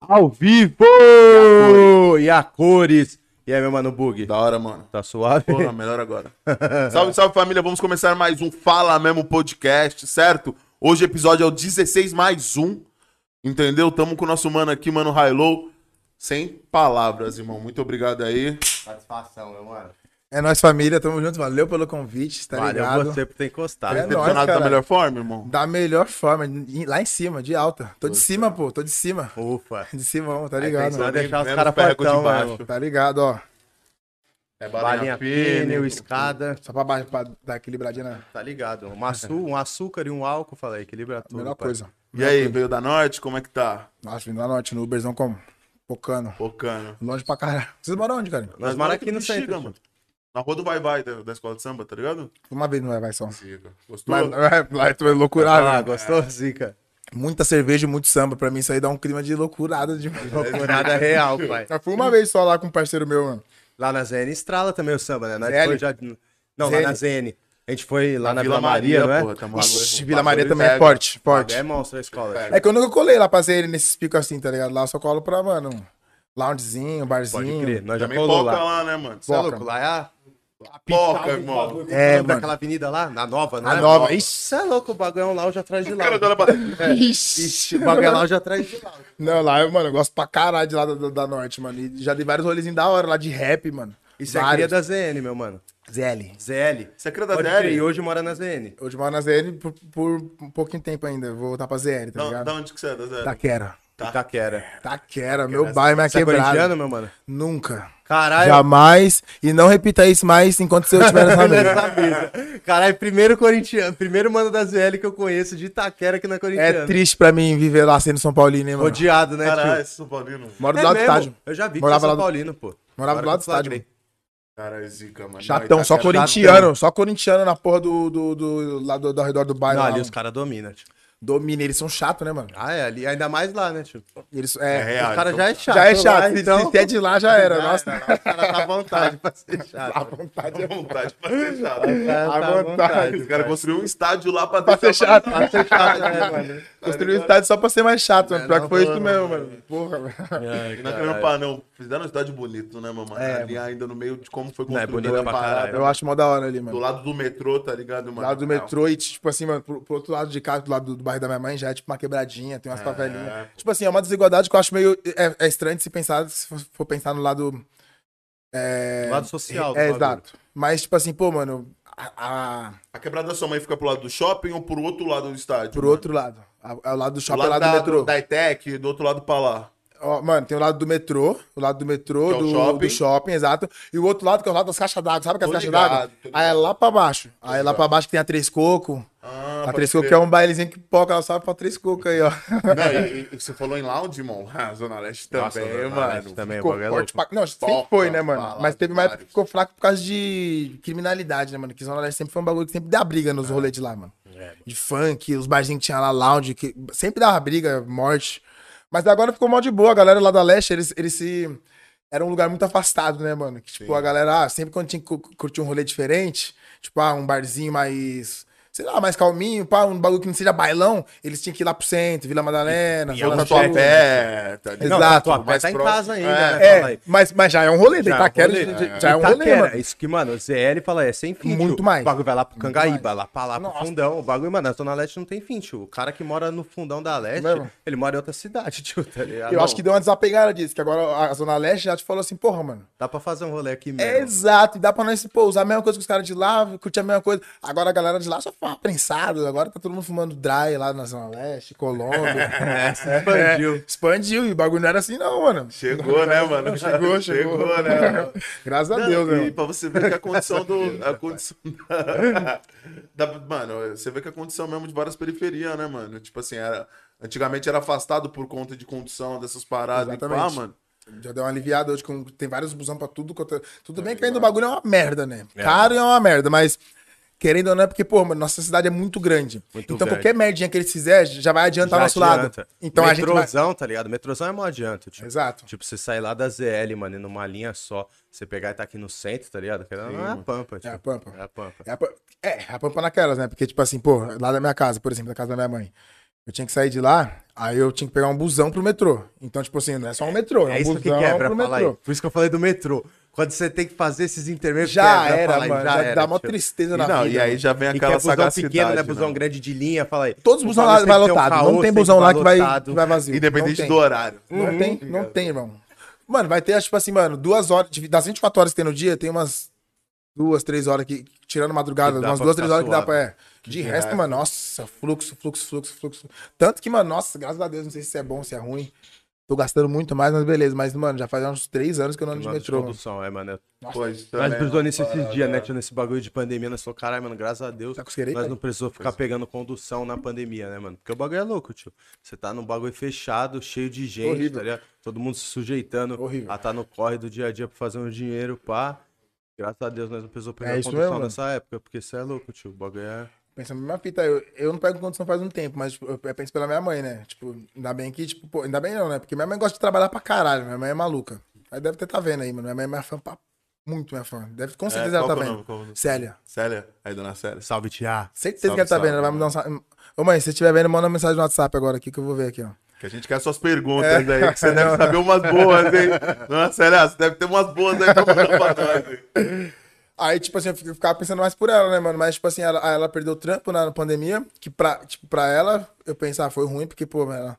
Ao vivo! E a cores! E aí, meu mano, bug? Da hora, mano. Tá suave? Porra, melhor agora. salve, salve família. Vamos começar mais um Fala Mesmo Podcast, certo? Hoje o episódio é o 16 mais um. Entendeu? Tamo com o nosso mano aqui, mano Hilo. Sem palavras, irmão. Muito obrigado aí. Satisfação, meu mano. É nós família, tamo junto, valeu pelo convite, tá Valeu ligado? você por ter encostado. É né? nóis. Detonado da caralho. melhor forma, irmão. Da melhor forma, em- lá em cima, de alta. Tô de cima, pô, tô de cima. Ufa. De cima, tá Aí ligado? tem só mano? deixar os menos caras perreco de fortão, né, baixo. mano? Tá ligado, ó. É Balinha pneu, escada. Só pra baixo, pra dar equilibradinha na um Tá ligado? Um, açu- um açúcar e um álcool, falei, equilibra tudo. melhor pai. coisa. E aí, veio da Norte? Como é que tá? Nossa, vindo lá norte, no Uberzão como? Pocano. Focando. Longe pra caralho. Vocês moram onde, cara? Nós moramos aqui no centro. Bexiga, mano. Na rua do Vai Vai da, da escola de samba, tá ligado? Uma vez não é, vai, vai só. Gostou? Mas é, lá tu é loucurado. Ah, gostou, Zica? Muita cerveja e muito samba. Pra mim, isso aí dá um clima de loucurada de. É, Procurada real, pai. Eu fui uma vez só lá com um parceiro meu, mano. Lá na ZN estrala também o samba, né? Nós Zene? foi já... Não, lá Zene. na ZN. A gente foi lá na, Na Vila, Vila Maria, Maria, não é? porra, tá maluco. Ixi, o Vila Maria bagulho também é pega. forte, forte. É monstro a escola. Pega. gente. É que eu nunca colei lá, passei ele nesses picos assim, tá ligado? Lá eu só colo pra, mano, loungezinho, barzinho. Pode crer. Nós já Também colou foca lá. lá, né, mano? Você é Poca. louco? Lá é a... a Poca, do irmão. bagulho, É, é, mano. daquela avenida lá, na nova, né? A nova. Isso é louco, o bagulho é um lounge atrás de lá. Cara, dela bate- Ixi, o bagulho é lounge atrás de lá. Não, lá, eu, mano, eu gosto pra caralho de lá da, da- da Norte, mano. E já dei vários rolezinhos da hora lá de rap, mano. Isso é cria Vários. da ZN, meu mano. ZL. ZL. Você é cria da Pode ZL? crer, E hoje mora na ZN. Hoje moro na ZL por, por um pouquinho tempo ainda. Vou voltar pra ZL, tá Da, ligado? da onde que você é, da Zé? Taquera. Tá. Itaquera. Taquera, meu bairro, minha Você é quebrada. corintiano, meu mano? Ah, é? Nunca. Caralho. Jamais. E não repita isso mais enquanto eu estiver nessa mesa. Nessa mesa. Caralho, primeiro corintiano, primeiro mano da ZL que eu conheço de Itaquera que não é corintiano. É triste pra mim viver lá sendo São Paulino, hein, mano? Odiado, né, Caralho, tio? esse São Paulino. Moro do É lado do mesmo, estádio. Eu já vi que é Morava São lá do- Paulino, pô. Morava do Agora lado do que eu flagrei. estádio. Caralho, zica, mano. tá Chatão, é só corintiano, só corintiano na porra do, do, do, lá do, do ao redor do bairro. Não, lá, ali mano. os caras dominam, tio. Domina, eles são chatos, né, mano? Ah, é, ali, ainda mais lá, né, tio? Eles, É é, real. o cara então. já é chato. já é lá, chato, se- então... se, é de lá já era, nossa. Não, não, o cara tá à vontade pra ser À chato. vontade, Dá Tá vontade pra ser chato. O cara à tá à vontade. Esse cara construiu um estádio lá pra, pra ser chato. Pra ser chato, né, mano? Construiu o estádio só pra ser mais chato, mano. Pior não, que foi isso não, mesmo, mano. Porra, velho. E não é querendo pá, não. Fizeram um estádio bonito, né, mano? É, ali ainda no meio de como foi Não, é construído bonito a pra parada. caralho. Eu acho mó da hora ali, Do mano. lado do metrô, tá ligado, Do mano? lado do metrô e, tipo assim, mano, pro, pro outro lado de casa, do lado do, do bairro da minha mãe, já é tipo uma quebradinha, tem umas favelinhas. Tipo assim, é uma desigualdade que eu acho meio. É, é estranho de se pensar, se for- for pensar no lado. É, Lado social do É, bagulho. exato. Mas, tipo assim, pô, mano, a, a- A quebrada da sua mãe fica pro lado do shopping ou pro outro lado do estádio? pro mano? outro lado. A- É o lado do Do shopping é o Hum. lado lado da, do metrô. da ETEC, do outro lado pra lá. Ó, mano, tem o lado do metrô, o lado do metrô, Que é o do, shopping. do shopping, exato. E o outro lado, que é o lado das caixas d'água. Sabe que as Tô caixas ligado, d'água? tô ligado. Aí é lá pra baixo. Aí é lá pra baixo que tem a Três Coco. Ah, a pode Três Coco crer. é um bailezinho que poca, ela sabe pra Três Coco aí, ó. Não, e, e você falou em lounge, irmão? Ah, Zona Leste também, Nossa, Zona mano. Leste também, o Ficou bagulho é forte louco. pra... Não, sempre Poca, foi, né, mano? fala, Mas teve uma época vários. que ficou fraco por causa de criminalidade, né, mano? Que Zona Leste sempre foi um bagulho que sempre dá briga É. nos rolês de lá, mano. De funk, os barzinhos que tinha lá, lounge, que sempre dava briga, morte. Mas agora ficou mal de boa, a galera lá da Leste, eles, eles se... Era um lugar muito afastado, né, mano? Que, tipo, a galera, ah, sempre quando tinha que cu- curtir um rolê diferente, tipo, ah, um barzinho mais... Sei lá, mais calminho, pá, um bagulho que não seja bailão, eles tinham que ir lá pro centro, Vila Madalena, e é Ou um São shopping, Paulo. Tatuapé, tá ligado? Exato, Mas mais né? tá em próximo. casa ainda, É, né? Fala É, aí. mas, mas já é um Já rolê, já, é um Itaquera, rolê, já- já é um rolê, Itaquera, mano. Isso que, mano, o ZL fala, é sem fim, Muito tio. mais. O bagulho vai lá pro Muito Cangaíba, mais. lá pra lá, pro Nossa. fundão. O bagulho, mano, na Zona Leste não tem fim, tio. O cara que mora no fundão da Leste, Mesmo? ele mora em outra cidade, tio, tá ligado? Eu Não, acho que deu uma desapegada disso, que agora a Zona Leste já te falou assim, porra, mano. Dá pra fazer um rolê aqui É mesmo. exato, e dá pra nós pô, usar a mesma coisa que os caras de lá, curtir a mesma coisa. Agora a galera de lá só fuma prensado, agora tá todo mundo fumando dry lá na Zona Leste, Colômbia. É, se expandiu. Expandiu, e o bagulho não era assim não, mano. Chegou, né, mano? Chegou, chegou. Chegou, né, mano? Graças Tá a Não, Deus, e né? mano? pra você ver que a condição do. A condição da, da- mano, você vê que a condição mesmo de várias periferias, né, mano? Tipo assim, era. Antigamente era afastado por conta de condição dessas paradas. e pá, Exatamente. mano. Já deu uma aliviada hoje, com, tem vários busão pra tudo. quanto é- Tudo bem que ainda o bagulho é uma merda, né? Caro é uma merda, mas querendo ou não é porque, pô, mano, nossa cidade é muito grande. Muito então grande. qualquer merdinha que eles fizer já vai adiantar Já tá nosso lado. adianta. Então a gente vai... Metrozão, tá ligado? Metrozão é mó adianto, tio. Exato. Tipo, você sair lá da ZL, mano, e numa linha só, você pegar e tá aqui no centro, tá ligado? Querendo ou não é a pampa, tio. É a pampa. É a pampa. É a, pa- é, a pampa naquelas, né? Porque, tipo assim, pô, lá da minha casa, por exemplo, da casa da minha mãe. Eu tinha que sair de lá, aí eu tinha que pegar um busão pro metrô. Então, tipo assim, não é só um metrô, é, um É isso busão que quebra, pro fala aí. metrô. Por isso que eu falei do metrô. Quando você tem que fazer esses intermédios, Já quebra, era, fala aí, mano, já dá mó tio. tristeza na Não, vida. e aí mano. já vem E que é aquela busão sagacidade. pequeno, né? né? Busão grande de linha, fala aí. Todos os O busão bagulho lá tem vai que ter um lotado. caô, não tem tem busão que lá tá que vai, lotado. que vai vazio. Independente não do tem. horário. Não tem, né? não tem, irmão. Mano, vai ter, acho, tipo assim, mano, duas horas, de- das 24 horas que tem no dia, tem umas duas, três horas que, tirando madrugada, Que dá umas pra duas, três ficar horas que dá suave. pra. É. De resto, mano, nossa, fluxo, fluxo, fluxo, fluxo. Tanto que, mano, nossa, graças a Deus, não sei se isso é bom, se é ruim. Tô gastando muito mais, mas beleza. Mas, mano, já faz uns três anos que eu não ando de Mano, de metrô. mano. condução, é, mano. Pois, também, Nós precisou mano, nisso esses parada. dias, né, tio? Nesse bagulho de pandemia, nós falamos, caralho, mano, graças a Deus. Tá com isqueireta Nós aí? não precisou ficar pegando condução na pandemia, né, mano? Porque o bagulho é louco, tio. Você tá num bagulho fechado, cheio de gente, Horrível. tá ligado? Todo mundo se sujeitando Horrível. a tá no corre do dia a dia pra fazer um dinheiro, pá. Graças a Deus nós não precisou pegar É isso condução mesmo, mano. nessa época, porque isso é louco, tio. O bagulho é. Pensando na mesma fita, eu, eu não pego condição faz um tempo, mas tipo, eu eu penso pela minha mãe, né? Tipo, ainda bem que, tipo, pô, ainda bem não, né? Porque minha mãe gosta de trabalhar pra caralho, minha mãe é maluca. Aí deve ter tá vendo aí, mano. Minha mãe é minha fã, pra... muito minha fã. Deve, com certeza qual ela tá que é o vendo. nome, qual que é o nome? Célia, Célia, aí dona Célia. Salve, tia. certeza Salve, que ela tá salve, vendo, ela vai me dar um salve. Ô mãe, se você estiver vendo, manda uma mensagem no WhatsApp agora aqui que eu vou ver aqui, ó. Que a gente quer suas perguntas É. aí, que você deve saber umas boas, hein? Dona Célia, você deve ter umas boas aí pra mandar pra nós. hein? Aí, tipo assim, eu fico- eu ficava pensando mais por ela, né, mano? Mas, tipo assim, ela, aí ela perdeu o trampo na pandemia, que pra, tipo, pra ela, eu pensava, foi ruim, porque, pô, ela,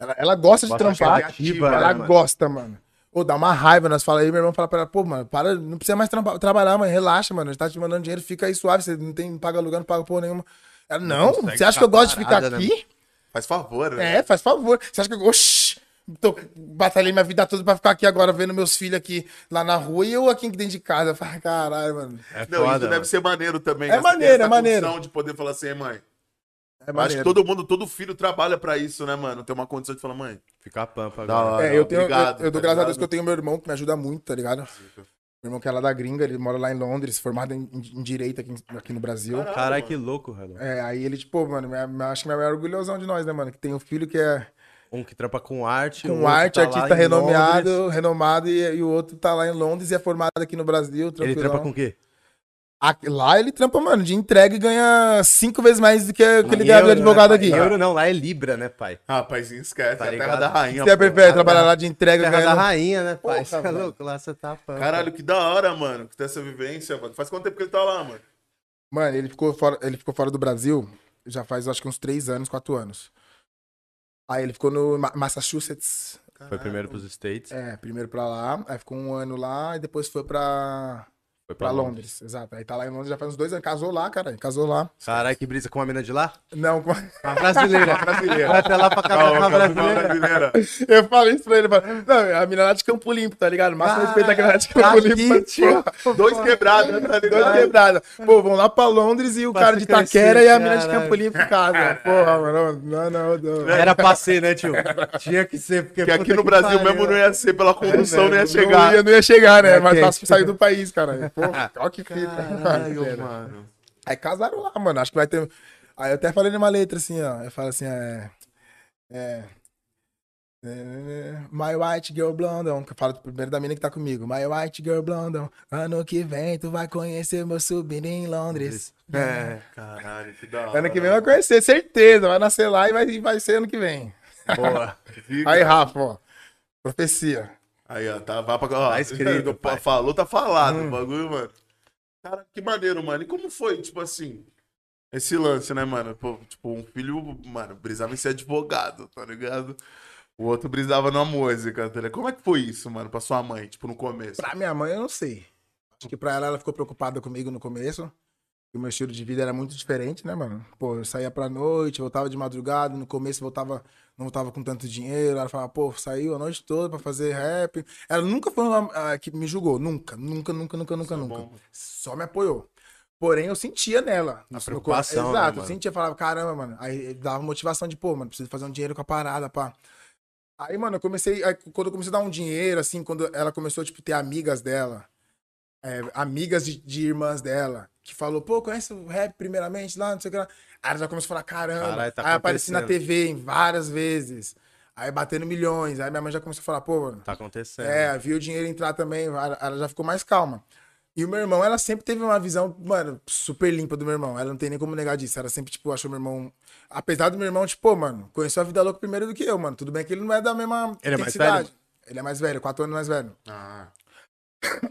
ela, ela gosta de Nossa, acho que trampar. é ativa, ela né, mano? gosta, mano. Ou dá uma raiva, nós falamos aí, meu irmão fala pra ela, pô, mano, para, não precisa mais trampa- trabalhar, mano, relaxa, mano, a gente tá te mandando dinheiro, fica aí suave, você não tem, não paga aluguel, não paga porra nenhuma. Ela, não, consegue você acha que eu ficar gosto de ficar parada, né, aqui? Faz favor, né? É, faz favor. Você acha que eu. Oxi! Tô, batalhei minha vida toda pra ficar aqui agora vendo meus filhos aqui lá na rua e eu aqui dentro de casa. Eu falo, Caralho, mano. É Não, foda, isso mano. deve ser maneiro também. É essa- maneiro, essa é maneiro. condição de poder falar assim, mãe. É Eu acho que maneiro. todo mundo, todo filho trabalha pra isso, né, mano? Tem uma condição de falar, mãe. Ficar pampa Da agora. hora. É, eu, tenho, Obrigado, eu, eu dou tá graças a ligado? Deus que eu tenho meu irmão que me ajuda muito, tá ligado? Meu irmão que é lá da gringa, ele mora lá em Londres, formado em, em direito aqui, em- aqui no Brasil. Caralho, que louco, velho. É, aí ele, tipo, mano, minha- minha- acho que minha mãe é orgulhosão de nós, né, mano? Que tem um filho que é Um que trampa com arte. o com outro arte, tá lá artista em Londres. renomeado, renomado, e, e o outro tá lá em Londres e é formado aqui no Brasil. Ele tranquilão. trampa com o quê? Aqui- lá ele trampa, mano, de entrega e ganha cinco vezes mais do que, que ele Em ganha euro, de advogado né, aqui. pai? Em Euro não, lá é Libra, né, pai? Rapazinho, esquece. Tá é a terra ligado? da rainha. Você é pô. prefere trabalhar lá de entrega e né? Terra da ganhar. rainha, né, pai? Porra, Você é velho. louco, lá você tá pampa. Caralho, que da hora, mano, que tem essa vivência, mano. Faz quanto tempo que ele tá lá, mano? Mano, ele ficou, fora, ele ficou fora do Brasil já faz acho que uns três anos, quatro anos. Aí ele ficou no Ma- Massachusetts. Foi primeiro pros States. É, primeiro pra lá, aí ficou um ano lá e depois foi pra, Foi pra Londres. Exato. Aí tá lá em Londres já faz uns dois anos. Casou lá, cara. Casou lá. Caralho, que brisa com uma mina de lá? Não, com- Uma brasileira. brasileira. Vai até lá pra casar com uma brasileira. brasileira. eu falo isso pra ele. eu falo, Não, a mina lá de Campo Limpo, tá ligado? Massa respeito àquela lá de Campo tá aqui, Limpo. mas, tio. porra. Dois quebrados, né, tá Dois ligado? quebradas. Pô, vão lá pra Londres e o Pra cara se de Taquera crescer, e a mina de caralho. Campo Limpo em casa. Porra, mano. Não, não, não. Era pra ser, né, tio? Tinha que ser, porque. Que aqui puta no que Brasil pariu. mesmo não é ia ser, pela condução não ia É Né, Não chegar. ia, não ia chegar, né? Mas Ok. fácil sair do país, cara. Pô, ó que fita. Caralho, mano. Aí casaram lá, mano. Acho que vai ter. Aí eu até falei numa letra assim, ó. Eu falo assim, é. É. é, My white girl blondão, que eu falo primeiro da mina que tá comigo. My white girl blondão, ano que vem tu vai conhecer meu sobrinho em Londres. É, caralho, que da hora. Ano que vem é vai conhecer, certeza. Vai nascer lá e vai, e vai ser ano que vem. Boa. Fica- Aí, Rafa, ó. Profecia. Aí, ó, tá, vai pra... Ó, Tá escrito, pa- pai. Falou, tá falado Hum. o bagulho, mano. Cara, que maneiro, mano. E como foi, tipo assim, esse lance, né, mano? Pô, tipo, um filho, mano, brisava em ser advogado, tá ligado? O outro brisava na música, tá ligado? Como é que foi isso, mano, pra sua mãe, tipo, no começo? Pra minha mãe, eu não sei. Acho que pra ela, ela ficou preocupada comigo no começo. E o meu estilo de vida era muito diferente, né, mano? Pô, eu saía pra noite, voltava de madrugada. No começo, voltava, não voltava com tanto dinheiro. Ela falava, pô, saiu a noite toda pra fazer rap. Ela nunca foi uma ah, que me julgou. Nunca, nunca, nunca, nunca, nunca, nunca. Tipo, bom. Só me apoiou. Porém, eu sentia nela. A preocupação, né, Exato, eu mano? sentia, falava, caramba, mano. Aí dava motivação de, pô, mano, preciso fazer um dinheiro com a parada, pá. Aí, mano, eu comecei. aí, quando eu comecei a dar um dinheiro, assim, quando ela começou, tipo, ter amigas dela, é, amigas de, de irmãs dela, que falou, pô, conhece o rap primeiramente lá, não sei o que lá. Aí ela já começou a falar, caramba. Caralho, tá aí eu apareci na acontecendo. TV em várias vezes. Aí batendo milhões. Aí minha mãe já começou a falar, pô, mano. Tá acontecendo. É, viu o dinheiro entrar também, ela ela já ficou mais calma. E o meu irmão, ela sempre teve uma visão, mano, super limpa do meu irmão. Ela não tem nem como negar disso. Ela sempre, tipo, achou meu irmão. Apesar do meu irmão, tipo, pô, mano, conheceu a vida louca primeiro do que eu, mano. Tudo bem que ele não é da mesma Ele é mais intensidade. velho? Ele é mais velho, quatro anos mais velho. Ah.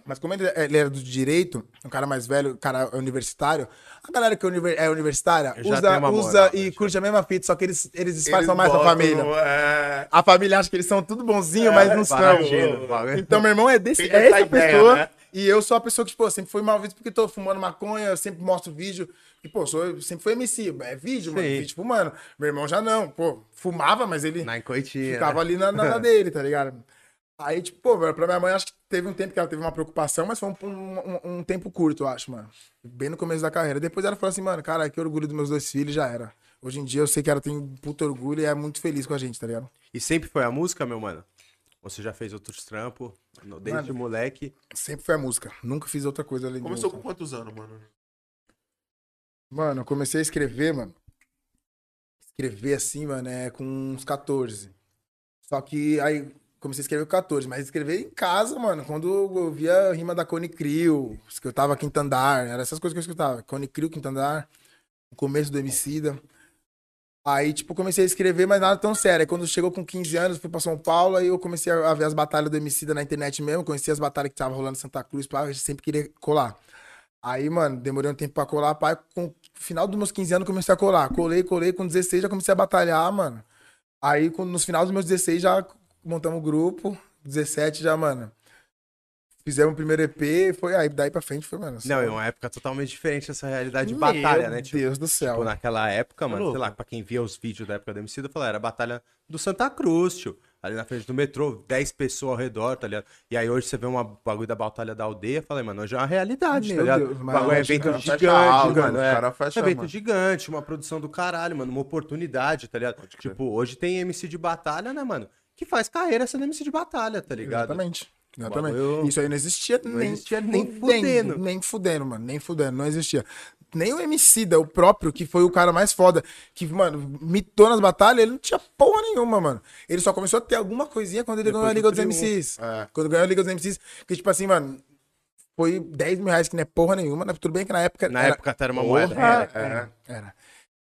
Mas como ele, ele era do direito, um cara mais velho, um cara universitário, a galera que é univer- é universitária Eu já tenho usa, uma moral, usa né, e já. curte a mesma fita, só que eles, eles Eles disfarçam mais a botam, família. é, A família acha que eles são tudo É, bonzinho, mas não são. Barrageiro, bagulho. Então, meu irmão é desse, Tem é essa essa ideia, pessoa. né? E eu sou a pessoa que, tipo, sempre fui mal visto porque tô fumando maconha, eu sempre mostro vídeo. E, pô, sou, sempre fui MC. É vídeo, mano. Sim. Vídeo fumando. Meu irmão já não. Pô, fumava, mas ele Na né? coitinha. né? ficava ali na, na dele, tá ligado? Aí, tipo, pô, velho, pra minha mãe, acho que teve um tempo que ela teve uma preocupação, mas foi um, um- um- um tempo curto, eu acho, mano. Bem no começo da carreira. Depois ela falou assim, mano, cara, que orgulho dos meus dois filhos, já era. Hoje em dia eu sei que ela tem um puto orgulho e é muito feliz com a gente, tá ligado? E sempre foi a música, meu mano? Ou Você já fez outros trampos? no- Desde Mano. moleque. Sempre foi a música. Nunca fiz outra coisa além Começou de com música. quantos anos, mano? Mano, eu comecei a escrever, mano. Escrever assim, mano, é com uns 14. Só que aí comecei a escrever com 14, mas escrever em casa, mano, quando eu via a rima da Cone Crew, escutava Quinto Andar, era essas coisas que eu escutava. Cone Crew, Quinto Andar, o começo do Emicida. Aí, tipo, comecei a escrever, mas nada tão sério. Aí, quando chegou com 15 anos, fui pra São Paulo, aí eu comecei a a ver as batalhas do Emicida na internet mesmo, conheci as batalhas que tava rolando em Santa Cruz, pá, eu sempre queria colar. Aí, mano, demorei um tempo pra colar, pai. Com o final dos meus 15 anos, comecei a colar. Colei, colei. Com 16 já comecei a batalhar, mano. Aí, com, nos final dos meus 16, já montamos o grupo. 17 já, mano. Fizemos o primeiro EP e foi aí, daí pra frente foi, mano. Não, é uma época totalmente diferente essa realidade de Meu batalha, né? Tipo, Deus do céu. Tipo, naquela época, mano, louco. sei lá, pra quem via os vídeos da época da MC, eu falava, era a batalha do Santa Cruz, tio. Ali na frente do metrô, 10 pessoas ao redor, tá ligado? E aí hoje você vê uma bagulho da batalha da aldeia, falei, mano, hoje é uma realidade, Meu tá ligado? Deus, O mas bagulho é hoje evento fecha gigante, aula, mano. mano, É, os cara fecha, É evento mano. gigante, uma produção do caralho, mano, uma oportunidade, tá ligado? Tipo, hoje tem MC de batalha, né, mano? Que faz carreira sendo MC de batalha, tá ligado? Exatamente. Exatamente. bagulho- Isso aí não existia não nem, existia nem fudendo. Nem fudendo, mano. Nem fudendo, não existia. Nem o MC da, o próprio, que foi o cara mais foda, que, mano, mitou nas batalhas, ele não tinha porra nenhuma, mano. Ele só começou a ter alguma coisinha quando ele ganhou a do Liga dos triunfo. MCs. É. Quando ganhou a Liga dos MCs, que, tipo assim, mano, foi 10 mil reais que não é porra nenhuma, né? Tudo bem que na época. Na era- época até era uma Porra, moeda. Era. é. Era.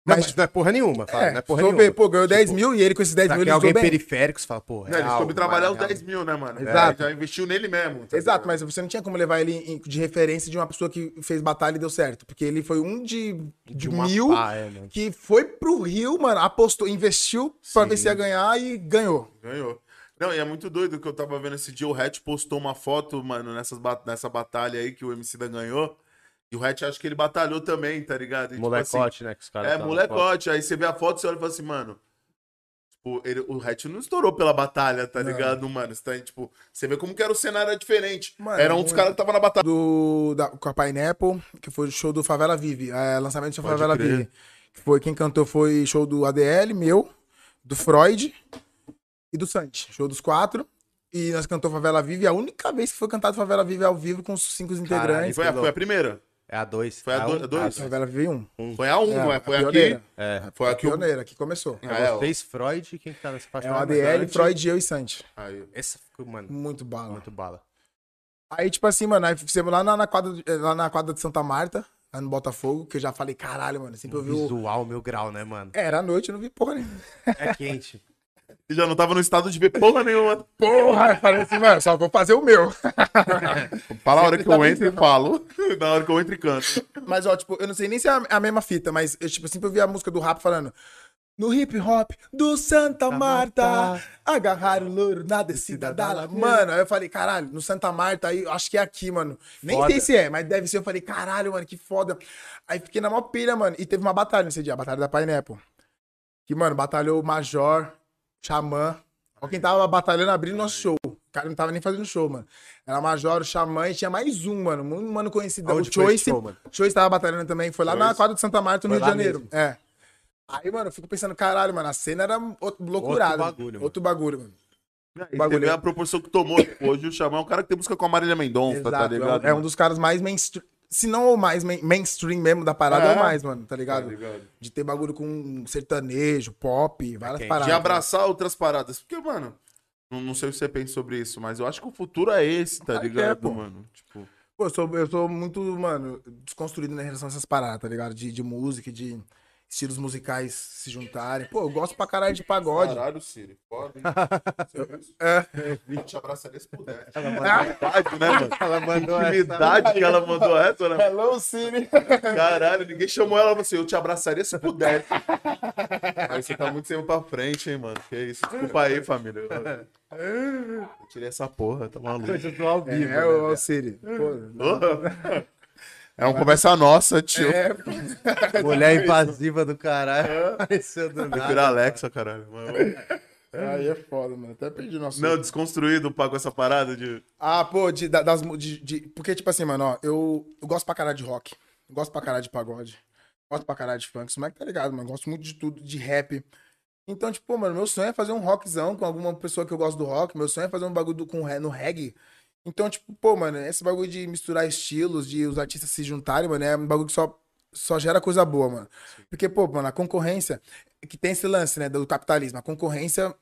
Não, Mas, mas não é porra nenhuma, fala, é, não é porra se for nenhuma. Tipo, ver, pô, ganhou 10 mil e ele com esses 10 mil Daqui ele alguém usou bem. periférico, você fala, é porra, Não, ele real, soube trabalhar os mano, 10 mil, né, mano? Exato. É, já investiu nele mesmo. tá Exato, ligado? mas você não tinha como levar ele em- de referência de uma pessoa que fez batalha e deu certo. Porque ele foi um de, de, De uma mil pá, é, mano. que foi pro Rio, mano, apostou, investiu pra ver se ia ganhar e ganhou. Ganhou. Não, e é muito doido que eu tava vendo esse dia. O Hatch postou uma foto, mano, nessas ba- nessa batalha aí que o MC da ganhou. E o Hatch acho que ele batalhou também, tá ligado? E, tipo assim, Molecote, né? Que os caras É, falam. molecote. Aí você vê a foto, você olha e fala assim, mano. Tipo, ele- o Hatch não estourou pela batalha, tá ligado, mano? Você, tá, tipo, você vê como que era o cenário era diferente. Mano, era um dos muito. caras que tava na batalha. Do, da, com a Pineapple, que foi o show do Favela Vive, é, lançamento do Pode Favela crer. Vive. Que foi, quem cantou foi show do ADL, meu, do Freud e do Santi. Show dos quatro. E nós cantou Favela Vive. A única vez que foi cantado Favela Vive ao vivo com os cinco E integrantes. foi, a, foi a primeira. É a 2. Foi a do- a dois? Favela Vive um. Foi a 1, um, É, né? Foi a a pioneira. aqui. É. Foi A aqui. o- pioneira que começou. É, ó. Vocês, Freud, quem que tá nessa parte? É o Ah, mas ADL, antes- Freud, eu e Santi. Aí. Essa ficou, mano, Muito bala. muito bala. Aí, tipo assim, mano, aí fizemos lá na, na quadra, de- eh, lá na quadra de Santa Marta, lá no Botafogo, que eu já falei, caralho, mano, sempre eu vi o... Visual, meu grau, né, mano? É, Era à noite, eu não vi porra nenhuma. É quente. E já não tava no estado de ver porra nenhuma. Porra! Eu falei assim, mano, só vou fazer o meu. Fala a hora que tá eu entro e falo. Na hora que eu entro e canto. Mas, ó, tipo, eu não sei nem se é a, a mesma fita, mas eu, tipo, sempre ouvi a música do rap falando. No hip hop do Santa Marta, agarraram o louro na descida da la... Mano, aí eu falei, caralho, no Santa Marta, aí eu acho que é aqui, mano. Nem Foda. sei se é, mas deve ser. Eu falei, caralho, mano, que foda. Aí fiquei na maior pilha, mano. E teve uma batalha nesse dia, a batalha da Pineapple. Que, mano, batalhou o Major, Xamã. Ó, quem tava batalhando abrindo nosso show. O cara não tava nem fazendo show, mano. Era Major, o Xamã e tinha mais um, mano. Um mano conhecidão. Aonde o foi esse Choice. show, mano? Choice tava batalhando também. Foi lá na Choice. quadra de Santa Marta, no Foi Rio de lá Janeiro. É. Aí, mano, eu fico pensando, caralho, mano, a cena era outro, bagulho, loucurada. Outro bagulho, mano. outro bagulho mano. E você bagulho vê aí. é a proporção que tomou. Tipo, Hoje o Xamã é um cara que tem música com a Marília Mendonça, tá Exato. é um- ligado? é, um dos caras mais mainstream. Se não o mais main- mainstream mesmo da parada, é, É. o mais, mano, tá ligado? Tá ligado. De ter bagulho com sertanejo, pop, várias quente. paradas. de abraçar outras paradas. Porque, mano, não, não sei o que você pensa sobre isso, mas eu acho que o futuro é esse, tá Claro que ligado, é, pô. mano? Tipo, Pô, eu sou, eu sou muito, mano, desconstruído na relação a essas paradas, tá ligado? De, de música, de estilos musicais se juntarem. Pô, eu gosto pra caralho de pagode. Caralho, Siri. Pode. É. Eu te abraçaria se puder. Ela mandou, né, mano? Ela mandou Que idade que ela mandou essa, né? Hello, Cine. Caralho, ninguém chamou ela assim, eu te abraçaria se puder. aí você tá muito tempo pra frente, hein, mano. Que isso. Desculpa aí, família. Eu eu tirei essa porra, tá maluco. ao É, vivo. né, é o Cine. Pô, É uma conversa nossa, tio. É, Tá Mulher invasiva do É. caralho. Apareceu do Tem que nada. virar Alexa, caralho. mano. aí é foda, mano. Até perdi o nosso. Não, desconstruído, pagou essa parada de. Ah, pô, de, da- das, mu- de, de- porque, tipo assim, mano, ó, eu, eu gosto pra caralho de rock, gosto pra caralho de pagode, gosto pra caralho de funk, isso moleque tá ligado, mano, gosto muito de tudo, de rap. Então, tipo, pô, mano, meu sonho é fazer um rockzão com alguma pessoa que eu gosto do rock, meu sonho é fazer um bagulho do- com, re- no reggae. Então, tipo, pô, mano, esse bagulho de misturar estilos, de os artistas se juntarem, mano, é um bagulho que só, só gera coisa boa, mano. Porque, pô, mano, a concorrência, que tem esse lance, né, do capitalismo, a concorrência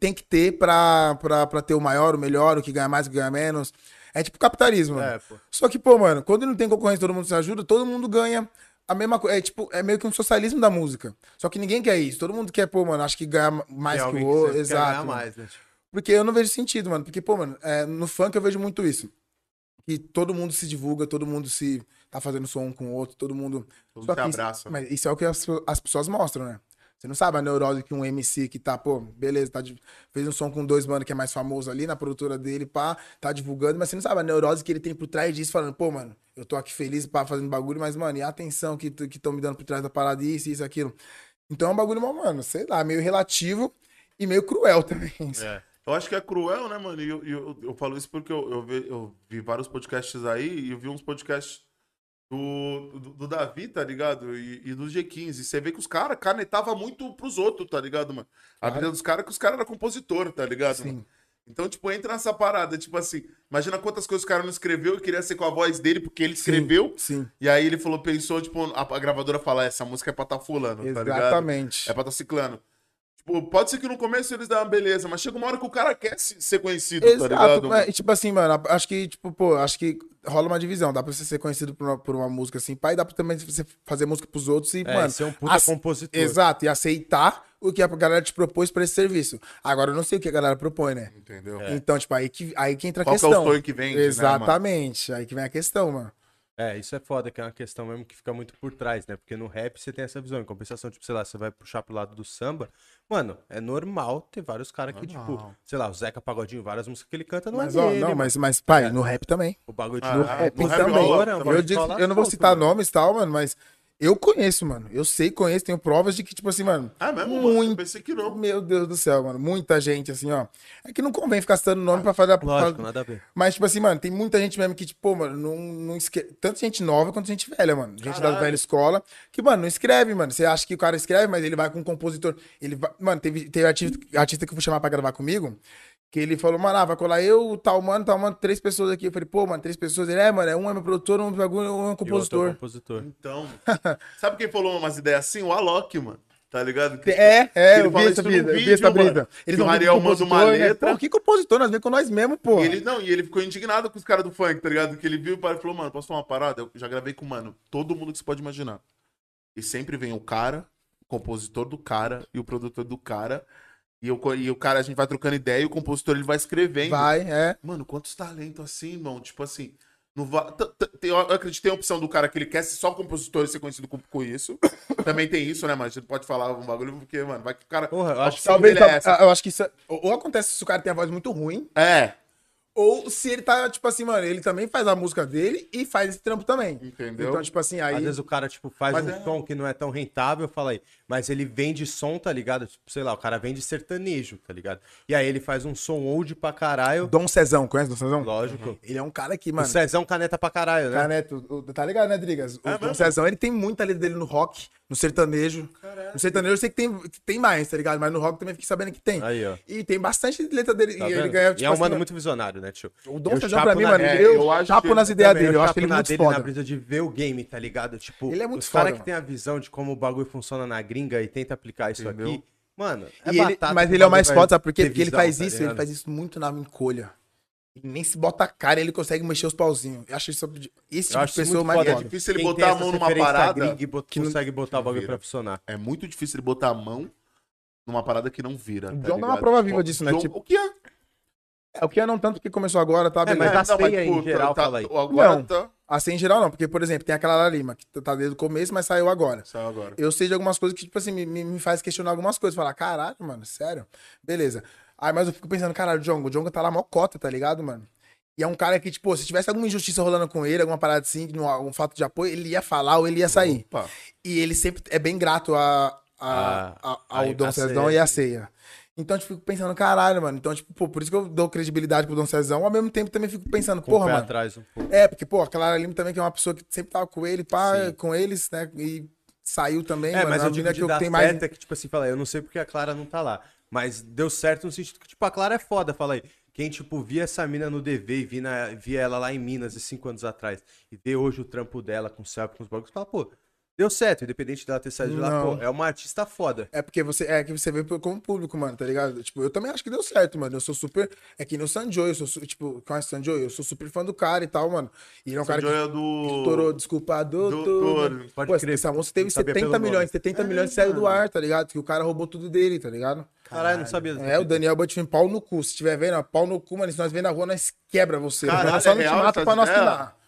tem que ter pra, pra, pra ter o maior, o melhor, o que ganha mais, o que ganha menos. É tipo capitalismo, mano. É, pô. Só que, pô, mano, quando não tem concorrência, todo mundo se ajuda, todo mundo ganha a mesma coisa. É tipo, é meio que um socialismo da música. Só que ninguém quer isso. Todo mundo quer, pô, mano, acho que ganhar Tem mais que alguém o que outro. sempre quer ganhar Exato. mano. mais, né? Porque eu não vejo sentido, mano. Porque, pô, mano, é, no funk eu vejo muito isso. Que todo mundo se divulga, todo mundo se tá fazendo som um com o outro, todo mundo. Todo Só se que isso- abraça. mas isso é o que as, as pessoas mostram, né? Você não sabe a neurose que um MC que tá, pô, beleza, tá, de- fez um som com dois mano que é mais famoso ali na produtora dele, pá, tá divulgando, mas você não sabe a neurose que ele tem por trás disso, falando, pô, mano, eu tô aqui feliz, pá, fazendo bagulho, mas, mano, e a atenção que estão me dando por trás da parada, isso, isso, aquilo. Então é um bagulho, mó, mano, sei lá, meio relativo e meio cruel também. Eu acho que é cruel, né, mano? E eu, e eu, eu falo isso porque eu, eu, vi, eu vi vários podcasts aí e eu vi uns podcasts do, do, do Davi, tá ligado? E, e do G15. Você vê que os caras canetavam muito pros outros, tá ligado, mano? A Claro. vida dos caras é que os caras eram compositor, tá ligado? mano? Então, tipo, entra nessa parada, tipo assim, imagina quantas coisas o cara não escreveu e queria ser com a voz dele porque ele escreveu. Sim, E aí ele falou, pensou, tipo, a, a gravadora fala, essa música é pra tá fulano, tá ligado? exatamente. É pra tá ciclano. Tipo, pode ser que no começo eles dão uma beleza, mas chega uma hora que o cara quer se- ser conhecido, tá Exato, ligado? mas, tipo assim, mano, acho que, tipo, pô, acho que rola uma divisão. Dá pra você ser conhecido por uma, por uma música assim, pai, dá pra também você fazer música pros outros e, É, mano. ser um puta ace- compositor. Exato, e aceitar o que a galera te propôs pra esse serviço. Agora eu não sei o que a galera propõe, né? Entendeu? Então, tipo, aí que, aí que entra É. a Qual que é o questão. sonho que vende, né, Exatamente, aí que vem a questão, mano. É, isso é foda, que é uma questão mesmo que fica muito por trás, né? Porque no rap você tem essa visão. Em compensação, tipo, sei lá, você vai puxar pro lado do samba. Mano, é normal ter vários caras que, tipo, sei lá, o Zeca Pagodinho, várias músicas que ele canta, não Mas, é ó, dele. não, mano. mas, mas, É. pai, no rap também. O bagulho de Ah, no ah, rap no rap também. rola, Agora, também. mano, Eu, digo- rola eu não vou solto, citar mano. nomes e tal, mano, mas eu conheço, mano. Eu sei, conheço, tenho provas de que, tipo assim, mano. Ah, mesmo? Mano? Muito. Pensei que não. Meu Deus do céu, mano. Muita gente, assim, ó. É que não convém ficar citando nome pra fazer a. Lógico, pra- nada a ver. Mas, tipo assim, mano, tem muita gente mesmo que, tipo, pô, mano, não, não escreve. Tanto gente nova quanto gente velha, mano. Gente da Caralho. velha escola. Que, mano, não escreve, mano. Você acha que o cara escreve, mas ele vai com um compositor. Ele vai... Mano, teve, teve artista, artista que eu fui chamar pra gravar comigo. Que ele falou, mano, ah, vai colar eu, tal mano, tal mano, três pessoas aqui. Eu falei, pô, mano, três pessoas. Ele, é, mano, é um é meu produtor, um, é meu- um é um E o outro é o compositor. compositor. Então, sabe quem falou umas ideias assim? O Alok, mano. Tá ligado? Que, É, é, que ele eu vi fala essa isso no brisa, eu vi vídeo, essa mano. brisa. Que não o vêm Ariel com manda uma compositor, né? letra. Pô, que compositor? Nós vemos com nós mesmo, pô. E ele, não, e ele ficou indignado com os caras do funk, tá ligado? Que ele viu e parou e falou, mano, posso falar uma parada? Eu já gravei com, mano, todo mundo que você pode imaginar. E sempre vem o cara, o compositor do cara e o produtor do cara. E, eu, co- e o cara, a gente vai trocando ideia e o compositor ele vai escrevendo. tá Vai, é. Mano, quantos talentos assim, irmão? Tipo assim. Não va... t- t- tem- eu acredito que tem a opção do cara que ele quer ser só compositor e ser conhecido com, com isso. Também tem isso, né, mano? A gente não pode falar um bagulho, porque, mano, vai que o cara. Porra, eu a acho opção Talvez, dele é tal- essa. eu acho que isso, ou ou acontece se o cara tem a voz muito ruim, É, ou se ele tá, tipo assim, mano, ele também faz a música dele e faz esse trampo também. Entendeu? Então, tipo assim, aí... Às vezes o cara, tipo, faz Mas um é- som que não é tão rentável, fala aí, mas ele vende som, tá ligado? Tipo, sei lá, o cara vende sertanejo, tá ligado? E aí ele faz um som old pra caralho. Dom Cezão, conhece Dom Cezão? Lógico. Ele é um cara que, O mano... Cezão caneta pra caralho, né? Caneto, o- tá ligado, né, Drigas? O Dom mesmo? Cezão, ele tem muita letra dele no rock, no sertanejo. No sertanejo eu sei que tem, que tem mais, tá ligado? Mas no rock também fiquei sabendo que tem. Aí, ó. E tem bastante letra dele. Tá e ele vendo? ganha, e é um mano assim, muito visionário, né, tio? O Dom Eu Sejão chapo pra mim, na- mano, é, eu, eu acho chapo que- nas eu ideias também, dele. eu Eu acho chapo ele é na muito dele na foda. brisa de ver o game, tá ligado? Tipo, Ele é muito os caras foda, que tem a visão de como o bagulho funciona na gringa e tenta aplicar isso aqui. Mano, E ele- batata mas que ele é bagulho o mais vai foda, sabe por quê? ter Porque ele visão, faz tá isso, ele ligado? faz isso muito na encolha. Ele nem se bota a cara, ele consegue mexer os pauzinhos. Eu acho isso esse tipo Eu de acho isso pessoa muito mais foda. É foda. difícil ele Quem botar a tem mão essas numa referências parada. gringa e bot- que não- consegue botar o bagulho vira. pra funcionar. É muito difícil ele botar a mão numa parada que não vira. O tá John dá uma ligado? prova viva Bom, disso, né? John- Tipo- O que é? É o que é não tanto porque começou agora, tá? É, beleza. mas a ceia em tipo, geral, tá- fala aí. Agora Não. tá. Assim em geral não, porque, por exemplo, tem aquela Lara Lima, que tá desde o começo, mas saiu agora. Saiu é agora. Eu sei de algumas coisas que, tipo assim, me, me me faz questionar algumas coisas. Falar, caralho, mano, sério? Beleza. Aí, mas eu fico pensando, caralho, o Djongo, o Djongo tá lá mó cota, tá ligado, mano? E é um cara que, tipo, se tivesse alguma injustiça rolando com ele, alguma parada assim, um, algum fato de apoio, ele ia falar ou ele ia sair. Opa. E ele sempre é bem grato a, a, Ah, a- ao aí, Dom a Cezão ceia, e à ceia. Então, tipo, fico pensando, caralho, mano. Então, tipo, pô, por isso que eu dou credibilidade pro Dom Cezão, ao mesmo tempo também fico pensando, Com o porra, pé mano. atrás um pouco. É, porque, pô, a Clara Lima também, que é uma pessoa que sempre tava com ele, pá, com eles, né? E saiu também, É, mano. mas é eu uma digo mina que eu tenho mais... certo é que, tipo assim, fala aí, eu não sei porque a Clara não tá lá. Mas deu certo no sentido que, tipo, a Clara é foda, fala aí. Quem, tipo, via essa mina no DV e via, na- via ela lá em Minas, há cinco anos atrás, e vê hoje o trampo dela com o selfie, com os bagulhos, fala, pô, deu certo, independente dela ter saído de lá, Não. pô, é uma artista foda. É porque você é que você vê por- como público, mano, tá ligado? Tipo, eu também acho que deu certo, mano. Eu sou super. É que no Sanjoy, eu sou, su- tipo, conhece o Sanjoy? Eu sou super fã do cara e tal, mano. E ele é um cara que Joia do. estourou, desculpa, doutor. Doutor, pode Pô, crer. essa música teve Não sabia pelo 70 nome. milhões, 70 É, milhões que saiu do então. ar, tá ligado? Que o cara roubou tudo dele, tá ligado? Caralho, não sabia. É, o Daniel Butchman, pau no cu. Se tiver vendo, ó, pau no cu, mano. Se nós vendo na rua, nós quebra você. Caralho, Nós só não é te real mata essas pra nós ideias? pinar.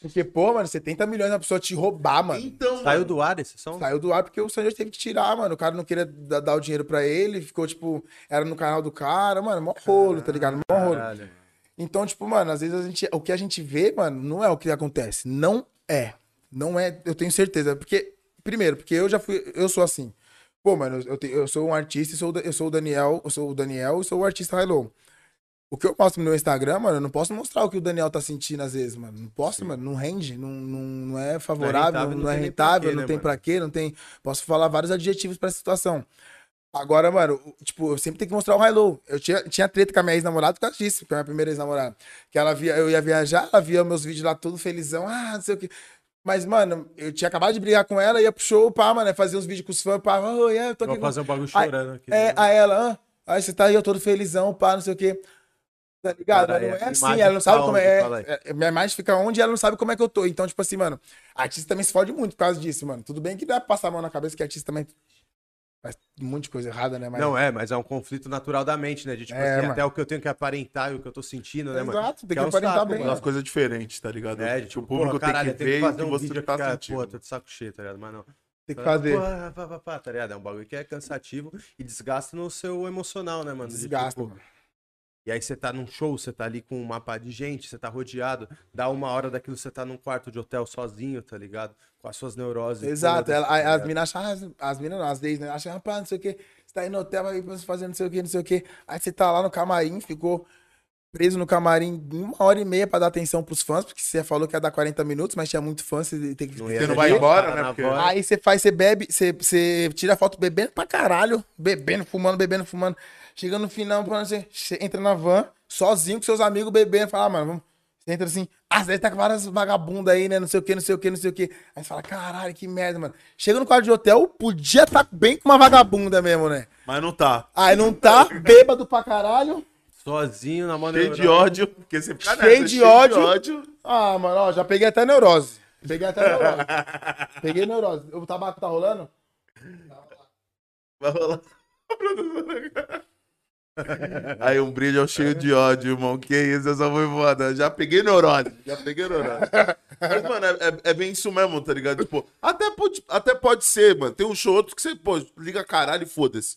Porque, pô, mano, 70 milhões na pessoa te roubar, mano. Então, Saiu do ar esse som? Saiu do ar porque o Sanjay teve que tirar, mano. O cara não queria da- dar o dinheiro pra ele, ficou, tipo, era no canal do cara, mano, mó rolo, tá ligado? Mó rolo. Caralho. Então, tipo, mano, às vezes a gente, o que a gente vê, mano, não é o que acontece. Não é. Não é, eu tenho certeza. Porque, primeiro, porque eu já fui, eu sou assim. Pô, mano, eu, te- eu sou um artista e sou, o Da- eu sou o Daniel, eu sou o Daniel e sou o artista Hello. O que eu mostro no meu Instagram, mano, eu não posso mostrar o que o Daniel tá sentindo às vezes, mano. Não posso, mano. Não rende, não, não, não é favorável, rentável, não não é tem nem pra rentável, quê, não né, tem mano? pra quê, não tem. Posso falar vários adjetivos pra essa situação. Agora, mano, o- tipo, eu sempre tenho que mostrar o high-low. Eu tinha, tinha treta com a minha ex-namorada por causa disso, com a minha primeira ex-namorada. Que ela via, eu ia viajar, ela via meus vídeos lá todo felizão, ah, não sei o quê. Mas, mano, eu tinha acabado de brigar com ela, ia pro show, pá, mano, ia fazer uns vídeos com os fãs, pá, oh, yeah, eu tô aqui Vou com fazer um bagulho Ai, chorando aqui. é, né? a ela, ah, aí você tá aí, eu todo felizão, pá, não sei o quê. Tá ligado? Cara, Mas é, não é a assim, imagem ela não fica sabe como onde? é. Fala aí. é- é- Minha imagem fica onde e ela não sabe como é que eu tô. Então, tipo assim, mano, artista também se fode muito por causa disso, mano. Tudo bem que dá pra passar a mão na cabeça, que artista também faz um monte de coisa errada, né? Mas... Não é, mas é um conflito natural da mente, né? De tipo É, assim, mano. até o que eu tenho que aparentar e o que eu tô sentindo, né, mano? Exato, tem que é um aparentar saco, bem, né? mano. As coisas diferentes, tá ligado? É, Que tipo, o público porra, caralho, tem que ver o que um você vídeo tá aqui, cara, sentindo. Pô, tô de saco cheio, tá ligado? Mas não. Tem que fazer. Pá, pá, pá, pá, tá ligado? É um bagulho que é cansativo e desgasta no seu emocional, né, mano? De, Desgasta, tipo, mano. E aí você tá num show, você tá ali com um mapa de gente, você tá rodeado, dá uma hora daquilo, você tá num quarto de hotel sozinho, tá ligado? Com as suas neuroses. Exato, todas, ela- tá a- as ligado? minas acham, as, as minas não, as gays, né? Acham, rapaz, não sei o que, você tá aí no hotel, vai fazer não sei o que, não sei o que. Aí você tá lá no camarim, ficou preso no camarim uma hora e meia pra dar atenção pros fãs, porque você falou que ia dar 40 minutos, mas tinha muito fã, você tem que... ia Você não ver vai os embora, caras né, na porque- volta. Aí você faz, você bebe, você, você tira foto bebendo pra caralho, bebendo, fumando, bebendo, fumando. Chegando no final, quando você, você entra na van, sozinho com seus amigos bebendo, fala, ah, mano, vamos. Você entra assim, ah, você deve tá com várias vagabundas aí, né? Não sei o que, não sei o que, não sei o que. Aí você fala, caralho, que merda, mano. Chega no quarto de hotel, podia estar bem com uma vagabunda mesmo, né? Mas não tá. Aí não tá, bêbado pra caralho. Sozinho na mão né, Cheio de ódio. Porque você fica Cheio de ódio. ódio. Ah, mano, ó, já peguei até neurose. Peguei até neurose. peguei neurose. O tabaco tá rolando? Vai rolar. Aí um brilho ao cheio de ódio, irmão. Que isso, eu só vou embora. Já peguei neurose. Já peguei neurose. Mas, mano, é, é- é bem isso mesmo, tá ligado? Tipo, até pode, até pode ser, mano. Tem um show outro que você, pô, liga caralho e foda-se.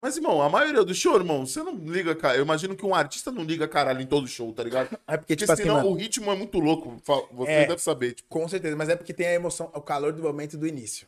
Mas, irmão, a maioria do show, irmão, você não liga caralho. Eu imagino que um artista não liga caralho em todo show, tá ligado? É porque, Porque tipo assim, senão mano. o ritmo é muito louco. Fa- Você É. deve saber, tipo. Com certeza, mas é porque tem a emoção, o calor do momento do início.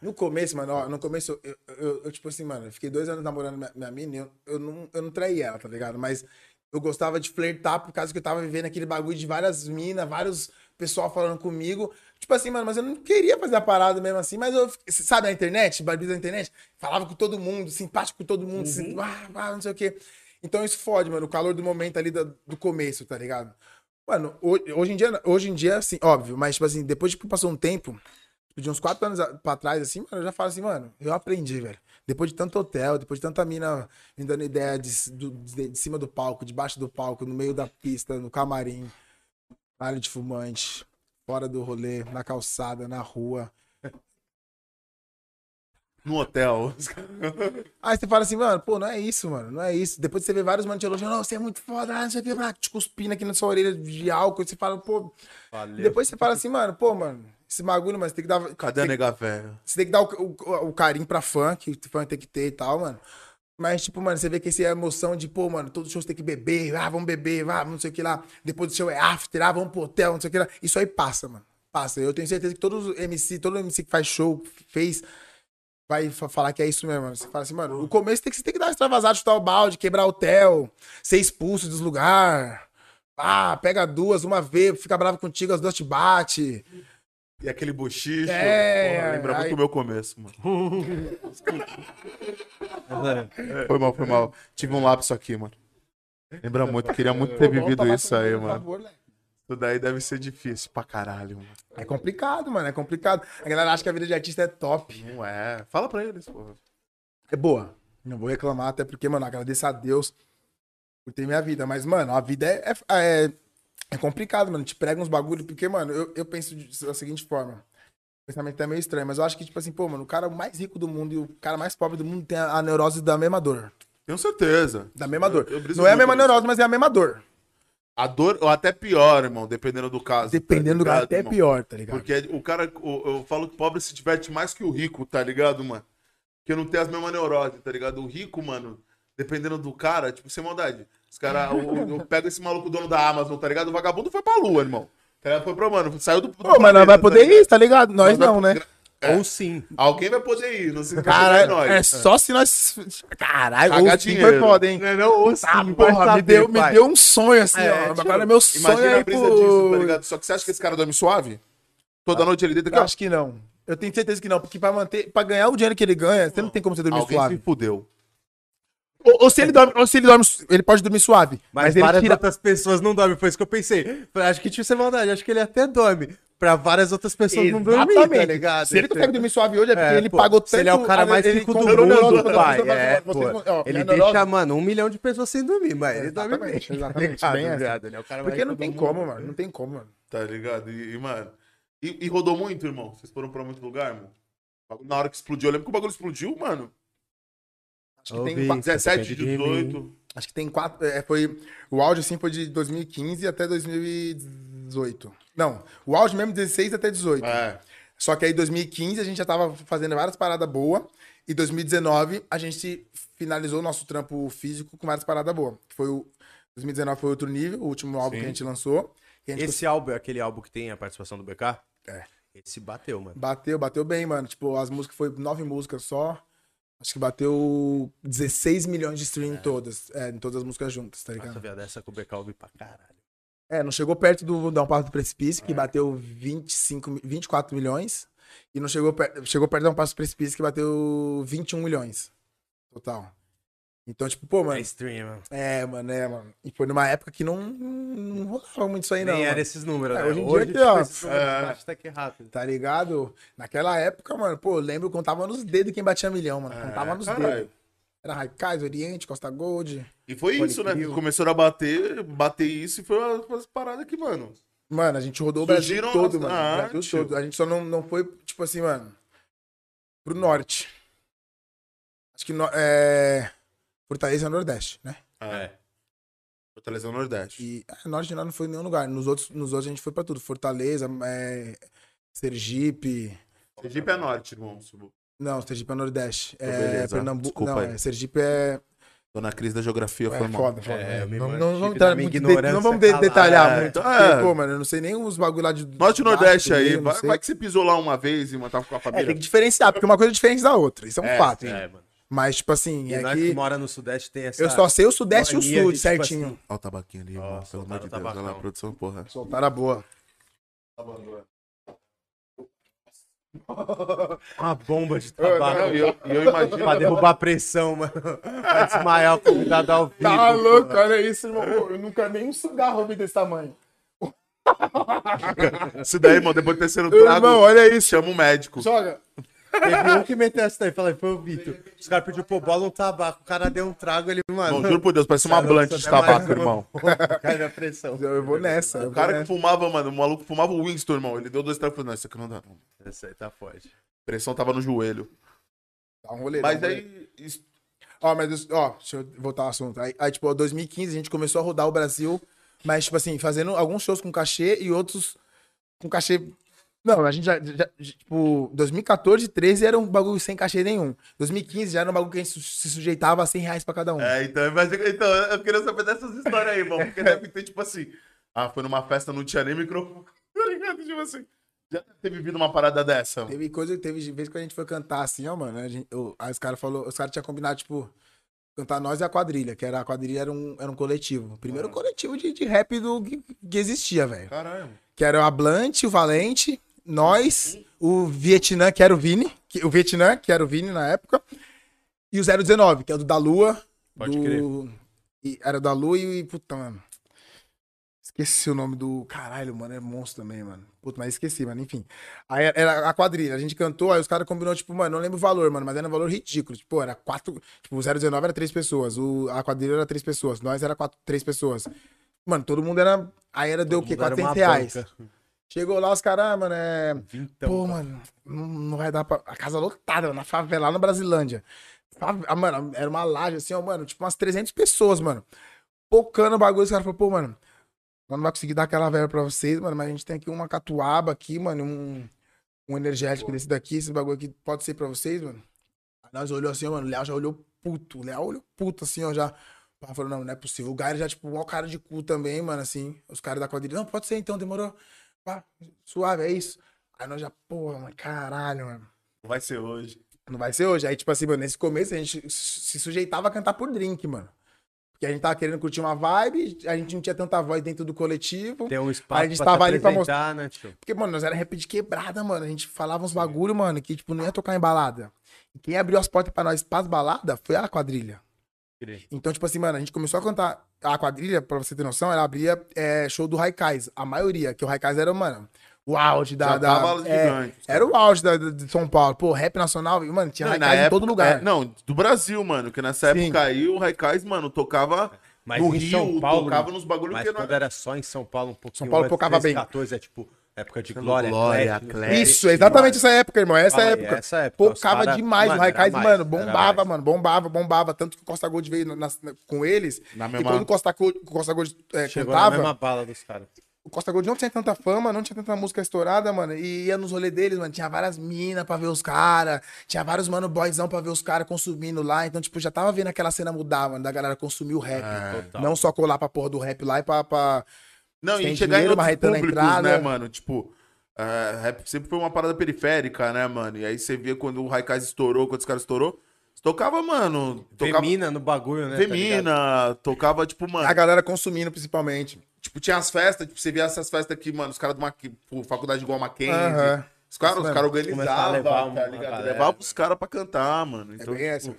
No começo, mano, ó, no começo, eu, eu- eu, tipo assim, mano, eu fiquei dois anos namorando minha, minha mina e eu, eu, não, eu não traí ela, tá ligado? Mas eu gostava de flertar por causa que eu tava vivendo aquele bagulho de várias minas, vários pessoal falando comigo. Tipo assim, mano, mas eu não queria fazer a parada mesmo assim, mas eu, fi- cê sabe, na internet, barulho da internet, falava com todo mundo, simpático com todo mundo, assim, ah, ah, não sei o quê. Então isso fode, mano, o calor do momento ali da- do começo, tá é ligado? Mano, ho- hoje em dia, hoje em dia, assim, óbvio, mas, tipo assim, depois que passou um tempo, de uns quatro anos a- pra trás, assim, mano, eu já falo assim, mano, eu aprendi, velho. Depois de tanto hotel, depois de tanta mina me dando ideia de, s- do- de- de cima do palco, debaixo do palco, no meio da pista, no camarim, na área de fumante, fora do rolê, na calçada, na rua. No hotel. Aí você fala assim, mano, pô, não é isso, mano, não é isso. Depois você vê vários manos te elogiando, não, você é muito foda, ah, não sei o que, blá, te cuspindo aqui na sua orelha de álcool, e você fala, pô. Valeu. Depois você fala assim, mano, pô, mano, esse bagulho, mas tem que dar. Cadê a nega velha? Você tem que dar o, o- o carinho pra fã, que o fã tem que ter e tal, mano. Mas, tipo, mano, você vê que essa emoção de, pô, mano, todos os shows tem que beber, ah, vamos beber, vá, não sei o que lá. Depois do show é after, ah, vamos pro hotel, não sei o que lá. Isso aí passa, mano. Passa. Eu tenho certeza que todos os MC, todo MC que faz show, fez, vai fa- falar que é isso mesmo, mano. Você fala assim, mano, no começo tem que, você tem que dar uma extravasada, chutar o balde, quebrar hotel, ser expulso dos lugares. Ah, pega duas, uma vez, fica bravo contigo, as duas te bate. E aquele bochicho. É, porra, lembra aí- muito o meu começo, mano. É. Foi mal, foi mal. Tive um lapso aqui, mano. Lembra muito, queria muito ter vivido isso aí, tá? mano. Isso daí deve ser difícil pra caralho, mano. É complicado, mano. É complicado. A galera acha que a vida de artista é top. Não é. Fala pra eles, porra. É boa. Não vou reclamar, até porque, mano, agradeço a Deus por ter minha vida. Mas, mano, a vida é, é, é- é complicado, mano. Te prega uns bagulho, porque, mano, eu, eu penso de- da seguinte forma. O pensamento é meio estranho, mas eu acho que, tipo assim, pô, mano, o cara mais rico do mundo e o cara mais pobre do mundo tem a, a neurose da mesma dor. Tenho certeza. Da mesma dor. eu briso Não é a muito mesma nisso. neurose, mas é a mesma dor. A dor, ou até pior, irmão, dependendo do caso. tá Dependendo do cara, ligado, até é irmão? pior, tá ligado? Porque o cara, o- eu falo que o pobre se diverte mais que o rico, tá ligado, mano? Porque não tem as mesmas neuroses, tá ligado? O rico, mano, dependendo do cara, tipo, sem maldade. Os caras, eu, eu pego esse maluco dono da Amazon, tá ligado? O vagabundo foi pra lua, irmão. Tá ligado? Foi pra, mano, saiu do. do Pô, mas nós planeta, vai poder ligado? ir, tá ligado? Nós Nós não, né? É. Ou sim. Alguém vai poder ir, não sei se Cara, vai nós. é só se nós. Caralho, Cagar ou sim dinheiro. foi foda, hein? Não é não, ou sim, Ah, vai porra, me saber, deu, me pai. deu um sonho assim, É, ó. tipo, Agora é meu sonho. Imagina aí a brisa pro- disso, tá ligado? Só que você acha que esse cara dorme suave? Toda noite ele deita Eu aqui, ó. acho que não. Eu tenho certeza que não, porque pra manter, pra ganhar o dinheiro que ele ganha, você não tem como você dormir Alguém é suave. se fudeu. Ou, ou se ele dorme, ou se ele dorme, ele pode dormir suave, Mas, mas, ele várias tira. outras pessoas não dormem. Foi isso que eu pensei. Falei, Acho que tinha essa maldade. Acho que ele até dorme. Pra várias outras pessoas não dormir, tá Exatamente. ligado? Se ele consegue dormir suave hoje é porque É, ele pô, pagou tanto. se ele é o cara mais ele rico do comprou mundo, neurose, pai, neurose, é, vocês pô. vão- ó, Ele minha neurose- deixa, mano, um milhão de pessoas sem dormir, mas ele dorme bem. Exatamente, exatamente, Tá bem ligado, assim. viado? Ele é o cara mais Porque não rico do tem mundo. como, mano. Não tem como, mano. Tá ligado? E, e, mano. E, e rodou muito, irmão. Vocês foram pra muito lugar, mano. Na hora que explodiu, eu lembro que o bagulho explodiu, mano. Acho que Ouvi. tem, quatro- 17, Depende de 18. acho que tem quatro. é, foi, o áudio assim foi de 2015 até 2018. Não, o áudio mesmo 16 até 18. É. Só que aí 2015 a gente já tava fazendo várias paradas boas. E 2019 a gente finalizou o nosso trampo físico com várias paradas boas. Que foi o 2019 foi outro nível, o último álbum que a gente lançou. Que a gente Esse álbum é aquele álbum que tem a participação do BK? É. Esse bateu, mano. bateu, bateu bem, mano. Tipo, as músicas foi nove músicas só. Acho que bateu 16 milhões de stream em todas, é, em todas as músicas juntas, tá Nossa, ligado? viado, essa que o BK ouvi pra caralho. É, não chegou perto do Dar um Passo do Precipício, que bateu 25, mi- 24 milhões. E não chegou, per- chegou perto do Dar um Passo do Precipício, que bateu 21 milhões total. Então, tipo, pô, É mano. stream, mano. É, mano, é, mano. E foi numa época que não, não rolava muito isso aí, Nem não. era mano. esses números, É, né? hoje em dia aqui, ó. esses números É. baixos tá aqui rápido. Tá ligado? Naquela época, mano, pô, eu lembro, eu contava nos dedos quem batia milhão, mano. Contava É, nos caralho. dedos. Era Raikais, Oriente, Costa Gold. E foi Pode isso, né? crer. Começaram a bater, bater isso e foi umas- umas paradas que, mano. Mano, a gente rodou o Brasil Surgiram todo, as- Ah, mano. a O Brasil arte. todo. A gente só não, não foi, tipo assim, mano, pro norte. Acho que no, é... Fortaleza é Nordeste, né? É. Fortaleza do Nordeste. E é, norte não foi em nenhum lugar. Nos outros, nos outros a gente foi pra tudo. Fortaleza, é, Sergipe. Sergipe é norte, irmão. Não, Sergipe é Nordeste. É beleza. Pernambuco. Desculpa não, aí. é Sergipe é. Tô na crise da geografia, É foi mal. foda, foda. É, eu me não, mantive não, vamos da entrar minha muito de- ignorância não vamos de- calada. detalhar É, muito. então, porque, é. Pô, mano, eu não sei nem os bagulho lá de. Norte e do Nordeste Sul, aí. não Vai, sei. vai que você pisou lá uma vez e um mano, tava com a É, tem família. que diferenciar, porque uma coisa é diferente da outra. Isso é um É, fato. É, mano. Mas, tipo assim, E é nós que que mora no Sudeste tem essa. eu só sei o Sudeste e o mania Sul, de, tipo, certinho. assim, Olha o tabaquinho ali, irmão. Pelo amor de soltaram Deus. o tá Olha lá, tabacão. produção, porra. Soltaram a boa. Uma bomba de Não, tabaco. e eu, e eu imagino. pra derrubar a pressão, mano. Pra desmaiar o convidado ao vivo. Tá louco, mano. olha isso, irmão. Pô, eu nunca nem um cigarro vi desse tamanho. Isso daí, irmão, depois do terceiro Irmão, trago, olha isso. chama o médico. Joga. Teve um que meteu essa daí, falei, foi o Vitor. Os caras pediu, pô, bola um tabaco. O cara deu um trago, ele, mano. é Irmão, juro por Deus, parece uma blanche de tabaco, irmão. Cai na pressão. Eu vou nessa. eu O vou cara que nessa. fumava, mano, o maluco fumava o Winston, irmão. Ele deu dois tragos e falou, não, isso aqui não dá. não. A Essa aí tá forte. pressão tava no joelho. Dá um rolê, dá um Mas rolê. aí, isso- Ó, mas isso- ó, deixa eu voltar ao assunto. Aí, aí, tipo, ó, 2015 a gente começou a rodar o Brasil, mas, tipo assim, fazendo alguns shows com cachê e outros com cachê. Não, a gente já. já- já- tipo, 2014 e 13 era um bagulho sem cachê nenhum. 2015 já era um bagulho que a gente su- se sujeitava a 100 reais pra cada um. É, então, mas, então, eu queria saber dessas histórias aí, irmão. Porque deve ter, tipo assim, ah, foi numa festa, não tinha nem microfone. Tá ligado? Tipo assim, já deve ter vivido uma parada dessa. Teve coisa, teve de vez que a gente foi cantar assim, ó, mano. a gente- o- aí os caras falou, os caras tinham combinado, tipo, cantar nós e a quadrilha, que era a quadrilha era um, era um coletivo. O primeiro coletivo de, de rap do, que, que existia, velho. Caralho. que era o Ablante, o Valente, nós, o Vietnã, que era o Vini, que- o Vietnã, que era o Vini na época, e o 019, que é o do da Lua. Pode do... crer. e- era o da Lua e, puta, mano. Esqueci o nome do. Caralho, mano, é monstro também, mano. Puta, mas esqueci, mano, enfim. Aí era- era a quadrilha, a gente cantou, aí os caras combinou, tipo, mano, não lembro o valor, mano, mas era um valor ridículo. Tipo, era quatro. Tipo, o 019 era três pessoas, o... a quadrilha era três pessoas, nós era quatro, três pessoas. Mano, todo mundo era. Aí era deu o quê? Mundo era 400 uma reais. banca. Chegou lá, os caras, ah, mano, é. Vintão, Pô, Então, cara. mano, não, não vai dar pra. A casa lotada, na favela, lá na Brasilândia. Fave- ah, Mano, era uma laje assim, ó, mano, tipo umas 300 pessoas, mano. Pocando o bagulho, os caras falaram, pô, mano, nós não vai conseguir dar aquela velha pra vocês, mano, mas a gente tem aqui uma catuaba aqui, mano, um, um energético desse daqui, esse bagulho aqui pode ser pra vocês, mano. Aí nós olhou assim, ó, mano, o Léo já olhou puto, o Léo olhou puto assim, ó, já. O Rafa falou, não, não é possível. O Gairo já, tipo, mó cara de cu também, mano, assim. Os caras da quadrilha, não, pode ser então, demorou. Pá, suave, é isso. Aí nós já, porra, mano, caralho, mano. Não vai ser hoje. Não vai ser hoje. Aí, tipo assim, mano, nesse começo a gente se sujeitava a cantar por drink, mano. Porque a gente tava querendo curtir uma vibe, a gente não tinha tanta voz dentro do coletivo. Tem um espaço a gente pra tava se ali pra mostrar- apresentar, né, tio? Porque, mano, nós era rap de quebrada, mano. A gente falava uns bagulho, mano, que, tipo, não ia tocar em balada. E quem abriu as portas pra nós pras balada foi a quadrilha. Crer. Então, tipo assim, mano, a gente começou a cantar a quadrilha, pra você ter noção, ela abria é, show do Raikais. A maioria, que o Raikais era, mano, o auge da. Já da- tava é, gigante, cara. era o auge da, da- de São Paulo. Pô, rap nacional, e, mano, tinha Não, e na Raikais em época- todo lugar. é, não, do Brasil, mano. Que nessa Sim. época aí o Raikais, mano, tocava Mas no em Rio, São Paulo, tocava né? nos bagulho Mas que quando não era só em São Paulo, um pouquinho São Paulo antes, tocava bem. 14 é tipo época de Sendo glória, glória, Atlético, assim. Atlético. não sei o Isso, quê. exatamente essa época, irmão. Essa Fala aí, época. essa época, os Focava cara- demais. mano, o Raikais, era mais, mano, era bombava, mais. mano, bombava, bombava. Tanto que o Costa Gold veio na- na- com eles. Na e mesma- quando o Costa, Co- o Costa Gold é, Chegou cantava, na mesma bala dos caras. o Costa Gold não tinha tanta fama, não tinha tanta música estourada, mano. E ia nos rolê deles, mano. Tinha várias minas pra ver os caras. Tinha vários, mano, boyzão pra ver os caras consumindo lá. Então, tipo, já tava vendo aquela cena mudar, mano, da galera consumir o rap. É, total. Não só colar pra porra do rap lá e pra. pra- Não, Sem e chegar em dinheiro, outros marretando a públicos, entrada. né, mano? Tipo, é, rap sempre foi uma parada periférica, né, mano? E aí você via quando o Raikais estourou, quando os caras estourou, tocava, mano. Tocava Femina no bagulho, né? tá ligado? Femina, tocava, tipo, mano. A galera consumindo, principalmente. Tipo, tinha as festas, tipo, você via essas festas aqui, mano, os caras de uma faculdade igual a Mackenzie. Aham. Os caras Isso os mesmo. Começava caras a organizavam, levar uma tá ligado? galera, Levavam os caras pra cantar, mano. É Então, bem tipo, essa.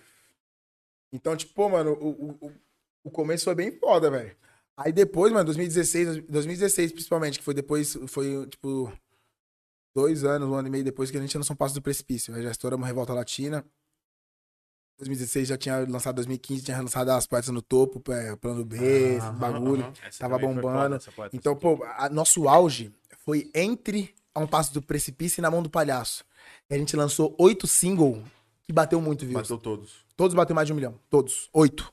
Então, tipo, pô, mano, o, o- o- o começo foi bem foda, velho. Aí depois, mano, 2016, 2016 principalmente, que foi depois, foi, tipo, dois anos, um ano e meio depois que a gente lançou um Passo do Precipício. Aí já estouramos Revolta Latina. 2016 já tinha lançado, 2015 tinha lançado as partes no topo, é, plano B, esse bagulho. aham. Essa Tava também foi bombando. foda, essa poeta. Então, pô, a- nosso auge foi entre A Um Passo do Precipício e Na Mão do Palhaço. E a gente lançou oito singles que bateu muito, viu? bateu todos. Todos bateu mais de um milhão. Todos. Oito.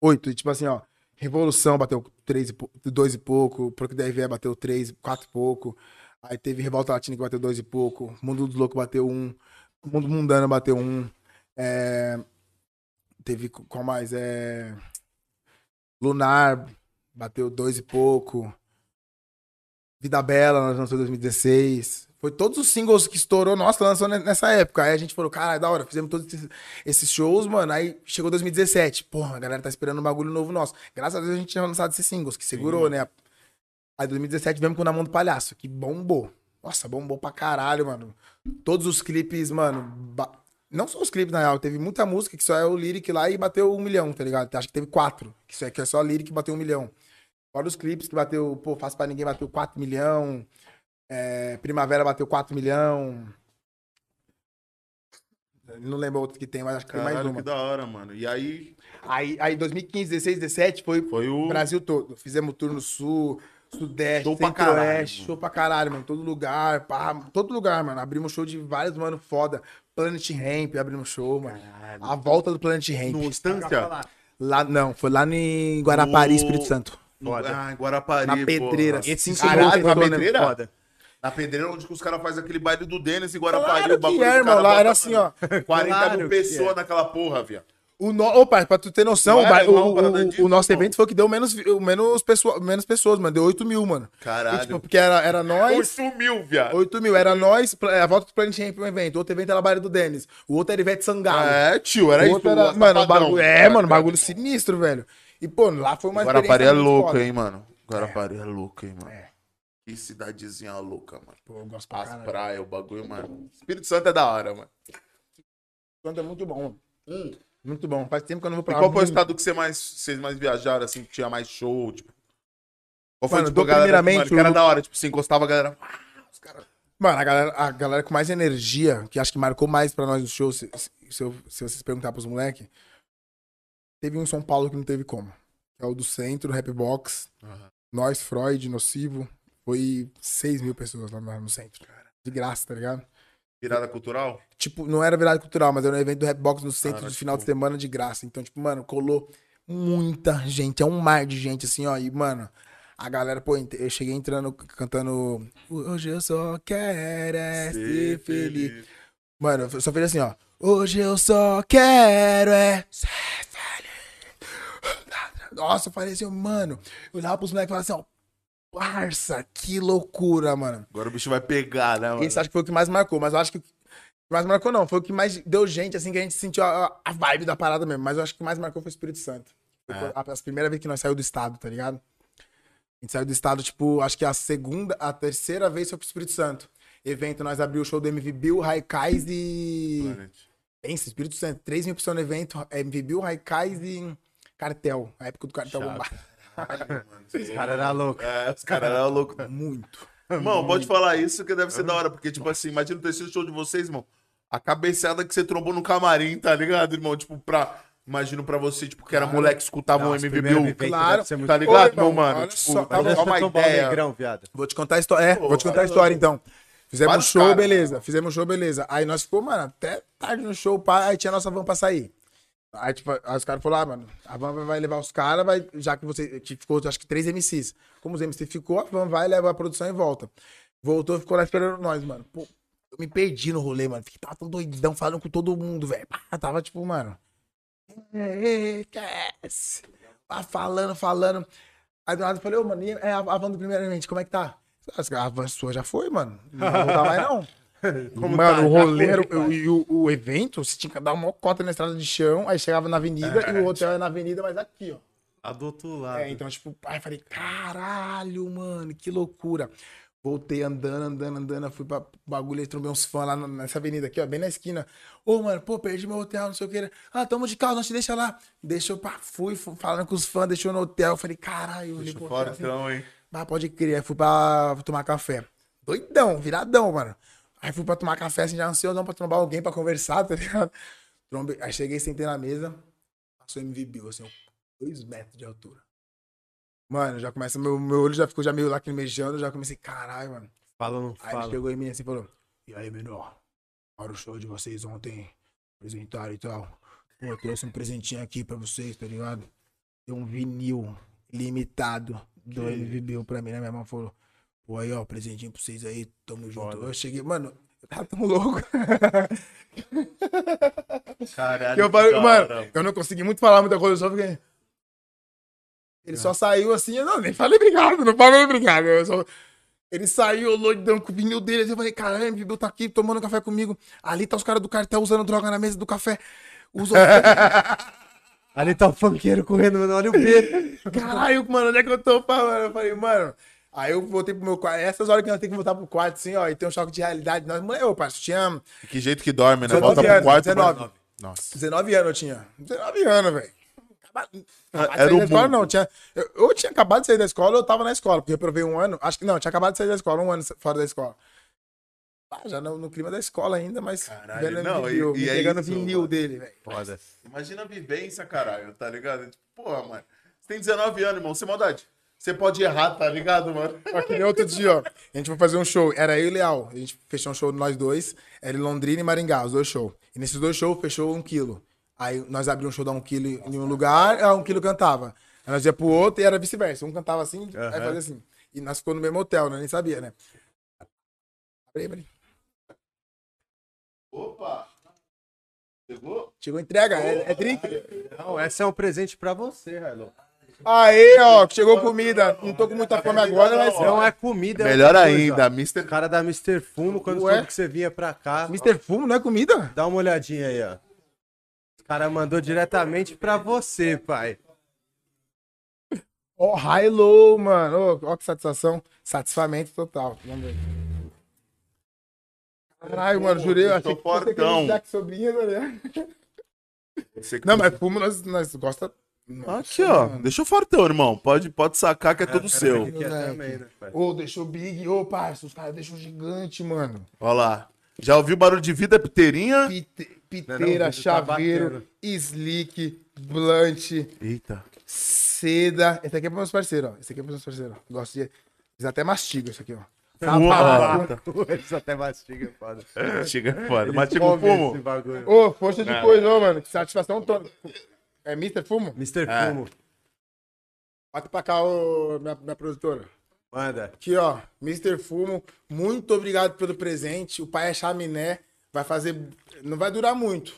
Oito. E tipo assim, ó. Revolução bateu três e pou- dois e pouco. Porque DRV é, bateu três, quatro e pouco. Aí teve Revolta Latina que bateu dois e pouco. Mundo dos Loucos bateu um. Mundo Mundano bateu um. É... Teve co- qual mais? É... Lunar bateu dois e pouco. Vida Bela, nós lançamos em 2016. Foi todos os singles que estourou, nossa, lançou ne- nessa época. Aí a gente falou, caralho, é da hora, fizemos todos esses, esses shows, mano. Aí chegou 2017. Porra, a galera tá esperando um bagulho novo nosso. Graças a Deus a gente tinha lançado esses singles, que segurou, né? Aí 2017 viemos com Na Mão do Palhaço, que bombou. Nossa, bombou pra caralho, mano. Todos os clipes, mano. ba- Não só os clipes, na real. Teve muita música que só é o Lyric lá e bateu um milhão, tá ligado? Acho que teve quatro. Que, só é, que é só Lyric e bateu um milhão. Fora os clipes que bateu, pô, Fácil Pra Ninguém bateu 4 milhão. é, Primavera bateu 4 milhão. Não lembro outro que tem, mas acho que tem mais Caralho, uma. que da hora, mano. E aí, Aí, aí 2015, 16, 17 foi foi o... Brasil todo. Fizemos tour no sul, sudeste, Show pra caralho, centro-oeste, mano. show pra caralho, mano. Todo lugar, pá, todo lugar, mano. Abrimos show de vários, mano, foda. Planet Ramp, abrimos show, mano. A volta do Planet Ramp. No Instância? Lá, não, foi lá em Guarapari, No- Espírito Santo. No... Foda. Ah, em Guarapari, Na porra. pedreira. Esse Caralho, ensinou na o Pedro, né? pedreira? Foda. Na pedreira onde que os caras fazem aquele baile do Denis e Guarapari. Claro o bagulho que é, dos irmão. caras Lá era botam, assim, mano, ó. 40 Claro mil que é. pessoas naquela porra, viado. O no... Opa, pra tu ter noção, Não o, ba- era igual o- pra o- nada o disso, nosso não. evento foi o que deu menos, vi- o menos, pessoa, menos pessoas, mano. Deu 8 mil, mano. Caralho. E, tipo, porque era, era nós. 8 mil, viado. 8 mil, era nós, pla- a volta do Planet Ramp um evento. Outro evento era a Baile do Denis. O outro era Ivete Sangalo. É, tio, era tá. o isso. outro era. um Mano, o safadão. bagulho. É, mano, bagulho sinistro, velho. E, pô, lá foi uma Guarapari é experiência muito louco, foda. hein, mano. Guarapari é. louco, hein, mano. Que cidadezinha louca, mano. Pô, eu gosto pra As caralho. praias, o bagulho, mano. Espírito Santo é da hora, mano. Santo é muito bom. mano. Muito bom. Faz tempo que eu não vou Hum. E pra lá. qual foi o Muito- estado que você mais, vocês mais viajaram, assim, que tinha mais show, tipo? Qual foi, Mano, tipo, a do- galera, que, primeiramente, mano, que era o- da hora, tipo, se encostava a galera... Mano, a galera, a galera com mais energia, que acho que marcou mais pra nós no show, se, se, se eu- se vocês perguntar pros moleques, teve um em São Paulo que não teve como. Que é o do centro, Rap Box, nós, Freud, Nocivo. Foi 6 mil pessoas lá no no centro, cara. De graça, tá ligado? Virada cultural? Tipo, não era virada cultural, mas era um evento do Rapbox no centro Cara, de final de tipo- semana de graça. Então, tipo, mano, colou muita gente. É um mar de gente, assim, ó. E, mano, a galera, pô, ent- eu cheguei entrando, c- cantando. Hoje eu só quero é ser feliz. Mano, eu só fiz assim, ó. Hoje eu só quero é ser feliz. Nossa, eu falei assim, ó, mano. Eu olhava pros moleques e falava assim, ó. Parça, que loucura, mano. Agora o bicho vai pegar, né, mano? Esse acho que foi o que mais marcou, mas eu acho que. o que Mais marcou não, foi o que mais deu gente, assim, que a gente sentiu a, a vibe da parada mesmo. Mas eu acho que o mais marcou foi o Espírito Santo. Foi a, a primeira vez que nós saiu do estado, tá ligado? A gente saiu do estado, tipo, acho que a segunda, a terceira vez foi pro Espírito Santo. Evento, nós abriu o show do MV Bill, Raikais e. Pensa, Espírito Santo, 3 mil pessoas no evento, MV Bill, Raikais e Cartel. A época do Cartel Chave. bombado. tá Os caras eram loucos. É, os caras eram loucos. É Muito. Hum. Irmão, pode falar isso que deve ser da hora, porque, tipo assim, imagina ter sido o show de vocês, irmão. A cabeçada que você trombou no camarim, tá ligado, irmão? Tipo, pra. Imagino pra você, tipo, que era moleque que escutava Não, um as MVB. primeiras um- vivências claro, deve ser muito Tá louco. ligado, Ô, irmão, meu mano? olha Tipo, pra só, tá você ter Parece uma que eu tô mal ideia. negrão, viado. Vou te contar a história. É, vou te contar a história então. Fizemos Vários show, caras. né? beleza. Fizemos show, beleza. Aí nós ficou, mano, até tarde no show, pá, aí tinha nossa van pra sair. Aí, tipo, aí os caras falaram, ah, mano, a van vai- vai levar os caras, vai, já que você que ficou, acho que três MCs. Como os MCs ficou, a van vai, leva a produção e volta. Voltou, ficou lá esperando nós, mano. Pô, eu me perdi no rolê, mano. Fiquei tava tão doidão, falando com todo mundo, velho. Pá, Tava, tipo, mano. "É, Esquece. Lá falando, falando. Aí do nada eu falei, ô, mano, e é a, a van do primeiramente, como é que tá? Ah, A van sua já foi, mano. Não vou voltar mais, não. Como mano, tá? o Já roleiro foi, o- e o, o evento, você tinha que dar uma cota na estrada de chão, aí chegava na avenida É. e o hotel era na avenida, mas aqui, ó. Ah, A do outro lado. É, então, tipo, aí eu falei, caralho, mano, que loucura. Voltei andando, andando, andando, fui pra bagulho, aí trombei uns fãs lá na- nessa avenida aqui, ó, bem na esquina. Ô, mano, pô, perdi meu hotel, não sei o que. era. Ah, tamo de carro, não te deixa lá. Deixou pra, fui, fu- falando com os fãs, deixou no hotel. Eu falei, caralho, eu olhei pro hotel, assim, Fortão, então, hein? ah, pode crer. Aí fui pra tomar café. Doidão, viradão, mano. Aí fui pra tomar café, assim, já ansiosão pra trombar alguém pra conversar, tá ligado? Trombei. Aí cheguei, sentei na mesa, passou MV Bill, assim, dois metros de altura. Mano, já começa, meu, meu olho já ficou já meio lacrimejando, já comecei, caralho, mano. Fala ou não Aí ele fala? chegou em mim assim e falou: E aí, menor? Para o show de vocês ontem, apresentaram e tal. Pô, eu trouxe um presentinho aqui pra vocês, tá ligado? Tem um vinil limitado do MVBU pra mim, né? Minha mãe falou: Pô, aí, ó, presentinho pra vocês aí, tamo junto. Foda. Eu cheguei, mano. Eu tava tão louco. Caralho. Que eu falei, mano, eu não consegui muito falar muita coisa, eu só fiquei. Ele só saiu assim, eu não, nem falei obrigado, não falei obrigado. eu só- Ele saiu, loidão, com o vinil dele, assim, eu falei, caramba, o Bill tá aqui tomando café comigo. Ali tá os caras do cartel usando droga na mesa do café. Usa Ali tá o funkeiro correndo, mano. Olha o Pedro. Caralho, mano, onde é que eu tô falando? Eu falei, mano. Aí eu voltei pro meu quarto. Essas horas que nós temos que voltar pro quarto, assim, ó, e tem um choque de realidade. Nós, mano, eu, parceiro, tinha Que jeito que dorme, né? 19 Volta pro anos, quarto. 19. mas- Nossa. 19 anos eu tinha. 19 anos, velho. acabado. acabado de Ah, Era sair o da escola, mundo. não. Tinha, eu, eu tinha acabado de sair da escola, eu tava na escola, porque eu provei um ano. Acho que não, eu tinha acabado de sair da escola, um ano fora da escola. Ah, já no, no clima da escola ainda, mas Caralho, vendo não, vinil, e- me e é pegando isso, vinil mano. dele, velho. Foda. Imagina a vivência, caralho, tá ligado? Tipo, porra, mano. Você tem 19 anos, irmão, sem maldade. Você pode errar, tá ligado, mano? Só que nem outro dia, ó. A gente foi fazer um show. Era eu e Leal. A gente fechou um show nós dois. Era em Londrina e Maringá, os dois shows. E nesses dois shows, fechou um quilo. Aí nós abrimos um show da um quilo em um lugar, a um quilo cantava. Aí nós ia pro outro e era vice-versa. Um cantava assim, aí fazia assim. E nós ficou no mesmo hotel, né? Nem sabia, né? Abre aí, abre aí. Opa! Chegou? Chegou a entrega. É, é drink? Não, esse é um presente pra você, Railo. Aí, ó, chegou comida. Não tô com muita fome agora, mas. um Não é comida. é Melhor outra coisa, ainda, ó. Mr. O cara da Mr. Fumo, quando Ué? soube que você vinha pra cá, Mr. Fumo, não é comida? dá uma olhadinha aí, ó. O cara mandou diretamente pra você, pai. Ó, high low, mano. Ó, ó que satisfação. Satisfamento total. Vamos ver. Caralho, mano, jurei. Eu eu achei tô que fosse aquele fortão. Jack Sobrino, né? Você que- Não, mas fumo nós, nós gosta. Aqui, ó. Deixa o fortão, irmão. Pode, pode sacar que é tudo seu. Aqui é também, né, pai? Ô, deixou big. Ô, parça, os caras deixam gigante, mano. Olha lá. Já ouviu barulho de vida, piteirinha? Pite- Não, piteira, não, o vidro tá chaveiro, batendo. slick, blunt, Eita. seda. Esse aqui é pros meus parceiros, ó. Esse aqui é pros meus parceiros. ó. Gosto de. Eles até mastigam isso aqui, ó. Tá Uau. Eles até mastiga, é foda. Chega tipo foda. Eles Mastiga o comem fumo. esse bagulho. Ô, força de coisa, ô, mano. Que satisfação toda. É Mr. Fumo? Mr. É. Fumo, Bota pra cá, ô, minha, minha produtora. manda. Aqui, ó. Mr. Fumo, muito obrigado pelo presente. O pai é chaminé. Vai fazer. Não vai durar muito.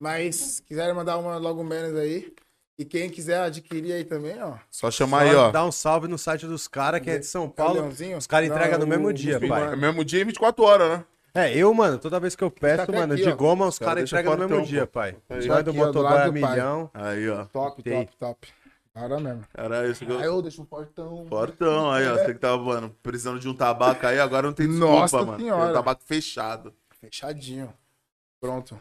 Mas se quiser mandar uma logo menos aí. E quem quiser adquirir aí também, ó. Só chamar aí, Só ó. Dá um salve no site dos caras, que é de São É o Paulo. Leãozinho? Os caras Não, entregam é no o mesmo dia, É um pai. mesmo dia e 24 horas, né? É, eu, mano, toda vez que eu Tá peço, até mano, aqui, de ó. goma, os Cara, caras deixa entregam no mesmo fortão, pô. dia, pai. Aí, Só do aqui, ó, do motoboy lado a do pai. milhão. Aí, ó. Top, Tem. top, top. Da hora mesmo. Caralho, esse Aí eu... eu deixo um portão. Fortão aí, ó. Você que tava, mano, precisando de um tabaco aí, agora não tem desculpa, Nossa mano. Tem Senhora. um tabaco fechado. Fechadinho. Pronto.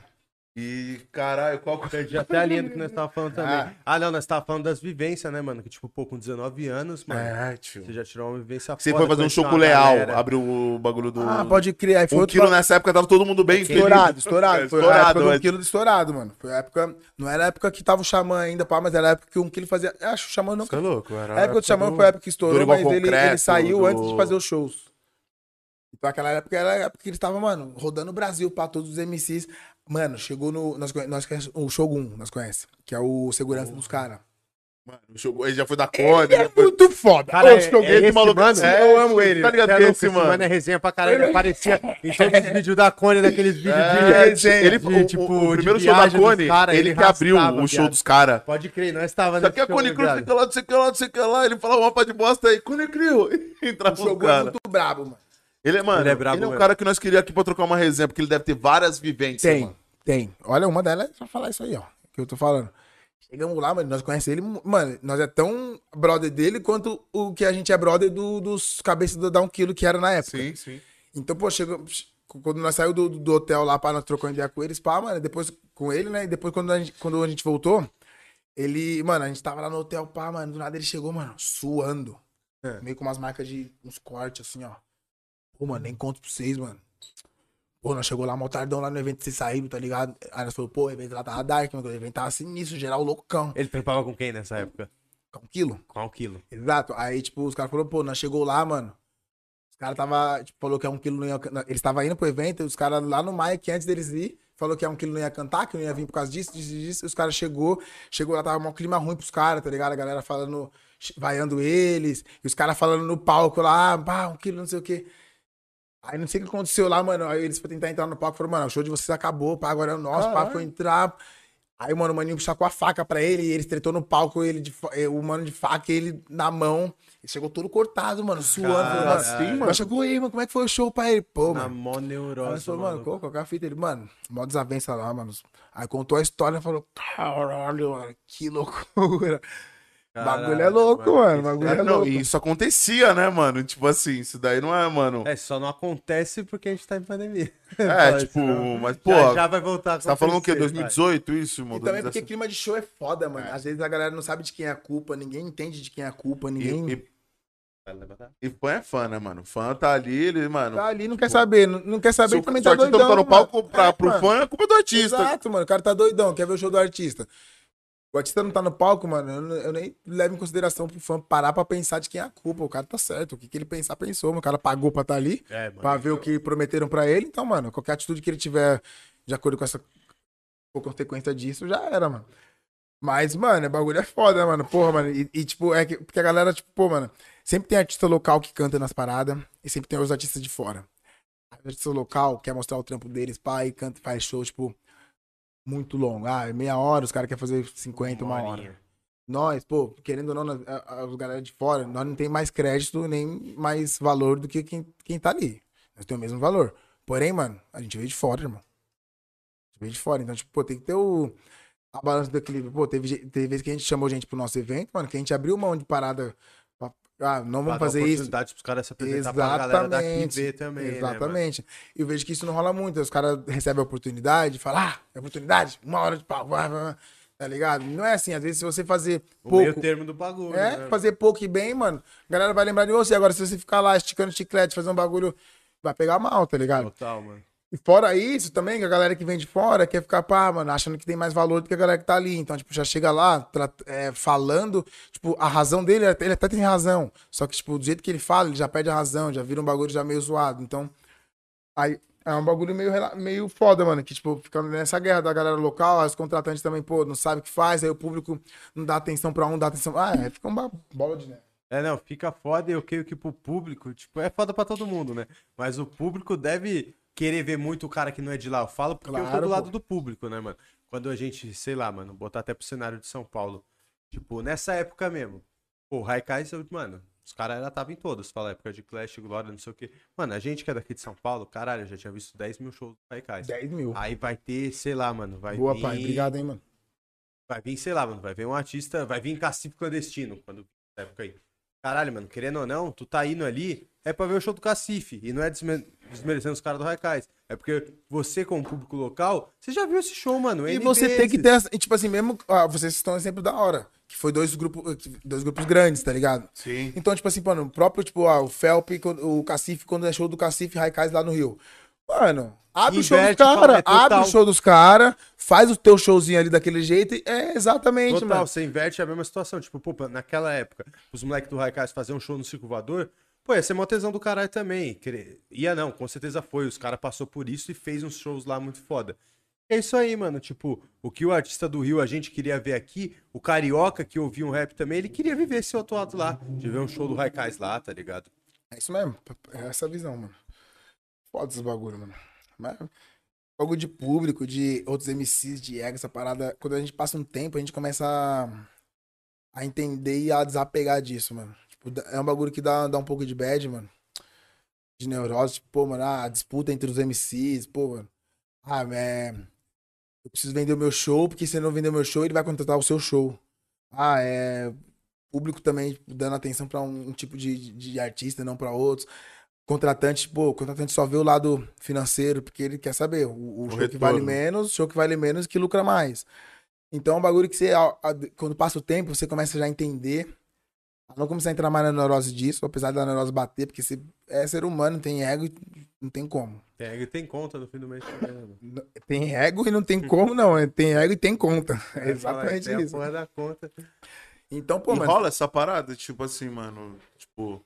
E, caralho, qual que é? Perdi até a linha do que nós tava falando também. Ah. Ah, não, nós tava falando das vivências, né, mano? Que, tipo, pô, com 19 anos, mano, É, tio. você já tirou uma vivência Você foda, foi fazer um conheceu show com o uma Leal, galera. abriu o bagulho do. Ah, pode criar. Aí foi Um outro quilo nessa época tava todo mundo bem feliz. Estourado, estourado. Foi a época Estourado, é, do um mas- quilo de estourado, mano. Foi a época. Não era a época que tava o Xamã ainda, pá, mas era a época que um quilo fazia. eu Acho que o Xamã não. Você é louco, era. A época do um Xamã um- foi a época que estourou, Dorival mas ele, ele Concreto, saiu do- antes de fazer os shows. Então aquela época era a época que ele tava, mano, rodando o Brasil pra todos os MCs. Mano, chegou no. Nós, conhe- nós conhece- o Shogun, nós conhece, que é o segurança dos caras. Mano, o show- ele já foi da corda. já foi- é muito foda. Cara, Ô, é, Shogun, é esse maluco- mano? É, eu amo ele. tá ligado Cê é que louco, esse, esse mano mano é resenha pra caralho. Ele É. aparecia em todos os vídeos da Cone, daqueles vídeos É, de, de, ele, de, o, tipo, o, o de primeiro show da viagem dos Cone, cara, ele, que abriu arrastava, o show viado. dos caras. Pode crer, nós tava Isso aqui é nesse show, tá Cone Crew, viado. sei que lá, não sei que lá, não sei que lá. Ele falava uma pá de bosta aí, Cone Crew. e O Entrava o Shogun é cara. muito brabo, mano. Ele é, mano, Ele ele é é, brabo um mesmo. cara que nós queríamos aqui pra trocar uma resenha, porque ele deve ter várias vivências, Tem, mano. tem. Olha, uma delas é pra falar isso aí, ó. Que eu tô falando. Chegamos lá, mano, nós conhecemos ele. Mano, nós é tão brother dele quanto o que a gente é brother do- dos cabeças do Down Quilo que era na época. Sim, sim. Então, pô, chegou. Quando nós saímos do, do hotel lá pra nós trocar ideia com eles, pá, mano, depois com ele, né? E depois quando a gente, quando a gente voltou, ele, mano, a gente tava lá no hotel, pá, mano, do nada ele chegou, mano, suando. Meio com umas marcas de uns cortes, assim, ó. Pô, mano, nem conto pra vocês, mano. Pô, nós chegou lá, mó tardão lá no evento, vocês saíram, tá ligado? Aí nós falou, pô, o evento lá tava dark, mano, o evento tava sinistro, geral loucão. Ele trampava com quem nessa época? Um quilo. Com o Quilo. Exato. Aí, tipo, os caras falaram, pô, nós chegou lá, mano. Os caras tava, tipo, falou que é um quilo não ia can- Eles estavam indo pro evento, os caras lá no Mike, antes deles ir, falou que é um quilo não ia cantar, que não ia vir por causa disso, disso, disso. Os caras chegou, chegou lá, tava um clima ruim pros caras, tá ligado? A galera falando, vaiando eles, e os caras falando no palco lá, ah, pá, um quilo, não sei o quê. Aí não sei o que aconteceu lá, mano. Aí eles foram tentar entrar no palco e falaram, mano, o show de vocês acabou, pá, agora é o nosso, pá, foi entrar. Aí, mano, o maninho sacou a faca pra ele e ele tretou no palco, ele de fa- eh, o mano de faca e ele na mão. Ele chegou todo cortado, mano, suando. falou, mano, assim, mas mano? Chegou aí, mano, como é que foi o show pra ele? Pô, Na mano. mó Aí neurose, nós falou, mano, mano. qual, qual que é a fita? Ele, mano, mó desavença lá, mano. Aí contou a história e falou, caralho, mano, que loucura. Caralho, bagulho é louco, mano. Bagulho é É, não, louco. e isso acontecia, né, mano? Tipo assim, isso daí não é, mano. É, só não acontece porque a gente tá em pandemia. então, É, Mas, tipo, senão, mas, já- pô, já, vai voltar a você tá falando o quê? acontecer, vai. 2018, isso, mano? E também porque 2017? clima de show é foda, mano. Às vezes a galera não sabe de quem é a culpa, ninguém entende de quem é a culpa, ninguém. E, e, e fã é fã, né, mano? Fã tá ali, ele, mano. tá ali, não tipo, quer saber. Não, não quer se saber o, também se o tá artista doidão. não tá no mano. palco pra, É, pro mano. fã, é culpa do artista. Exato, mano. O cara tá doidão, quer ver o show do artista. O artista não tá no palco, mano. Eu, não- eu nem levo em consideração pro fã parar pra pensar de quem é a culpa. O cara tá certo. O que, que ele pensar, pensou. mano. O cara pagou pra tá ali, É, mano. pra ver o que prometeram pra ele. Então, mano, qualquer atitude que ele tiver de acordo com essa com a consequência disso, já era, mano. Mas, mano, o bagulho é foda, mano. Porra, mano. E, e, tipo, é que porque a galera, tipo, pô, mano, sempre tem artista local que canta nas paradas e sempre tem os artistas de fora. O artista local quer mostrar o trampo deles, pai, canta, faz show, tipo, muito longo. Ah, é meia hora, os caras querem fazer 50, uma, hora. horinha. Nós, pô, querendo ou não, nós- a- a- os galera de fora, nós não tem mais crédito nem mais valor do que quem, quem tá ali. Nós temos o mesmo valor. Porém, mano, a gente veio de fora, irmão. A gente veio de fora. Então, tipo, pô, tem que ter o, a balança do equilíbrio. Pô, teve, je- teve vezes que a gente chamou gente pro nosso evento, mano, que a gente abriu mão de parada. pra- ah, não vamos Pra dar fazer isso. oportunidade pros caras se apresentar pra tá galera daqui ver também, né, mano? Exatamente. eu vejo que isso não rola muito. Os caras recebem a oportunidade e falam, ah, é oportunidade, uma hora de pau, vá, vá, vá", tá ligado? Não é assim. Às vezes, se você fazer O pouco. meio termo do bagulho, É, né? fazer pouco e bem, mano. A galera vai lembrar de você. Agora, se você ficar lá esticando chiclete, fazer um bagulho, vai pegar mal, tá ligado? Total, mano. E fora isso também, que a galera que vem de fora quer ficar, pá, mano, achando que tem mais valor do que a galera que tá ali. Então, tipo, já chega lá tra- é, falando, tipo, a razão dele, até- ele até tem razão. Só que, tipo, do jeito que ele fala, ele já perde a razão, já vira um bagulho já meio zoado. Então, aí é um bagulho meio, rela- meio foda, mano. Que, tipo, fica nessa guerra da galera local, aí os contratantes também, pô, não sabe o que faz, aí o público não dá atenção pra um, dá atenção. Ah, é, fica uma bola de neve. É, não, fica foda e eu creio que pro público, tipo, é foda pra todo mundo, né? Mas o público deve querer ver muito o cara que não é de lá. Eu falo porque eu tô Claro, do pô. lado do público, né, mano? Quando a gente, sei lá, mano, botar até pro cenário de São Paulo. Tipo, nessa época mesmo. Pô, o Haikais, eu- mano, os caras já estavam em todos. Fala época de Clash, Glória, não sei o quê. Mano, a gente que é daqui de São Paulo, caralho, eu já tinha visto 10 mil shows do Haikais. 10 mil. Aí vai ter, sei lá, mano, vai Boa, vir... pai. Obrigado, hein, mano. Vai vir, sei lá, mano, vai vir um artista, vai vir Cacife Clandestino, quando na época aí. Caralho, mano, querendo ou não, tu tá indo ali, é pra ver o show do Cacife, e não é desme- desmerecendo os caras do Raikais. É porque você, como público local, você já viu esse show, mano. E N você tem que vezes. ter, essa- e, tipo assim, mesmo. ah, vocês estão exemplo da hora. Que foi dois grupos, dois grupos grandes, tá ligado? Sim. Então, tipo assim, mano, o próprio, tipo, ah, o Felp, quando- o Cacife, quando é show do Cacife e Raikais lá no Rio. Mano, abre Inverte, o show dos fala, é caras, abre total. o show dos caras, faz o teu showzinho ali daquele jeito. e- É exatamente, Total, mano. você inverte a mesma situação. Tipo, pô, naquela época, os moleques do Raikais faziam um show no Circo Voador, pô, ia ser mó tesão do caralho também. Querer- Ia não, com certeza foi. Os caras passou por isso e fez uns shows lá muito foda. É isso aí, mano. Tipo, o que o artista do Rio a gente queria ver aqui, o carioca que ouvia um rap também, ele queria viver esse outro lado lá, de ver um show do Raikais lá, tá ligado? É isso mesmo. É essa visão, mano. Foda esses bagulho, mano. Mas, bagulho de público, de outros MCs, de ego, essa parada. Quando a gente passa um tempo, a gente começa a, a entender e a desapegar disso, mano. Tipo, dá- é um bagulho que dá, dá um pouco de bad, mano. De neurose. Tipo, pô, mano, ah, a disputa entre os MCs, pô, mano. Ah, é. Eu preciso vender o meu show, porque se ele não vender o meu show, ele vai contratar o seu show. Ah, é público também tipo, dando atenção pra um, um tipo de, de, de artista, não pra outros. Contratante, pô, o contratante só vê o lado financeiro, porque ele quer saber o, o show que retorno. vale menos, o show que vale menos que lucra mais. Então é um bagulho que você, a- a- quando passa o tempo, você começa já a entender, a não começar a entrar mais na neurose disso, apesar da neurose bater, porque você é ser humano, tem ego, e não tem como. Tem, É, tem conta no fim do mês. também, né, mano? N- Tem ego e não tem como, não. é Tem ego e tem conta. É Fala Hum. aí, exatamente tem a isso. porra da conta. Então, pô, e mano. rola essa parada, tipo assim, mano. Tipo.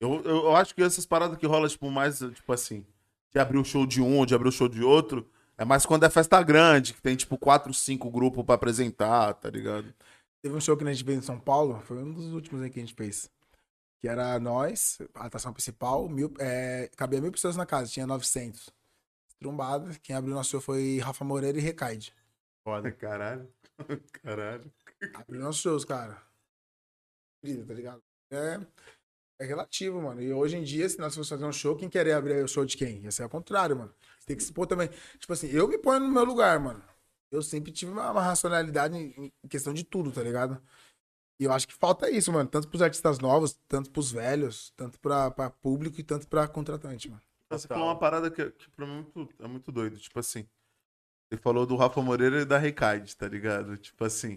Eu, eu, eu acho que essas paradas que rola, tipo, mais, tipo assim, de abrir o show de um, de abrir o show de outro, é mais quando é festa grande, que tem, tipo, quatro, cinco grupos pra apresentar, tá ligado? Teve um show que a gente fez em São Paulo, foi um dos últimos aí que a gente fez. Que era nós, a atração principal, mil, é, cabia mil pessoas na casa, tinha 900. Trombada, quem abriu nosso show foi Rafa Moreira e Recaide. Foda. Caralho. Caralho. Abriu nossos shows, cara. Incrível, tá ligado? É, é relativo, mano. E hoje em dia, se nós fosse fazer um show, quem querer abrir o show de quem? Ia ser ao contrário, mano. Você tem que se pôr também. Tipo assim, eu me ponho no meu lugar, mano. Eu sempre tive uma, uma racionalidade em, em questão de tudo, tá ligado? E eu acho que falta isso, mano. Tanto pros artistas novos, tanto pros velhos, tanto pra, pra público e tanto pra contratante, mano. Você Total. falou é uma parada que, que pra mim é muito, é muito doido. Tipo assim, você falou do Rafa Moreira e da Recaide, tá ligado? Tipo assim,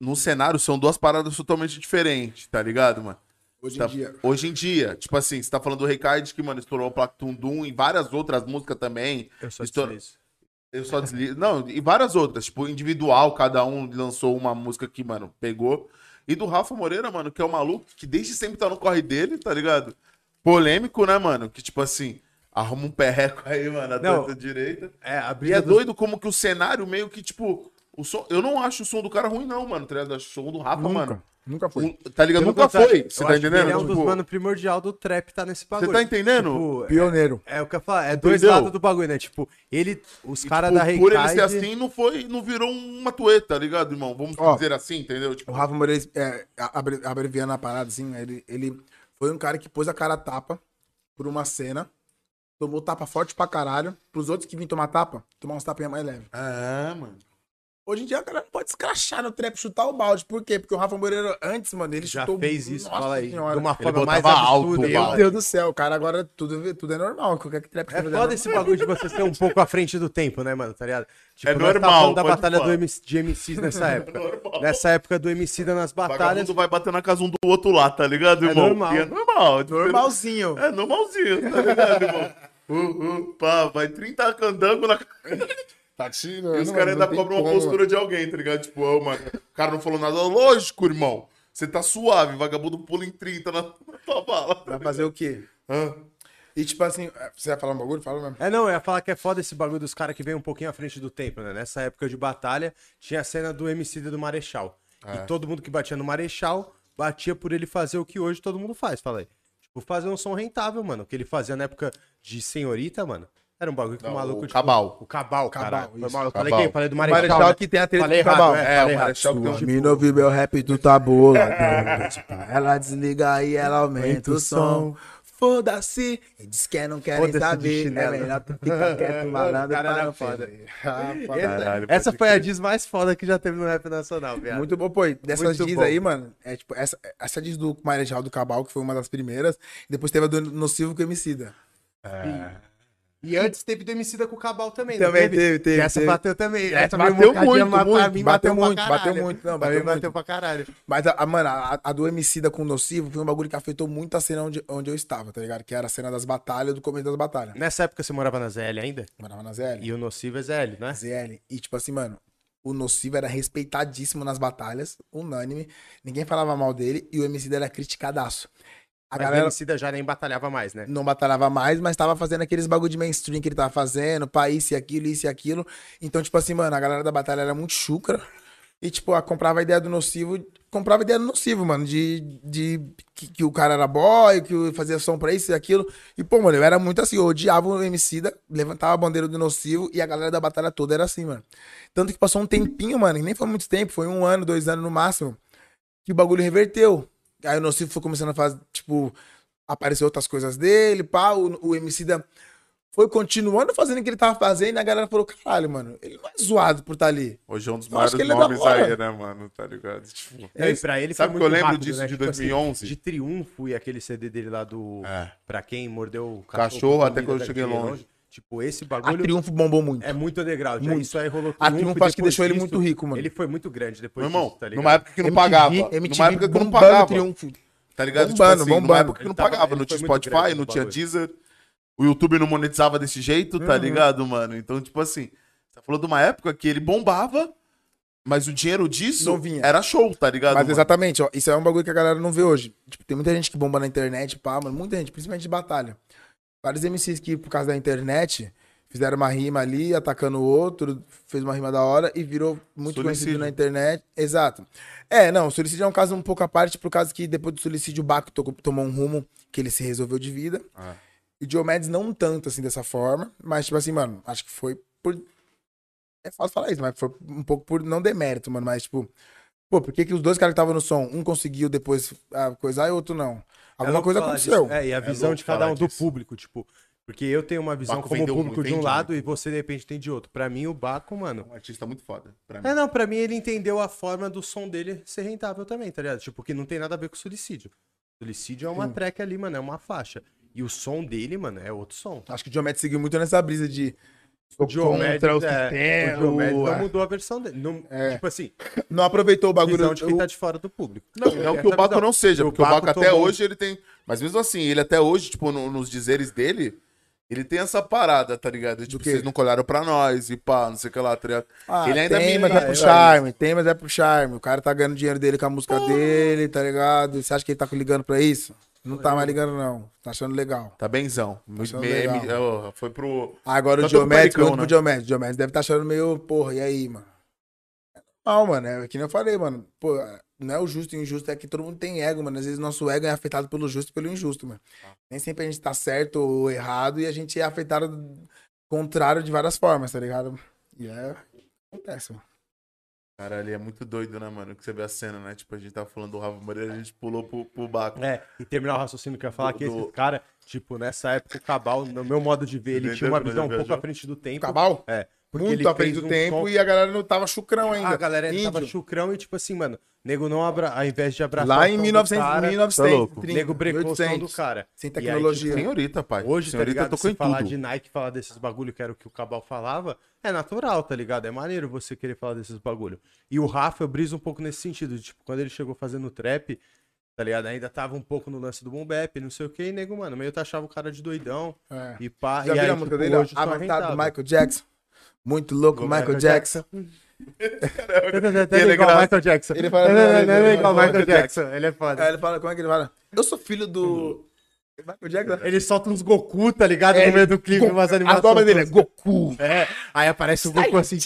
num cenário são duas paradas totalmente diferentes, tá ligado, mano? Hoje Tá- em dia. Hoje em dia, tipo assim, você tá falando do Recaide que, mano, estourou o Plactum Doom e várias outras músicas também. Eu só Estou- disse isso. Eu só desligo. Não, e várias outras. Tipo, individual, cada um lançou uma música que, mano, pegou. E do Rafa Moreira, mano, que é o maluco que desde sempre tá no corre dele, tá ligado? Polêmico, né, mano? Que, tipo assim, arruma um perreco aí, mano, à Não. torta direita. É, a E briga é dos- doido como que o cenário meio que, tipo, o som. Eu não acho o som do cara ruim, não, mano. Tá ligado? Eu acho o som do Rafa, mano. Nunca foi. um- tá ligado? Pelo Nunca contrário, foi. eu acho Você tá que entendendo? Ele é um dos Tipo, mano primordial do trap tá nesse bagulho. tá entendendo? Tipo, é- Pioneiro. É, o que eu falo, é dois Entendeu? tipo, lados do bagulho, né? Tipo, ele, os caras da por ele ser Recaide- assim, não foi, não virou uma tueta, tá ligado, irmão? Vamos Ó, dizer assim, entendeu? Tipo, O Rafa Moreira, é, abre- abreviando a parada, assim, ele, ele foi um cara que pôs a cara a tapa por uma cena, tomou tapa forte pra caralho, pros outros que vinham tomar tapa, tomar uns tapinha mais leve. Ah, mano. Hoje em dia o cara não pode escrachar no trap, chutar o balde. Por quê? Porque o Rafa Moreira, antes, mano, ele já chutou... fez isso, Nossa fala aí, Senhora. de uma forma botava mais alto, absurda. Meu Meu Deus do céu, o cara agora tudo, tudo é normal. Qualquer que trap que É tiver foda normal. esse bagulho de você ser um pouco à frente do tempo, né, mano? Tá ligado? Tipo, É nós tá normal, falando da pode batalha do falar. É MC, de MCs nessa época. normal. Nessa época do MC da nas batalhas. Vagabundo vai bater na casa um do outro lá, tá ligado, É irmão? normal. E é normal. tipo, Normalzinho. É normalzinho, tá ligado, irmão? Uh, uh, pá, vai 30 candango na Tá tirando, E os mano, caras ainda não tem cobram uma como, postura de alguém, tá ligado? Tipo, ô, mano, o cara não falou nada. Lógico, irmão. Você tá suave, vagabundo pula em 30 na, na tua bala. mano. Vai fazer o quê? Hã? E tipo assim, você vai falar um bagulho? Fala mesmo. É, não, eu ia falar que é foda esse bagulho dos caras que vem um pouquinho à frente do tempo, né? Nessa época de batalha, tinha a cena do MC do Marechal. E todo mundo que batia no Marechal, batia por ele fazer o que hoje todo mundo faz, fala aí. Tipo, fazer um som rentável, mano. O que ele fazia na época de senhorita, mano. Era um bagulho que o Não, maluco. o tipo, Cabal. O Cabal, Cabal, cara. Foi isso. mal, eu falei Cabal. quem? Falei do Marechal. Marechal né? que tem a treta Falei do errado, Cabal. é, É, falei o errado. Marechal que tem um tipo- Mina ouviu meu rap do tabu lá dentro, tipo, ela desliga e ela aumenta o som. Foda-se, e diz que não querem Foda-se de saber. É chinelo. melhor tu ficar quieto, malandro. Cara, pra era não foda. perder. Ah, foda. Caralho, Essa pode foi a crer. diz mais foda que já teve no rap nacional, viado. Muito bom, pô. e Dessas Muito jeans bom. aí, mano, é tipo, essa, essa jeans do Marechal do Cabal, que foi uma das primeiras, e depois teve a do Nocivo com o Emicida. E antes teve do Emicida com o Cabal também, Também não teve, teve, Que Essa teve. bateu também. Essa bateu mesmo cadinha muito, ma- pra muito, mim bateu pra muito, caralho. bateu muito, não, Pra mim bateu bateu muito. pra caralho. Mas, a, a- mano, a, a do Emicida com o Nocivo foi um bagulho que afetou muito a cena onde, onde eu estava, tá ligado? Que era a cena das batalhas, do começo das batalhas. Nessa época você morava na ZL ainda? Morava na ZL. E o Nocivo é ZL, né? ZL. E tipo assim, mano, o Nocivo era respeitadíssimo nas batalhas, unânime. Ninguém falava mal dele e o MC era criticadaço. A Mas o galera Emicida já nem batalhava mais, né? não batalhava mais, mas tava fazendo aqueles bagulho de mainstream que ele tava fazendo, pá, isso e aquilo, isso e aquilo. Então, tipo assim, mano, a galera da batalha era muito chucra. E, tipo, ah, comprava a ideia do nocivo, comprava a ideia do nocivo, mano, de, de que, que o cara era boy, que o- fazia som pra isso e aquilo. E, pô, mano, eu era muito assim, eu odiava o MC da, levantava a bandeira do nocivo e a galera da batalha toda era assim, mano. Tanto que passou um tempinho, mano, e nem foi muito tempo, foi um ano, dois anos no máximo, que o bagulho reverteu. Aí o nocivo foi começando a fazer, tipo, apareceu outras coisas dele, pá, o, o MC da foi continuando fazendo o que ele tava fazendo e a galera falou, caralho, mano, ele não é zoado por estar ali. Hoje é um dos Eu acho maiores que ele é da nomes hora. É aí, né, mano? Tá ligado? Tipo, Não, e pra ele Sabe foi que eu muito lembro rápido, disso né? de Tipo assim, 2011? de Triunfo e aquele CD dele lá do... É. Pra quem mordeu o Cachorro, até comida quando eu da- cheguei cheguei longe. Tipo, esse A bagulho... Triunfo bombou muito. É muito underground. Muito. Muito. Isso aí rolou A triunfo, Triunfo e acho que depois deixou ele disso, muito rico, mano. Ele foi muito grande depois meu irmão, disso, tá ligado? numa época que não pagava. MTV numa época que não bombando pagava. Triunfo. Tá ligado? Bombando, tipo assim, numa bombando. época que Ele não tava- pagava, ele não tinha foi muito Spotify, grande não no tinha bagulho. Uhum. Deezer, o YouTube não monetizava desse jeito, tá ligado, mano? Então, tipo assim, você falou de uma época que ele bombava, mas o dinheiro disso Não vinha. era show, tá ligado? Mas mano? exatamente, ó, isso é um bagulho que a galera não vê hoje. Tipo, tem muita gente que bomba na internet, pá, mano, muita gente, principalmente de batalha. Vários MCs que, por causa da internet, fizeram uma rima ali, atacando o outro, fez uma rima da hora e virou Suicídio. muito conhecido na internet. Exato. É, não, o suicídio é um caso um pouco à parte, por causa que depois do suicídio o Baco tocou- tomou um rumo que ele se resolveu de vida. Ah. E o Diomedes não tanto, assim, dessa forma, mas, tipo assim, mano, acho que foi por... É fácil falar isso, mas foi um pouco por, não demérito, mano, mas, tipo... Pô, por que, que os dois caras que estavam no som, um conseguiu depois ah, coisar e o outro não? É Alguma louco coisa falar aconteceu. disso. É, e a visão louco de cada falar um do disso. público, tipo, Porque eu tenho uma visão Baco como vendeu público muito, de um vende lado muito. e você de repente tem de outro. Pra mim, o Baco, mano. Um artista muito foda. Pra mim. É, não, pra mim ele entendeu a forma do som dele ser rentável também, tá ligado? Tipo, que não tem nada a ver com suicídio. Suicídio é uma track ali, mano, é uma faixa. E o som dele, mano, é outro som. Acho que o Diomedes seguiu muito nessa brisa de. sou Diomedes, contra o é, sistema. o Diomedes não a- mudou a versão dele. Não- Tipo assim, Não aproveitou o bagulho. visão de quem tá de fora do público. é Não, não que o Essa Baco visão. não seja, O porque o Baco, até tomou- hoje ele tem. Mas mesmo assim, ele até hoje, tipo, no- nos dizeres dele, ele tem essa parada, tá ligado? Tipo, quê? vocês nunca olharam pra nós e pá, não sei o que lá, tá ligado? Ah, ele ainda tem, meio- mas é pro Ah, charme, tem, mas é pro charme. O cara tá ganhando dinheiro dele com a música dele, tá ligado? E Você acha que ele tá ligando pra isso? Não tá mais ligigando, não. Tá achando legal. Tá benzão. Muito achando me- legal. me- ó, foi pro. Agora Tá o todo Diomedes, paricão, pergunta né? pro Diomedes. O Diomedes deve tá achando meio, porra, e aí, mano? É normal, mano. É que nem eu falei, mano. Pô, não é o justo e o injusto, é que todo mundo tem ego, mano. Às vezes nosso ego é afetado pelo justo e pelo injusto, mano. Nem sempre a gente tá certo ou errado e a gente é afetado do contrário de várias formas, tá ligado? E é. Acontece, mano. Caralho, é muito doido, né, mano? Que você vê a cena, né? Tipo, a gente tava falando do Rafa Moreira, a gente pulou pro, pro Baco. É, e terminar o raciocínio que eu ia falar Do- que do- esse cara, tipo, nessa época o Cabal, no meu modo de ver, ele Entendeu tinha uma como visão um ele pouco viajou? à frente do tempo. Cabal? É. muito à frente fez do um tempo som- e Ah, a galera não tava chucrão ainda. A galera ele Índio. tava chucrão e, tipo assim, mano, nego não abra... ao invés de abraçar Lá em o som do 1900, cara, 1930, tá louco. nego brecou o som do 1800, cara. Sem E aí, tecnologia. Senhorita, pai. tipo, hoje, tá Senhorita ligado, se tocou em falar tudo. de Nike, falar desses bagulho, que era o que o Cabal falava, é natural, tá ligado? É maneiro você querer falar desses bagulho. E o Rafa, eu briso um pouco nesse sentido, de, tipo, quando ele chegou fazendo trap, tá ligado? Ainda tava um pouco no lance do boom bap, não sei o que, e nego, mano, meio taxava o cara de doidão. É. E pá, Já e aí, viram a tipo, música dele? ó? hoje o som é Avantado do rentável. Michael Jackson. Muito louco, Louco, tá Michael Michael Jackson. Ele é igual engraçado. Michael Jackson. Ele fala- Ele é- ele é igual Michael Michael Jackson. Ele é foda. Aí ele fala, como é que ele fala? Eu sou filho do. Michael Jackson. Ele solta uns Goku, tá ligado? É, no meio do clipe, Goku. umas A animações. dobra dele é Goku. É, aí aparece o Goku assim.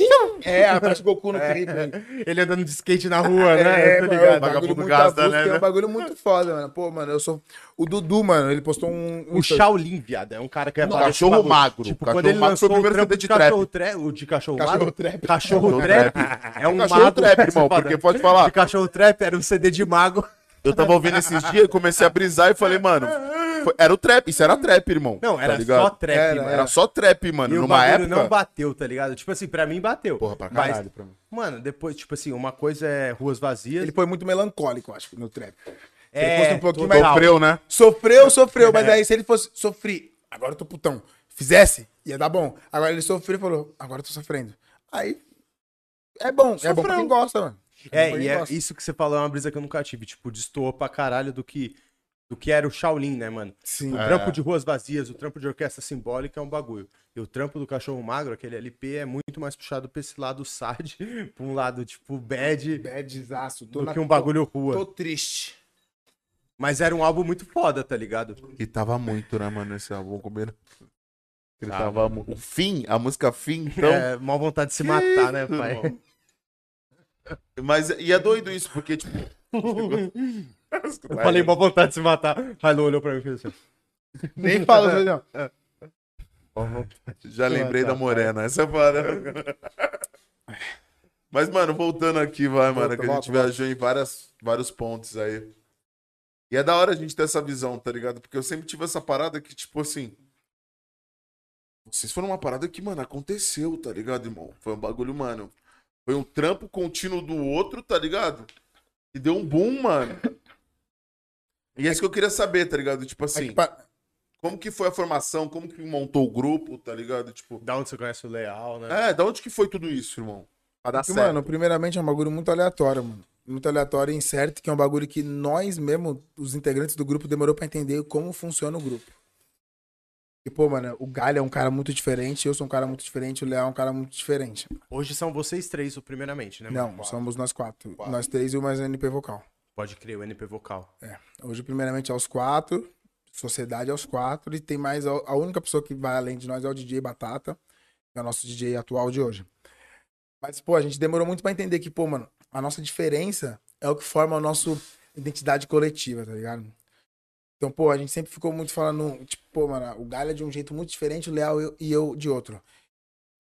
É, aparece o Goku no clipe. né? Ele andando de skate na rua, né? Eu É, tô mano, ligado. o bagulho Vagabundo muito gasta, avulso, né, que É né? um bagulho muito foda, mano. Pô, mano, eu sou. O Dudu, mano, ele postou um. um O Shaolin, viado, é um cara que é Não, cachorro magro. Tipo, Cachorro quando ele magro foi lançou o primeiro o trampo CD de de trap. cachorro trap, o de cachorro, Cachorro magro, trap. Cachorro Cachorro trap. trap. É um Cachorro magro. trap, essa irmão, foda. porque pode falar. De cachorro trap era um CD de mago. Eu tava ouvindo esses dias, comecei a brisar e falei, mano, foi- era o trap, isso era trap, irmão. Não, tá era ligado? só trap, Era, mano. Era só trap, mano. E o Numa bagulho época. não bateu, tá ligado? Tipo assim, pra mim bateu. Porra, pra Mas, caralho, pra mim. Mano, depois, tipo assim, uma coisa é ruas vazias. Ele foi muito melancólico, acho, no trap. É, ele fosse um pouquinho mais. total. Sofreu, né? Sofreu, sofreu, mas aí se ele fosse sofrer, agora eu tô putão, fizesse, ia dar bom. Agora ele sofreu e falou, agora eu tô sofrendo. Aí é bom, é bom pra quem gosta, mano. É, bom pra e quem é, gosta. isso que você falou é uma brisa que eu nunca tive. Tipo, destoou pra caralho do que, do que era o Shaolin, né, mano? Sim. O trampo de ruas vazias, o trampo de orquestra simbólica é um bagulho. E o trampo do cachorro magro, aquele LP, é muito mais puxado pra esse lado sad, pra um lado, tipo, bad, Badzaço, tô do na- que um bagulho Tô, rua. tô triste. Mas era um álbum muito foda, tá ligado? E tava muito, né, mano, esse álbum combina. Ele tava. mu- O fim, a música fim, então. é, mal vontade de se matar, né, pai? irmão. Mas e é doido isso, porque, tipo. Eu falei mal vontade de se matar. Railo olhou pra mim e fez assim. Nem fala, Julião. Já Ah, lembrei tá, da Morena, essa parada. Mas, mano, voltando aqui, vai, mano, Volta, que a volta, gente viajou em várias, vários pontos aí. E é da hora a gente ter essa visão, tá ligado? Porque eu sempre tive essa parada que, tipo assim. Vocês foram uma parada que, mano, aconteceu, tá ligado, irmão? Foi um bagulho, mano. Foi um trampo contínuo do outro, tá ligado? E deu um boom, mano. E é isso que eu queria saber, tá ligado? Tipo É assim, que pa- como que foi a formação, como que montou o grupo, tá ligado? Tipo, Da onde você conhece o Leal, né? é, da onde que foi tudo isso, irmão? Pra dar Porque, mano, primeiramente é um bagulho muito aleatório, mano. Muito aleatório e incerto, que é um bagulho que nós mesmo, os integrantes do grupo, demorou pra entender como funciona o grupo. E, pô, mano, o Galho é um cara muito diferente, eu sou um cara muito diferente, o Léo é um cara muito diferente. Hoje são vocês três, o primeiramente, né? Não, mano? somos nós quatro. Nós três e o mais um NP vocal. Pode crer, o NP vocal. É. Hoje, primeiramente, é os quatro. Sociedade é os quatro. E tem mais. A a única pessoa que vai além de nós é o DJ Batata, que é o nosso DJ atual de hoje. Mas, pô, a gente demorou muito pra entender que, pô, mano, a nossa diferença é o que forma a nossa identidade coletiva, tá ligado? Então, pô, a gente sempre ficou muito falando, tipo, pô, mano, o Galha é de um jeito muito diferente, o Leal e eu- e eu de outro.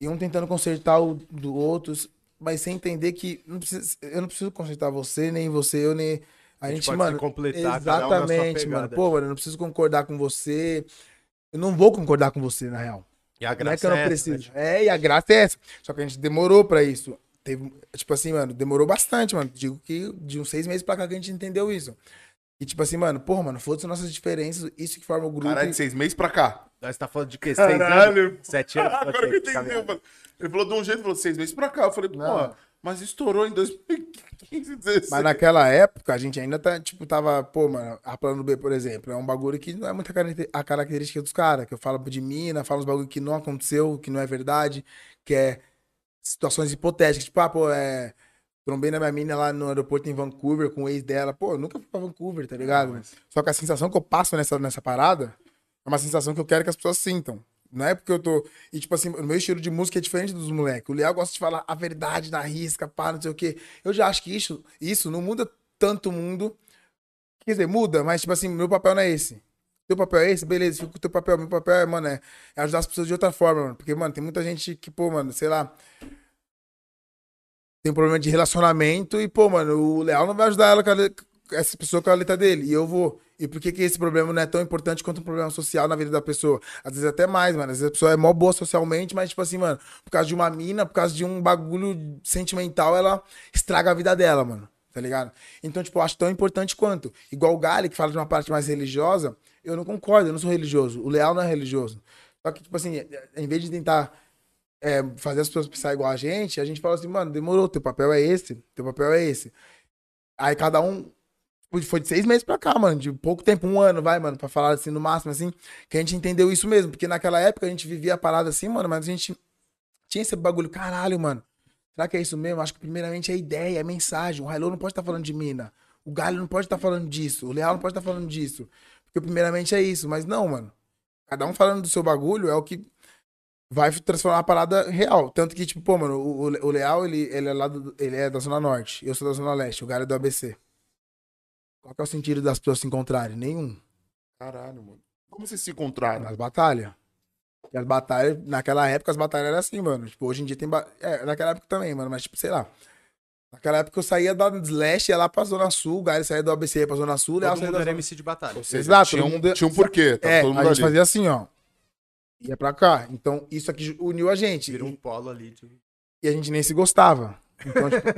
E um tentando consertar o do outro, mas sem entender que não precisa- eu não preciso consertar você, nem você, eu, nem. A, A gente gente, pode se mano. completar, cada um na sua Exatamente, mano. pegada. Pô, mano, eu não preciso concordar com você. Eu não vou concordar com você, na real. E a Não é graça que eu não é essa, né? preciso. É, e a graça é essa. Só que a gente demorou pra isso. Teve, tipo assim, mano, demorou bastante, mano. Digo que de uns seis meses pra cá que a gente entendeu isso. E tipo assim, mano, porra, mano, foda-se nossas diferenças, isso que forma o grupo. é Caralho, de seis meses pra cá. Nós tá falando de quê? Seis Caralho. anos? Sete anos? tá Agora que eu entendi, eu falei- Ele falei de um jeito, falou seis meses pra cá. Eu falei, pô, mas estourou em 2015, 16. Mas naquela época, a gente ainda tá, tipo, tava, pô, mano, a plano B, por exemplo, é um bagulho que não é muito a caracter- a característica dos caras, que eu falo de mina, falo uns bagulho que não aconteceu, que não é verdade, que é situações hipotéticas, tipo, ah, pô, é. Trombei na minha mina lá no aeroporto em Vancouver com o ex dela. Pô, eu nunca fui pra Vancouver, tá ligado? Só que a sensação que eu passo nessa, nessa parada é uma sensação que eu quero que as pessoas sintam. Não é porque eu tô. E, tipo assim, o meu estilo de música é diferente dos moleques. O Leal gosta de falar a verdade na risca, pá, não sei o quê. Eu já acho que isso, isso não muda tanto o mundo. Quer dizer, muda, mas, tipo assim, meu papel não é esse. Teu papel é esse? Beleza, fica com o teu papel. Meu papel é, mano, é, é ajudar as pessoas de outra forma, mano. Porque, mano, tem muita gente que, pô, mano, sei lá. Tem um problema de relacionamento e, pô, mano, o Leal não vai ajudar ela com a le- com essa pessoa com a letra dele. E eu vou. E por que, que esse problema não é tão importante quanto um problema social na vida da pessoa? Às vezes até mais, mano. Às vezes a pessoa é mó boa socialmente, mas, tipo assim, mano, por causa de uma mina, por causa de um bagulho sentimental, ela estraga a vida dela, mano tá ligado? Então, tipo, eu acho tão importante quanto. Igual o Gali, que fala de uma parte mais religiosa, eu não concordo, eu não sou religioso. O Leal não é religioso. Só que, tipo assim, em vez de tentar é, fazer as pessoas pensar igual a gente, a gente fala assim, mano, demorou, teu papel é esse, teu papel é esse. Aí cada um. tipo, Foi de seis meses pra cá, mano. De pouco tempo, um ano, vai, mano, pra falar assim, no máximo, assim, que a gente entendeu isso mesmo. Porque naquela época a gente vivia a parada assim, mano, mas a gente tinha esse bagulho, caralho, mano. Será que é isso mesmo? Acho que primeiramente é a ideia, é a mensagem. O Railô não pode estar falando de mina. O Galho não pode estar falando disso. O Leal não pode estar falando disso. Porque primeiramente é isso. Mas não, mano. Cada um falando do seu bagulho é o que vai transformar a parada real. Tanto que, tipo, pô, mano, o, o Le- o Leal, ele, ele, é lá do- ele é da Zona Norte. Eu sou da Zona Leste. O Galho é do ABC. Qual que é o sentido das pessoas se encontrarem? Nenhum. Caralho, mano. Como vocês se encontraram? Nas batalhas. E as batalhas, naquela época, as batalhas eram assim, mano. Tipo, hoje em dia tem. Ba... É, naquela época também, mano, mas tipo, sei lá. Naquela época eu saía da leste, ia lá pra Zona Sul, o Gary saía do ABC ia pra Zona Sul, o Leal Todo saía mundo da era Zona MC de batalha. Ou seja, Exato, Tinha todo um, mundo- tinha um porquê, tá É, todo a mundo gente ali. fazia assim, ó. Ia pra cá. Então, isso aqui uniu a gente. Virou um polo ali. de- E a gente nem se gostava. Então, tipo,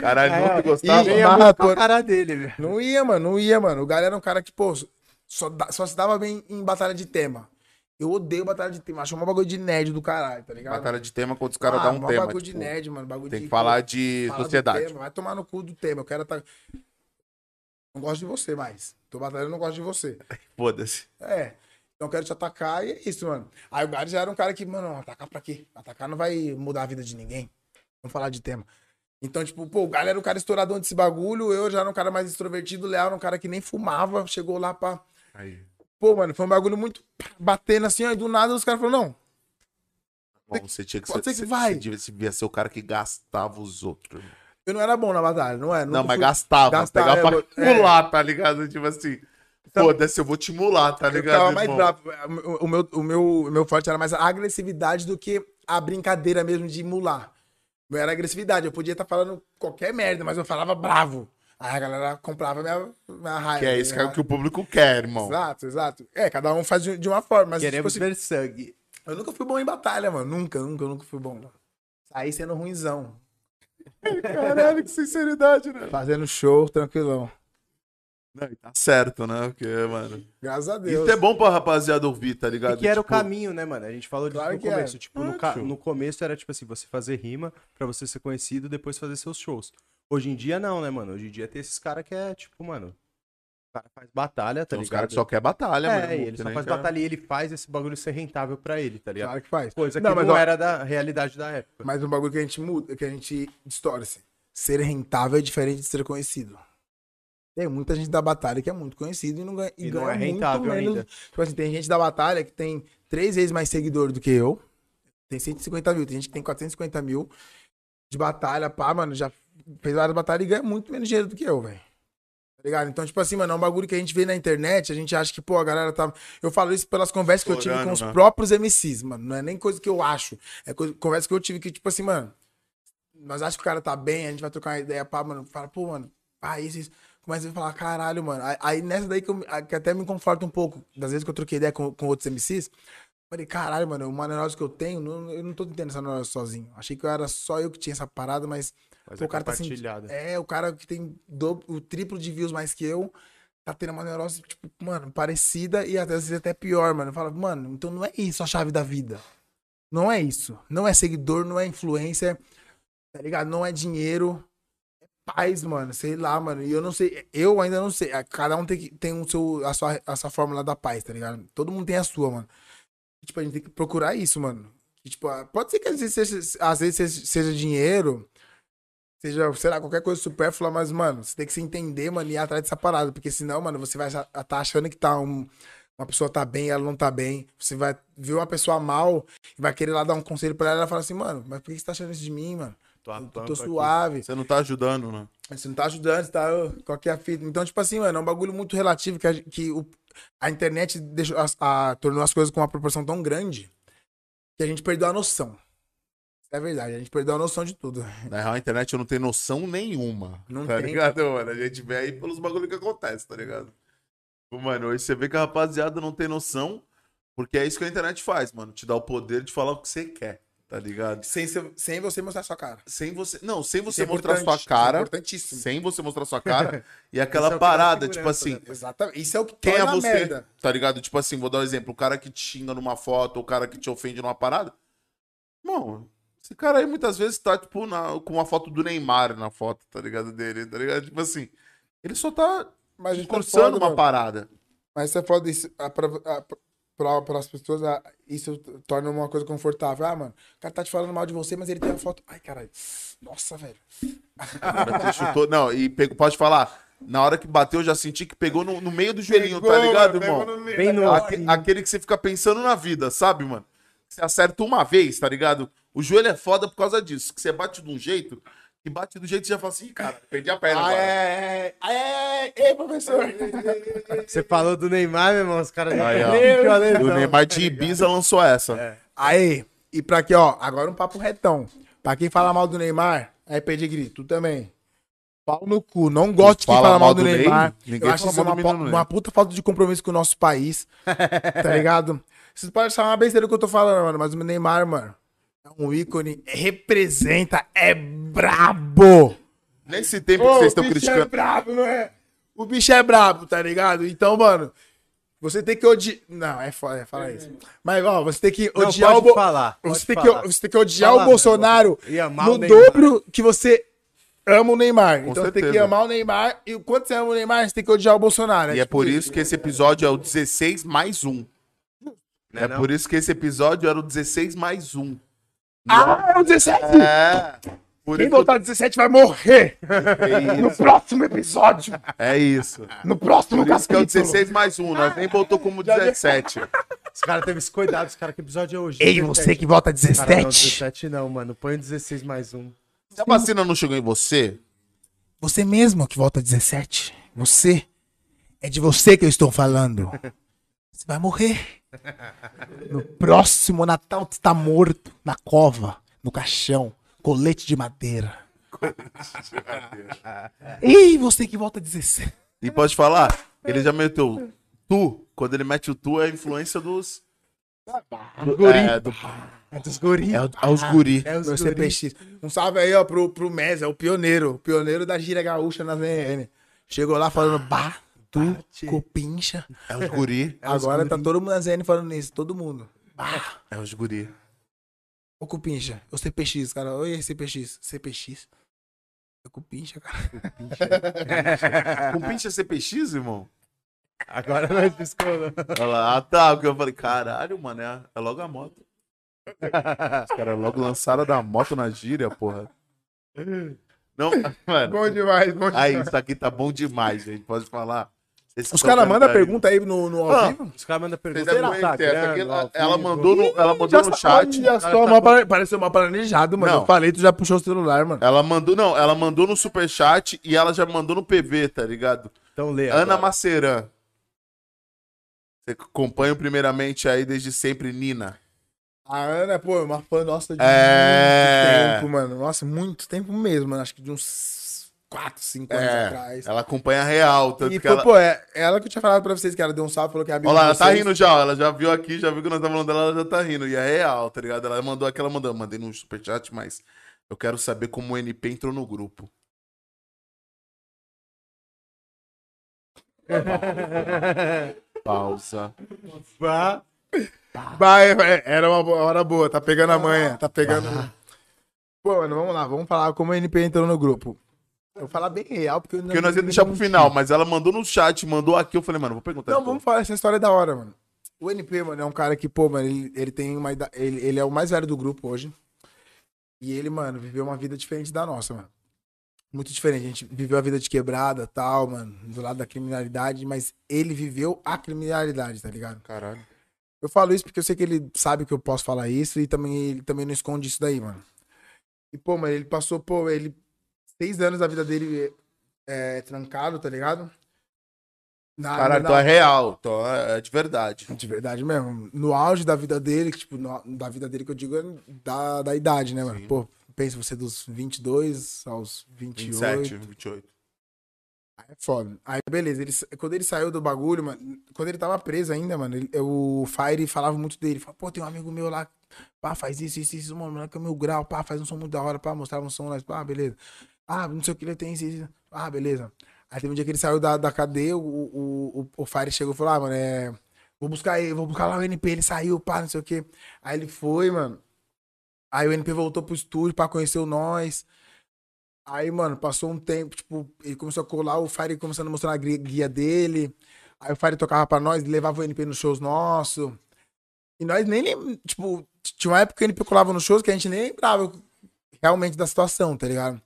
Caralho, não te Tá, gostava? e- ia barra muito com por- a cara dele, velho. Não ia, mano, não ia, mano. O Gary era um cara que, pô, só, da- só se dava bem em batalha de tema. Eu odeio batalha de tema. Acho uma bagulho de nerd do caralho, tá ligado? Batalha de tema quando os caras Ah, dão um mó tema. bagulho tipo, de nerd, mano. Bagulho tem de- que falar de falar do sociedade. tema, vai tomar no cu do tema. Eu quero tá. Não gosto de você mais. Tô batalhando, não gosto de você. Foda-se. É. Então eu quero te atacar e é isso, mano. Aí o Gary já era um cara que, mano, atacar pra quê? Atacar não vai mudar a vida de ninguém. Vamos falar de tema. Então, tipo, pô, o Gary era um cara estouradão desse bagulho, eu já era um cara mais extrovertido, o Leal era um cara que nem fumava, chegou lá pra. Aí. Pô, mano, foi um bagulho muito batendo assim, ó, e do nada os caras falaram, não, Bom, você tinha que Pode ser que você- vai. Você devia, você devia ser o cara que gastava os outros. eu não era bom na batalha, não é? Não, Nunca mas fui- gastava. gastar, é, pegava bo- pra é. mular, tá ligado? Tipo assim. Foda-se, eu vou te mular, tá Eu ligado? ficava mais irmão? bravo. É, O meu, o, meu, o meu forte era mais a agressividade do que a brincadeira mesmo de emular. Não era agressividade. Eu podia estar falando qualquer merda, mas eu falava bravo. Aí a galera comprava minha, minha raiva. Que é isso que, é o minha- que o público quer, irmão. Exato, exato. É, cada um faz de, de uma forma. Mas, Queremos tipo assim, ver sangue. eu nunca fui bom em batalha, mano. Nunca, nunca, nunca fui bom. Saí sendo ruinzão. Caralho, que sinceridade, né? Fazendo show, tranquilão. Não, e tá certo, né? Porque, mano. Graças a Deus. Isso é bom pra rapaziada ouvir, tá ligado? E que era o Tipo, caminho, né, mano? A gente falou disso Claro no que é. começo. Tipo, no, ca- Acho. no começo era tipo assim, você fazer rima pra você ser conhecido e depois fazer seus shows. Hoje em dia não, né, mano? Hoje em dia tem esses caras que é, tipo, mano, o cara faz batalha, tá Tem uns ligado? caras que só quer batalha, mano. é, e ele só faz batalha e ele faz esse bagulho ser rentável pra ele, tá ligado? Claro que faz. Coisa que Não, não, mas ó, era da realidade da época. Mas um bagulho que a gente muda, que a gente distorce. Ser rentável é diferente de ser conhecido. Tem muita gente da batalha que é muito conhecido e não ganha, e E não ganha é rentável muito menos. ainda. Tipo assim, tem gente da batalha que tem três vezes mais seguidor do que eu. Tem 150 mil, tem gente que tem 450 mil de batalha, pá, mano, já fez várias batalhas e ganha muito menos dinheiro do que eu, velho. Tá ligado? Então, tipo assim, mano, é um bagulho que a gente vê na internet, a gente acha que, pô, a galera tá. Eu falo isso pelas conversas que eu tive Explorando, com os né? próprios MCs, mano. Não é nem coisa que eu acho. É coisa, conversa que eu tive que, tipo assim, mano, nós achamos que o cara tá bem, a gente vai trocar uma ideia, pá, mano, fala, pô, mano, pá, isso, isso. Começa a falar, caralho, mano. Aí, aí nessa daí que, eu, a- que até me conforta um pouco. Das vezes que eu troquei ideia com, com outros MCs, falei, caralho, mano, uma neurose que eu tenho, não- eu não tô tendo essa neurose sozinho. Achei que eu era só eu que tinha essa parada, mas, Mas pô, é o cara tá sentindo. compartilhada. É, o cara que tem do- o triplo de views mais que eu, tá tendo uma neurose, tipo, mano, parecida e às vezes até pior, mano. Fala, mano, então não é isso a chave da vida. Não é isso. Não é seguidor, não é influencer, tá ligado? Não é dinheiro. É paz, mano. Sei lá, mano. E eu não sei, eu ainda não sei. Cada um tem, que- tem um seu, a, sua, a sua fórmula da paz, tá ligado? Todo mundo tem a sua, mano. Tipo, a gente tem que procurar isso, mano. E, tipo, ah, pode ser que às vezes seja, às vezes seja- seja dinheiro, seja, sei lá, qualquer coisa supérflua, mas, mano, você tem que se entender, mano, e ir atrás dessa parada. Porque senão, mano, você vai estar achando que tá um, uma pessoa tá bem, ela não tá bem. Você vai ver uma pessoa mal e vai querer lá dar um conselho pra ela, ela fala assim, mano, mas por que você tá achando isso de mim, mano? Tô a Ah, Eu pampa É, tô aqui. suave. Você não tá ajudando, né? Você não tá ajudando, você tá. ô, Qual que é a fita? Então, tipo assim, mano, é um bagulho muito relativo que a, gen- que o- a internet deixou, as- a- tornou as coisas com uma proporção tão grande que a gente perdeu a noção. É verdade, a gente perdeu a noção de tudo. Na real, a internet eu não tenho noção nenhuma. Não tá tem. ligado, mano? A gente vê aí pelos bagulho que acontece, tá ligado? Tipo, Mano, hoje você vê que a rapaziada não tem noção, porque é isso que a internet faz, mano. Te dá o poder de falar o que você quer, tá ligado? Sem, ser- sem você mostrar sua cara. Sem você. Não, sem Isso você é mostrar importante, sua isso é cara. importantíssimo. Sem você mostrar sua cara. e Isso é aquela o que dá parada, tipo segurança, assim, né? Exatamente. Isso é o que quem é torna a você, merda. tá ligado? Tipo assim, vou dar um exemplo. O cara que te xinga numa foto, o cara que te ofende numa parada. Mano, esse cara aí muitas vezes tá, tipo, na- com uma foto do Neymar na foto, tá ligado? Dele, tá ligado? Tipo assim, ele só tá Mas isso é cursando foda, uma mano. parada. Mas você foda isso. a- pra- a- pra- Para as pessoas, a- isso torna uma coisa confortável. Ah, mano, o cara tá te falando mal de você, mas ele tem a foto. Ai, caralho. Nossa, velho. O cara que chutou- Não, e pegou, pode falar. Na hora que bateu, eu já senti que pegou no, no meio do joelhinho, tá ligado, é, irmão? Bem no... Aque- aquele que você fica pensando na vida, sabe, mano? Você acerta uma vez, tá ligado? O joelho é foda por causa disso. Que você bate de um jeito, e bate do jeito que você já fala assim, "Ih, cara, perdi a perna. Ah, agora." é, é, é, é, Ei, professor. Você falou do Neymar, meu irmão. Os caras já Aí, ó. perderam a E lesão. o Neymar de Ibiza lançou essa. Aí, e pra aqui, ó, agora um papo retão. Pra quem fala mal do Neymar, é pedigree, tu também. Pau no cu, não gosto de quem fala mal do, Neymar. Ney? Ninguém Eu acho fala isso mal uma, do po- menino Ney. uma puta falta de compromisso com o nosso país, tá ligado? Vocês podem achar uma besteira o que eu tô falando, mano, mas o Neymar, mano, é um ícone, representa, é brabo. Nesse tempo Ô, que vocês estão o bicho é criticando. brabo, não é? O bicho é brabo, tá ligado? Então, mano, você tem que odiar. Não, é foda, é falar isso. Mas, ó, você tem que Não, odiar pode o. Bo- falar, pode você, tem falar. Que, você tem que odiar Fala, o Bolsonaro meu. E amar o no Neymar. dobro que você ama o Neymar. então você tem que certeza. amar o Neymar. E o quanto você ama o Neymar, você tem que odiar o Bolsonaro. E é por isso que esse episódio é o 16 mais um. Né, é não? por isso que esse episódio era o 16 mais um. Ah, é o 17! É. Por Quem isso- voltar 17 vai morrer é no isso. próximo episódio. É isso. No próximo Por isso que é o capítulo. 16 mais um. Nós nem botou como 17. Os caras teve esse cuidado. Os caras, que episódio é hoje? Ei, você que volta Cara, é não, 17. 17 não, mano. Põe o 16 mais um. Se a vacina não chegou em você, Você mesmo que volta 17. Você. É de você que eu estou falando. Você vai morrer. No próximo Natal você está morto. Na cova, no caixão, colete de madeira. Ei, você que volta 17. e pode falar, ele já meteu tu. Quando ele mete o tu, é a influência dos. Guri. É, do, É dos guri. é, o- aos guri. É os Meu guri. CPX. Um salve aí, ó, pro, pro Mesa, é o pioneiro. O pioneiro da gira gaúcha na VN. Chegou lá falando, bah, tu, copincha. É os guri. Agora tá todo mundo na ZN falando isso, todo mundo. Bah. É os guri. Ô Cupincha, ô CPX, cara. Oi, CPX. CPX. É Cupincha, cara. Com pincha CPX, irmão? Agora nós descolamos. Olha lá, ah, tá. Porque eu falei, caralho, mano, é, é logo a moto. Os caras logo lançaram da moto na gíria, porra. Não, mano. Bom demais, bom Aí, isso aqui tá bom demais, gente. Pode falar. é Vocês Os estão caras mandam vendo aí. pergunta aí no, no ao Ah, vivo. Os caras mandam Vocês pergunta. no devem conhecer essa aqui, Instagram, ela, ao ela vivo. mandou no, ela mandou no um chat. Olha cara só, tá mal pare- pareceu mal planejado, mano. Não. Eu falei, tu já puxou o celular, mano. Ela mandou, não, ela mandou no superchat e ela já mandou no PV, tá ligado? Então lê. Ana agora. Maceran. Você acompanha primeiramente aí desde sempre, Nina. A Ana, pô, é uma fã nossa de É. muito tempo, mano. Nossa, muito tempo mesmo, mano. Acho que de uns 4, 5 anos É, atrás. ela acompanha a real, tanto E, que pô, ela... pô, é ela que eu tinha falado pra vocês que ela deu um salve, falou que é amiga Olha lá, de ela tá vocês. rindo já, ó. Ela já viu aqui, já viu que nós tá falando dela, ela já tá rindo. E é real, tá ligado? Ela mandou aqui, ela mandou. Eu mandei no superchat, mas eu quero saber como o NP entrou no grupo. Pausa. Vá. Vai, é, era uma boa- hora boa, tá pegando a manha, tá pegando. Pô, mano, vamos lá, vamos falar como a NP entrou no grupo. Eu vou falar bem real, porque eu não. Porque nós ia deixar pro final, mas ela mandou no chat, mandou aqui. Eu falei, mano, vou perguntar. Não, de vamos novo. falar, essa história é da hora, mano. O NP, mano, é um cara que, pô, mano, ele, ele tem uma ida- ele, ele é o mais velho do grupo hoje. E ele, mano, viveu uma vida diferente da nossa, mano. Muito diferente. A gente viveu a vida de quebrada, tal, mano, do lado da criminalidade, mas ele viveu a criminalidade, tá ligado? Caralho. Eu falo isso porque eu sei que ele sabe que eu posso falar isso e também ele também não esconde isso daí, mano. E, pô, mano, ele passou, pô, ele. Seis anos da vida dele é, trancado, tá ligado? Na, Caralho, na- então é real. Então é é de verdade. de verdade mesmo. No auge da vida dele, que, tipo, no au- da vida dele que eu digo é da, da idade, né, mano? Pô, pensa você dos 22 aos 28. 27, 28. Aí é foda. Aí, beleza. Ele, sa- quando ele saiu do bagulho, mano, quando ele tava preso ainda, mano, ele- o Fire falava muito dele. Falava, pô, tem um amigo meu lá, pá, faz isso, isso, isso, mano, moleque é meu grau, pá, faz um som muito da hora, pá, mostrava um som, nós, pá, beleza. Ah, não sei o que ele tem, isso, isso, ah, beleza. Aí teve um dia que ele saiu da, da cadeia, o, o, o, o Fire chegou e falou, ah, mano, é... Vou buscar ele, vou buscar lá o NP, ele saiu, pá, não sei o que. Aí ele foi, mano. Aí o NP voltou pro estúdio pra conhecer o Nós. Aí, mano, passou um tempo, tipo, ele começou a colar, o Fire começando a mostrar a gri- guia dele. Aí o Fire tocava pra nós, levava o NP nos shows nossos. E nós nem lembramos, tipo, t- tinha uma época que o NP colava nos shows que a gente nem lembrava realmente da situação, tá ligado?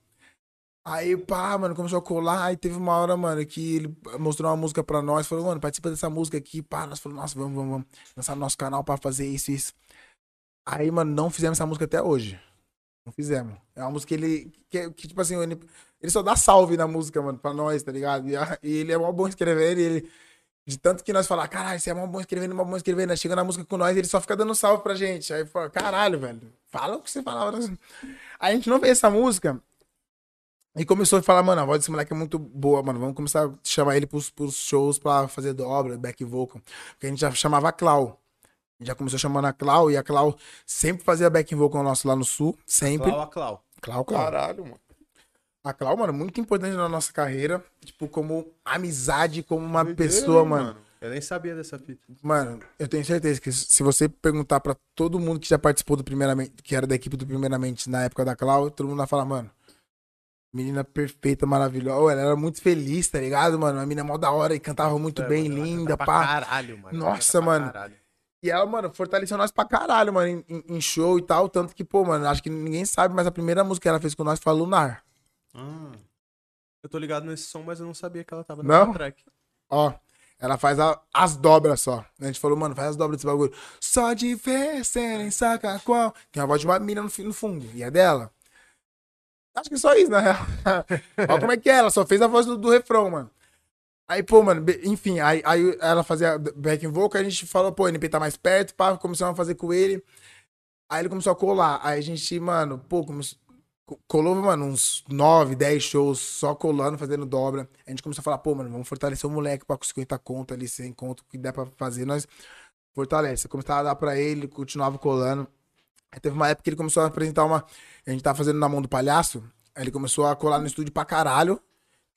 Aí, pá, mano, começou a colar, aí teve uma hora, mano, que ele mostrou uma música pra nós, falou, mano, participa dessa música aqui, pá, nós falamos, nossa, vamos, vamos, vamos, lançar no nosso canal pra fazer isso, isso. Aí, mano, não fizemos essa música até hoje. Não fizemos. É uma música que ele. Que, que, tipo assim, o NP ele só dá salve na música, mano, pra nós, tá ligado? E, a- e ele é mó bom escrevendo, e ele. De tanto que nós falar, caralho, você é mó bom escrevendo, mó bom escrevendo. Aí chega na música com nós, ele só fica dando salve pra gente. Aí fala, caralho, velho, fala o que você falava. Aí a gente não vê essa música. E começou a falar, mano, a voz desse moleque é muito boa, mano. Vamos começar a chamar ele pros, pros shows pra fazer dobra, back vocal. Porque a gente já chamava a Clau. A gente já começou chamando a Clau, e a Clau sempre fazia back vocal nosso lá no sul. Sempre. Clau a Clau. Clau, Clau. Caralho, mano. A Clau, mano, é muito importante na nossa carreira. Tipo, como amizade, como uma pessoa, mano. Eu nem sabia dessa fita. Mano, eu tenho certeza que se você perguntar pra todo mundo que já participou do Primeiramente, que era da equipe do Primeiramente na época da Clau, todo mundo vai falar, mano, menina perfeita, maravilhosa. Ô, Ela era muito feliz, tá ligado, mano? A menina mó da hora e cantava muito bem, É, Mano, ela canta Tá linda, pra pá. Caralho, mano. Ela canta Nossa, pra mano. caralho. E ela, mano, fortaleceu nós pra caralho, mano, em- em, em show e tal. Tanto que, pô, mano, acho que ninguém sabe, mas a primeira música que ela fez com nós foi a Lunar. Eu tô ligado nesse som, mas eu não sabia que ela tava Não? nessa track. Ó, ela faz a- as dobras só. A gente falou, mano, faz as dobras desse bagulho. Só de ver, cê nem saca qual. Tem uma voz de uma mina no, fi- no fundo. E é dela. Acho que só isso, na real. Olha como é que é, ela só fez a voz do, do refrão, mano. Aí, pô, mano, be- enfim, aí, aí ela fazia back and vocal, a gente falou, pô, o NP tá mais perto, pá, começamos a fazer com ele. Aí ele começou a colar. Aí a gente, mano, pô, começou, co- colou, mano, uns 9, 10 shows só colando, fazendo dobra. A gente começou a falar, pô, mano, vamos fortalecer o moleque pra com 50 conto ali, 100 conto, o que der pra fazer, nós fortalece. Eu começava a dar pra ele, continuava colando. Aí teve uma época que ele começou a apresentar uma. A gente tava fazendo na mão do palhaço. Aí ele começou a colar no estúdio pra caralho.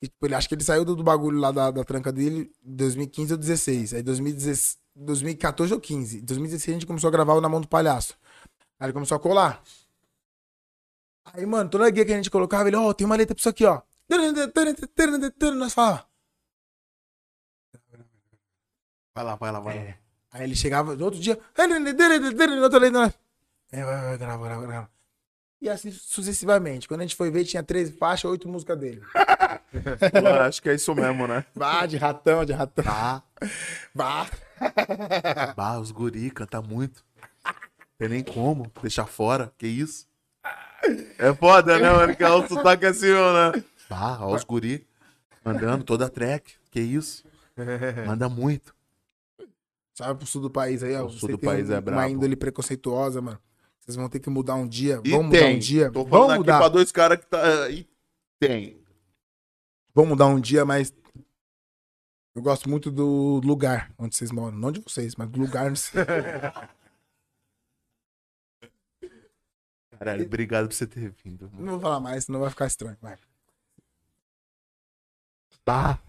E, tipo, ele acho que ele saiu do, do bagulho lá da, da tranca dele em 2015 ou 2016. Aí 2016, 2014 ou 15. 2016 a gente começou a gravar o Na Mão do Palhaço. Aí ele começou a colar. Aí, mano, toda guia que a gente colocava, ele, ó, tem uma letra pra isso aqui, ó. Nós falava. Vai lá, vai lá, vai lá. Aí ele chegava no outro dia. Outra letra. nós- É, vai, vai, grava, grava, grava. E assim sucessivamente. Quando a gente foi ver, tinha 13 faixas, 8 músicas dele. Eu acho que é isso mesmo, né? Bah, de ratão, de ratão. Bah. Tá, Bah, os guri canta muito. Tem nem como deixar fora, que isso? É foda, né, mano? Que é o sotaque assim, mano, né? Bah, ó os guri mandando toda a track, que isso? Manda muito. Sabe pro sul do país aí, ó. O sul você do tem país é Uma brabo. índole preconceituosa, mano. Vocês vão ter que mudar um dia. E vão mudar tem. um dia. Tô falando Vão aqui mudar. pra dois caras que tá... E tem. Vamos mudar um dia, mas. Eu gosto muito do lugar onde vocês moram. Não de vocês, mas do lugar onde vocês. Caralho, obrigado por você ter vindo. mano. Não vou falar mais, senão vai ficar estranho. Vai. Bah.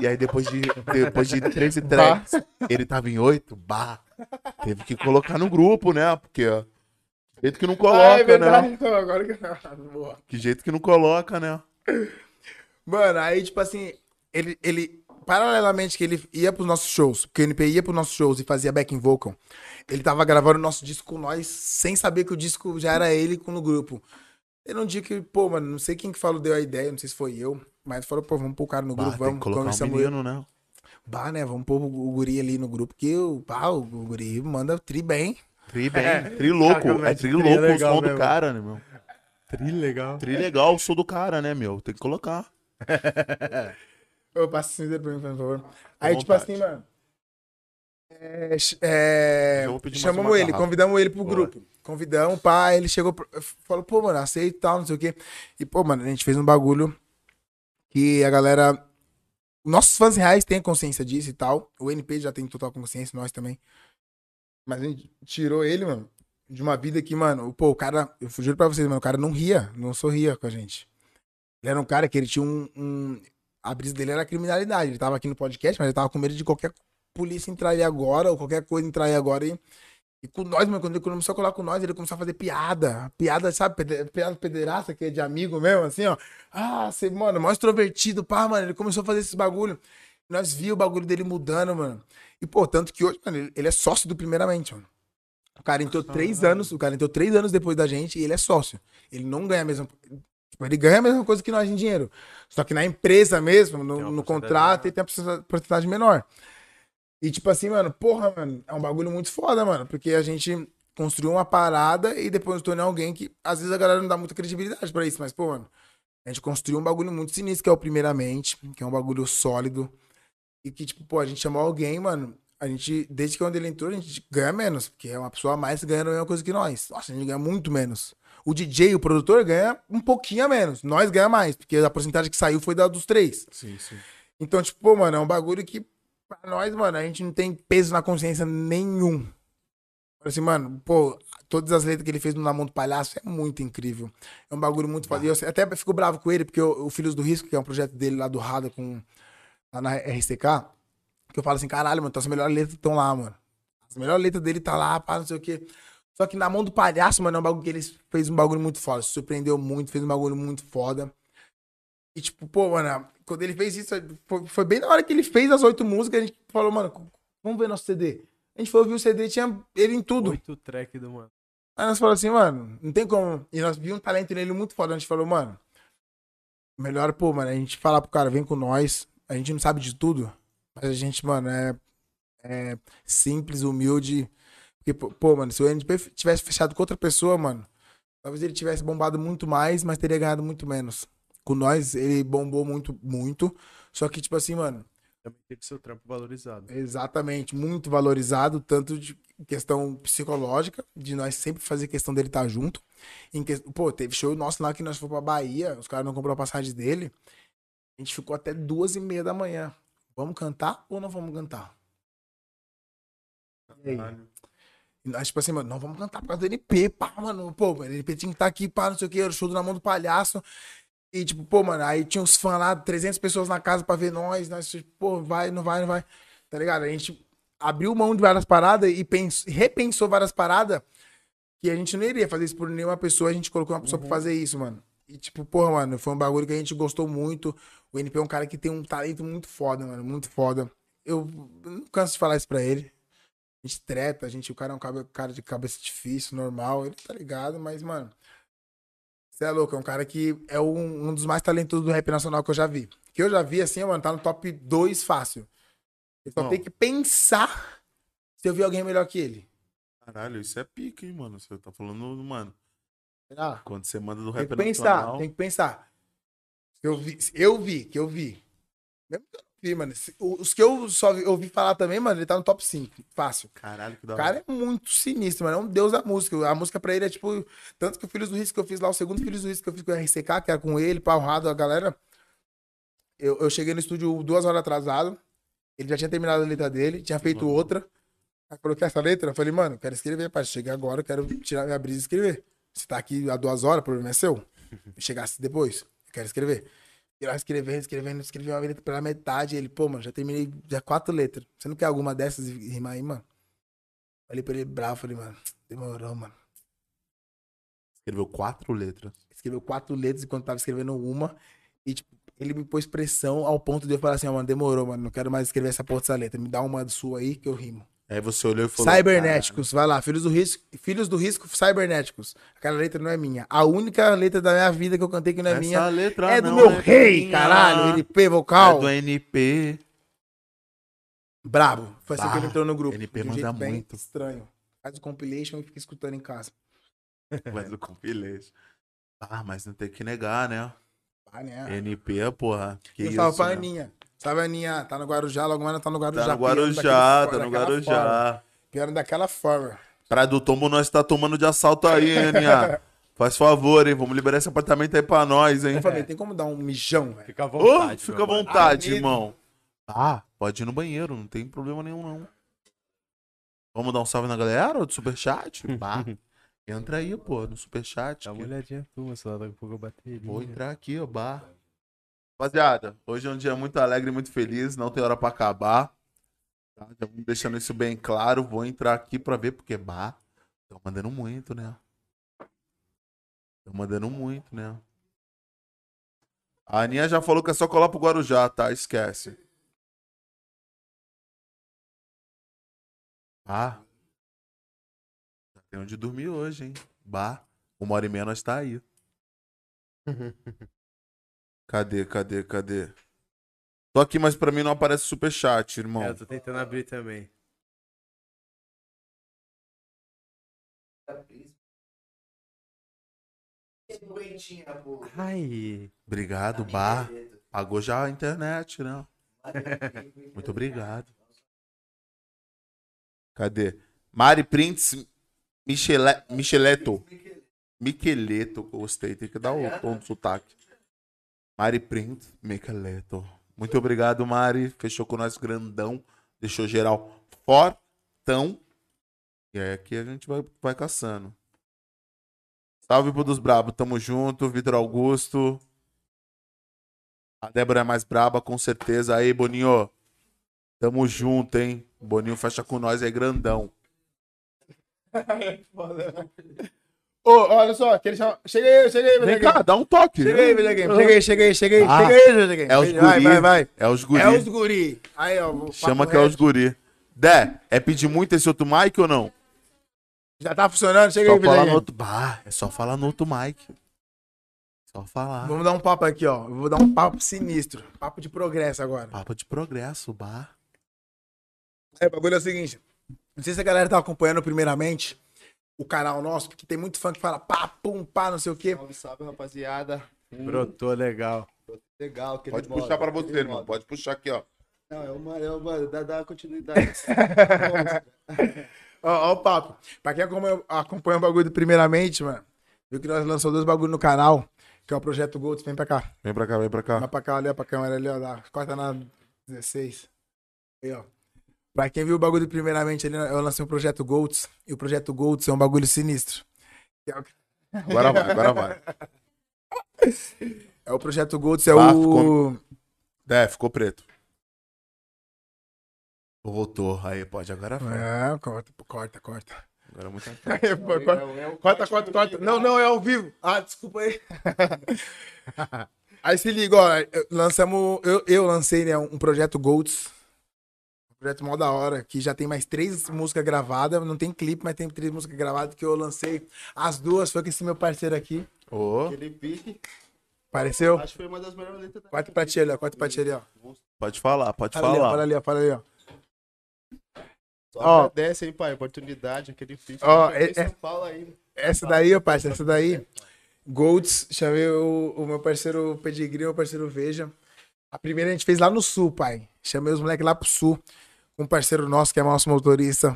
E aí depois de, depois de 13 tracks, ele tava em 8, bah. Teve que colocar no grupo, né? Porque, ó, jeito que não Ah, coloca, né? Então, agora que. Boa. Que jeito que não coloca, né? Mano, aí, tipo assim, ele, ele, paralelamente que ele ia pros nossos shows, porque o NP ia pros nossos shows e fazia backing vocal, ele tava gravando o nosso disco com nós, sem saber que o disco já era ele com no grupo. Teve um dia que, pô, mano, não sei quem que falou, deu a ideia, não sei se foi eu, mas falou, pô, vamos pôr o cara no Bah, grupo, tem que vamos, colocar um conversamos. menino, né? bah, né, vamos pôr o o guri ali no grupo, que o, pá, o guri manda tri bem. Tri bem, tri louco. Caraca, É mas tri tri é louco o legal som do mesmo. cara, né, meu? Tri legal. Tri legal o som do cara, né, meu? Tem que colocar. Eu passo cinza pra mim, por favor. Aí, tipo vontade. assim, mano. é, ch- é, Eu vou pedir mais chamamos uma ele, garrafa. convidamos ele pro Boa. grupo. Convidamos, pá, ele chegou, pro- falou, pô, mano, aceito e tal, não sei o quê. E, pô, mano, a gente fez um bagulho que a galera. Nossos fãs reais têm consciência disso e tal. O NP já tem total consciência, nós também. Mas a gente tirou ele, mano, de uma vida que, mano, pô, o cara, eu juro pra vocês, mano, o cara não ria, não sorria com a gente. Ele era um cara que ele tinha um. um- a brisa dele era a criminalidade. Ele tava aqui no podcast, mas ele tava com medo de qualquer polícia entrar ali agora, ou qualquer coisa entrar ali agora. E, e com nós, mano, quando ele começou a colar com nós, ele começou a fazer piada. Piada, sabe? pede- Piada pederasta, que é de amigo mesmo, assim, ó. Ah, você, mano, mó extrovertido, pá, mano. Ele começou a fazer esses bagulho. Nós viu o bagulho dele mudando, mano. E, pô, tanto que hoje, mano, ele- ele é sócio do Primeiramente, mano. O cara entrou Ah. três anos, o cara entrou três anos depois da gente e ele é sócio. Ele não ganha a mesma. Tipo, ele ganha a mesma coisa que nós em dinheiro. Só que na empresa mesmo, no, Tem uma no porcentagem contrato, menor. ele tem uma porcenta- porcentagem menor. E tipo assim, mano, porra, mano, é um bagulho muito foda, mano. Porque a gente construiu uma parada e depois tornou alguém que, às vezes, a galera não dá muita credibilidade pra isso, mas, pô, mano, a gente construiu um bagulho muito sinistro, que é o Primeiramente, que é um bagulho sólido. E que, tipo, pô, a gente chamou alguém, mano. A gente, desde que quando ele entrou, a gente ganha menos, porque é uma pessoa a mais ganhando a mesma coisa que nós. Nossa, a gente ganha muito menos. O DJ, o produtor, ganha um pouquinho a menos. Nós ganha mais, porque a porcentagem que saiu foi da dos três. Sim, sim. Então, tipo, pô, mano, é um bagulho que pra nós, mano, a gente não tem peso na consciência nenhum. Fala Assim, mano, pô, todas as letras que ele fez no Na Mão do Palhaço é muito incrível. É um bagulho muito foda. E eu até fico bravo com ele, porque o, o Filhos do Risco, que é um projeto dele lá do Rada com, lá na RCK, que eu falo assim, caralho, mano, então as melhores letras estão lá, mano. As melhores letras dele tá lá, pá, não sei o quê. Só que na mão do palhaço, mano, é um bagulho que ele fez um bagulho muito foda. Se surpreendeu muito, fez um bagulho muito foda. E tipo, pô, mano, quando ele fez isso, foi, foi bem na hora que ele fez as oito músicas, a gente falou, mano, vamos ver nosso CD. A gente foi ouvir o CD, tinha ele em tudo. Oito track do mano. Aí nós falamos assim, mano, não tem como. E nós vimos um talento nele muito foda. A gente falou, mano, melhor, pô, mano, a gente falar pro cara, vem com nós. A gente não sabe de tudo, mas a gente, mano, é, é simples, humilde. Porque, pô- pô, mano, se o NP tivesse fechado com outra pessoa, mano, talvez ele tivesse bombado muito mais, mas teria ganhado muito menos. Com nós, ele bombou muito, muito. Só que, tipo assim, mano, Também teve seu trampo valorizado. Exatamente, muito valorizado, tanto de questão psicológica, de nós sempre fazer questão dele estar junto. Em que- Pô, teve show nosso lá que nós fomos pra Bahia, os caras não compraram a passagem dele. A gente ficou até duas e meia da manhã. Vamos cantar ou não vamos cantar? E aí? E nós, tipo assim, mano, não vamos cantar por causa do NP, pá, mano. Pô, mano, o NP tinha que estar aqui, pá, não sei o que, era o show do na mão do palhaço. E, tipo, pô, mano, aí tinha uns fãs lá, 300 pessoas na casa pra ver nós. Nós, tipo, pô, vai, não vai, não vai. Tá ligado? A gente abriu mão de várias paradas e pens- repensou várias paradas que a gente não iria fazer isso por nenhuma pessoa. A gente colocou uma pessoa pra fazer isso, mano. E, tipo, porra, mano, foi um bagulho que a gente gostou muito. O NP é um cara que tem um talento muito foda, mano, muito foda. Eu não canso de falar isso pra ele. A gente treta, a gente, o cara é um cabe- cara de cabeça difícil, normal, ele tá ligado, mas, mano. Você é louco, é um cara que é um, um dos mais talentosos do rap nacional que eu já vi. Que eu já vi, assim, mano, tá no top 2 fácil. Ele só Bom. tem que pensar se eu vi alguém melhor que ele. Caralho, isso é pica, hein, mano? Você tá falando, mano, Será? quando você manda do Tem Ah, rap que pensar, nacional... tem que pensar. Eu vi, eu vi, que eu vi. Mesmo que eu não vi, mano. se- o- Os que eu só vi- ouvi falar também, mano, ele tá no top 5, fácil. Caralho, que da O hora. cara é muito sinistro, mano. É um deus da música. A música pra ele é tipo. Tanto que o Filhos do Risco que eu fiz lá, o segundo Filhos do Risco que eu fiz com o RCK, que era com ele, pá, o Rado, a galera. Eu, eu cheguei no estúdio duas horas atrasado. Ele já tinha terminado a letra dele, tinha feito outra. Aí coloquei essa letra, eu falei, mano, quero escrever, pai. Cheguei agora, eu quero tirar minha brisa e escrever. Você tá aqui há duas horas, o problema é seu. Eu Chegasse depois, eu quero escrever. E lá escrevendo, escrevendo, escrevi uma letra pela metade. Ele, pô, mano, já terminei já quatro letras. Você não quer alguma dessas e rimar aí, mano? Olhei pra ele bravo, falei, mano, demorou, mano. Escreveu quatro letras. Escreveu quatro letras enquanto tava escrevendo uma. E, tipo, ele me pôs pressão ao ponto de eu falar assim, ó, mano, demorou, mano. Não quero mais escrever essa porra dessa letra. Me dá uma sua aí que eu rimo. Aí você olhou e falou. Cybernéticos, vai lá, Filhos do Risco, Filhos do Risco Cybernéticos. Aquela letra não é minha. A única letra da minha vida que eu cantei que não é "Cara, minha Essa letra é do não meu é rei, minha, caralho. NP vocal. É do NP. Brabo. Foi assim que ele Ah, entrou no grupo. NP de um manda jeito bem muito. estranho. Faz o compilation e fica escutando em casa. Mas do compilation. Ah, mas não tem que negar, né? Ah, né? NP, porra. Que E um isso, salve pra né? Aninha. Salve, Aninha. Tá no Guarujá, logo mais ela tá no Tá Guarujá. no piando Guarujá, daquele- tá no daquela forma. Guarujá. Piando daquela forma. Praia do Tombo, nós tá tomando de assalto aí, hein, Aninha? Faz favor, hein? Vamos liberar esse apartamento aí pra nós, hein? Eu falei, tem como dar um mijão, velho? Fica à Ô, vontade. fica meu à mano. vontade, Amigo. irmão. Ah, pode ir no banheiro, não tem problema nenhum, não. Vamos dar um salve na galera do Superchat? Pá. Entra aí, pô, no Superchat. Dá uma que- então. olhadinha tua, sei lá, daqui a pouco eu bateria. Vou entrar aqui, ó, bar. Rapaziada, hoje é um dia muito alegre, muito feliz, não tem hora pra acabar. Tá? Já vamos deixando isso bem claro, vou entrar aqui pra ver, porque bar, estão mandando muito, né? Estão mandando muito, né? A Aninha já falou que é só colar pro Guarujá, tá? Esquece. Ah, já tem onde dormir hoje, hein? Bar, uma hora e meia nós tá aí. Cadê, cadê, cadê? Tô aqui, mas pra mim não aparece superchat, irmão. É, eu tô tentando abrir também. Ai. Obrigado, Bar. Pagou já a internet, né? Muito obrigado. Cadê? Mari Prince Michele... Micheleto. Micheleto, gostei. Tem que dar o tom do sotaque. Mari Prince Micheleto. Muito obrigado, Mari. Fechou com nós grandão. Deixou geral fortão. E aí aqui a gente vai, vai caçando. Salve pro dos brabo, tamo junto, Vitor Augusto. A Débora é mais braba, com certeza. Aí, Boninho. Tamo junto, hein? Boninho fecha com nós aí, grandão. Ô, olha só, que ele chama... Chega aí, chega aí, Vem videogame. cá, dá um toque. Chega aí, videogame. Chega aí, chega aí, chega aí. Ah, chega aí, videogame. É os Chega- Vai, guri. vai, vai. É os guri. É os guri. Aí, ó. vou- Chama papo que é reto. os guri. Dé, é pedir muito esse outro mic ou não? Já tá funcionando? Chega Só aí, falar no videogame. outro. Bah, é só falar no outro mic. Só falar. Vamos dar um papo aqui, ó. Eu vou dar um papo sinistro. Papo de progresso agora. Papo de progresso, bah. É, o bagulho é o seguinte. Não sei se a galera tá acompanhando primeiramente o canal nosso, porque tem muito fã que fala pá, pum, pá, não sei o quê. Salve, salve, rapaziada. Hum, Brotou legal. Legal, que ele Pode moda, puxar pra você, ele irmão. moda. Pode puxar aqui, ó. Não, é uma, é uma, dá, dá continuidade. Ó, ó o papo. Pra quem acompanha, acompanha o bagulho primeiramente, mano, viu que nós lançamos dois bagulhos no canal, que é o Projeto Gold. Vem pra cá. Vem pra cá, vem pra Vai cá. pra cá, olha pra câmera ali, ó. dá- Corta na 16. Aí, ó. Pra quem viu o bagulho primeiramente ali, eu lancei o Projeto Golds. E o Projeto Golds é um bagulho sinistro. Que é o- Agora vai, agora vai. É o Projeto Golds, é Ah, o... ficou- É, ficou preto. Voltou. Aí, pode agora. vai. É, corta, corta, corta. Agora é muito corta, corta, corta, corta. Não, não, é ao vivo. Ah, desculpa aí. aí se liga, ó. eu- Lançamos. Eu, eu lancei, né, um projeto Golds. Um projeto mó da hora, que já tem mais três músicas gravadas. Não tem clipe, mas tem três músicas gravadas que eu lancei. As duas foi com esse meu parceiro aqui. Ô, Aquele pique, Apareceu? acho que foi uma das melhores letras da Corta pra ti ali, ó. Corta pra ti ali, ó. pode falar, pode Para ali, ó. Para falar. ali, ó. Para ali, ó. Só Ó. agradece aí, pai, a oportunidade, aquele pique. Ó, Em é- São Paulo aí. Essa daí, ó, parça, essa daí. Golds, chamei o, o meu parceiro Pedigree, meu parceiro Veja. A primeira a gente fez lá no sul, pai. Chamei os moleques lá pro sul. Um parceiro nosso, que é nosso motorista,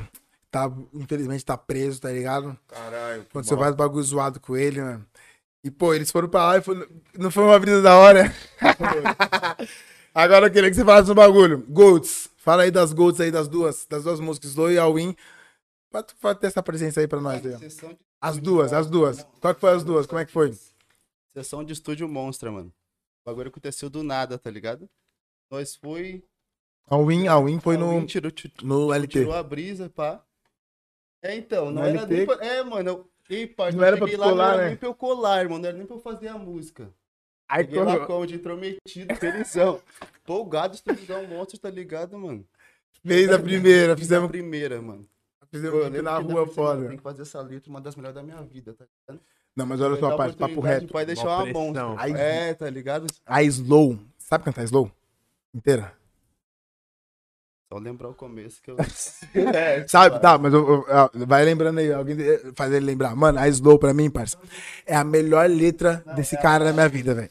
tá, infelizmente tá preso, tá ligado? Caralho, Aconteceu vários bagulho zoado com ele, mano. E, pô, eles foram pra lá e falou, não foi uma brisa da hora? Agora eu queria que você falasse um bagulho. Golds. Fala aí das Golds aí, das duas, das duas músicas, Slow e All In. Pra tu pra ter essa presença aí pra nós, aí, ó. Sessão de, As duas, as duas. Qual que foi as duas? Como é que foi? sessão de estúdio monstra, mano. O bagulho aconteceu do nada, tá ligado? Nós foi. All In, All In foi alguém no, Tirou, ti- no LT. tirou a brisa, pá. É, então, não No era LT? nem pra... É, mano. Eu... Ei, parça, Não era pra cheguei tu lá, colar, não era né? nem pra eu colar, irmão. Não era nem pra eu fazer a música. Aí Cheguei lá quando como de intrometido, felizão. Empolgado, estudidão monstro, tá ligado, mano? fez a primeira, Fiz a fizemos, primeira, mano. fizemos clipe lembro na que da rua vez que eu falei, fora. Tem que fazer essa letra, uma das melhores da minha vida, tá ligado? Não, mas olha só a parte, papo reto. Vai deixar uma pressão, bomba. pai. É, tá ligado? A Slow. Sabe cantar Slow? Inteira? Só lembrar o começo que eu. é, Sabe, tá, mas eu- eu- ah, vai lembrando aí, alguém eh, faz ele lembrar. Mano, a Slow pra mim, parça, é a melhor letra desse cara da minha vida, velho.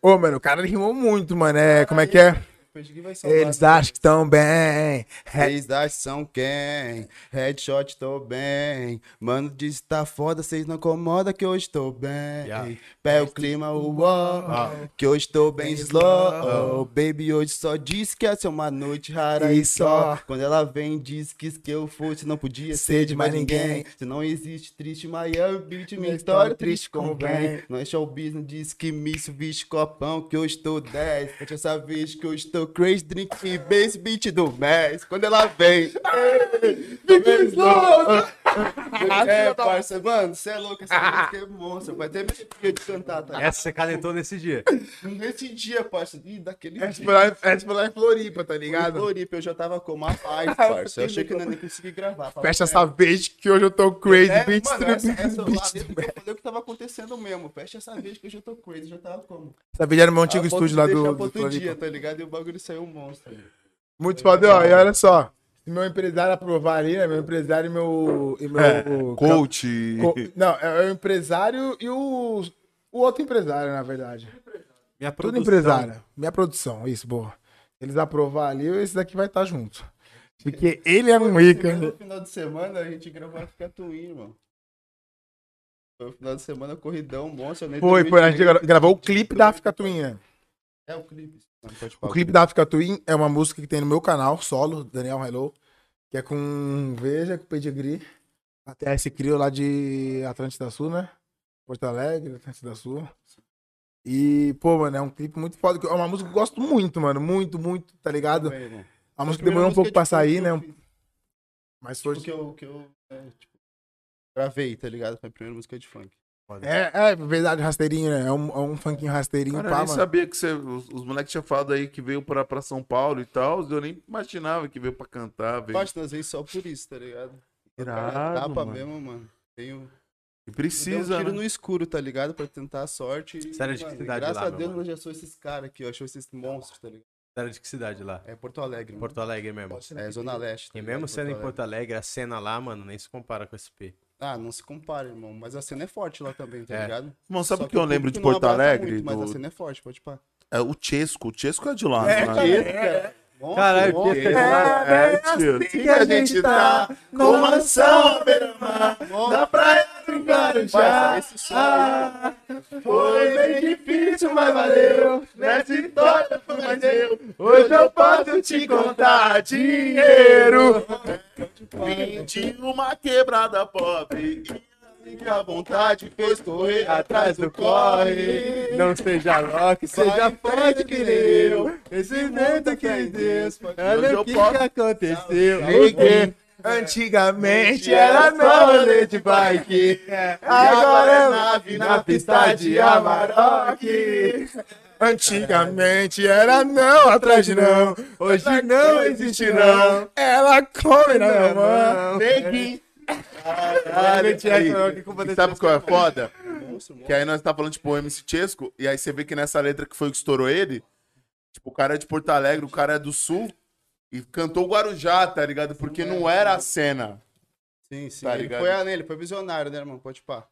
Ô, mano, o cara rimou muito, mano. É, como é que é? Perdi vai salvar. Eles acham que estão bem. É, Vocês acham são quem? Headshot tô bem. Mano, diz que tá foda, vocês não incomoda que hoje tô bem. Yeah. Pé o clima, uó, que hoje tô bem slow. Baby, hoje só diz que essa é uma noite rara e E só. só. Quando ela vem, diz que, que eu fosse, não podia ser de mais ninguém. Se não existe triste Miami Beach, minha história triste convém. Não é show business, diz que míssil, bicho, copão, que eu estou 10. Cante essa vez que eu estou crazy, drink e base beat do Messi. Quando ela vem. Fique É, parça, mano, você é louco, essa música é monstro. Vai ter muito dia de cantar, tá? Essa você calentou nesse dia. Nesse dia, parça, e daquele essa dia. foi É tipo lá- essa foi lá em Floripa, tá Em ligado? Floripa, eu já tava com uma paz, parça. Eu achei que eu nem consegui gravar. Falei, Fecha essa vez que hoje eu tô crazy, É, bitch. mano, Essa, essa, essa lá dentro que eu falei o que tava acontecendo mesmo. Fecha essa vez que eu já tô crazy, já tava como. vez era o é meu antigo A ponto de estúdio lá Ah, deixar do, pra do outro Floripa. dia, tá ligado? E o bagulho saiu um monstro. Muito foda, ó. E olha só. Se meu empresário aprovar ali, né? Meu empresário e meu. E meu Coach. co- não, é o empresário e o. O outro empresário, na verdade. Minha Tudo produção- empresário. Minha produção, isso, boa. Eles aprovar ali, esse daqui vai estar junto. Porque ele é um No ícone. final de semana a gente gravou a Catuim, irmão. Foi o final de semana corridão, monstro. eu nem Foi, dormi foi. A gente direito. gra- gravou o clipe da África Twin, né? É o clipe. Não, pode O falar. clipe da África Twin é uma música que tem no meu canal, solo, Daniel Hello, que é com Veja, com Pedigree, até esse crio lá de Atlântida Sul, né? Porto Alegre, Atlântida Sul. E, pô, mano, é um clipe muito foda. que É uma música que eu gosto muito, mano. Muito, muito, tá ligado? Também, irmão. A música Primeira demorou um pouco música, pra tipo, sair, que né? eu fiz, Mas foi. Tipo, que eu, que eu é, tipo, gravei, tá ligado? Foi a primeira música de funk. É, é verdade, rasteirinho, né? É um, é um funkinho rasteirinho, Cara, eu pá, nem mano. sabia que você, os, os moleques tinham falado aí que veio pra, pra São Paulo e tal. Eu nem imaginava que veio pra cantar, veio. Parte nós veio só por isso, tá ligado? Irado, tapa mano. mesmo, mano. Tenho. E Precisa, um precisa, tiro né? no escuro, tá ligado? Pra tentar a sorte. e, Sério, de mano, que idade Graças lá, a meu Deus, mano? eu já sou esses caras aqui, eu sou esses monstros, tá ligado? Era de que cidade lá? É Porto Alegre, mano. Porto Alegre mesmo. né? É Zona Leste. tá E ligado? mesmo sendo em Alegre. Porto Alegre, a cena lá, mano, nem se compara com SP. Ah, não se compara, irmão. Mas a cena é forte lá também, tá É. ligado? Irmão, sabe Só o que eu o lembro de público não Porto abraça Alegre? muito, Mas a Do- cena é forte, pode pá. É o Chesco. O Chesco é de lá, né? cara. É. Monstro, Caralho, monstro, que- monstro. É, tio. assim Sim, a gente tá numa mansão beira-mar, na praia do É. Parça, esse som Tá aí, Foi bem difícil, mas valeu. né, Nessa história foi mais eu. Hoje eu posso te contar dinheiro. Vendi uma quebrada pobre. e Que a vontade fez correr atrás do corre. Não seja Loki, é seja forte que nem é eu. Esse mundo que é Deus, olha o que que aconteceu. Porque antigamente era era só mole de de bike. Agora é nave na pista de Amarok. Antigamente era não atrás de não. Hoje não existe não. Ela come na minha mão. Neguinho. Caralho, é Thiago, que culpa E desse sabe qual é foda? monstro, monstro. Que aí nós tá falando, tipo, o MC Chesco, e aí você vê que nessa letra que foi que estourou ele, tipo, o cara é de Porto Alegre, o cara é do Sul, e cantou Guarujá, tá ligado? Porque não era a cena. Sim, sim. Tá ele ligado? foi a nele, foi visionário, né, irmão? Pode pá.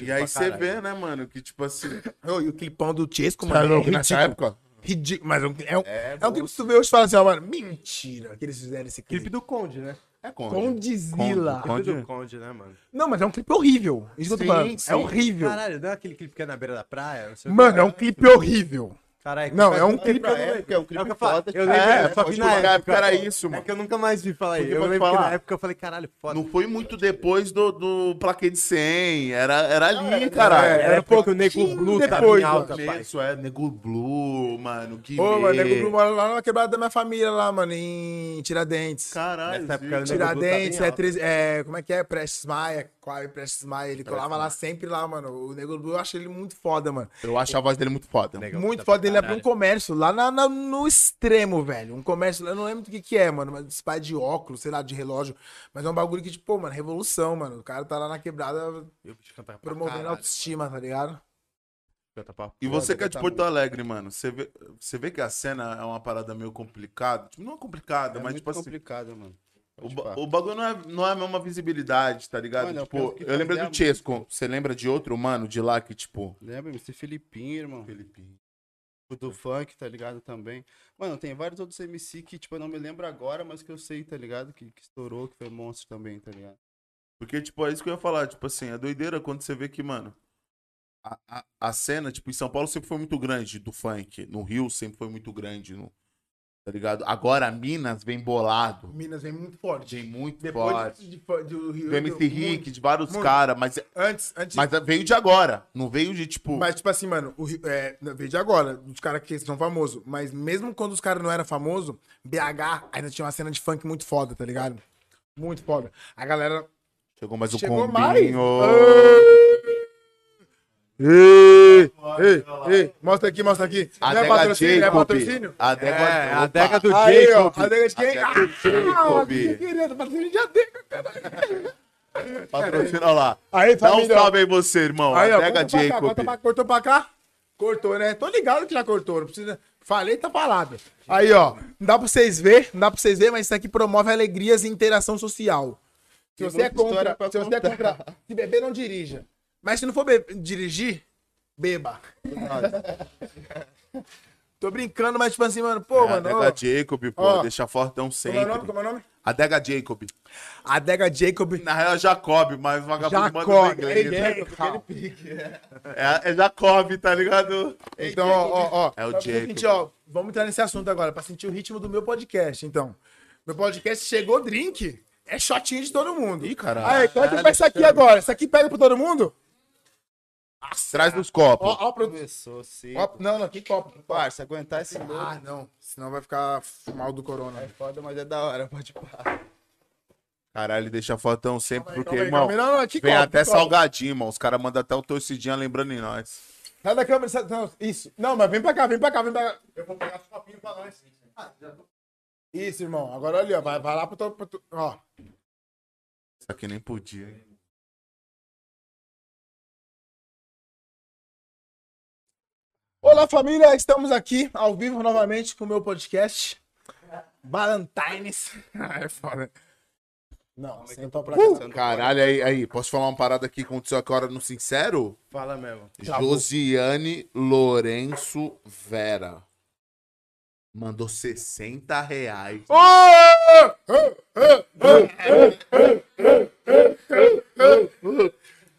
E aí você vê, né, mano, que tipo assim... Ô, E o clipão do Chesco, Sabe, mano. é Tá nessa ridículo. época, Ridículo. Mas é um, é um, É, é um clipe que tu vê hoje e fala assim, ó, mano, mentira que eles fizeram esse Clipe clipe. do Conde, né? É conde. Condizila. Conde. Clipe do Conde, né, mano? Não, mas é um clipe horrível. Isso que eu tô Sim, falando. sim. É horrível. Caralho, não é aquele clipe que é na beira da praia? Não sei o quê. Mano, é um clipe horrível. Caralho, Não, é um que clipe eu não pra lembro. época, é um clipe o que eu falo. foda, Eu tipo, lembro, é, eu só vi na tipo, na época. época era pô. isso, mano. É que eu nunca mais vi falar isso. Porque Eu vou te lembro que falar. na época eu falei, caralho, foda. Não foi muito depois do, do Plaquê de 100. Era, era ali, era- caralho. Era, Era era um porque o Nego pouquinho Blue tá tava depois, em alta, Isso, pai. Isso, é, Nego Blue, mano. é Que Ô, mano, medo. Nego Blue mora lá na quebrada da minha família, lá, mano, em Tiradentes. Caralho, Nessa época gente. eu não- Nego Blue tá Tiradentes, bem é, alto. treze- é, como é que é? Prestes Maia, Quave Prestes Maia, ele colava lá sempre lá, mano. O Nego Blue, eu achei ele muito foda, mano. eu acho a voz dele muito foda. Legal, muito tá foda, pra ele abriu um caralho. comércio lá na- na- no extremo, velho. Um comércio, eu não lembro do que que é, mano, mas esse pai de óculos, sei lá, de relógio. Mas é um bagulho que, tipo, pô, mano, revolução, mano. O cara tá lá na quebrada Eu vou te cantar pra promovendo caralho, autoestima, tá ligado? mano. Cantar pra E porra, você que é de cantar Porto Alegre, mano, você vê, você vê que a cena é uma parada meio complicada. Tipo, não é complicada, É mas muito tipo assim. complicado, mano. O, Pode ba- pá. o bagulho não é, não é a mesma visibilidade, tá ligado? Mano, eu tipo, penso que eu lembrei do fazer a- Chesco. Você lembra de outro, mano, de lá que, tipo. Lembra, MC Filipinho, irmão. Filipinho. O do funk, tá ligado? Também. Mano, tem vários outros MC que, tipo, eu não me lembro agora, mas que eu sei, tá ligado? Que, que estourou, que foi monstro também, tá ligado? Porque, tipo, é isso que eu ia falar. Tipo assim, é doideira quando você vê que, mano. A, a, a cena, tipo, em São Paulo sempre foi muito grande do funk. No Rio sempre foi muito grande. No, tá ligado? Agora Minas vem bolado. Tipo, Minas vem muito forte. Vem muito Depois forte. de, de, de, do Rio. Do MC do- Rick, de vários muito. caras, mas, é, Antes, antes. mas veio de agora. Não veio de, tipo. Mas, tipo assim, mano, o Rio- é, não, veio de agora, os caras que são famosos. Mas mesmo quando os caras não eram famosos, BH ainda tinha uma cena de funk muito foda, tá ligado? Muito foda. A galera Chegou mais um chegou combinho. mais. Ei, ei, ei, mostra aqui, mostra aqui. A não é Dega patrocínio, é Jacob. patrocínio? A Dega É, a Opa. Dega do Aí, ó, Jacob. a Dega de quem? A Dega do Ah, Jacob. que querida, patrocínio de Adega, caralho. Patrocina, olha lá. Aí, Dá um família, ó. salve aí você, irmão. Aí, ó, a Dega corta pra cá, Jacob. corta pra- cortou pra cá? Cortou, né? Tô ligado que já cortou, não precisa... Falei, tá falado. Aí, ó, não dá pra vocês ver, não dá pra vocês ver, mas isso aqui promove alegrias e interação social. Se Tem você é muita história contra, pra se você é contar. contra, se beber, não dirija. Mas se não for be- dirigir, beba. Tô brincando, mas tipo assim, mano, pô, É, a mano, Dega ó, Jacob, pô, Ó. deixa fortão como é o nome, sempre. como é o nome? A Dega Jacob. Adega Jacob Na real é Jacob, mas o vagabundo manda no Jacob. inglês. né? Ei, Jacob. É, é Jacob, tá ligado? Então, ó, ó, ó. É o pra você Jacob. sentir, ó, vamos entrar nesse assunto agora, pra sentir o ritmo do meu podcast, então. Meu podcast chegou drink, é shotinho de todo mundo. Ih, caralho. Aí, então, corta pra isso aqui agora. Isso aqui pega pra todo mundo? Traz nos copos. Ó, ó, pro... Começou, sim. ó, não, não, que copo. Parça, aguentar esse louco Ah, não. Senão vai ficar mal do corona. é foda, mas é da hora, pode pá. Caralho, deixa fortão sempre, porque, calma aí, irmão, calma aí. Não, não, que vem copo, até que copo. salgadinho, irmão. Os caras mandam até o torcidinha lembrando em nós. Sai da câmera, sai... não, isso. Não, mas vem pra cá, vem pra cá, vem pra cá. Eu vou pegar o copinho pra nós. Isso, irmão. Agora ali, ó. Vai, vai lá pro teu. pro teu- Ó. Isso aqui nem podia, hein? Olá, família! Estamos aqui ao vivo novamente com o meu podcast. Valentines. é foda. Não, sem top pra cá. Caralho, aí, aí, posso falar uma parada aqui que aconteceu agora no Sincero? Fala mesmo. Tá Josiane Lourenço Vera. Mandou 60 reais.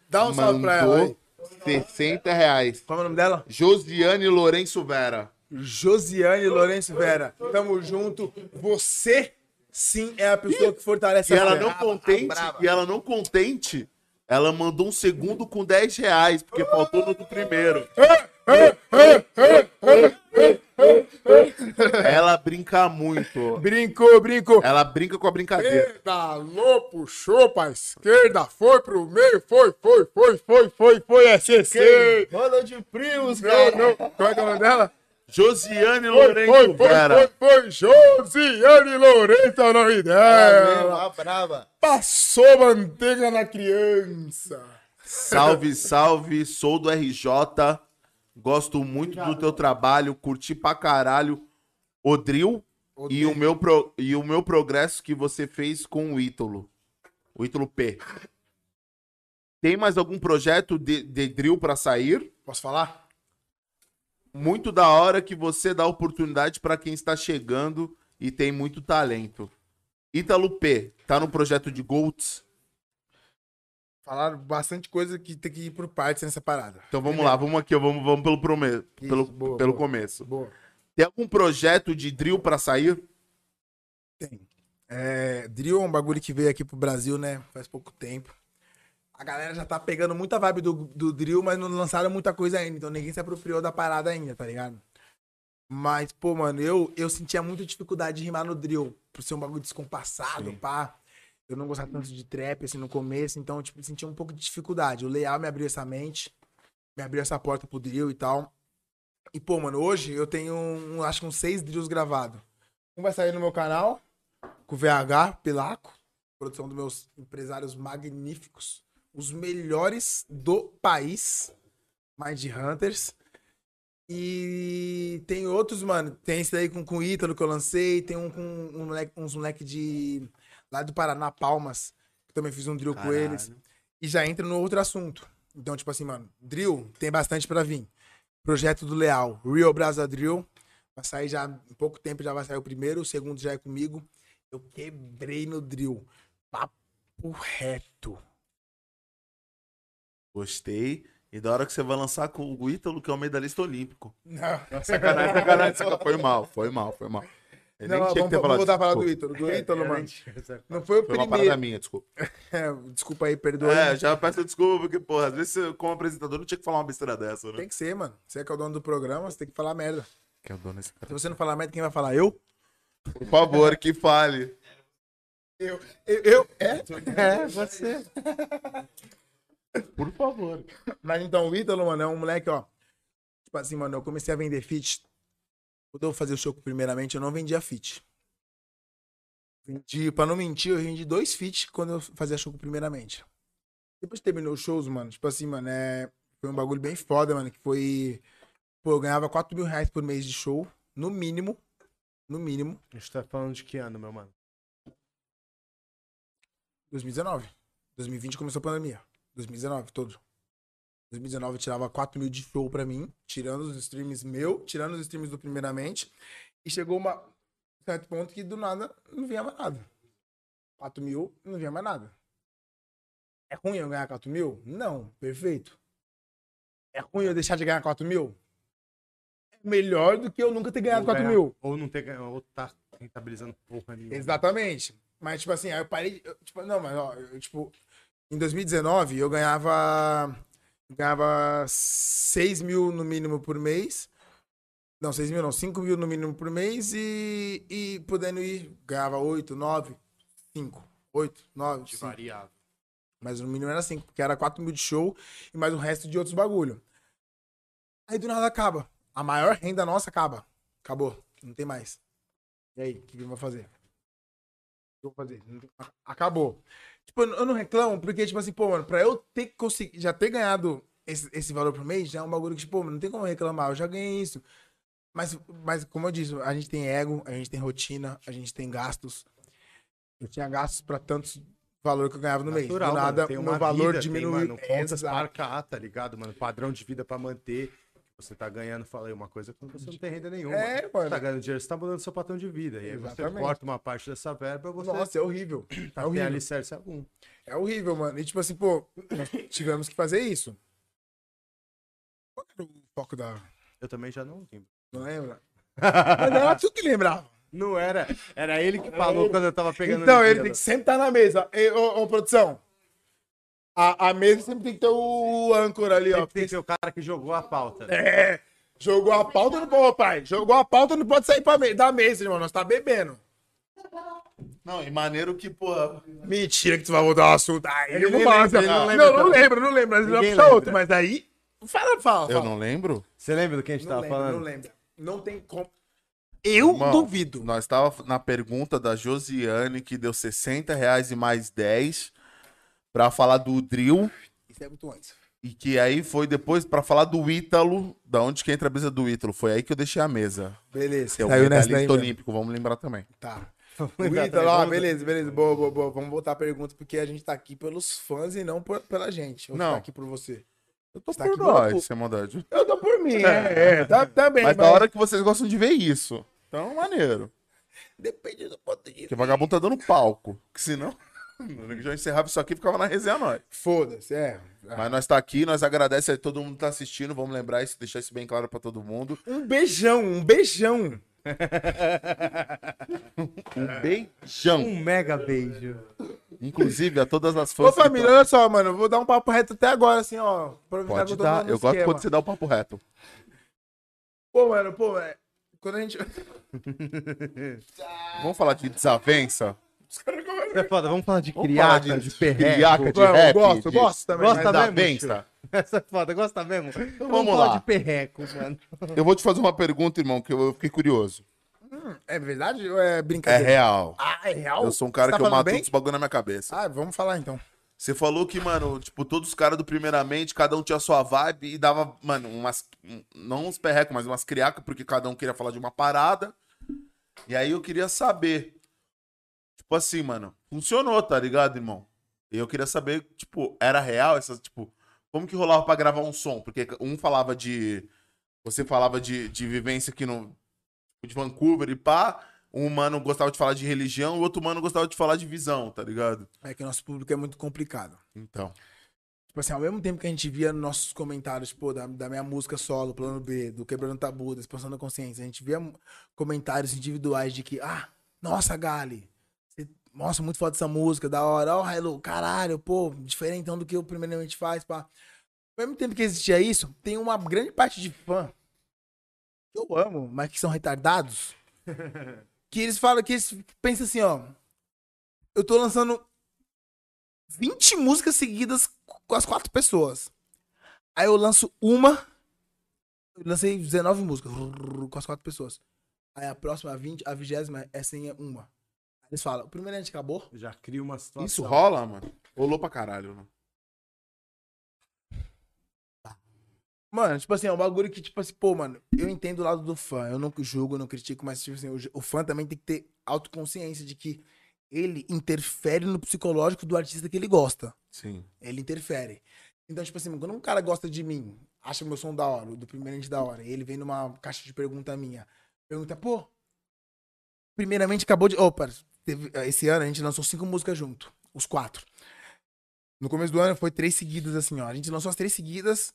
Dá um salve pra ela aí. Mandou 60 reais. Qual é o nome dela? Josiane Lourenço Vera. Josiane Lourenço Vera. Tamo junto. Você sim é a pessoa que fortalece E a ela fé. Ah, não contente, e ela não contente, ela mandou um segundo com 10 reais, porque faltou no do primeiro. Ela brinca muito. Brincou, brincou. Ela brinca com a brincadeira. Pedalou, puxou pra esquerda, foi pro meio, foi, foi, foi, foi, foi, foi, é CC. Rola de primos, Não, cara. não, como é que é o nome dela? Josiane Foi, Lourenço foi, foi, foi, Vera. foi, Josiane Lourenço é o nome Ela dela. mesma, a brava. Passou manteiga na criança. Salve, salve, sou do RJ. Gosto muito do teu trabalho, curti pra caralho. Odril e o, meu pro- e o meu progresso que você fez com o Ítalo. O Ítalo P. Tem mais algum projeto de, de drill pra sair? Posso falar? muito da hora que você dá oportunidade pra quem está chegando e tem muito talento. Ítalo P, tá no projeto de Golds? Falaram bastante coisa que tem que ir por partes nessa parada. Então vamos lá, vamos aqui, ó, vamos, vamos pelo, prome- pelo, boa, pelo boa. começo. Boa. Tem algum projeto de drill pra sair? Tem. É, drill é um bagulho que veio aqui pro Brasil, né? Faz pouco tempo. A galera já tá pegando muita vibe do, do drill, mas não lançaram muita coisa ainda. Então ninguém se apropriou da parada ainda, tá ligado? Mas, pô, mano, eu, eu sentia muita dificuldade de rimar no drill. Por ser um bagulho descompassado, pá. Eu não gostava tanto de trap, assim, no começo. Então, tipo, sentia um pouco de dificuldade. O layout me abriu essa mente. Me abriu essa porta pro drill e tal. E, pô, mano, hoje eu tenho, um- acho que uns seis drills gravados. Um vai sair no meu canal com o VH Pilaco, produção dos meus empresários magníficos, os melhores do país, Mind Hunters. E tem outros, mano. Tem esse daí com, com o Ítalo que eu lancei, tem um com um moleque- uns moleque de lá do Paraná, Palmas, que também fiz um drill com eles. E já entra no outro assunto. Então, tipo assim, mano, drill tem bastante pra vir. Projeto do Leal, Real Brasa Drill. Vai sair já em pouco tempo, já vai sair o primeiro, o segundo já é comigo. Eu quebrei no drill. Papo reto. Gostei. E da hora que você vai lançar com o Ítalo, que é o medalhista olímpico. Não, Sacanagem, sacanagem, sacanagem. Foi mal, foi mal, foi mal. Eu não nem tinha que vamos, ter vamos falado voltar a falar desculpa. É, do Ítalo. Do Ítalo, mano. Essa- Não foi o Foi uma parada primeiro. minha, desculpa. É, desculpa aí, perdoa. É, já peço desculpa, porque, porra, às vezes, você, como apresentador, não tinha que falar uma besteira dessa, né? Tem que ser, mano. Você é que é o dono do programa, você tem que falar merda. Que é o dono desse Se cara. você não falar merda, quem vai falar? Eu? Por favor, que fale. Eu, eu, eu é. É, você. Por favor. Mas então, o Ítalo, mano, é um moleque, ó. Tipo assim, mano, eu comecei a vender fit. Quando eu fazia o show primeiramente, eu não vendia fit. Vendi, pra não mentir, eu vendi dois fit quando eu fazia show primeiramente. Depois que terminou os shows, mano, tipo assim, mano, é... foi um bagulho bem foda, mano, que foi... Pô, eu ganhava 4 mil reais por mês de show, no mínimo, no mínimo, A gente tá falando de que ano, meu mano? 2019. 2020 começou a pandemia. 2019, todo. 2019 eu tirava 4 mil de show pra mim, tirando os streams meu, tirando os streams do primeiramente. E chegou uma um certo ponto que do nada não vinha mais nada. 4 mil, não vinha mais nada. É ruim eu ganhar 4 mil? Não, perfeito. É ruim eu deixar de ganhar 4 mil? É melhor do que eu nunca ter ganhado Ou 4 ganhar- mil. Ou não ter ganhado, ou tá rentabilizando porra nenhuma. Exatamente. Mas, tipo assim, aí eu parei. eu, tipo, não, mas, ó, eu, tipo, em 2019 eu ganhava. eu ganhava 6 mil no mínimo por mês. Não, 6 mil não, 5 mil no mínimo por mês e, e podendo ir. Ganhava 8, 9, 5, 8, 9, 5. variável. Mas no mínimo era 5, porque era 4 mil de show e mais o resto de outros bagulho. Aí do nada acaba. A maior renda nossa acaba. Acabou. Não tem mais. E aí, o que que eu vou fazer? O que eu vou fazer? Não tem- a- Acabou. Tipo, eu não- eu não reclamo, porque, tipo assim, pô, mano, pra eu ter que conseguir, já ter ganhado esse, esse valor por mês, já é um bagulho que, tipo, mano, não tem como eu reclamar, eu já ganhei isso. Mas, mas, como eu disse, a gente tem ego, a gente tem rotina, a gente tem gastos. Eu tinha gastos pra tantos valor que eu ganhava no mês. Natural, Do mano, nada, tem o uma meu valor vida, diminuiu. Tem, mano, contas Exato. para cá, tá ligado, mano? Padrão de vida pra manter. Você tá ganhando, falei uma coisa quando você não tem renda nenhuma. É, Você mano. tá ganhando dinheiro, você tá mudando seu padrão de vida. E aí você Exatamente. corta uma parte dessa verba, você Nossa, é horrível. é tem horrível. alicerce algum. É horrível, mano. E tipo assim, pô, nós tivemos que fazer isso. Qual era o foco da. Eu também já não lembro. Não lembra? Mas era tu que lembrava. Não era. Era ele que falou quando eu tava pegando. então, no ele dia tem da- que sempre estar na mesa. Ei, Ô, ô, produção. A, a mesa sempre tem que ter o, o âncora ali, ó. Sempre tem que ser o cara que jogou a pauta. É. Jogou a pauta no pô, pai. Jogou a pauta, não pode sair pra me- da mesa, irmão. Nós tá bebendo. Não, e maneiro que, porra. Mentira que tu vai voltar o assunto. Aí Ele eu vou nem falar. lembra, assim, ele não ó. lembra Não, não também. lembro, não lembro. Mas Ninguém ele vai outro, lembra. é mas aí. Fala, fala. fala. lembro? Você lembra do que a gente Não tava lembro, falando? não lembro. Não tem como. Eu Irmão, duvido. Nós tava na pergunta da Josiane, que deu 60 reais e mais 10 pra falar do drill. Isso é muito antes. E que aí foi depois pra falar do Ítalo, da onde que entra a mesa do Ítalo. Foi aí que eu deixei a mesa. Beleza. Que é o Saiu nessa daí medalhista mesmo. olímpico, vamos lembrar também. Tá. O lembrar Ítalo, também, ó, vamos- beleza, beleza. Boa, boa, boa. Vamos voltar à pergunta, porque a gente tá aqui pelos fãs e não por- pela gente. A gente Não. tá aqui por você. Eu tô Tá por aqui, nós, pô. sem maldade. Eu dou por mim, é, é tá, tá bem. Mas da hora que vocês gostam de ver isso. Então, maneiro. Depende do ponto de Porque vagabundo tá dando palco. Que senão, eu já encerrava isso aqui e ficava na resenha nós. Foda-se, é. Mas nós tá aqui, nós agradecemos a todo mundo que tá assistindo. Vamos lembrar isso, deixar isso bem claro pra todo mundo. Um beijão, um beijão. Um beijão. Um mega beijo. Inclusive, a todas as fãs. Ô, que família, tão- olha só, mano, eu vou dar um papo reto até agora, assim, ó. Aproveitar Pode tô dar. no Eu gosto esquema. quando você dá o papo reto. Pô, mano, pô, é. Quando a gente. Vamos falar de desavença? É foda, vamos falar de Vamos falar criaca, de, perreco. Criaca, de Vamos, rap. gosto, de... gosto também. de Gosta mas- mesmo, Desavença. Essa é foda, gosta mesmo? Então vamos falar lá. de perreco, mano. Eu vou te fazer uma pergunta, irmão, que eu eu fiquei curioso. É verdade ou é É brincadeira? real. Ah, é real? Eu sou um Você cara tá que eu falando mato bem? uns bagulho na minha cabeça. Ah, vamos falar então. Você falou que, mano, tipo, todos os caras do Primeiramente, cada um tinha sua vibe e dava, mano, umas. um- Não uns perrecos, mas umas criacas, porque cada um queria falar de uma parada. E aí eu queria saber. Tipo assim, mano, funcionou, tá ligado, irmão? E eu queria saber, tipo, era real essa, tipo, como que rolava pra gravar um som? Porque um falava de. Você falava de, de vivência aqui no. tipo, de Vancouver e pá. Um mano gostava de falar de religião, o outro mano gostava de falar de visão, tá ligado? É que o nosso público é muito complicado. Então. Tipo assim, ao mesmo tempo que a gente via nossos comentários, pô, da, da minha música solo, plano B, do Quebrando Tabu, da Expansão da Consciência, a gente via m- comentários individuais de que, ah, nossa, Gali, você- nossa, muito foda essa música, da hora, ó, Hello, caralho, pô, diferentão do que o primeiramente faz, pá. Ao mesmo tempo que existia isso, tem uma grande parte de fã que eu amo, mas que são retardados, que eles falam, que eles pensam assim, ó, eu tô lançando 20 músicas seguidas com as quatro pessoas. Aí eu lanço uma. Eu lancei 19 músicas rrr, com as quatro pessoas. Aí a próxima, a 20, a vigésima, essa aí é uma. Aí Eles falam, o primeiro a gente acabou. Já cria uma situação. Isso rola, mano? Rolou pra caralho, né? Mano, tipo assim, é um bagulho que, tipo assim, pô, mano, eu entendo o lado do fã. Eu não julgo, não critico, mas, tipo assim, o, o fã também tem que ter autoconsciência de que ele interfere no psicológico do artista que ele gosta. Sim. Ele interfere. Então, tipo assim, quando um cara gosta de mim, acha meu som da hora, o do primeiramente da hora, e ele vem numa caixa de pergunta minha, pergunta, pô, primeiramente acabou de. Opa, teve- eh, esse ano a gente lançou cinco músicas junto, os quatro. No começo do ano foi três seguidas, assim, ó. A gente lançou as três seguidas.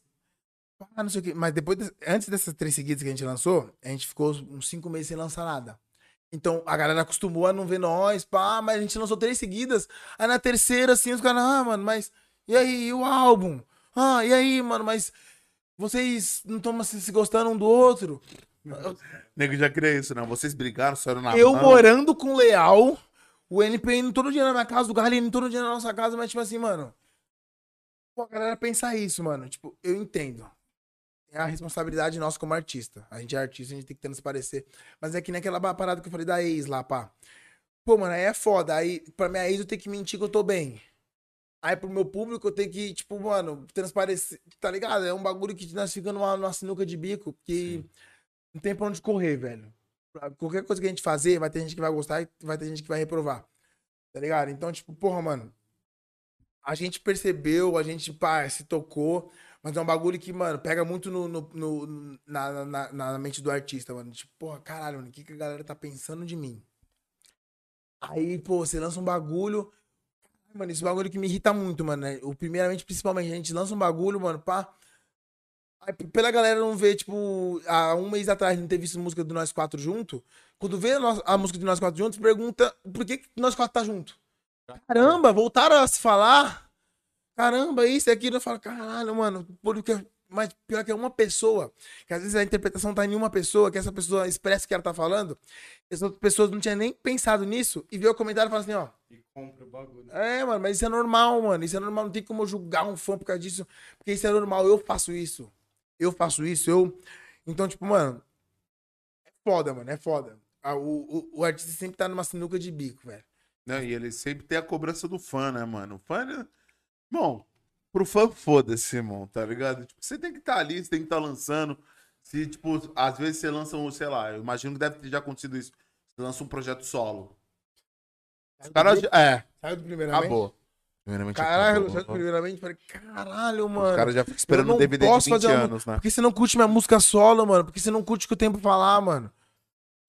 Ah, não sei o quê. Mas depois, des- antes dessas três seguidas que a gente lançou, a gente ficou uns cinco meses sem lançar nada. Então a galera acostumou a não ver nós, pá, mas a gente lançou três seguidas. Aí na terceira, assim, os caras, ah, mano, mas. E aí, e o álbum? Ah, e aí, mano, mas. Vocês não estão se gostando um do outro? Nego já queria isso, né? Vocês brigaram, saíram na eu mão. morando com o Leal, o NP indo todo dia na minha casa, o Garlin indo todo dia na nossa casa, mas tipo assim, mano. Pô, a galera pensar isso, mano. Tipo, eu entendo. É a responsabilidade nossa como artista. A gente é artista, a gente tem que transparecer. Mas é que naquela ba- parada que eu falei da ex lá, pá. Pô, mano, aí é foda. Aí, pra minha ex, eu tenho que mentir que eu tô bem. Aí pro meu público eu tenho que, tipo, mano, transparecer. Tá ligado? É um bagulho que nós ficamos numa, numa sinuca de bico, que não tem pra onde correr, velho. Pra- Qualquer coisa que a gente fazer, vai ter gente que vai gostar e vai ter gente que vai reprovar. Tá ligado? Então, tipo, porra, mano. A gente percebeu, a gente, pá, se tocou. Mas é um bagulho que, mano, pega muito no, no- no- na, na, na mente do artista, mano. Tipo, porra, caralho, mano, o que, que a galera tá pensando de mim? Aí, pô, você lança um bagulho. Mano, esse bagulho que me irrita muito, mano. Né? O, primeiramente, principalmente, a gente lança um bagulho, mano, pá. Aí, p- pela galera não ver, tipo, há um mês atrás não ter visto música do Nós Quatro junto. Quando vê a, nossa- a música do Nós Quatro juntos, pergunta por que, que Nós Quatro tá junto. Caramba, voltaram a se falar. Caramba, isso e aquilo. Eu falo, caralho, mano, porque. Mas pior que é uma pessoa, que às vezes a interpretação tá em uma pessoa, que essa pessoa expressa o que ela tá falando, as outras pessoas não tinham nem pensado nisso, e vê o comentário e fala assim, ó, E compra o bagulho. é, mano, mas isso é normal, mano. Isso é normal. Não tem como eu julgar um fã por causa disso. Porque isso é normal. Eu faço isso. Eu faço isso. Eu. Então, tipo, mano. É foda, mano. É foda. Ah, O, o, o artista sempre tá numa sinuca de bico, velho. Não, né? e ele sempre tem a cobrança do fã, né, mano? O fã, ele... Bom, pro fã, foda-se, irmão, tá ligado? Tipo, você tem que estar ali, você tem que estar lançando. Se, tipo, às vezes você lança um, sei lá, eu imagino que deve ter já acontecido isso. Você lança um projeto solo. Os caras. já- É, Saiu do primeiro acabou. Primeiramente, Caralho, eu- Luciano, primeiramente, falei, caralho, mano. Os caras já ficam esperando eu o não DVD posso de 20 fazer uma mu- anos, né? Por que você não curte minha música solo, mano? Por que você não curte o que eu tenho pra falar, mano?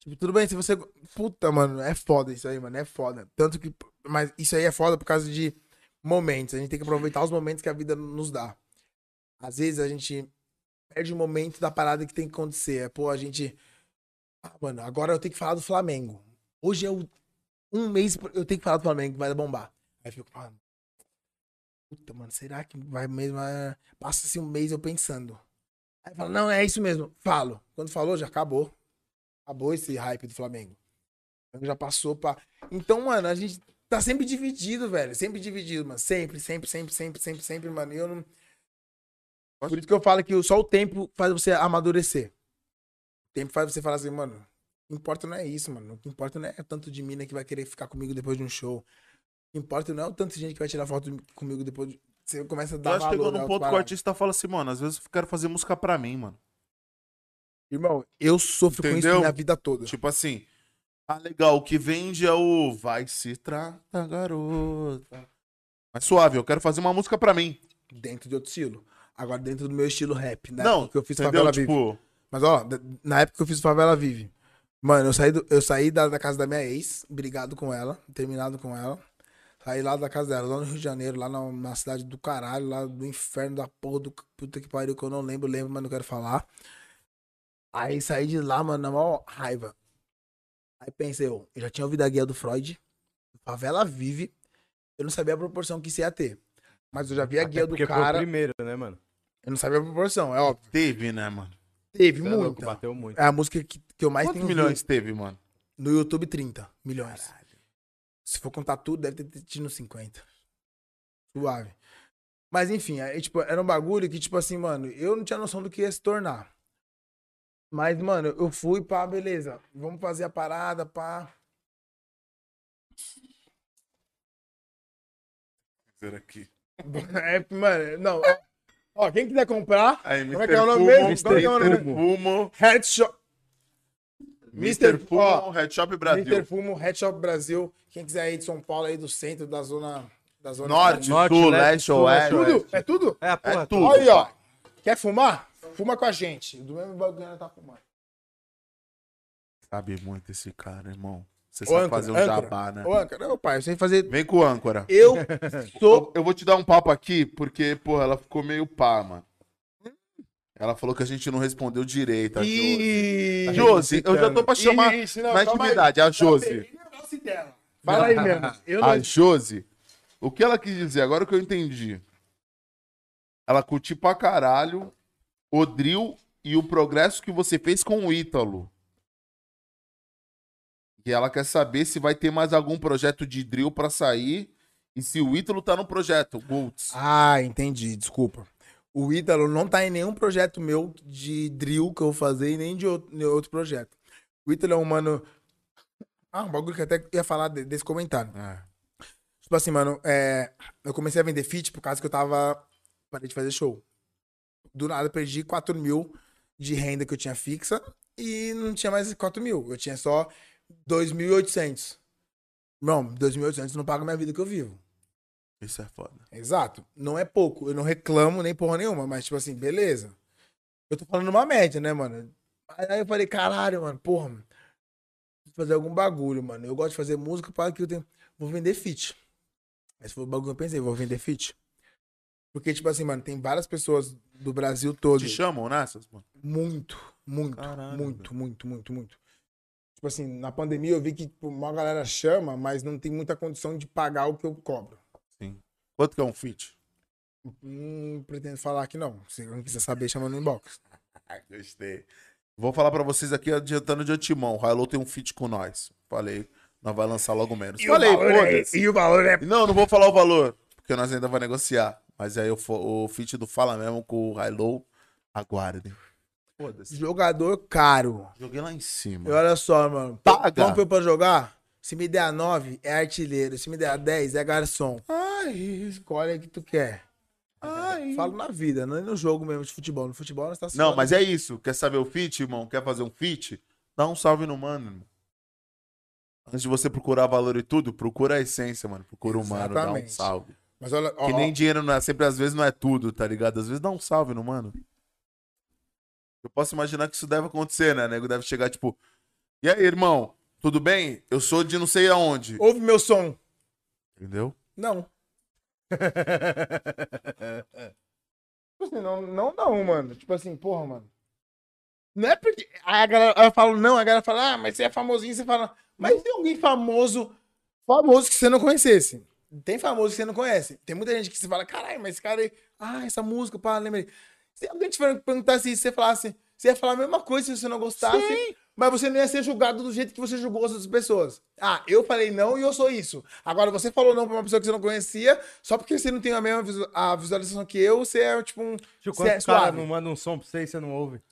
Tipo, tudo bem, se você. Puta, mano, é foda isso aí, mano. É foda. Tanto que. Mas isso aí é foda por causa de momentos. A gente tem que aproveitar os momentos que a vida nos dá. Às vezes a gente perde o momento da parada que tem que acontecer. É, pô, a gente. Ah, mano, agora eu tenho que falar do Flamengo. Hoje é o. Um mês eu tenho que falar do Flamengo, vai bombar. Aí eu fico, mano. Puta, mano, será que vai mesmo? Ah, Passa-se um mês eu pensando. Aí fala, não, é isso mesmo. Falo. Quando falou, já acabou. Acabou esse hype do Flamengo. O Flamengo Já passou pra. Então, mano, a gente tá sempre dividido, velho. Sempre dividido, mano. Sempre, sempre, sempre, sempre, sempre, sempre, mano. E eu não. Por isso que eu falo que só o tempo faz você amadurecer. O tempo faz você falar assim, mano, o que importa não é isso, mano. O que importa não é tanto de mina que vai querer ficar comigo depois de um show. O que importa não é o tanto de gente que vai tirar foto de- comigo depois de... Você começa a Eu dar acho que chegou valor né, na num ponto que o parada. artista fala assim, mano, às vezes eu quero fazer música pra mim, mano. Irmão, eu sofro com isso Entendeu? na minha vida toda. Tipo assim, ah, legal, o que vende é o vai se trata, garota. Mas suave, eu quero fazer uma música pra mim. dentro de outro estilo. Agora dentro do meu estilo rap, né? não, que eu fiz entendeu? Favela Vive. Tipo, Mas ó, da- na época que eu fiz Favela Vive. Mano, eu saí, do- eu saí da, da casa da minha ex, brigado com ela, terminado com ela. Saí lá da casa dela, lá no Rio de Janeiro, lá na, na cidade do caralho, lá do inferno da porra do c- puta que pariu, que eu não lembro, lembro, mas não quero falar. Aí saí de lá, mano, na maior raiva. Aí pensei, eu, eu já tinha ouvido a guia do Freud, Favela Vive, eu não sabia a proporção que isso ia ter. Mas eu já vi a é guia do porque foi o cara. primeiro, né, mano? Eu não sabia a proporção, é óbvio. teve, né, mano? Teve Você é louco, muita. bateu muito. É a música que, que eu mais Quantos tenho milhões milhões? teve, mano? no YouTube, 30 milhões. Se for contar tudo, deve ter tido uns 50. Suave. Mas enfim, aí, tipo, era um bagulho que, tipo assim, mano, eu não tinha noção do que ia se tornar. Mas, mano, eu fui, pá, beleza. Vamos fazer a parada, pá. Ver aqui. É, mano, não. ó, Ó, quem quiser comprar, Aí, Como é Mr. que é o nome Fumo, mesmo? Como é que é o nome Mr. Fumo, Headshot. Mr. Mr. Ó, Fumo, Red Shop Brasil. Mr. Fumo, Head Shop Brasil. Quem quiser aí de São Paulo, aí do centro, da zona. Da zona Norte, Norte, Sul, Leste, Leste, Sul, Oeste. Leste, Tudo? É tudo? É, a porra, tudo. toda. Olha aí, ó. Quer fumar? Fuma com a gente. Do mesmo bagulho que ela tá fumando. Sabe muito esse cara, irmão. Você Ô, sabe âncora, fazer um âncora. jabá, né? Ô, Ancora, não, pai, eu sei fazer. Vem com o âncora. Eu Eu, sou. eu vou te dar um papo aqui, porque, porra, ela ficou meio pá, mano. Ela falou que a gente não respondeu direito. A Josi. Ih, Josi, eu já tô pra chamar Ixi, não, na calma aí. intimidade, a Josi. Peguei o negócio dela. Fala aí mesmo. Eu não. A Josi, o que ela quis dizer, agora que eu entendi. Ela curtiu pra caralho o drill e o progresso que você fez com o Ítalo. E ela quer saber se vai ter mais algum projeto de drill pra sair e se o Ítalo tá no projeto, Golds. Ah, entendi. Desculpa. O Ítalo não tá em nenhum projeto meu de drill que eu vou fazer e nem de outro, de outro projeto. O Ítalo é um mano. Ah, um bagulho que eu até ia falar de- desse comentário. Tipo assim, mano, é, eu comecei a vender fit por causa que eu tava. Parei de fazer show. Do nada eu perdi 4 mil de renda que eu tinha fixa e não tinha mais 4 mil. Eu tinha só 2.800. Não, 2.800 não paga a minha vida que eu vivo. Isso é foda. Exato. Não é pouco. Eu não reclamo nem porra nenhuma, mas tipo assim, beleza. Eu tô falando uma média, né, mano? Aí eu falei, caralho, mano, porra, mano, preciso fazer algum bagulho, mano. Eu gosto de fazer música para que eu tenho. Vou vender fit. Esse foi o bagulho que eu pensei, vou vender fit. Porque, tipo assim, mano, tem várias pessoas do Brasil todo. Te chamam nessas, mano? Muito, muito, Caralho, muito, muito, muito, muito. Tipo assim, na pandemia eu vi que tipo, uma galera chama, mas não tem muita condição de pagar o que eu cobro. Quanto que é um feat? Não pretendo falar aqui não. Se não quiser saber, chama no inbox. Ah, gostei. Vou falar pra vocês aqui adiantando de antemão. O Hilo tem um feat com nós. Falei, nós vai lançar logo menos. Falei, foda-se. e o valor é. Não, não vou falar o valor, porque nós ainda vamos negociar. Mas aí o, fo- o feat do Fala mesmo com o Hilo, aguardem. Foda-se. Jogador caro. Joguei lá em cima. E olha só, mano. Paga. Vamos pra- pra jogar? Se me der a 9, é artilheiro. Se me der a 10, é garçom. Ai, Escolhe a que tu quer. ai. Falo na vida, não é no jogo mesmo de futebol. No futebol nós tá Não, suando. mas é isso. Quer saber o feat, irmão? Quer fazer um feat? Dá um salve no mano, irmão. Antes de você procurar valor e tudo, procura a essência, mano. Procura o mano, dá um Exatamente. salve. Mas olha, ó, Que ó, nem dinheiro não é, sempre às vezes não é tudo, tá ligado? Às vezes dá um salve no mano. Eu posso imaginar que isso deve acontecer, né? Nego deve chegar tipo: E aí, irmão, tudo bem? Eu sou de não sei aonde. ouve meu som. Entendeu? Não. Tipo assim, não, não dá um, mano. Tipo assim, porra, mano. Não é porque. Aí a galera aí eu falo, não, a galera fala, ah, mas você é famosinho, você fala. Mas tem alguém famoso, famoso que você não conhecesse. Tem famoso que você não conhece. Tem muita gente que se fala, caralho, mas esse cara aí. Ah, essa música, pá, lembrei. Se alguém te perguntasse isso, você falasse, você ia falar a mesma coisa se você não gostasse. Mas você não ia ser julgado do jeito que você julgou as outras pessoas. Ah, eu falei não e eu sou isso. Agora, você falou não pra uma pessoa que você não conhecia, só porque você não tem a mesma visu- a visualização que eu, você é tipo um. Tio, Cê quando é o cara suave. não manda um som pra você e você não ouve. O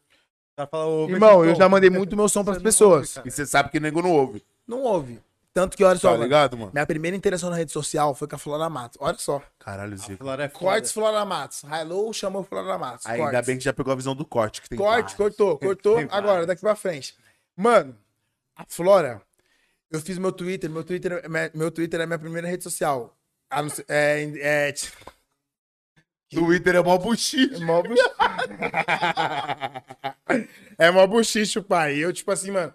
cara fala, ouve Irmão, esse eu som. já mandei muito meu som Você pras não pessoas. ouve, E você sabe que nego não ouve. Não ouve. Tanto que, olha só, Tá mano, ligado, mano? minha primeira interação na rede social foi com a Flora Matos. Olha só. Caralho, Zico. Flora é foda. Cortes Flora Matos. Hello chamou Flora Matos. Ainda Cortes. bem que já pegou a visão do corte que tem. Corte, cortou, cortou. Tem Agora, vários. daqui pra frente. Mano, a Flora, eu fiz meu Twitter. Meu Twitter, é minha- meu Twitter é a minha primeira rede social. A não ser- é, é, t- Twitter é mó buchiche. é mó buchicho. é mó buchicho, pai. Eu, tipo assim, mano,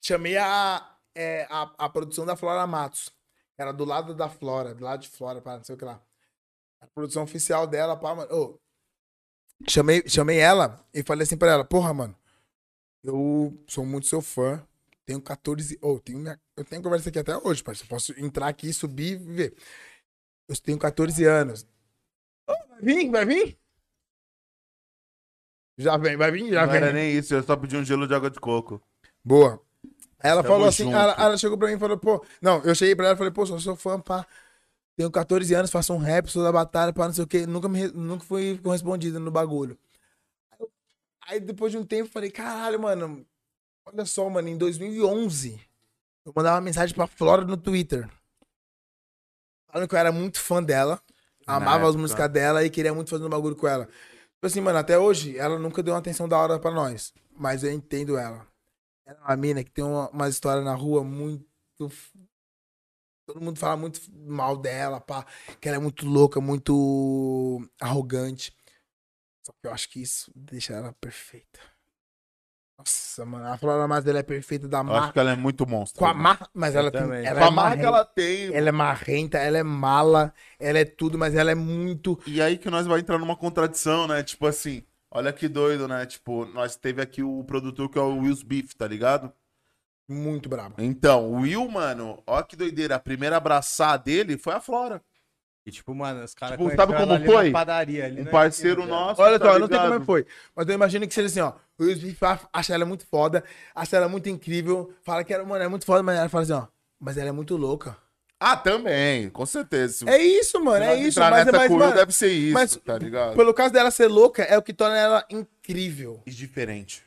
chamei a, é, a, a produção da Flora Matos. Era do lado da Flora, do lado de Flora, para não sei o que lá. A produção oficial dela, pá, mano. Ô, chamei, chamei ela e falei assim pra ela, porra, mano, eu sou muito seu fã. Tenho 14. Ou, tenho minha- eu tenho conversa aqui até hoje, parceiro. Posso entrar aqui, subir e ver. Eu tenho 14 anos. Ô, vai vir? Vai vir? Já vem, vai vir? Já Não vem. era nem isso, eu só pedi um gelo de água de coco. Boa. Aí Ela Tamo falou assim, junto. ela, ela chegou pra mim e falou, pô, não, eu cheguei pra ela e falei, pô, sou sou fã, pá, tenho 14 anos, faço um rap, sou da batalha, pá, não sei o quê, nunca, me, re- nunca fui correspondido no bagulho. Aí depois de um tempo eu falei, caralho, mano, olha só, mano, em 2011, eu mandava uma mensagem pra Flora no Twitter, falando que eu era muito fã dela, amava as época. músicas dela e queria muito fazer um bagulho com ela. Tipo assim, mano, até hoje, ela nunca deu uma atenção da hora pra nós, mas eu entendo ela. Ela é uma mina que tem uma, uma história na rua muito. f- Todo mundo fala muito f- mal dela, pá. Que ela é muito louca, muito arrogante. Só que eu acho que isso deixa ela perfeita. Nossa, mano, a Flora Matos ela é perfeita da Eu acho marca. que ela é muito monstro. Com a marca, mas ela tem. também. Ela Com é a marca marrenta, ela tem. ela é marrenta, ela é mala, ela é tudo, mas ela é muito. E aí que nós vai entrar numa contradição, né? Tipo assim, olha que doido, né? Tipo, nós teve aqui o produtor que é o Will's Beef, tá ligado? Muito braba. Então, o Will, mano, ó que doideira. A primeira abraçar dele foi a Flora. E tipo, mano, os caras Tipo, conheceram sabe ela como ali na foi? Padaria, ali né? Um na parceiro esquina, nosso. Olha tá só, eu não sei ligado? como é que foi. Mas eu imagino que seja assim, ó. O Will Smith fa- acha ela muito foda, acha ela muito incrível, fala que ela, mano, é muito foda, mas ela fala assim, ó. Mas ela é muito louca. Ah, também, com certeza. Se É isso, mano, é nós isso. entrar Mas, nessa mas, com o Will, mano, deve ser isso, mas- tá ligado? pelo caso dela ser louca, é o que torna ela incrível. E diferente.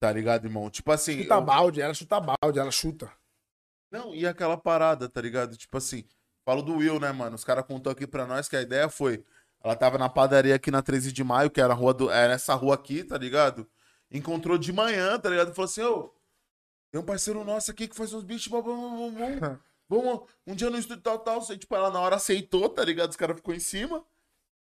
Tá ligado, irmão? Tipo assim. Chuta eu- balde, ela chuta balde, ela chuta. Não, e aquela parada, tá ligado? Tipo assim, falo do Will, né, mano? Os caras contou aqui pra nós que a ideia foi. Ela tava na padaria aqui na 13 de maio, que era, a rua do, era essa rua aqui, tá ligado? Encontrou de manhã, tá ligado? Falou assim, ô, tem um parceiro nosso aqui que faz uns bichos, blá, blá, blá, blá, blá. vamos, um dia no estúdio tal, tal. sei. Tipo, ela na hora aceitou, tá ligado? Os caras ficou em cima.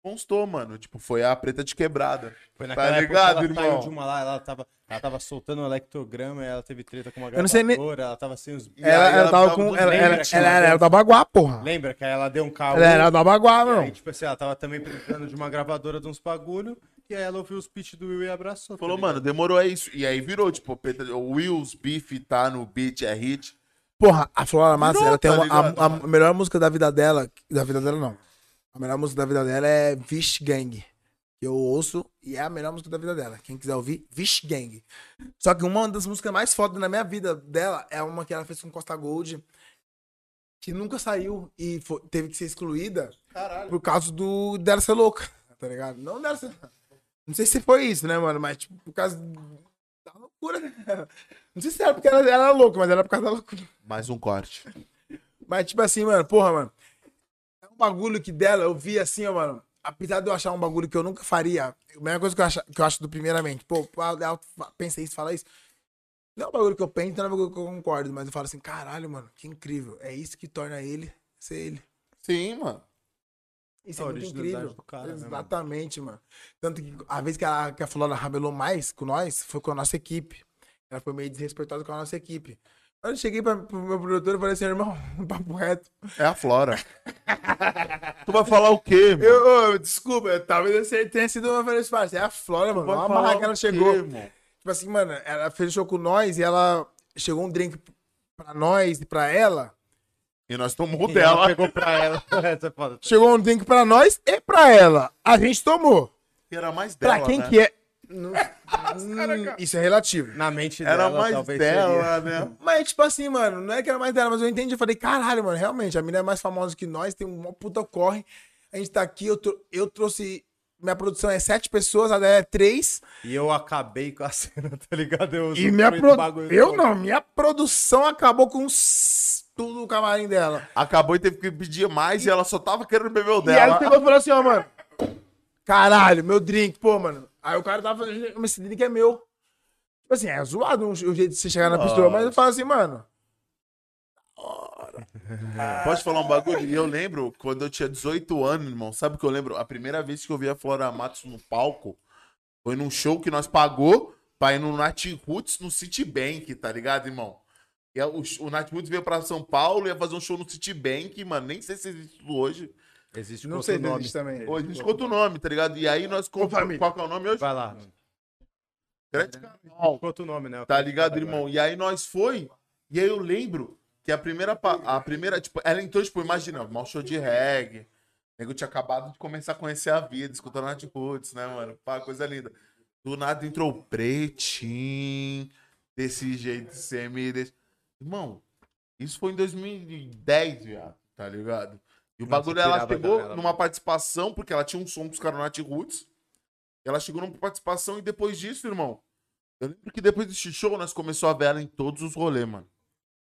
Constou, mano. Tipo, foi a preta de quebrada. Foi Tá naquela época que ligado, ela irmão? saiu de uma lá, ela tava, ela tava soltando um electrograma, ela teve treta com uma Eu não sei gravadora, nem- ela tava sem os... aí Ela, ela ela tá um tava tava com. do Ela, ela, Lembra que ela né? ela era deu- da Baguá, porra. Lembra que aí ela deu um caô? Ela era da Baguá, e meu. aí, tipo assim, ela tava também brincando de uma gravadora de uns bagulho, e aí ela ouviu os pitch do Will e abraçou. Falou, tá mano, demorou, é isso. E aí virou, tipo, preta, o Will's Beef tá no beat, é hit. Porra, a Flora Massa, Virou, ela tem tá uma, ligado, a, a mano? melhor música da vida dela. Da vida dela, não. A melhor música da vida dela é Vish Gang. que Eu ouço e é a melhor música da vida dela. Quem quiser ouvir, Vish Gang. Só que uma das músicas mais fodas na minha vida dela é uma que ela fez com Costa Gold, que nunca saiu e fo- teve que ser excluída por causa do dela ser louca, tá ligado? Não dela ser. Não sei se foi isso, né, mano? Mas, tipo, por causa da loucura dela. Não sei se era porque ela ela era louca, mas era por causa da loucura. Mais um corte. Mas, tipo assim, mano, porra, mano. É um bagulho que dela, eu vi assim, ó, mano. Apesar de eu achar um bagulho que eu nunca faria, a primeira coisa que eu acho, que eu acho do primeiramente, pô, pá, Léo, fa- pensa isso, fala isso. Não é um bagulho que eu penso, não é um bagulho que eu concordo, mas eu falo assim, caralho, mano, que incrível. É isso que torna ele ser ele. Sim, mano. A Isso é muito originalidade incrível. do cara, né, mano? Exatamente, mano? Tanto que a vez que a, que a Flora rabelou mais com nós foi com a nossa equipe. Ela foi meio desrespeitosa com a nossa equipe. Aí Eu cheguei pra, pro meu produtor e falei assim, irmão, papo reto. É a Flora. tu vai falar o quê, mano? Eu, ô, desculpa, eu- talvez eu sei- tenha sido uma vez assim, é a Flora, mano. Vai Uma falar marra o que ela quê, chegou. irmão? Tipo assim, mano, ela fechou com nós e ela chegou um drink pra nós e pra ela. E nós tomamos o E ela é dela. pegou pra ela. Essa é foda. Chegou um drink pra nós e pra ela. A gente tomou. Era mais dela. Pra quem né? que é? Não- Hum, isso é relativo. Na mente dela, Era mais talvez dela, seria. né? Mas, tipo assim, mano, não é que era mais dela, mas eu entendi. Eu falei, caralho, mano, realmente, a mina é mais famosa que nós, tem uma puta corre. A gente tá aqui, eu, tro- eu trouxe. Minha produção é sete pessoas, a dela é três. E eu acabei com a cena, tá ligado? Eu E minha fui do pro... bagulho Eu todo. não, minha produção acabou com s- tudo o camarim dela. Acabou e teve que pedir mais e ela só tava querendo beber o E aí dela. ele pegou e falou assim, ó, mano. Caralho, meu drink, pô, mano. Aí o cara tava falando, mas esse drink é meu. Tipo assim, é zoado um- o jeito de você chegar na pistola, mas eu falo assim, mano. Pode falar um bagulho? E eu lembro, quando eu tinha 18 anos, irmão, sabe o que eu lembro? A primeira vez que eu vi a Flora Matos no palco foi num show que nós pagou pra ir no Nat Roots no Citibank, tá ligado, irmão? E a- o, o Nat Roots veio pra São Paulo e ia fazer um show no Citibank, mano. Nem sei se existe isso hoje. Existe Não outro sei se nome. existe também. Tipo, Hoje a gente conta o nome, tá ligado? E aí nós compramos. família. Qual que é o nome hoje? Vai lá. Grande Canal. Conta o nome, né? Tá ligado, irmão? E aí nós foi. E aí eu lembro que a primeira. pa- A primeira tipo, ela entrou, tipo, imagina, mal show de reggae. O nego tinha acabado de começar a conhecer a vida, escutando Nat Roots, né, mano? Pá, coisa linda. Do nada entrou o pretinho, desse jeito, semi. Desse... Irmão, isso foi em 2010, viado, tá ligado? E o Nossa, bagulho, ela tirava a chegou galera. numa participação, porque ela tinha um som com os caras no Nat Roots. Ela chegou numa participação e depois disso, irmão, eu lembro que depois desse show, nós começou a ver ela em todos os rolês, mano.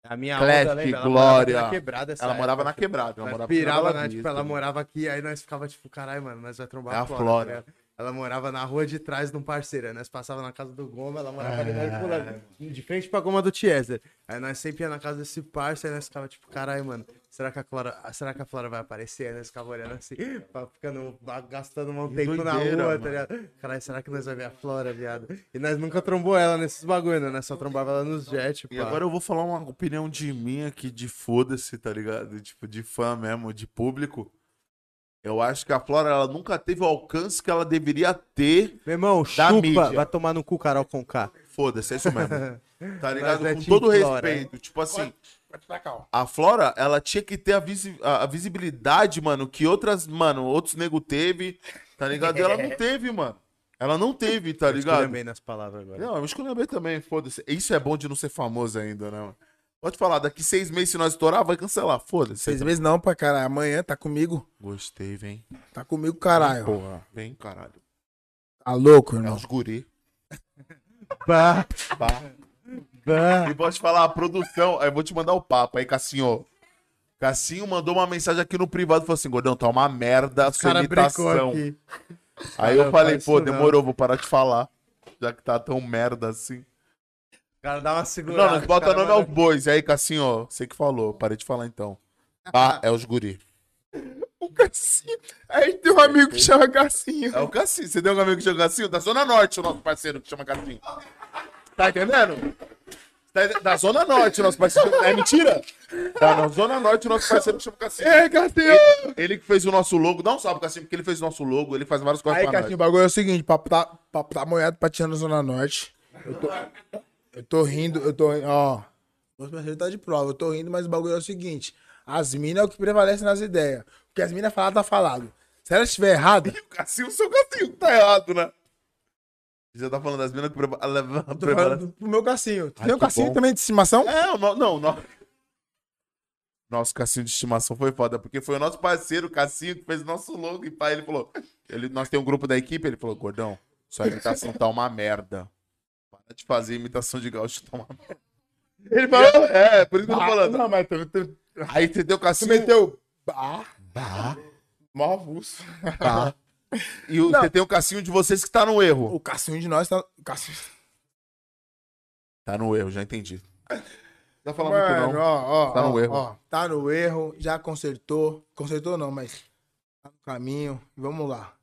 A minha Clash, onda, lembra? Ela Glória. morava na quebrada essa ela morava época. na quebrada. Ela Nós morava pirava, né? na Tipo, ela morava aqui, aí nós ficava tipo, caralho, mano, nós vai trombar É a tá Flora. ligado? ela morava na rua de trás de um parceiro. Aí nós passava na casa do Goma, ela morava ali na É. Herculano, de frente pra Goma do Tieser. Aí nós sempre ia na casa desse parceiro, aí nós ficava tipo, caralho, mano, será que a Flora, será que a Flora vai aparecer? Aí nós ficava olhando assim, pra- ficando gastando um tempo na doideira, rua, mano. tá ligado? Caralho, será que nós vamos ver a Flora, viado? E nós nunca trombou ela nesses bagulho, né? Nós só trombava ela nos jets, E agora eu vou falar uma opinião de mim aqui, de foda-se, tá ligado? Tipo, de fã mesmo, de público. Eu acho que a Flora, ela nunca teve o alcance que ela deveria ter. Meu irmão, Da chupa, mídia. vai tomar no cu, Carol Conká. Foda-se, é isso mesmo. Tá ligado? é Com Team todo Flora. é. respeito. Tipo assim, Vai pra cá, ó. a Flora, ela tinha que ter a, visi- a- a visibilidade, mano, que outras, mano, outros nego teve, tá ligado? E Ela não teve, mano. Ela não teve, tá ligado? Escolha bem nas palavras agora. Não, eu esculhambei também, foda-se. Isso é bom de não ser famoso ainda, né? mano? Pode falar, daqui seis meses, se nós estourar, vai cancelar, foda-se. Seis meses não, pra caralho. Amanhã tá comigo. Gostei, vem. Tá comigo, caralho. Porra. Vem, caralho. Tá louco, É irmão. uns guri. Bah, Pá. bah. E pode falar, a produção, eu vou te mandar o papo aí, Cassinho. Cassinho mandou uma mensagem aqui no privado, falou assim, gordão, tá uma merda a O sua cara brincou imitação. aqui. Aí Não, eu falei, faz pô, isso não. demorou, vou parar de falar. Já que tá tão merda assim. O cara dá uma Não, segurada. não, o bota cara nome manda- aos bois. E aí, Cassinho, ó, você que falou, parei de falar então. Ah, é os guri. O Cassinho. Aí tem um amigo que chama Cassinho. É o Cassinho. Você tem um amigo que chama Cassinho? Da Zona Norte, o nosso parceiro que chama Cassinho. Tá entendendo? Tá ente- Da Zona Norte, o nosso parceiro. É mentira? Tá, na Zona Norte, o nosso parceiro que chama Cassinho. Ei, Cassinho! Ele que fez o nosso logo. Dá um salve, Cassinho, porque ele fez o nosso logo. Ele faz várias coisas Aí, pra Cassinho, o nós. bagulho é o seguinte: papo tá, papo tá moiado patinando na Zona Norte. Eu tô, eu tô rindo, eu tô. Ó. Meus parceiros tá de prova, eu tô rindo, mas o bagulho é o seguinte: as minas é o que prevalece nas ideias. O que as minas falar tá falado. Se ela estiver errada, O Cassinho, o seu Cassinho, que tá errado, né? Já tá falando das minas que prepara- leva- eu tô falando prepara. do- pro meu Cassinho. Ai, Tem um que Cassinho bom. também de estimação? É, o no- não, não. Nosso cassinho de estimação foi foda, porque foi o nosso parceiro, o cassinho, que fez o nosso logo. E pai, ele falou: ele, Nós tem um grupo da equipe. Ele falou: Gordão, sua imitação tá uma merda. Para de fazer imitação de gaúcho, tá uma merda. Ele falou: É, por isso que eu tô falando. Ah, não, mas tu, tu, Aí entendeu, tu cassinho? meteu. Ah, Bah, mó avulso. bah. E o, você tem o cassinho de vocês que tá no erro. O Cassinho de nós tá. o Cassinho. Tá no erro, já entendi. Não tá falando Mano, muito, não. ó, ó, Tá no ó, erro. ó, tá no erro, já consertou. Consertou não, mas Tá no caminho. Vamos lá.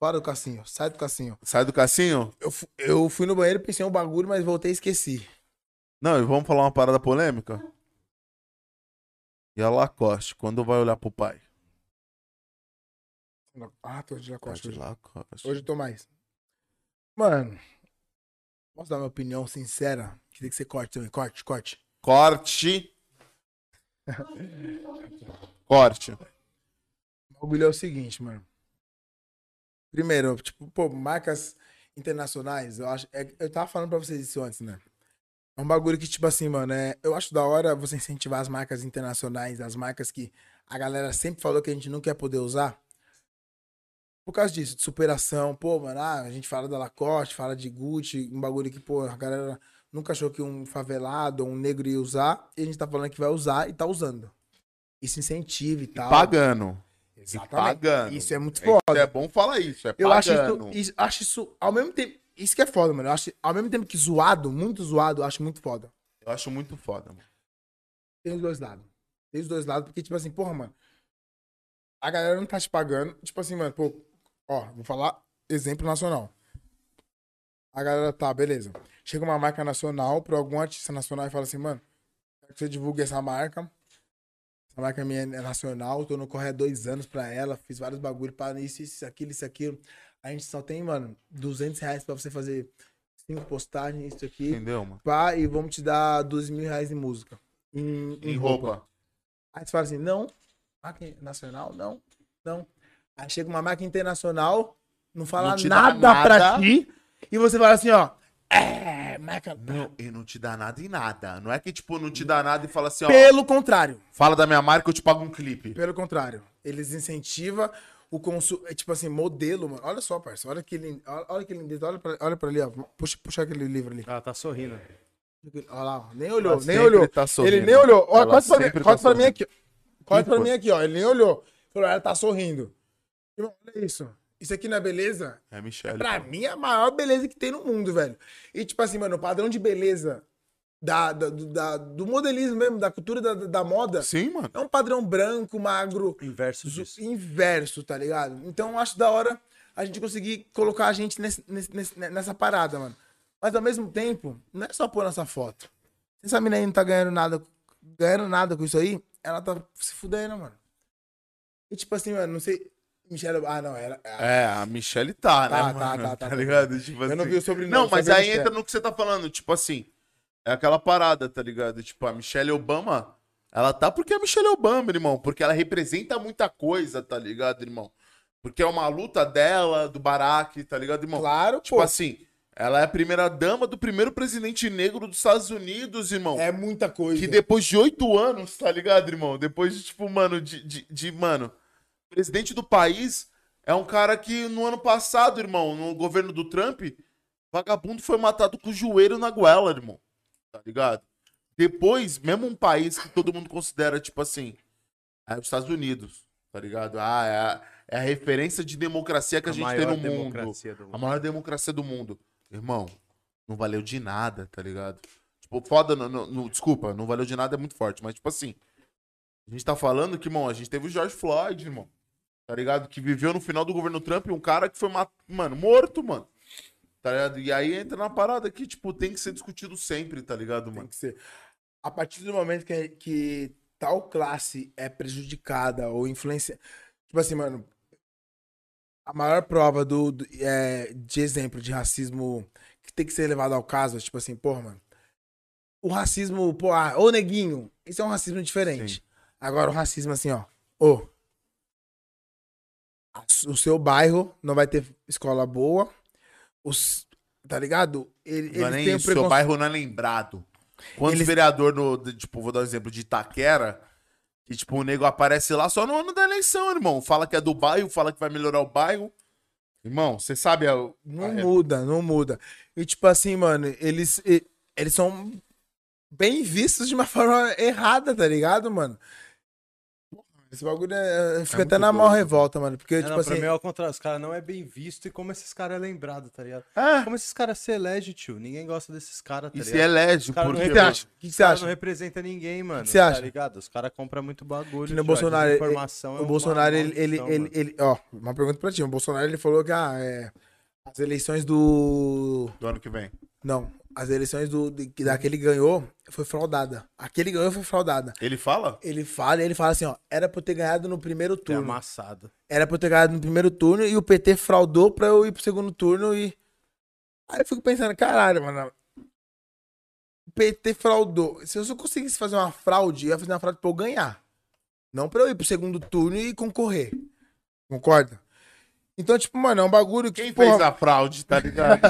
Para do cassinho. Sai do cassinho. Sai do cassinho? Eu, fu- eu fui no banheiro, pensei um bagulho, mas voltei e esqueci. Não, e vamos falar uma parada polêmica? E a Lacoste, quando vai olhar pro pai? Ah, tô de Tá Lacoste de hoje. Lacoste. Hoje eu tô mais. Mano, posso dar minha opinião sincera? Que tem que ser corte também. Corte, corte. Corte. Corte. O bagulho é o seguinte, mano. Primeiro, tipo, pô, marcas internacionais, eu acho. é- eu tava falando pra vocês isso antes, né? É um bagulho que, tipo assim, mano, é, eu acho da hora você incentivar as marcas internacionais, as marcas que a galera sempre falou que a gente nunca ia poder usar. Por causa disso, de superação, pô, mano, ah, a gente fala da Lacoste, fala de Gucci, um bagulho que, pô, a galera nunca achou que um favelado ou um negro ia usar, e a gente tá falando que vai usar e tá usando. Isso incentiva e tal. Pagando. Exatamente. pagando. Isso é muito Isso foda. é bom falar isso. É Eu acho pagando. isso, isso- acho isso, ao mesmo tempo, isso que é foda, mano. Eu acho, ao mesmo tempo que zoado, muito zoado, eu acho muito foda. Eu acho muito foda, mano. Tem os dois lados. Tem os dois lados, porque, tipo assim, porra, mano, a galera não tá te pagando. Tipo assim, mano, pô, ó, vou falar exemplo nacional. A galera tá, beleza. Chega uma marca nacional pra algum artista nacional e fala assim, mano, quero que você divulgue essa marca. Essa marca minha é nacional, tô no corre há dois anos pra ela, fiz vários bagulho para isso, isso, aquilo, isso, aquilo. A gente só tem, mano, 200 reais pra você fazer cinco postagens, isso aqui Entendeu, mano? pá, e vamos te dar dois mil reais em música. Em, em Em roupa. roupa. Aí você fala assim, não, marca nacional, não, não. Aí chega uma marca internacional, não fala Não te dá nada, nada. pra ti, e você fala assim, ó, é, marca... Não, e não te dá nada em nada. Não é que, tipo, não te dá nada e fala assim, ó, Pelo contrário, fala da minha marca, eu te pago um clipe. pelo contrário. Eles incentivam o consumo, é tipo assim, modelo, mano. Olha só, parça, olha que lindo, olha, olha que lindeza, olha pra, olha pra ali, ó, puxa, puxa aquele livro ali. Ela tá sorrindo. Olha lá, ó. nem olhou, Ela nem sempre olhou. tá sorrindo. ele nem olhou. Ó, Ela corta pra, mim, sempre tá corta pra mim sorrindo. aqui. ó. Corta pra Ih, mim aqui, ó. Ele nem olhou. Falou, ela tá sorrindo. Irmão, olha isso. Isso aqui não é beleza? É, Michelle. Pra mim é a maior beleza que tem no mundo, velho. E tipo assim, mano, o padrão de beleza da, da- do, da- do modelismo mesmo, da cultura da, da- da moda, Sim, mano. é um padrão branco, magro, Inverso zo- disso. inverso, tá ligado? Então eu acho da hora a gente conseguir colocar a gente nesse- nesse- nesse- né, nessa parada, mano. Mas ao mesmo tempo, não é só pôr nossa foto. Se essa mina aí não tá ganhando nada, ganhando nada com isso aí, ela tá se fudendo, mano. E tipo assim, mano, não sei. Michelle. Ah, não, ela. É, a Michelle tá, né, Tá, tá, mano? tá, tá, tá. ligado? Tipo Eu não assim. vi o sobrenome, Não, só mas vi a aí Michelle. entra no que você tá falando, tipo assim, é aquela parada, tá ligado? Tipo, a Michelle Obama, ela tá porque é a Michelle Obama, irmão, porque ela representa muita coisa, tá ligado, irmão? Porque é uma luta dela, do Barack, tá ligado, irmão? Claro, Tipo pô. assim, ela é a primeira dama do primeiro presidente negro dos Estados Unidos, irmão. É muita coisa. Que depois de oito anos, tá ligado, irmão? Depois de, tipo, mano, de, de, de, mano, presidente do país é um cara que no ano passado, irmão, no governo do Trump, vagabundo foi matado com o joelho na goela, irmão. Tá ligado? Depois, mesmo um país que todo mundo considera, tipo assim, é os Estados Unidos, tá ligado? Ah, é a, é a referência de democracia que a, gente tem no mundo. do A mundo. maior democracia do mundo. Irmão, não valeu de nada, tá ligado? Tipo, foda, não, não- não- desculpa, não valeu de nada é muito forte, mas tipo assim, a gente tá falando que, irmão, a gente teve o George Floyd, irmão, tá ligado? Que viveu no final do governo Trump um cara que foi, ma- mano, morto, mano. Tá ligado? E aí entra na parada que, tipo, tem que ser discutido sempre, tá ligado, Tem mano? que ser. A partir do momento que, que tal classe é prejudicada ou influenciada. Tipo assim, mano. A maior prova do, do- é, de exemplo de racismo que tem que ser levado ao caso, é tipo assim, porra, mano. O racismo, pô, ah, ô neguinho, isso é um racismo diferente. Agora o racismo assim, ó. Ô. a su- O seu bairro não vai ter escola boa. Os, tá ligado? Ele, Não é eles nem têm um isso, seu preconce- bairro não é lembrado. Quantos Eles- vereador no, de- tipo, vou dar um exemplo de Itaquera, que tipo, o nego aparece lá só no ano da eleição, irmão. Fala que é do bairro, fala que vai melhorar o bairro. Irmão, você sabe é a, Não Ah, é. a- muda, não muda. E tipo assim, mano, eles, e- eles são bem vistos de uma forma errada, tá ligado, mano? Esse bagulho é, fica até na maior revolta, mano. Porque, É, tipo não, assim. pra mim é ao contrário, os caras não é bem visto e como esses caras é lembrado, tá ligado? Ah. Como esses caras se elegem, tio? Ninguém gosta desses caras, tá E ligado? se elege, Os caras é porque... não você acha? O que, que é, você não acha? representa ninguém, mano. você acha? Tá ligado? Os caras compram muito bagulho. Que nem tio, o a Bolsonaro. ele- desinformação é o uma Bolsonaro, ele, maldição, ele, ele, mano. ele- Ó, uma pergunta pra ti. O Bolsonaro, ele falou que ah, é, as eleições do. Do ano que vem. Não, as eleições do, de, daquele ganhou foi fraudada. Aquele ganhou foi fraudada. Ele fala? Ele fala, ele fala assim, ó, era pra eu ter ganhado no primeiro Tá turno. amassado. Era pra eu ter ganhado no primeiro turno e o PT fraudou pra eu ir pro segundo turno e. Aí eu fico pensando, caralho, mano. O PT fraudou. Se eu só conseguisse fazer uma fraude, eu ia fazer uma fraude pra eu ganhar. Não pra eu ir pro segundo turno e concorrer. Concorda? Então, tipo, mano, é um bagulho que. Quem porra, fez a fraude, tá ligado?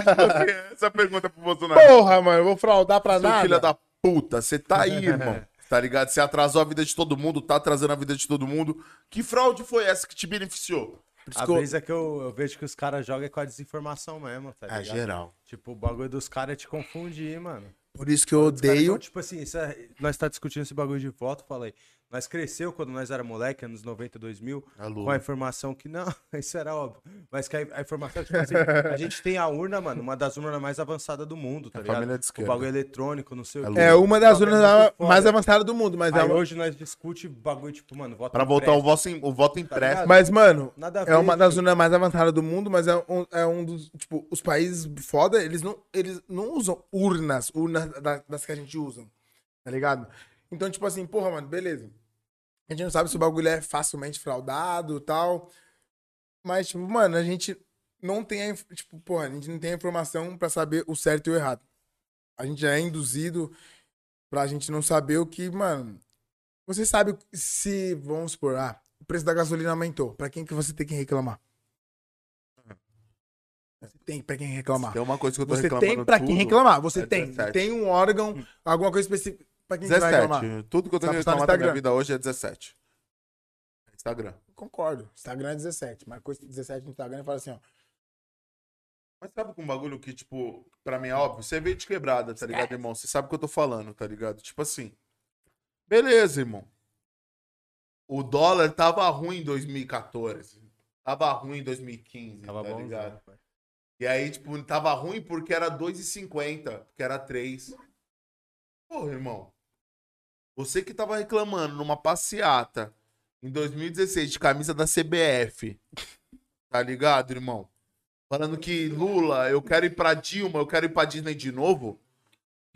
Essa pergunta é pro Bolsonaro. Porra, mano, eu vou fraudar pra Seu nada. filho da puta, você tá aí, irmão. Tá ligado? Você atrasou a vida de todo mundo, tá atrasando a vida de todo mundo. Que fraude foi essa que te beneficiou? Por isso A que eu- brisa é que eu, eu vejo que os caras jogam é com a desinformação mesmo, É, tá ligado? geral. Tipo, o bagulho dos caras é te confundir, mano. Por isso que eu Os caras odeio. tão, tipo assim, isso é- nós tá discutindo esse bagulho de voto, falei. Nós cresceu quando nós era moleque, anos 90, 2000, Alô. com a informação que não, isso era óbvio. Mas que a, a informação, tipo assim, a gente tem a urna, mano, uma das urnas mais avançadas do mundo, tá ligado? É família de o esquerda. bagulho eletrônico, não sei o Alô. quê. É uma das O bagulho urnas é muito mais foda. avançadas do mundo, mas é Aí uma... hoje nós discute bagulho, tipo, mano, voto Pra voltar o voto, em, o voto impresso. ligado? Mas, mano, Nada a é ver, tipo uma das tio. zonas mais avançadas do mundo, mas é um, é um dos. Tipo, os países foda, eles não, eles não usam urnas, urnas da- das que a gente usa, tá ligado? Então, tipo assim, porra, mano, beleza. A gente não sabe se o bagulho é facilmente fraudado e tal. Mas, tipo, mano, a gente não tem a, inf- tipo, porra, a gente não tem a informação pra saber o certo e o errado. A gente já é induzido pra gente não saber o que, mano. Você sabe se, vamos supor, ah, o preço da gasolina aumentou. Pra quem que você tem que reclamar? Você tem pra quem reclamar. Tem uma coisa que eu tô Você reclamando tem pra quem tudo. reclamar. Você É tem. 17. Tem um órgão, alguma coisa específica. Pra quem que você vai reclamar? 17. Tudo que eu tô Tá postando reclamando no da minha Instagram. vida hoje é 17. Instagram. Concordo. Instagram é 17. Marcou esse 17 no Instagram e fala assim, ó. Mas sabe com um bagulho que, tipo, pra mim é óbvio? Você veio de quebrada, tá ligado, irmão? Você sabe o que eu tô falando, tá ligado? Tipo assim. Beleza, irmão. O dólar tava ruim em 2014. Tava ruim em 2015, Tava tá bom, ligado? né, pai? E aí, tipo, tava ruim porque era 2,50, porque era 3. Porra, irmão. Você que tava reclamando numa passeata em 2016 de camisa da CBF. Tá ligado, irmão? Falando que Lula, eu quero ir pra Dilma, eu quero ir pra Disney de novo.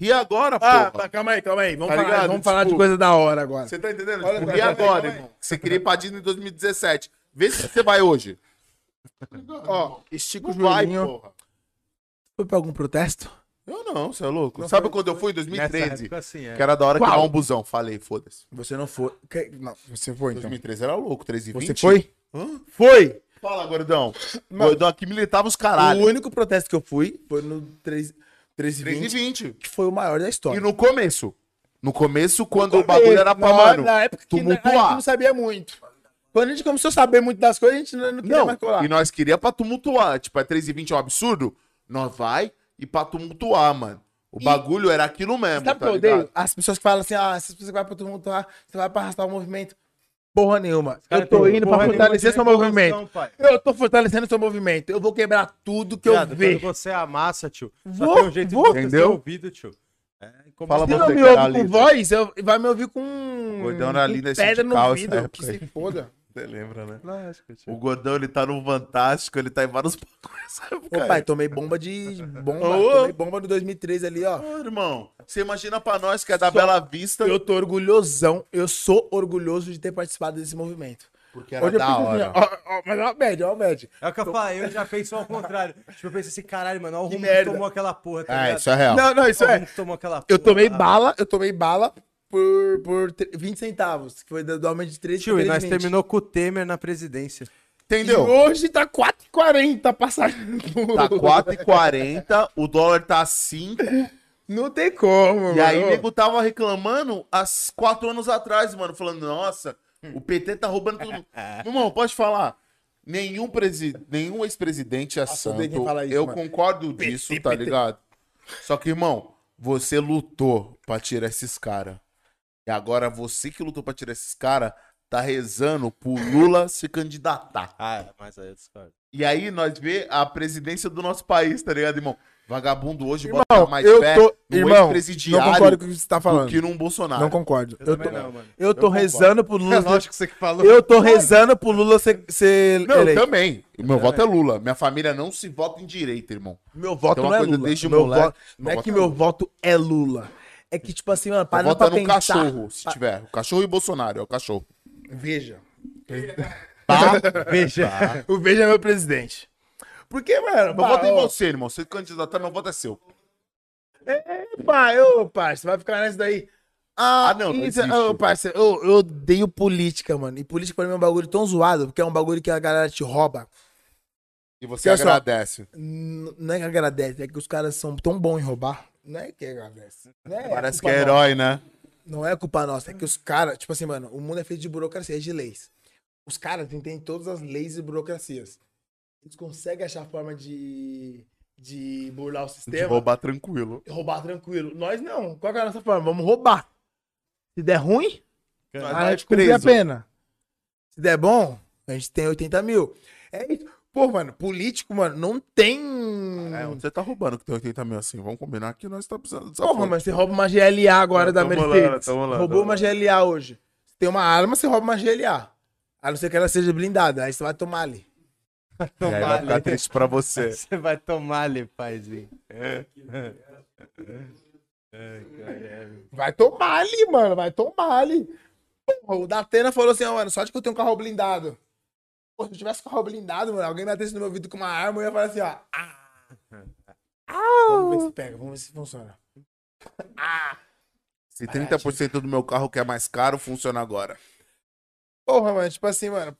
E agora, porra? Ah, tá, calma aí, calma aí. Vamos Tá falar, ligado? vamos falar de Tipo, coisa da hora agora. Você tá entendendo? Olha, Tipo, tá, e tá, agora, tá, irmão? Você queria ir pra Disney em 2017. Vê se você vai hoje. Ó, estica Não o vai, joelhinho. porra. Foi pra algum protesto? Eu não, você é louco. Sabe quando eu fui em 2013? época, assim, é. Que era da hora que Qual? dá um busão. Falei, foda-se. Você não foi. Que- Não, você foi então. 2013 era louco, 13 e 20. Você foi? Foi! Fala, gordão. Mano. gordão aqui militava os caralho. O único protesto que eu fui foi no 3, 13 13 e 20, 20. que foi o maior da história. E no começo. No começo, quando o bagulho era pra, Na hora- mano, na época que a gente tumultuar. não sabia muito. Quando a gente começou a saber muito das coisas, a gente não, não queria Não, mais colar. e nós queria pra tumultuar. Tipo, é 13 e 20 é um absurdo? Nós vai e pra tumultuar, mano. O bagulho era aquilo mesmo, Sabe tá o que eu odeio? ligado? As pessoas que falam assim, ah, essas pessoas que vai pra todo mundo, ah, você vai pra arrastar o movimento. Porra nenhuma. cara eu tô tem indo porra pra nenhuma fortalecer de seu revolução, movimento. pai. Eu tô fortalecendo seu movimento. Eu vou quebrar tudo que Viado, eu quando ver. você amassa, tio. Só Vou- tem um jeito vou- de você ser Entendeu? ouvido, tio. É, como Fala se- Se você não que me era ouve líder. com voz, eu, vai me ouvir com, Gordão era com líder pedra no sindical ouvido. essa Que época aí. se foda. Você lembra, né? Lógico, tio. O gordão, ele tá no Fantástico, ele tá em vários bagulhos. sabe, Ô, cara? pai, tomei bomba de. Bomba, Ô, ô. tomei bomba no 2003 ali, ó. Ô, irmão, você imagina pra nós que é da Bela Vista. Eu tô orgulhosão, eu sou orgulhoso de ter participado desse movimento. Porque era Hoje eu da penso hora. assim, ó, ó, ó, mas ó, médio, ó, médio. É o que eu falei, eu já penso ao contrário. Tipo, eu pensei assim, caralho, mano, olha o rumo merda. que tomou aquela porra, tá Ah, ligado? isso é real. Não, não, isso Olha o é. rumo que tomou aquela porra. Eu tomei Ah, bala, eu tomei bala por, por tre- 20 centavos, que foi do do aumento de 3 Tio, e nós terminou com o Temer na presidência. E Entendeu? hoje tá 4,40 a passagem. Tá 4,40, o dólar tá 5. Não tem como, e aí, mano. nego tava reclamando há 4 anos atrás, mano. Falando, nossa, o PT tá roubando todo mundo. Meu Irmão, pode falar. Nenhum, presi... Nenhum ex-presidente é santo. odeio quem fala isso, eu mano. concordo disso, tá ligado? Só que, irmão, você lutou pra tirar esses caras. E agora você que lutou pra tirar esses caras tá rezando pro Lula se candidatar. Ah, mas aí eu discordo. E aí nós vê a presidência do nosso país, tá ligado, irmão? Vagabundo hoje Irmão, bota mais eu fé tô- no irmão, ex-presidiário não concordo com o que você tá falando. do que num Bolsonaro. Não concordo. Eu, tô, mano. Eu tô rezando pro É Lula. lógico que você que falou. Eu tô rezando pro Lula ser, ser tá Não, eu eleito. também. Meu voto é Lula. Minha família não se vota em direita, irmão. Meu voto Tem uma não é coisa Lula. desde meu moleque. voto- Meu não é voto que é meu Lula. voto é Lula. É que, tipo assim, mano, Vou parando pra votar é no pensar. cachorro, se tiver. O cachorro e o Bolsonaro, é o cachorro. Veja. Tá? Veja. O Veja é meu presidente. Porque, mano, Meu voto é em ó, você, irmão. Se candidatar, meu voto é seu. Pai, ô, parça, vai ficar nessa daí. Ah, Ah, não, não isso, existe. ô, parça, eu, eu odeio política, mano. E política pra mim é um bagulho tão zoado, porque é um bagulho que a galera te rouba. E você Que é só- agradece. N- não é que agradece, é que os caras são tão bons em roubar. Não é que agradece. Não é Parece que culpa é herói, né? Não é culpa nossa, é que os caras, tipo assim, mano, o mundo é feito de burocracia, de leis. Os caras entendem todas as leis e burocracias. Eles conseguem achar forma de, de burlar o sistema De roubar tranquilo. e roubar tranquilo. Nós não. Qual que é a nossa forma? Vamos roubar. Se der ruim, a gente cumpre Ah, a pena. Se der bom, a gente tem 80 mil. É isso. Pô, mano, político, mano, não tem. É, onde você tá roubando que tem 80 mil assim? Vamos combinar que nós tá precisando dessa Porra, mas você rouba uma GLA agora Não, da tamo lá, Mercedes. tamo lá, Roubou tamo uma lá. GLA hoje. Se tem uma arma, você rouba uma GLA. A não ser que ela seja blindada. Aí você vai tomar ali. E aí vai ficar triste pra você. Você vai tomar ali, paizinho. Vai tomar ali, mano. Vai tomar ali. Porra, o Datena falou assim, ó, mano, sorte que eu tenho um carro blindado. Pô, se eu tivesse um carro blindado, mano, alguém batesse no meu vidro com uma arma, eu ia falar assim, ó. Ah. Vamos ver se pega, vamos ver se funciona. Se 30% do meu carro que é mais caro, funciona agora. Porra, mano, tipo assim, mano.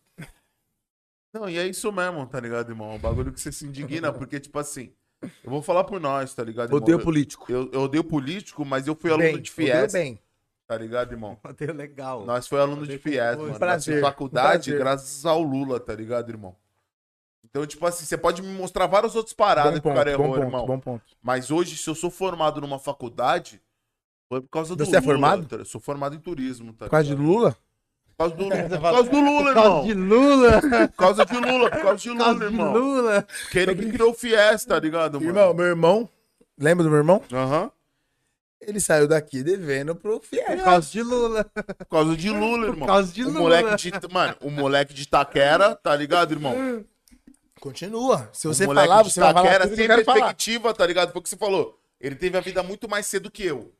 Não, e é isso mesmo, tá ligado, irmão? É um bagulho que você se indigna, porque, tipo assim, eu vou falar por nós, tá ligado, irmão? Odeio Eu- político. Eu, eu odeio político, mas eu fui aluno de FIES, bem. tá ligado, irmão? Odeio legal. Nós foi aluno de Odeio FIES, com mano. Nós prazer, fiz faculdade prazer. graças ao Lula, tá ligado, irmão? Então, tipo assim, você pode me mostrar várias outras paradas Bom que o cara ponto, errou, bom ponto, irmão. bom ponto. Mas hoje, se eu sou formado numa faculdade, foi por causa do Você é Lula, formado? tá- Eu sou formado em turismo, tá Por causa de ligado? Lula? Por causa do Lula. Por causa do Lula, Por causa irmão. de Lula. Por causa de Lula, por causa de Por causa Lula, de irmão. Lula. Que ele que criou o Fies, tá ligado, mano? Irmão, meu irmão. Lembra do meu irmão? Aham. Ele saiu daqui devendo pro Fiel. Por causa de Lula. Por causa de Lula, irmão. causa de O Lula. moleque de, mano, o moleque de Taquera, tá ligado, irmão? Continua. Se você o moleque falar, de você vai falar Itaquera tudo que eu sem quero falar. perspectiva, tá ligado? Foi o que você falou. Ele teve a vida muito mais cedo que eu.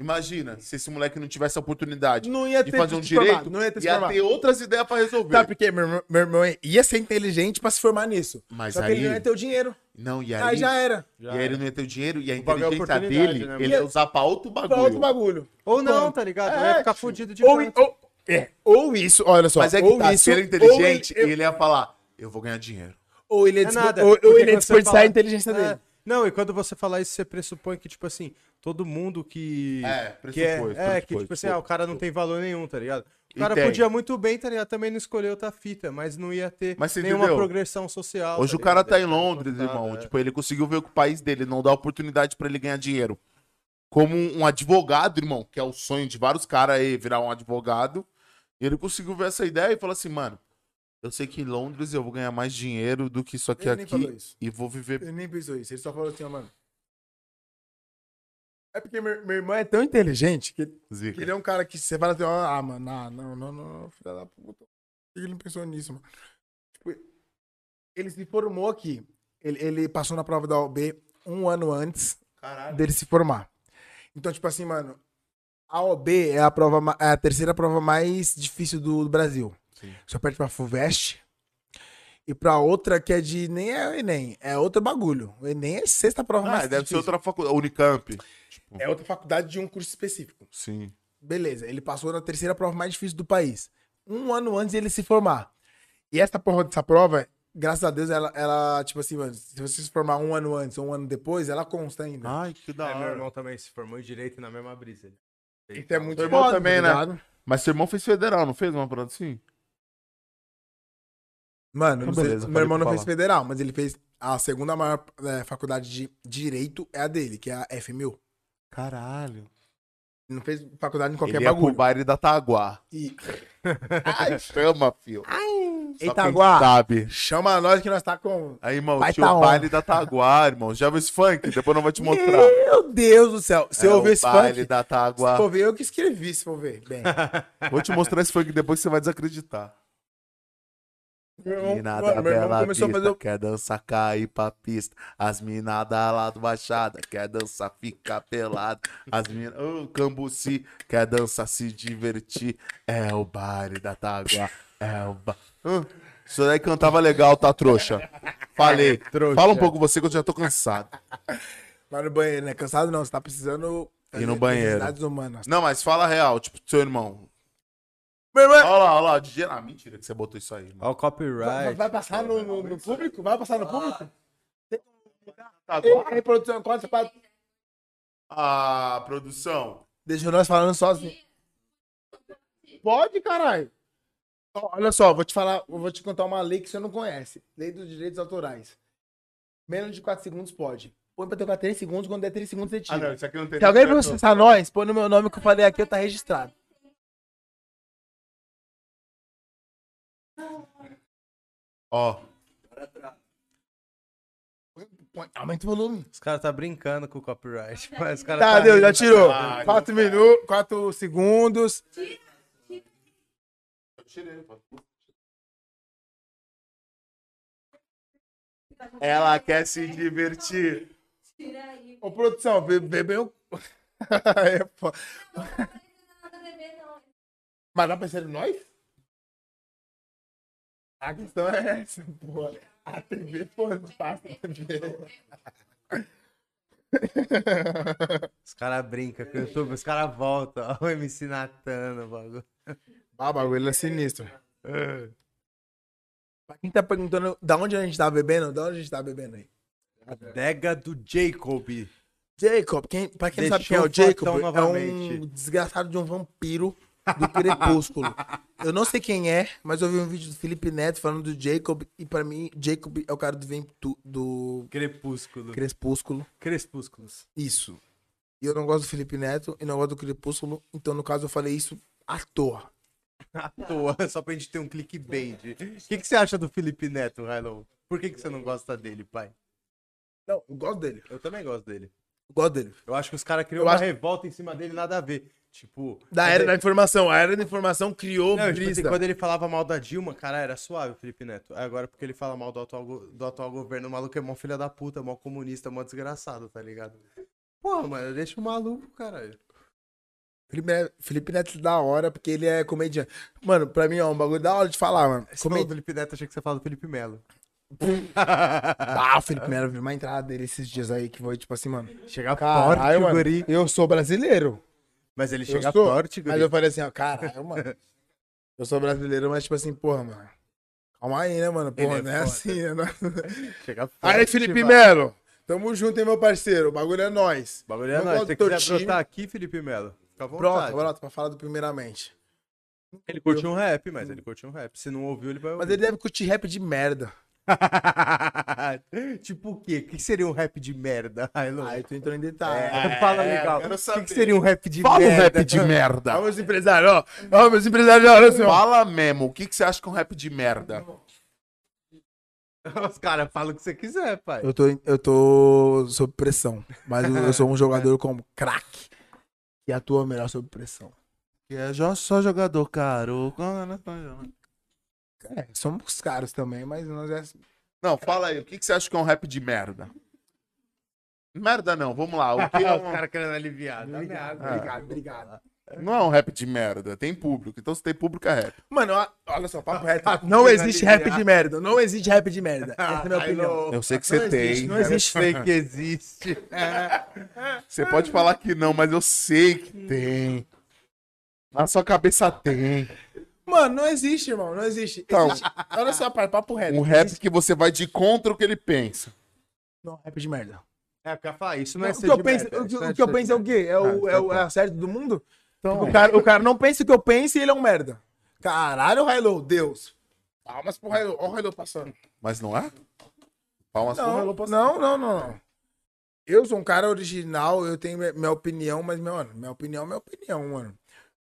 Imagina, se esse moleque não tivesse a oportunidade Não ia de ter fazer um se formado, direito, não ia ter Tá se ia formado. ter outras ideias pra resolver. Sabe por quê? Meu, irmão- meu irmão ia ser inteligente pra se formar nisso. Mas Só que aí- ele não ia ter o dinheiro. Não, e aí, Aí, já era. E aí ele não ia ter o dinheiro e a bagulho é inteligência oportunidade, dele, né, ele mano? ia usar pra outro bagulho. Pra outro bagulho. Ou não, tá ligado? Eu ia ficar fudido de Ou, canto. ou- é, ou isso, olha só. Mas é que ou tá, isso, se ele é inteligente, Ou ele, ele ia falar, eu vou ganhar dinheiro. ou ele ia, É desper- nada. ou- ou porque ele ia quando você desperdiçar fala- a inteligência É. dele. Não, e quando você fala isso, você pressupõe que, tipo assim, todo mundo que. É, que é, pressupõe, é, que, pressupõe, tipo assim, pressupõe, ah, o cara não tem valor nenhum, tá ligado? E O cara tem. podia muito bem, tá ligado? Também não escolher outra fita, mas não ia ter Mas você nenhuma entendeu? progressão social. Hoje o ligado? cara tá É, em Londres, contado, irmão. é. Tipo, ele conseguiu ver que o país dele não dá oportunidade pra ele ganhar dinheiro. Como um advogado, irmão, que é o sonho de vários caras aí, virar um advogado. E ele conseguiu ver essa ideia e falou assim, mano, eu sei que em Londres eu vou ganhar mais dinheiro do que isso aqui Ele nem falou aqui isso. e vou viver. Ele nem pensou isso, ele só falou assim, ó, mano. É porque meu, meu irmão é tão inteligente que Que ele Zica. é um cara que você fala assim, ó, ah, mano, ah, não, não, não, não, filha da puta. Por que ele não pensou nisso, mano? Tipo, ele se formou aqui. Ele, ele passou na prova da OB um ano antes dele se formar. Então, tipo assim, mano, a OB é a, prova, ma- é a terceira prova mais difícil do, do Brasil. Só perde pra FUVEST e pra outra que é de. Nem é o Enem, é outro bagulho. O Enem é a sexta prova Ah, mais deve ser difícil. outra faculdade. Unicamp. Tipo, É outra faculdade de um curso específico. Sim. Beleza, ele passou na terceira prova mais difícil do país. Um ano antes dele se formar. E essa porra dessa prova, graças a Deus, ela, ela, tipo assim, mano, se você se formar um ano antes ou um ano depois, ela consta ainda. Ai, que da É, meu hora. irmão também se formou em direito na mesma brisa. Então é muito Meu irmão foda, também, tá né? ligado? Mas seu irmão fez federal, não fez uma parada assim? Mano, Então, não sei- beleza, meu falei irmão pra não fez falar. federal, mas ele fez a segunda maior é eh, faculdade de direito, é a dele, que é a FMU. Caralho. Não fez faculdade em qualquer Ele ia pro bagulho. baile da Taguá. E- Ai, chama, filho. Só quem tá Itaguá, Sabe. chama nós que nós tá com. Aí, irmão, Vai tinha tá o on. baile da Taguá, irmão. Já viu esse funk? Depois eu vou te mostrar. Meu Deus do céu. Se eu Era ouvir o esse baile funk. da Se Taguá. for ver, eu que escrevi, se for ver. Bem, Vou te mostrar esse funk depois que você vai desacreditar. meu irmão- Mina mano, da meu irmão Bela começou a Vista, fazer o- quer dançar, cair pra pista. As mina da Lado Baixada, quer dançar, ficar pelado. As mina... Ô, Cambuci, quer dançar, se divertir. É o baile da Taguá, é o ba... Hã? Isso daí cantava legal, tá, trouxa? Falei. Fala um pouco você que eu já tô cansado. Vai no banheiro, né? Cansado não, você tá precisando. Ir no fazer banheiro. necessidades humanas. Não, mas fala a real, tipo, seu irmão. Meu irmão, é Olha lá, olha lá, DJ... Ah, mentira que você botou isso aí, irmão. Olha o copyright. vai passar no, no- no público? Vai passar no público? Taguá? Aí, produção, corta pra. Ah, produção. Deixa nós falando sozinho. Pode, caralho. Ó, Olha só, vou te falar, eu vou te contar uma lei que você não conhece. Lei dos direitos autorais. Menos de 4 segundos pode. Põe pra tocar 3 segundos, quando der 3 segundos você Ah, não, tira. isso aqui não tem Se alguém nada a ver com- processar nós, põe no meu nome que eu falei aqui, tá registrado. Ó, Põe- Aumenta o volume. Os caras tá brincando com o copyright. Mas os cara Tá, deu, já tirou. Ah, 4 minutos, 4 segundos. ela quer se divertir. Ô, produção, be- bebeu. É foda. Mas dá pra ser nós? A questão é essa, pô. A TV, pô, é não passa TV. Os caras brincam com o YouTube, os caras voltam. Olha o MC Natana, o bagulho. Ah, bagulho é sinistro. Pra quem tá perguntando da onde a gente tá bebendo, da onde a gente tá bebendo aí. Dega do Jacob. Jacob, Quem, pra quem Deixou não sabe quem é o o Jacob, Fortão é um novamente. desgraçado de um vampiro do Crepúsculo. Eu não sei quem é, mas eu vi um vídeo do Felipe Neto falando do Jacob, e pra mim, Jacob é o cara do, Ventu- do Crepúsculo. Crepúsculo. Crepúsculos. Isso. E eu não gosto do Felipe Neto e não gosto do Crepúsculo, então no caso eu falei isso à toa. À toa, só pra gente ter um clickbait. O que, que você acha do Felipe Neto, Railon? Por que, que você não gosta dele, pai? Não, eu gosto dele. Eu também gosto dele. Eu gosto dele. Eu acho que os caras criam Eu uma acho- revolta em cima dele, nada a ver. Tipo. Da quando era ele- da informação. A era da informação criou Não, tipo assim, brisa. quando ele falava mal da Dilma, cara, era suave o Felipe Neto. Agora, porque ele fala mal do atual, go- do atual governo, o maluco é mó filha da puta, mó comunista, mó desgraçado, tá ligado? Porra, mano, deixa o maluco, caralho. Felipe, Neto, Felipe Neto da hora, porque ele é comediante. Mano, pra mim, ó, um bagulho da hora de falar, mano. Como Comed... o Felipe Neto, achei que você fala do Felipe Melo. Ah, o Felipe Neto, eu vi uma entrada dele esses dias aí que foi tipo assim, mano. Chega Caralho, forte, mano. guri. Eu sou brasileiro. Mas ele Eu chega sou, forte, guri. Mas eu falei assim, ó, caralho, mano. Eu sou brasileiro, mas tipo assim, porra, mano. Calma aí, né, mano? Ele Porra, é não é foda. assim, né? não- Chega forte. Aí, Felipe mano. Melo. Tamo junto, hein, meu parceiro. O bagulho é nóis. O bagulho é Não nóis. gosto Se você do teu quiser time. brotar aqui, Felipe Melo, fica à Pronto, vontade. agora lá, pra falar do primeiramente. Ele curtiu um rap, mas ele curtiu um rap. Se não ouviu, ele vai Mas ouvir. ele deve curtir rap de merda. tipo o quê? O que seria um rap de merda, Railon? Aí tu entrou em detalhe. Fala legal. quero O que, saber. que seria um rap de Fala um merda? rap de merda. Ó, meus empresários, ó. Ó, meus empresários, ó, olha assim, ó. Fala mesmo, o que, que você acha que é um rap de merda? Os caras falam o que você quiser, pai. Eu tô, eu tô sob pressão, mas eu, eu sou um jogador como craque que atua melhor sob pressão. É só jogador caro. É, somos caros também, mas nós é... Não, fala aí, o que, que você acha que é um rap de merda? Merda não, vamos lá. O que é um- querendo aliviar. Dá minha água. Obrigado, obrigado. Não é um rap de merda, tem público. Então se tem público é rap. Mano, ó, olha só, papo reto. Não existe rap de merda. Não existe rap de merda. Essa é a minha opinião. Eu sei que você tem. Não existe. sei que existe. Você pode falar que não, mas eu sei que tem. Na sua cabeça tem. Então, Mano, não existe, irmão, não existe. Existe- Olha só, pai, papo reto. Um rap que você vai de contra o que ele pensa. Não, rap de merda. É, porque eu ia falar, isso não, é O ser que eu de penso, merda, o que- isso não o é que eu ser penso é o de quê? É o, Ah, é o, é o certo do mundo? Então, Tipo, O cara, o cara não pensa o que eu penso e ele é um merda. Caralho, Railô, Deus. Palmas pro Railô. Ó o Railô passando. Mas não é? Palmas pro Não, Hello não, não, não. Eu sou um cara original, eu tenho minha- minha opinião, mas, mano, minha opinião é minha opinião, mano.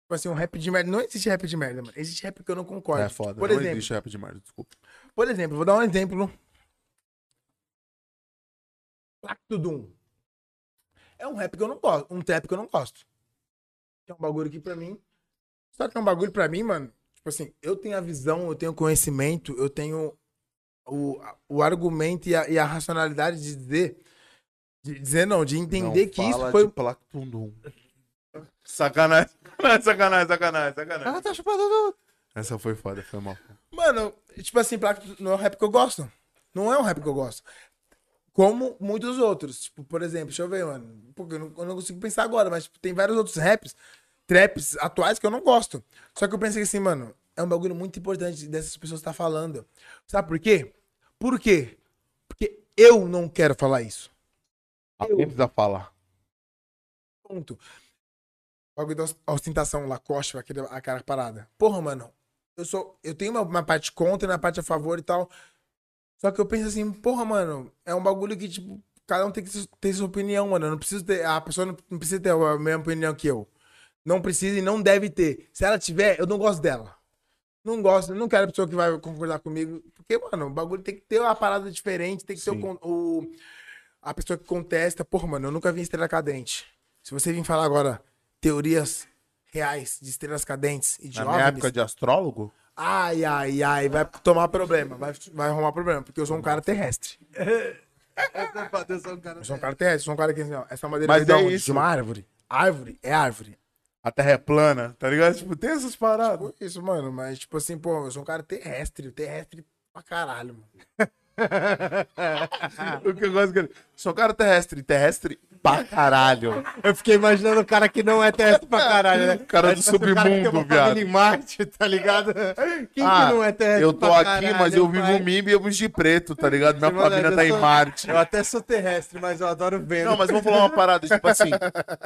Tipo assim, um rap de merda. Não existe rap de merda, mano. Existe rap que eu não concordo. É foda. Por não exemplo, existe rap de merda, desculpa. por exemplo, vou dar um exemplo. Pacto Doom. É um rap que eu não gosto, um trap que eu não gosto. É um bagulho que pra mim. Só que é um bagulho pra mim, mano. Tipo assim, eu tenho a visão, eu tenho o conhecimento, eu tenho o, o argumento e a, e a racionalidade de dizer. De dizer não, de entender Não que isso fala foi. um de Plactundum. Sacanagem, sacanagem, sacanagem, sacanagem. tá chupando. Essa foi foda, foi mal. Mano, tipo assim, Placto não é um rap que eu gosto. Não é um rap que eu gosto. Como muitos outros. Tipo, por exemplo, deixa eu ver, mano. Porque eu não, eu não consigo pensar agora, mas tipo, tem vários outros raps, traps atuais que eu não gosto. Só que eu pensei assim, mano, é um bagulho muito importante dessas pessoas estar falando. Sabe por quê? Por quê? Porque eu não quero falar isso. Alguém precisa falar. Ponto. O bagulho da os- ostentação, Lacoste, aquele, aquela parada. Porra, mano, eu sou. Eu tenho uma, uma parte contra e uma parte a favor e tal. Só que eu penso assim, porra, mano, é um bagulho que, tipo, cada um tem que su- ter sua opinião, mano. Eu não preciso ter. A pessoa não, não precisa ter a mesma opinião que eu. Não precisa e não deve ter. Se ela tiver, eu não gosto dela. Não gosto, não quero a pessoa que vai concordar comigo. Porque, mano, o bagulho tem que ter uma parada diferente, tem que ter o, con- o- a pessoa que contesta. Porra, mano, eu nunca vi estrela cadente. Se você vir falar agora teorias reais de estrelas cadentes e de Na minha OVNIs, época de astrólogo, Ai, ai, ai, vai tomar problema, vai, vai arrumar problema, porque eu sou um cara terrestre. Eu sou um cara terrestre, eu sou um cara que assim, ó, essa madeira Mas veio da é onde? isso. de uma árvore. Árvore é árvore. a terra é plana, tá ligado? Tipo, tem essas paradas. Pô, Isso, mano, mas tipo assim, pô, eu sou um cara terrestre, terrestre pra caralho, mano. o que eu gosto que Sou cara terrestre, terrestre pra caralho. Eu fiquei imaginando o cara que não é terrestre pra caralho, né? O cara Aí, do tipo, o que tem uma submundo, viado. família em Marte, tá ligado? Quem Ah, que não é terrestre eu tô pra aqui, caralho, mas eu vivo pai? o MIB e eu vivo de preto, tá ligado? Minha Mano, família eu tá em sou- Marte. Eu até sou terrestre, mas eu adoro vendo. Não, mas vamos falar uma parada, tipo assim.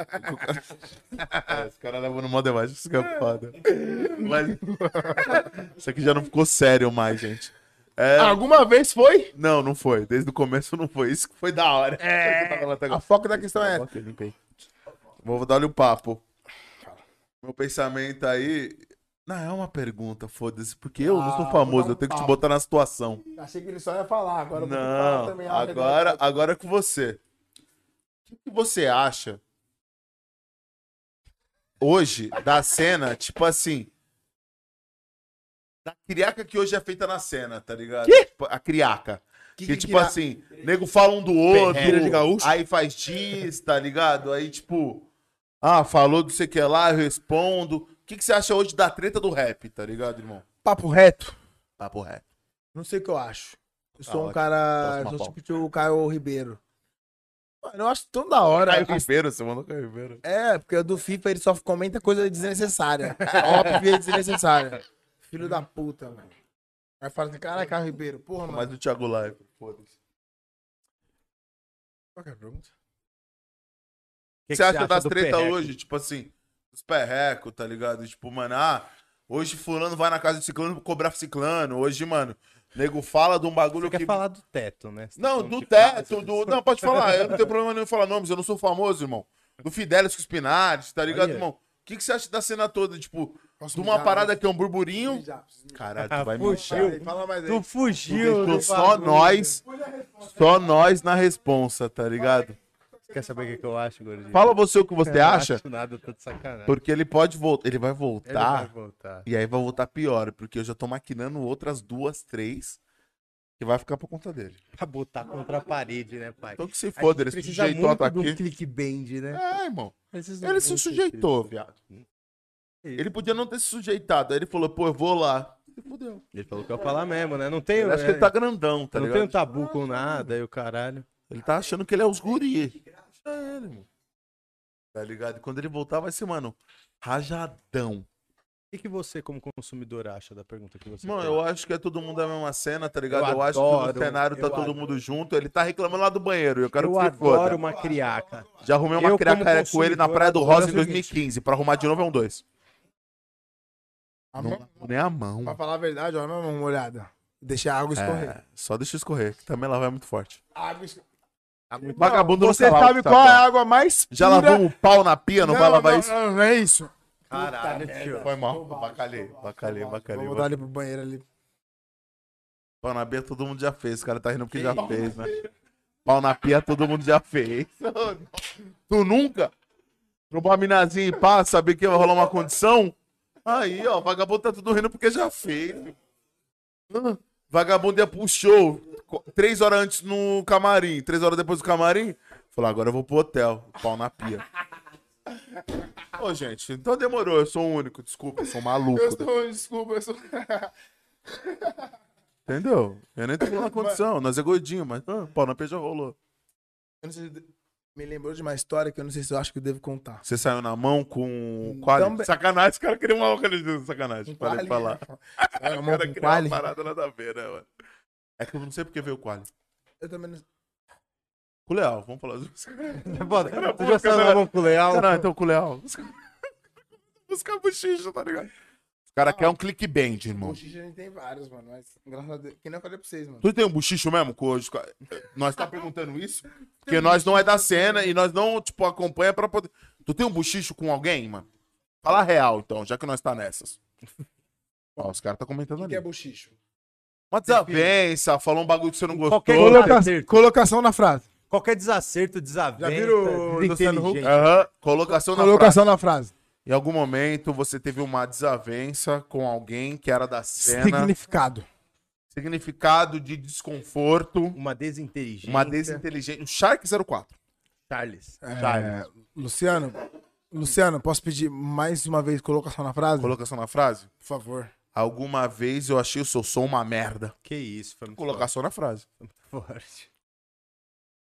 É, Esse cara levou no modo mais isso que é foda. Mas... Isso aqui já não ficou sério mais, gente. É, Ah, Alguma vez foi? É. Não, não foi. Desde o começo não foi. Isso que foi da hora. A foco da questão Tá, é essa. Vou dar-lhe o papo. Meu pensamento aí. Não, é uma pergunta, foda-se, porque eu não sou Ah, vou famoso, dar um eu tenho que te papo. botar na situação. Achei que ele só ia falar, agora eu vou ter que falar Não, também. ah, agora, agora é com você. O que, que você acha hoje da cena, tipo assim, da criaca que hoje é feita na cena, tá ligado? Tipo, a criaca. Que, tipo assim, nego fala um do outro, Perreira de gaúcho? aí faz diz, tá ligado? Aí tipo, ah, falou do sei que lá, eu respondo. O que, que você acha hoje da treta do rap, tá ligado, irmão? Papo reto. Papo rap. Não sei o que eu acho. Eu Tá sou um ótimo. Tá cara. Próxima Sou pauta. tipo o Caio Ribeiro. Mano, eu acho tão da hora. Caio a Ribeiro, você mandou Caio Ribeiro. É, porque o do FIFA ele só comenta coisa desnecessária. Óbvio e desnecessária. Filho da puta, mano. Aí fala assim, caralho, Carlos Ribeiro, porra, mano. Mas o Thiago Live, foda-se. Qual que é a pergunta? O que você acha das do treta perreco? hoje? Tipo assim, os perreco, tá ligado? Tipo, mano, ah, hoje fulano vai na casa de ciclano cobrar ciclano. Hoje, mano, nego fala de um bagulho Você quer que... falar do teto, né? Não, Então, do tipo, teto, do... Não, pode falar. Eu não tenho problema nenhum em falar nomes, eu não sou famoso, irmão. Do Fidelis com Spinardi, tá ligado, Olha. irmão? O que, que você acha da cena toda? Tipo, Posso de uma mijar, parada né? que é um burburinho... Já, Caralho, tu Ah, vai me Puxa, mijar. Aí, fala mais aí. Tu Tu fugiu. deixou do só bagulho. nós, só nós na responsa, tá ligado? Quer saber o que, que eu acho, gordinho? Fala você o que Eu você não acha. acho nada, eu tô de sacanagem. Porque ele pode voltar. Ele vai Ele vai voltar. voltar. E aí vai voltar pior, porque eu já tô maquinando outras duas, três, que vai ficar por conta dele. Pra botar contra a parede, né, pai? Então que se A gente foda, ele se precisa sujeitou a muito tá de um aqui. clickbait, né? É, irmão. Eles não vão Ele se ter sujeitou, isso. viado. Isso. Ele podia não ter se sujeitado. Aí ele falou, pô, eu vou lá. E fudeu. Ele falou que eu ia falar mesmo, né? Não tem, Eu acho que é, ele tá grandão, tá não tem um ligado? tabu com nada e o caralho. Ele tá achando que ele é os guri. Deixa ele, irmão. Tá ligado? E quando ele voltar, vai ser, mano, rajadão. O que, que você, como consumidor, acha da pergunta que você Mano, fez? eu acho que é todo mundo a mesma cena, tá ligado? Eu, Eu acho que adoro, no cenário tá eu todo adoro. mundo junto. Ele tá reclamando lá do banheiro. Eu quero Eu que se adoro foda. uma criaca. Já arrumei uma Eu, criaca como com ele na consumidor, Praia do agora é o Rosa em seguinte. 2015. Pra arrumar de novo é um dois. A Não, mão- lavo nem a mão. Pra falar a verdade, ó, minha mão molhada. Deixei a água escorrer. É, só deixa escorrer, que também ela vai muito forte. A água escorrer. Tá muito vagabundo no Você cavalo, sabe tá qual é bom. a água mais Já pura- lavou o pau na pia, não, vai lavar isso? Não, não é isso. Caralho, tio. Foi mal. Bacalhei, bacalhei, bacalhei. Vou dar ali pro banheiro ali. Pau na pia todo mundo já fez. O cara tá rindo porque já fez, né? Pau na pia todo mundo já fez. tu nunca? Trombou a minazinha e pá, saber que vai rolar uma condição? Aí, ó, vagabundo tá tudo rindo porque já fez. Ah, Vagabundo ia pro show co- três horas antes no camarim, três horas depois do camarim. Falou, agora eu vou pro hotel. Pau na pia. Ô, gente, então demorou. Eu sou o único. Desculpa, eu sou um maluco. desculpa, eu sou. Entendeu? Eu nem tô na condição, nós é gordinho, mas ah, pau na pia já rolou. Eu não sei se- Me lembrou de uma história que eu não sei se eu acho que eu devo contar. Você saiu na mão com quali. Também. Sacanagem, os caras queriam uma organização, sacanagem. Um Parei de quali. falar. É, Os uma caras queriam com uma quali. parada nada a ver, né, mano? É que eu não sei porque veio o quali. Eu também não Com o Leal, vamos falar dos Foda, tu boa, já saiu na cara. mão com o Leal? Não, então com o Leal. Os caras- Os caras bochicham, tá ligado? Os caras querem um clickbait, irmão. Bochicha a gente tem vários, mano. Mas, graças a Deus. Que nem eu falei pra vocês, mano. Tu tem um bochicho mesmo? com os ca- Nós tá perguntando isso? um Porque nós não é da cena e nós não, tipo, acompanha pra poder. Tu tem um bochicho com alguém, mano? Fala real, então, já que nós tá nessas. Ó, os caras tá comentando O que é ali. bochicho? Uma desavença, falou um bagulho que você não gostou. Qualquer Aham, desacerto, Colocação na frase. qualquer desacerto, desavença, Já viram o Luciano Huck? desinteligente. Aham, colocação na frase. tá Colocação na frase. Em algum momento você teve uma desavença com alguém que era da cena. Significado. Significado de desconforto. Uma desinteligente. Uma desinteligência. O Shark 04. Charles. É, Luciano, Luciano, posso pedir mais uma vez colocação na frase? Colocação na frase? Por favor. Alguma vez eu achei o seu som uma merda. Que isso, foi muito Colocar só na frase. forte.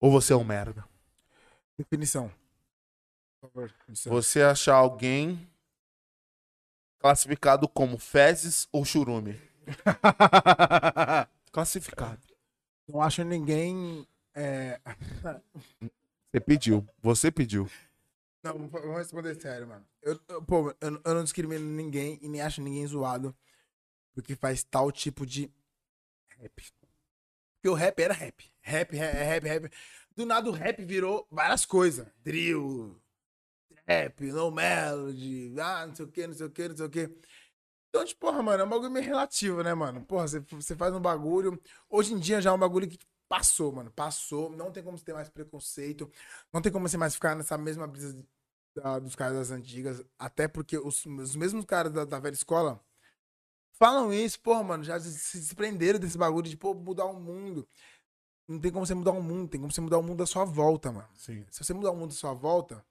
Ou você é um merda. Definição. Por favor, Luciano. Você achar alguém classificado como fezes ou churume. classificado. Não acho ninguém. é, Você pediu. Você pediu. Não, vou- vou responder sério, mano. Eu, eu- pô, eu, eu não discrimino ninguém e nem acho ninguém zoado porque faz tal tipo de rap. Porque o rap era rap. Rap, rap, rap, rap. Do nada o rap virou várias coisas. Drill, rap, no melody, ah, não sei o que, não sei o que, não sei o que. Então, tipo, porra, mano, é um bagulho meio relativo, né, mano? Porra, você, você faz um bagulho. Hoje em dia já é um bagulho que passou, mano. Passou. Não tem como você ter mais preconceito. Não tem como você mais ficar nessa mesma brisa de- da- dos caras das antigas. Até porque os, os mesmos caras da, da velha escola falam isso, porra, mano, já se se desprenderam desse bagulho de, pô, mudar o mundo. Não tem como você mudar o mundo, tem como você mudar o mundo à sua volta, mano. Sim. Se você mudar o mundo à sua volta,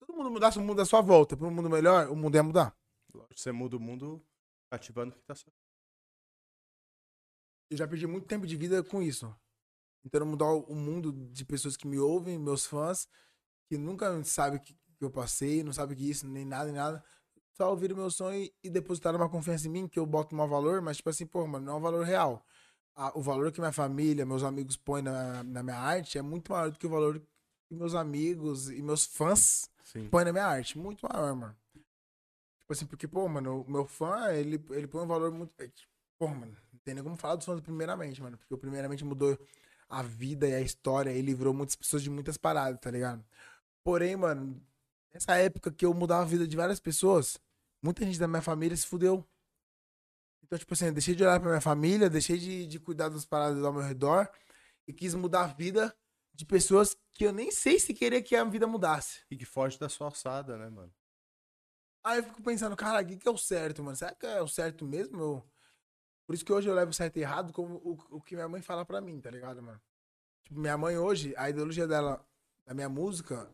todo mundo mudasse o mundo à sua volta para um mundo melhor, o mundo ia mudar. Você muda o mundo ativando o que tá só. Eu já perdi muito tempo de vida com isso. Tentando mudar o o mundo de pessoas que me ouvem, meus fãs, que nunca sabem o que que eu passei, não sabem que é isso, nem nada, nem nada. Só ouviram meu sonho e- e depositaram uma confiança em mim, que eu boto um valor, mas tipo assim, pô, mano, não é um valor real. A- o valor que minha família, meus amigos põem na, na minha arte é muito maior do que o valor que meus amigos e meus fãs Sim. põe na minha arte. Muito maior, mano. Tipo assim, porque, pô, mano, o meu fã, ele, ele põe um valor muito. é, tipo, Pô, mano, não tem nem como falar dos fãs do primeiramente, mano. Porque o primeiramente mudou a vida e a história e livrou muitas pessoas de muitas paradas, tá ligado? Porém, mano, nessa época que eu mudava a vida de várias pessoas, muita gente da minha família se fudeu. Então, tipo assim, eu deixei de olhar pra minha família, deixei de, de cuidar das paradas ao meu redor e quis mudar a vida de pessoas que eu nem sei se queria que a vida mudasse. E que foge da sua alçada, né, mano? Aí eu fico pensando, cara, o que, que é o certo, mano? Será que é o certo mesmo? Eu- Por isso que hoje eu levo o certo e errado como o, o que minha mãe fala pra mim, tá ligado, mano? Tipo, minha mãe hoje, a ideologia dela, da minha música,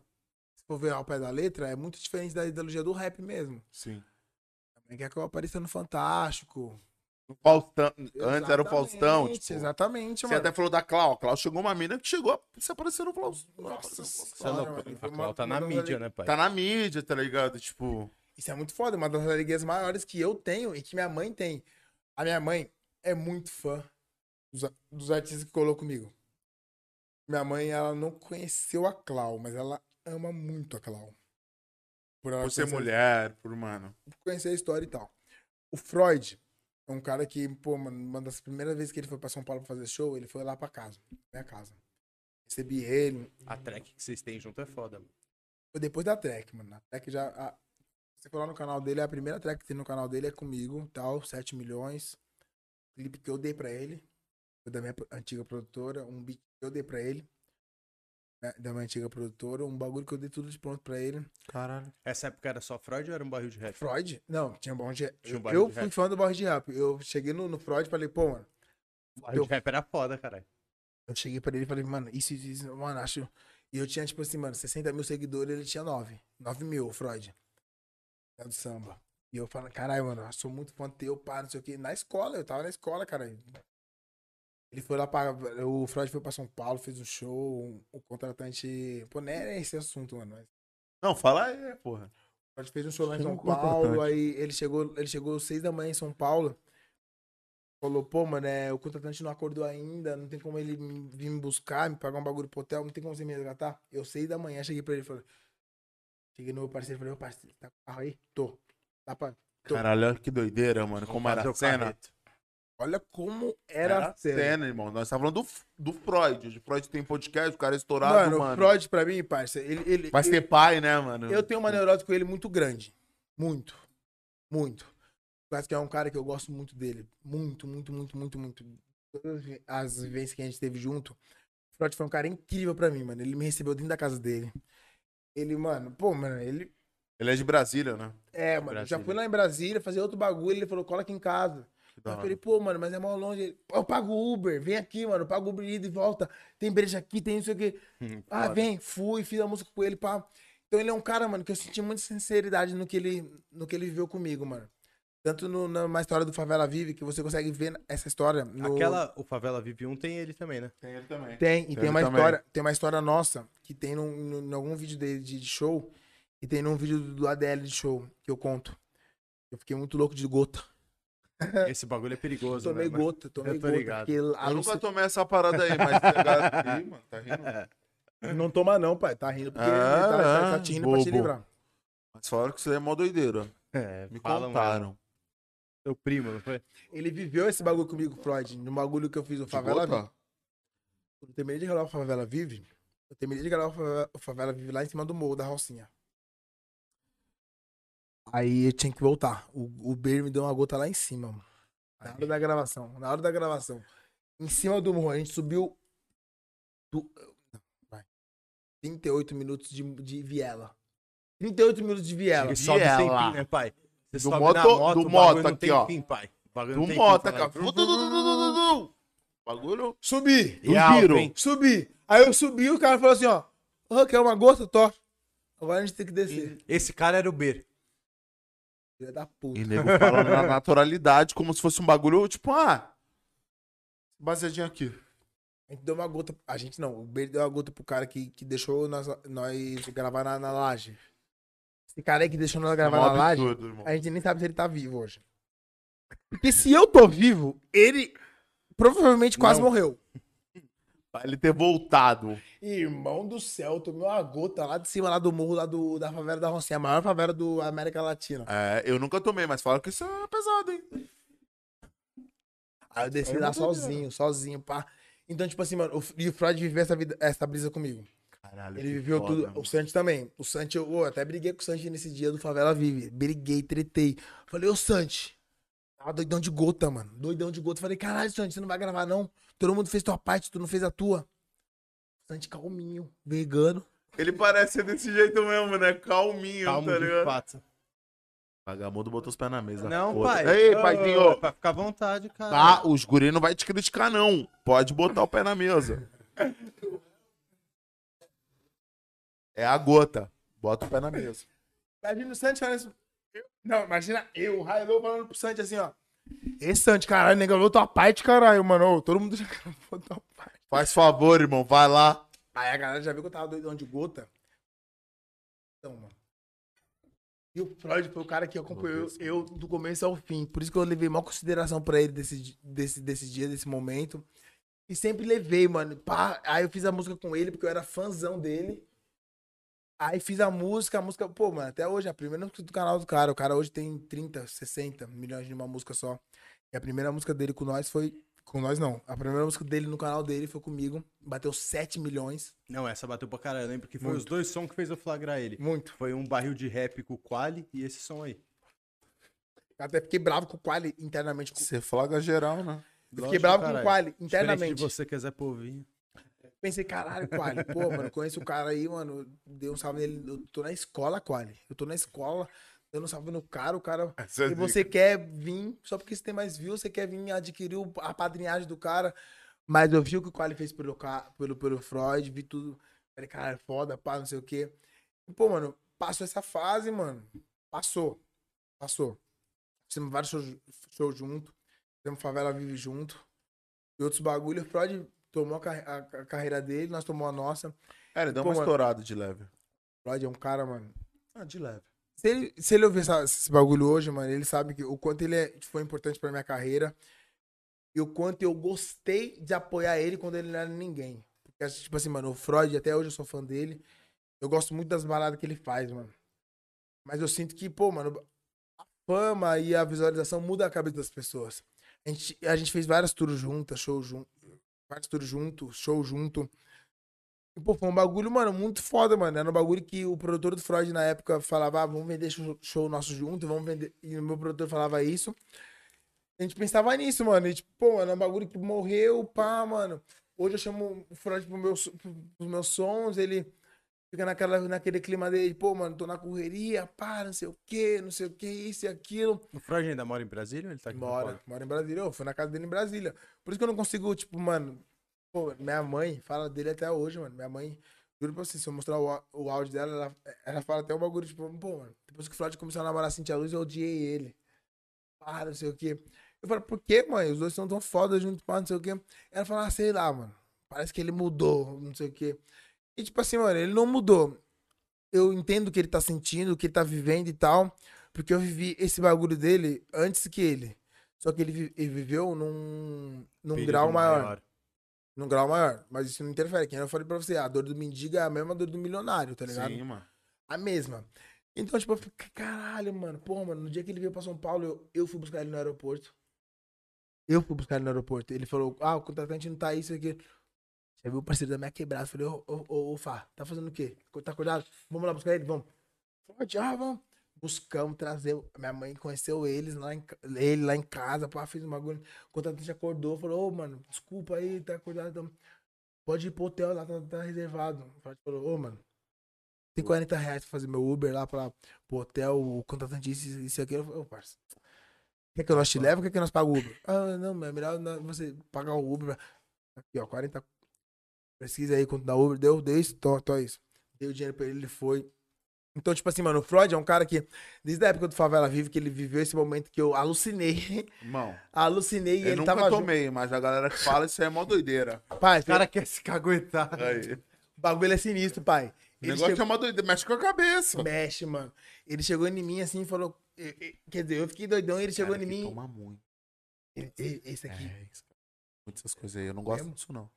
se for ver ao pé da letra, é muito diferente da ideologia do rap mesmo. Sim. Minha mãe quer que eu apareça no Fantástico. O Faustão- Antes era o Faustão. Exatamente, Tipo, exatamente, você mano. até falou da Clau. A Clau chegou uma mina que chegou a se aparecer no Faustão. Nossa, Você é Claro, louco. mano, A foi uma- Clau tá na uma- mídia, né, pai? Tá na mídia, tá ligado? Tipo. Isso é muito foda, uma das alegrias maiores que eu tenho e que minha mãe tem. A minha mãe é muito fã dos, a- dos artistas que colou comigo. Minha mãe, ela não conheceu a Clau, mas ela ama muito a Clau. Por ela Por ser conhecer- mulher, por mano. conhecer a história e tal. O Freud é um cara que, pô, mano, uma das primeiras vezes que ele foi pra São Paulo pra fazer show, ele foi lá pra casa, minha casa. Recebi ele. A track que vocês têm junto é foda, mano. Foi depois da track, mano. A track já. a- Você for lá no canal dele, a primeira track que tem no canal dele é comigo, tal, 7 milhões. Clipe que eu dei pra ele. Foi da minha pro- antiga produtora, um beat que eu dei pra ele. né, Da minha antiga produtora, um bagulho que eu dei tudo de pronto pra ele. Caralho. Essa época era só Freud ou era um barril de rap? Freud? Não, tinha um barril de Tinha um Eu, barril de fui rap. fã do barril de rap. Eu cheguei no, no Freud e falei, pô, mano. Barril de rap era foda, caralho. Eu cheguei pra ele e falei, mano, isso, isso, isso, mano, acho. E eu tinha, tipo assim, mano, 60 mil seguidores, ele tinha 9. 9 mil, o Freud. É do samba. E eu falo, caralho, mano, eu sou muito fã teu, pá, não sei o quê. Na escola, eu tava na escola, cara. Ele foi lá pra. O Freud foi pra São Paulo, fez um show. um- o contratante. Pô, não é esse assunto, mano. Mas Não, fala aí, porra. a gente fez um show lá em Chama São o contratante. Paulo, aí ele chegou, ele chegou às seis da manhã em São Paulo. Falou, pô, mano, é, o contratante não acordou ainda, não tem como ele me- vir me buscar, me pagar um bagulho pro hotel, não tem como você me resgatar. Eu seis da manhã, cheguei pra ele e falei. Cheguei no meu parceiro e falei, ô parceiro, tá com o carro aí? Tô. Dá pra. Tô. Caralho, olha que doideira, mano. Como era Fazer a o cena. carreto. Olha como era a cena. irmão. Nós estávamos falando do, do Freud. O Freud tem podcast, o cara é estourado, Mano, mano. o Freud pra mim, parceiro, ele. ele Vai ser pai, né, mano? Eu tenho uma neurose com ele muito grande. Muito. Muito. Parece que é um cara que eu gosto muito dele. Muito, muito, muito, muito, muito. Todas as vi- as vivências que a gente teve junto. O Freud foi um cara incrível pra mim, mano. Ele me recebeu dentro da casa dele. Ele, mano, pô, mano, ele. Ele é de Brasília, né? É, mano, já fui lá em Brasília fazer outro bagulho. Ele falou, cola aqui em casa. da Eu hora. falei, pô, mano, mas é mó longe. Ele, Eu pago Uber, vem aqui, mano. Eu pago Uber ida e volta. Tem breja aqui, tem não sei o quê. Hum, ah, vem, fui, fiz a música com ele, pá. Então ele é um cara, mano, que eu senti muita sinceridade no que ele, no que ele viveu comigo, mano. Tanto no, na na história do Favela Vive, que você consegue ver essa história. No... Aquela, o Favela Vive 1 tem ele também, né? Tem ele também. Tem, e tem, Ele uma também. história, tem uma história nossa que tem num, num- em algum vídeo dele de, de show, e tem num vídeo do ADL de show que eu conto. Eu fiquei muito louco de gota. Esse bagulho é perigoso, Tomei né? mano? gota, tomei tô gota. ligado. porque a Eu Luci- nunca tomei essa parada aí, mas pegar aqui, mano, tá rindo. Não toma não, pai. Tá rindo porque Ah, tá, tá, ah, tá te rindo pra te bobo. livrar. Mas falaram que isso aí é mó doideira. É, Me falam, mano. contaram. Seu primo, não foi? Ele viveu esse bagulho comigo, Freud. No bagulho que eu fiz o Favela Gota? Vive. Quando eu terminei de gravar o Favela Vive, eu terminei de gravar o Favela, o Favela Vive lá em cima do morro da Rocinha. Aí eu tinha que voltar. O, o Beir me deu uma gota lá em cima, mano. Na hora da gravação. Na hora da gravação. Em cima do morro, a gente subiu. Do, não, vai. 38 minutos de, de viela. 38 minutos de viela. Ele sobe sem ela? fim, né, pai? Você Do sobe na moto- moto, do o bagulho moto não aqui, tem ó. fim, pai. O bagulho não Do tem fim, tá Mota, fala, cara. Du- du- du- du- du- du- du- Bagulho. Subi! E alto, giro. hein? Subi. Aí eu subi o cara falou assim, ó. Ô, quer uma gota? Tó. Agora a gente tem que descer. Esse cara era o Ber. Filha da puta. E nego falando na naturalidade, como se fosse um bagulho, tipo, ah. Baseadinho aqui. A gente deu uma gota. A gente não. O Berde deu uma gota pro cara que, que deixou nós, nós gravar na, na laje. Esse cara aí que deixou nós gravar É um na laje, absurdo, irmão. a gente nem sabe se ele tá vivo hoje. Porque se eu tô vivo, ele provavelmente quase Não. morreu. Pra ele ter voltado. Irmão do céu, tomei uma gota lá de cima, lá do morro, lá do, da favela da Rocinha, a maior favela do América Latina. É, eu nunca tomei, mas falaram que isso é pesado, hein? Aí é eu desci lá sozinho, sozinho, pá. Então, tipo assim, mano, o, e o Freud viveu essa, vida, essa brisa comigo. Caralho. Ele viveu tudo. O Santi também. O Santi, eu, eu até briguei com o Santi nesse dia do Favela Vive. Briguei, tretei. Falei, ô Santi. Tava doidão de gota, mano. Doidão de gota. Falei, caralho, Santi, você não vai gravar, não. Todo mundo fez tua parte, tu não fez a tua. Santi calminho, vegano. Ele parece ser desse jeito mesmo, né? Calminho, Calmo tá de ligado? fato. Vagabundo botou os pés na mesa. Não, Foda. pai. Ei, Ô, Ah. paizinho. Pra ficar à vontade, cara. Tá, os guri não vai te criticar, não. Pode botar o pé na mesa. É a gota. Bota o pé na mesa. Imagina o Santi falando isso. Eu- não, imagina eu, o Railô falando pro Santi assim, ó. Ê, Santi, caralho, nega, eu tua parte, caralho, mano. Ô, todo mundo já gravou tua parte. Faz favor, irmão. Vai lá. Aí a galera já viu que eu tava doidão de gota. Então, mano. E o Freud foi o cara que acompanhou eu do começo ao fim. Por isso que eu levei maior consideração pra ele desse, di- desse, desse dia, desse momento. E sempre levei, mano. Pá, aí eu fiz a música com ele, porque eu era fãzão dele. Aí fiz a música, a música, pô, mano, até hoje, é a primeira música do canal do cara. O cara hoje tem 30, 60 milhões de uma música só. E a primeira música dele com nós foi Com nós não. A primeira música dele no canal dele foi comigo. Bateu 7 milhões. Não, essa bateu pra caralho. Eu lembro que foi os dois sons que fez eu flagrar ele. Muito. Foi um barril de rap com o Quali e esse som aí. Eu até fiquei bravo com o Quali internamente. com- Você flaga geral, né? Eu fiquei Lógico, bravo com o caralho. Quali Diferente internamente. de você que é Zé Povinho. Pensei, caralho, Quali. Pô, mano, conheço o cara aí, mano. Dei um salve nele. Eu tô na escola, Quali. Eu tô na escola. Dando um salve no cara, o cara. Essa é e você quer vir, só porque você tem mais views, você quer vir adquirir o- a padrinhagem do cara. Mas eu vi o que o Quali fez pelo, ca- pelo, pelo Freud, vi tudo. Falei, cara, é foda, pá, não sei o quê. E, pô, mano, passou essa fase, mano. Passou. Passou. Fizemos vários shows shows junto. Fizemos Favela Vive junto. E outros bagulho. O Freud tomou a, carre- a- a carreira dele, nós tomamos a nossa. É, ele deu Pô, uma mano. estourada de leve. O Freud é um cara, mano. Ah, de leve. Se ele, se ele ouvir essa- esse bagulho hoje, mano, ele sabe que o quanto ele é- foi importante pra minha carreira e o quanto eu gostei de apoiar ele quando ele não era ninguém. Porque, tipo assim, mano, o Freud, até hoje eu sou fã dele. Eu gosto muito das baladas que ele faz, mano. Mas eu sinto que, pô, mano, a fama e a visualização muda a cabeça das pessoas. A gente, a gente fez várias tours juntas, show junto, vários tours juntos, show junto. E, pô, foi um bagulho, mano, muito foda, mano. Era um bagulho que o produtor do Freud na época falava, ah, vamos vender show, show nosso junto, vamos vender. E o meu produtor falava isso. A gente pensava nisso, mano. E, tipo, pô, mano, é um bagulho que morreu, pá, mano. Hoje eu chamo o Freud pro meu, so- pro- pros meus sons, ele fica naquela, naquele clima dele, pô, mano, tô na correria, pá, não sei o quê, não sei o quê, isso e aquilo. O Freud ainda mora em Brasília ou ele tá aqui? em São Mora, Paulo? mora em Brasília. Eu fui na casa dele em Brasília. Por isso que eu não consigo, tipo, mano. Pô, minha mãe fala dele até hoje, mano. Minha mãe, juro pra você, se eu mostrar o, á- o áudio dela, ela, ela fala até um bagulho, tipo, pô, mano, depois que o Flávio começou a namorar a Cintia Luz, eu odiei ele. Ah, não sei o quê. Eu falo, por que, mãe? Os dois são tão foda junto, pá, não sei o quê. Ela fala, ah, sei lá, mano. Parece que ele mudou, não sei o quê. E tipo assim, mano, ele não mudou. Eu entendo o que ele tá sentindo, o que ele tá vivendo e tal. Porque eu vivi esse bagulho dele antes que ele. Só que ele, vi- ele viveu num, num Período um grau maior, Num grau maior. Mas isso não interfere. Que nem eu falei pra você, a dor do mendigo é a mesma dor do milionário, tá ligado? Sim, mano. A mesma. Então, tipo, eu fiquei, caralho, mano. Pô, mano, no dia que ele veio pra São Paulo, eu, eu fui buscar ele no aeroporto. Eu fui buscar ele no aeroporto. Ele falou, ah, o contratante não tá aí, isso aqui. Já viu o parceiro da minha quebrada. Eu Falei, ô, ô, ô, ô, Fá, tá fazendo o quê? Tá acordado? Vamos lá buscar ele, vamos. Pode, ah, vamos. Buscamos, trazer. Minha mãe conheceu eles lá em, ca- ele lá em casa, pá, fez um bagulho. O contratante acordou, falou, ô, mano, desculpa aí, tá acordado. Então, pode ir pro hotel lá, tá, tá reservado. O Fá falou, ô, mano, tem 40 reais pra fazer meu Uber lá pra, pro hotel, o contratante disse isso, isso e aquilo. Eu falei, ô, parça, quer que nós te leve ou quer que nós pagamos o Uber? Ah, não, é melhor nós- você pagar o Uber. Aqui, ó, 40. Pesquisa aí quanto dá Uber. Deu, deu isso, tô, tô isso. Dei o dinheiro pra ele, ele foi. Então, tipo assim, mano, o Freud é um cara que, desde a época do Favela Vive, que ele viveu esse momento que eu alucinei. Irmão, alucinei e eu ele nunca tava. tomei, mas a galera que fala isso aí é mó doideira. junto. Pai, O cara quer se caguetar. Aí. o bagulho é sinistro, pai. O Ele negócio chegou- é uma doideira, mexe com a cabeça. Mexe, mano. Ele chegou em mim assim e falou. eh, eh, Quer dizer, eu fiquei doidão e ele chegou Cara, em que mim. Toma muito. Ele- ele- Esse aqui. É, isso, cara. Muitas dessas coisas aí. Eu não gosto Mesmo? disso, não.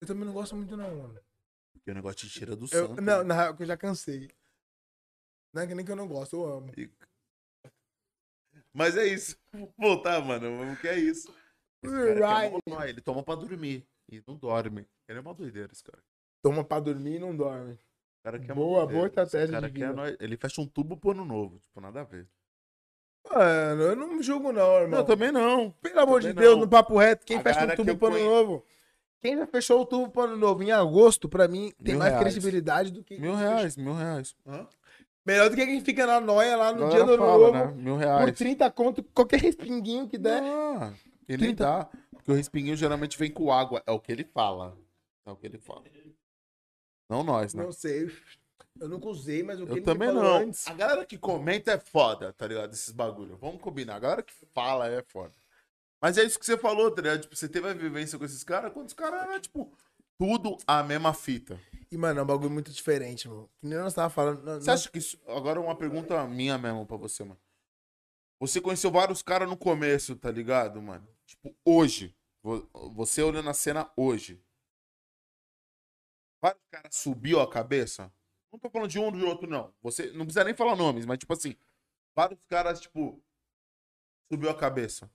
Eu também não gosto muito, não, mano. Porque o negócio te tira do Eu, santo. né? não, na real, que eu já cansei. Não é que nem que eu não gosto, eu amo. E- Mas é isso. Vou Voltar, mano. O que é isso? Esse cara aqui é mó nóia, Ele toma pra dormir. E não dorme. Ele é uma doideira, esse cara. Toma pra dormir e não dorme. O cara que é Boa, mó doideira. boa estratégia Esse cara de que é vida. nóia. Ele fecha um tubo pro ano novo. Tipo, nada a ver. Mano, eu não julgo, não, irmão. Não, também não. Pelo amor de também Deus, não. no papo reto, quem A fecha galera o que tubo eu pro ano conheço- novo? Quem já fechou o tubo pro ano novo em agosto, pra mim, tem Mil mais reais. credibilidade do que. Mil reais, mil reais. Melhor do que quem fica na noia lá no Um dia do ano novo. né? Mil Por reais. 30 conto, qualquer respinguinho que der. Ah, ele nem 30. dá. Porque o respinguinho geralmente vem com água. É o que ele fala. É o que ele fala. Não nós, né? Não sei. Eu nunca usei, mas o que Eu ele também me falou não. antes. A galera que comenta é foda, tá ligado? Esses bagulho. Vamos combinar. A galera que fala é foda. Mas é isso que você falou, tá ligado? Tipo, você teve a vivência com esses caras quando os caras eram, tipo, tudo a mesma fita. E, mano, é um bagulho muito diferente, mano. Que nem nós tava falando. nós- Você acha que isso. Agora uma pergunta minha mesmo pra você, mano. Você conheceu vários caras no começo, tá ligado, mano? Tipo, hoje. vo- Você olhando a cena hoje. Vários caras subiu a cabeça. Não tô falando de um ou de outro, não. Você não precisa nem falar nomes, mas tipo assim. Vários caras, tipo. Subiu a cabeça.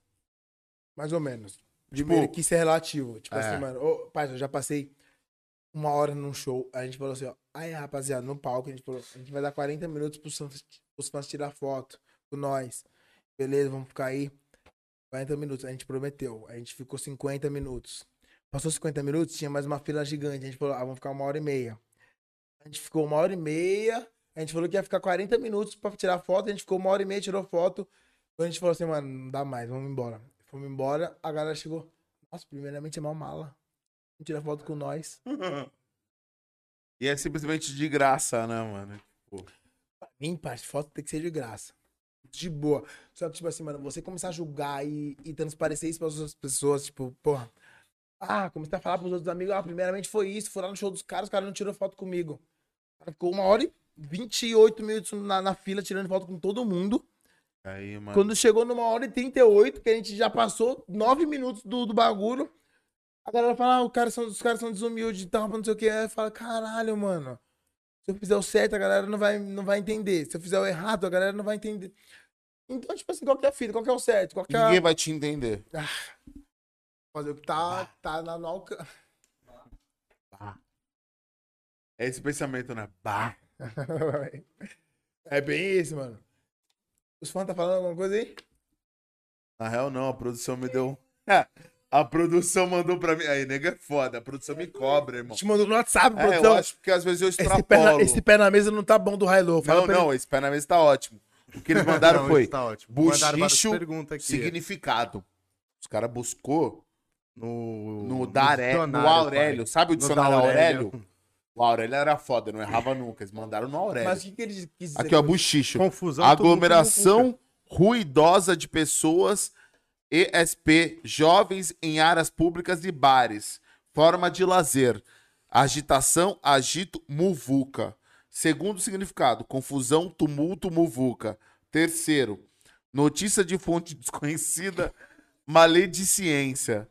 Mais ou menos. Primeiro que isso é relativo. Tipo Tipo, É. assim, mano, ô, parça, eu já passei uma hora num show, a gente falou assim, ó, aí, rapaziada, no palco, a gente falou, a gente vai dar 40 minutos pros fãs, pros fãs tirar foto com nós. Beleza, vamos ficar aí. 40 minutos, a gente prometeu. A gente ficou 50 minutos. Passou 50 minutos, tinha mais uma fila gigante. A gente falou, ah, vamos ficar uma hora e meia. A gente ficou uma hora e meia. A gente falou que ia ficar 40 minutos pra tirar foto. A gente ficou uma hora e meia, tirou foto. Quando a gente falou assim, mano, não dá mais, vamos embora. Fomos embora, a galera chegou. Nossa, primeiramente é mal mala. Não tira foto com nós. E é simplesmente de graça, né, mano? Pra mim, parte, foto tem que ser de graça. De boa. Só que, tipo assim, mano, você começar a julgar e, e transparecer isso para outras pessoas, tipo, porra. Ah, começar a falar pros outros amigos, ah, primeiramente foi isso, foram lá no show dos caras, os caras não tirou foto comigo. O cara ficou uma hora e 28 minutos na, na fila tirando foto com todo mundo. Aí, mano. Quando chegou numa hora e 38, que a gente já passou 9 minutos do, do bagulho, a galera fala, ah, o cara são, os caras são desumildes e tal, não sei o que. Aí fala, caralho, mano. Se eu fizer o certo, a galera não vai, não vai entender. Se eu fizer o errado, a galera não vai entender. Então, tipo assim, qual que é a fita? Qual que é o certo? Qual que é a- Ninguém vai te entender. Fazer o que tá, tá na, no alcance. É esse pensamento, né? Bah. é bem isso, mano. Os fãs tá falando alguma coisa aí? Na real, não. A produção me deu. É, a produção mandou pra mim. Aí, nega, é foda. A produção me cobra, irmão. Te mandou no WhatsApp, É, eu Tipo, produção. acho que às vezes eu esse, pé na, extrapolo. esse pé na mesa não tá bom do Hilo. Fala Não, pra ele não. Esse pé na mesa tá ótimo. O que eles mandaram Não, foi isso Tá ótimo. Mandaram várias bochicho perguntas aqui. significado. Os caras buscou No, no, Daré, no dicionário, Aurélio. pai. Sabe o No dicionário da Aurélio? O Aurélio era foda, não errava nunca. Eles mandaram no Aurélio. Mas o que, que ele quis dizer? é. Aqui, é ó, com isso? bochicho. Confusão. é todo mundo Aglomeração ruidosa de pessoas, ESP, jovens em áreas públicas e bares. Forma de lazer. Agitação, agito, muvuca. Segundo significado, confusão, tumulto, muvuca. Terceiro, notícia de fonte desconhecida, malediciência.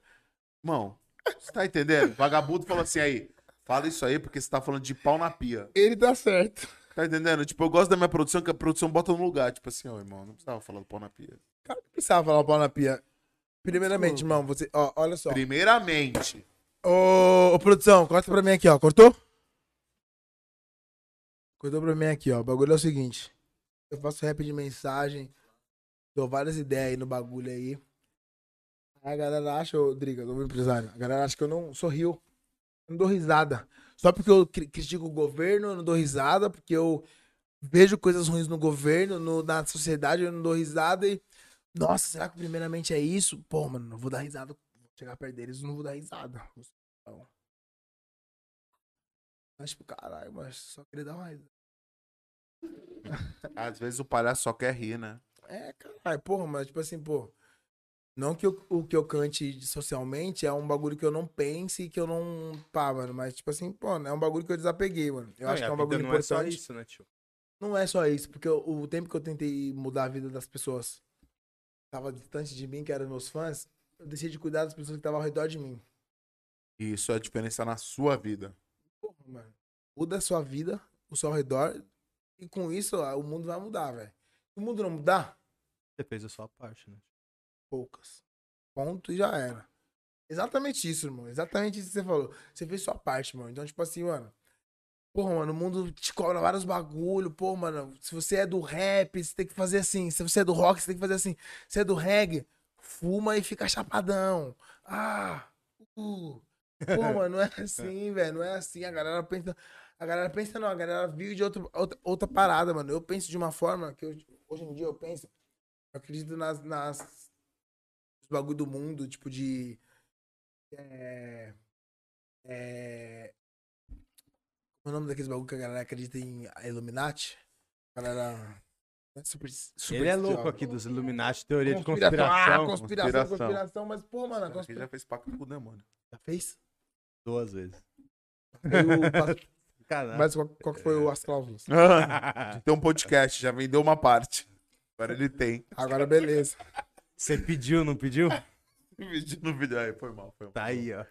Irmão, você tá entendendo? Vagabundo falou assim aí, fala isso aí porque você tá falando de pau na pia. Ele tá certo. Tá entendendo? Tipo, eu gosto da minha produção, que a produção bota no lugar. Tipo assim, ó, irmão, não precisava falar do pau na pia. Cara, não precisava falar o pau na pia. Primeiramente, irmão, você. Ó, olha só. Primeiramente. Ô, ô, produção, corta pra mim aqui, ó. Cortou? Cortou pra mim aqui, ó. O bagulho é o seguinte. Eu faço rap de mensagem, dou várias ideias aí no bagulho aí. Aí a galera acha, ô, Driga, eu sou empresário. né? A galera acha que eu não sorrio. Eu não dou risada. Só porque eu cri- critico o governo, eu não dou risada, porque eu vejo coisas ruins no governo, no- na sociedade, eu não dou risada e. Nossa, será que primeiramente é isso? Pô, mano, não vou dar risada chegar perto deles, eu não vou dar risada. Vou ser cuzão. Mas, tipo, caralho, mas só queria dar uma risada. Às vezes o palhaço só quer rir, né? É, caralho, porra, mas, tipo assim, pô. Não que eu- o que eu cante socialmente é um bagulho que eu não pense e que eu não. Pá, mano, mas, tipo assim, pô, é um bagulho que eu desapeguei, mano. Eu Não, acho e que é a um bagulho vida não é só importante. isso, né, tio? Não é só isso, porque o, o tempo que eu tentei mudar a vida das pessoas tava distante de mim, que eram meus fãs, eu deixei de cuidar das pessoas que estavam ao redor de mim. E isso é a diferença na sua vida. Porra, mano. Muda a sua vida, o seu ao redor, e com isso ó, o mundo vai mudar, velho. Se o mundo não mudar, Você fez a sua parte, né? poucas. Ponto e já era. Exatamente isso, irmão. Exatamente isso que você falou. Você fez sua parte, mano. Então, tipo assim, mano. Porra, mano, o mundo te cobra vários bagulho. Pô, mano, se você é do rap, você tem que fazer assim. Se você é do rock, você tem que fazer assim. Se é do reggae, fuma e fica chapadão. Ah, uh. Pô, mano, não é assim, velho. Não é assim. A galera pensa. A galera pensa, não. A galera vive de outra, outra, outra parada, mano. Eu penso de uma forma que eu- hoje em dia eu penso. Eu acredito nas, nas, os bagulho do mundo, tipo de. É. É. Como é o nome daqueles bagulho que a galera acredita em a Illuminati? A galera. é super, super Ele é louco aqui dos Illuminati, teoria de Conspiração. Ah, conspiração. conspiração, conspiração, conspiração. Mas, pô, mano, a Cara, Quem conspiração já fez pacto com o demônio? Ah! fez. Duas vezes. Eu- Caralho. mas qual, qual que foi o as cláusulas? tem um podcast, já vendeu uma parte. Agora ele tem. Agora, beleza. Você pediu, não pediu? No vídeo aí, foi mal, foi mal. Tá aí, ó.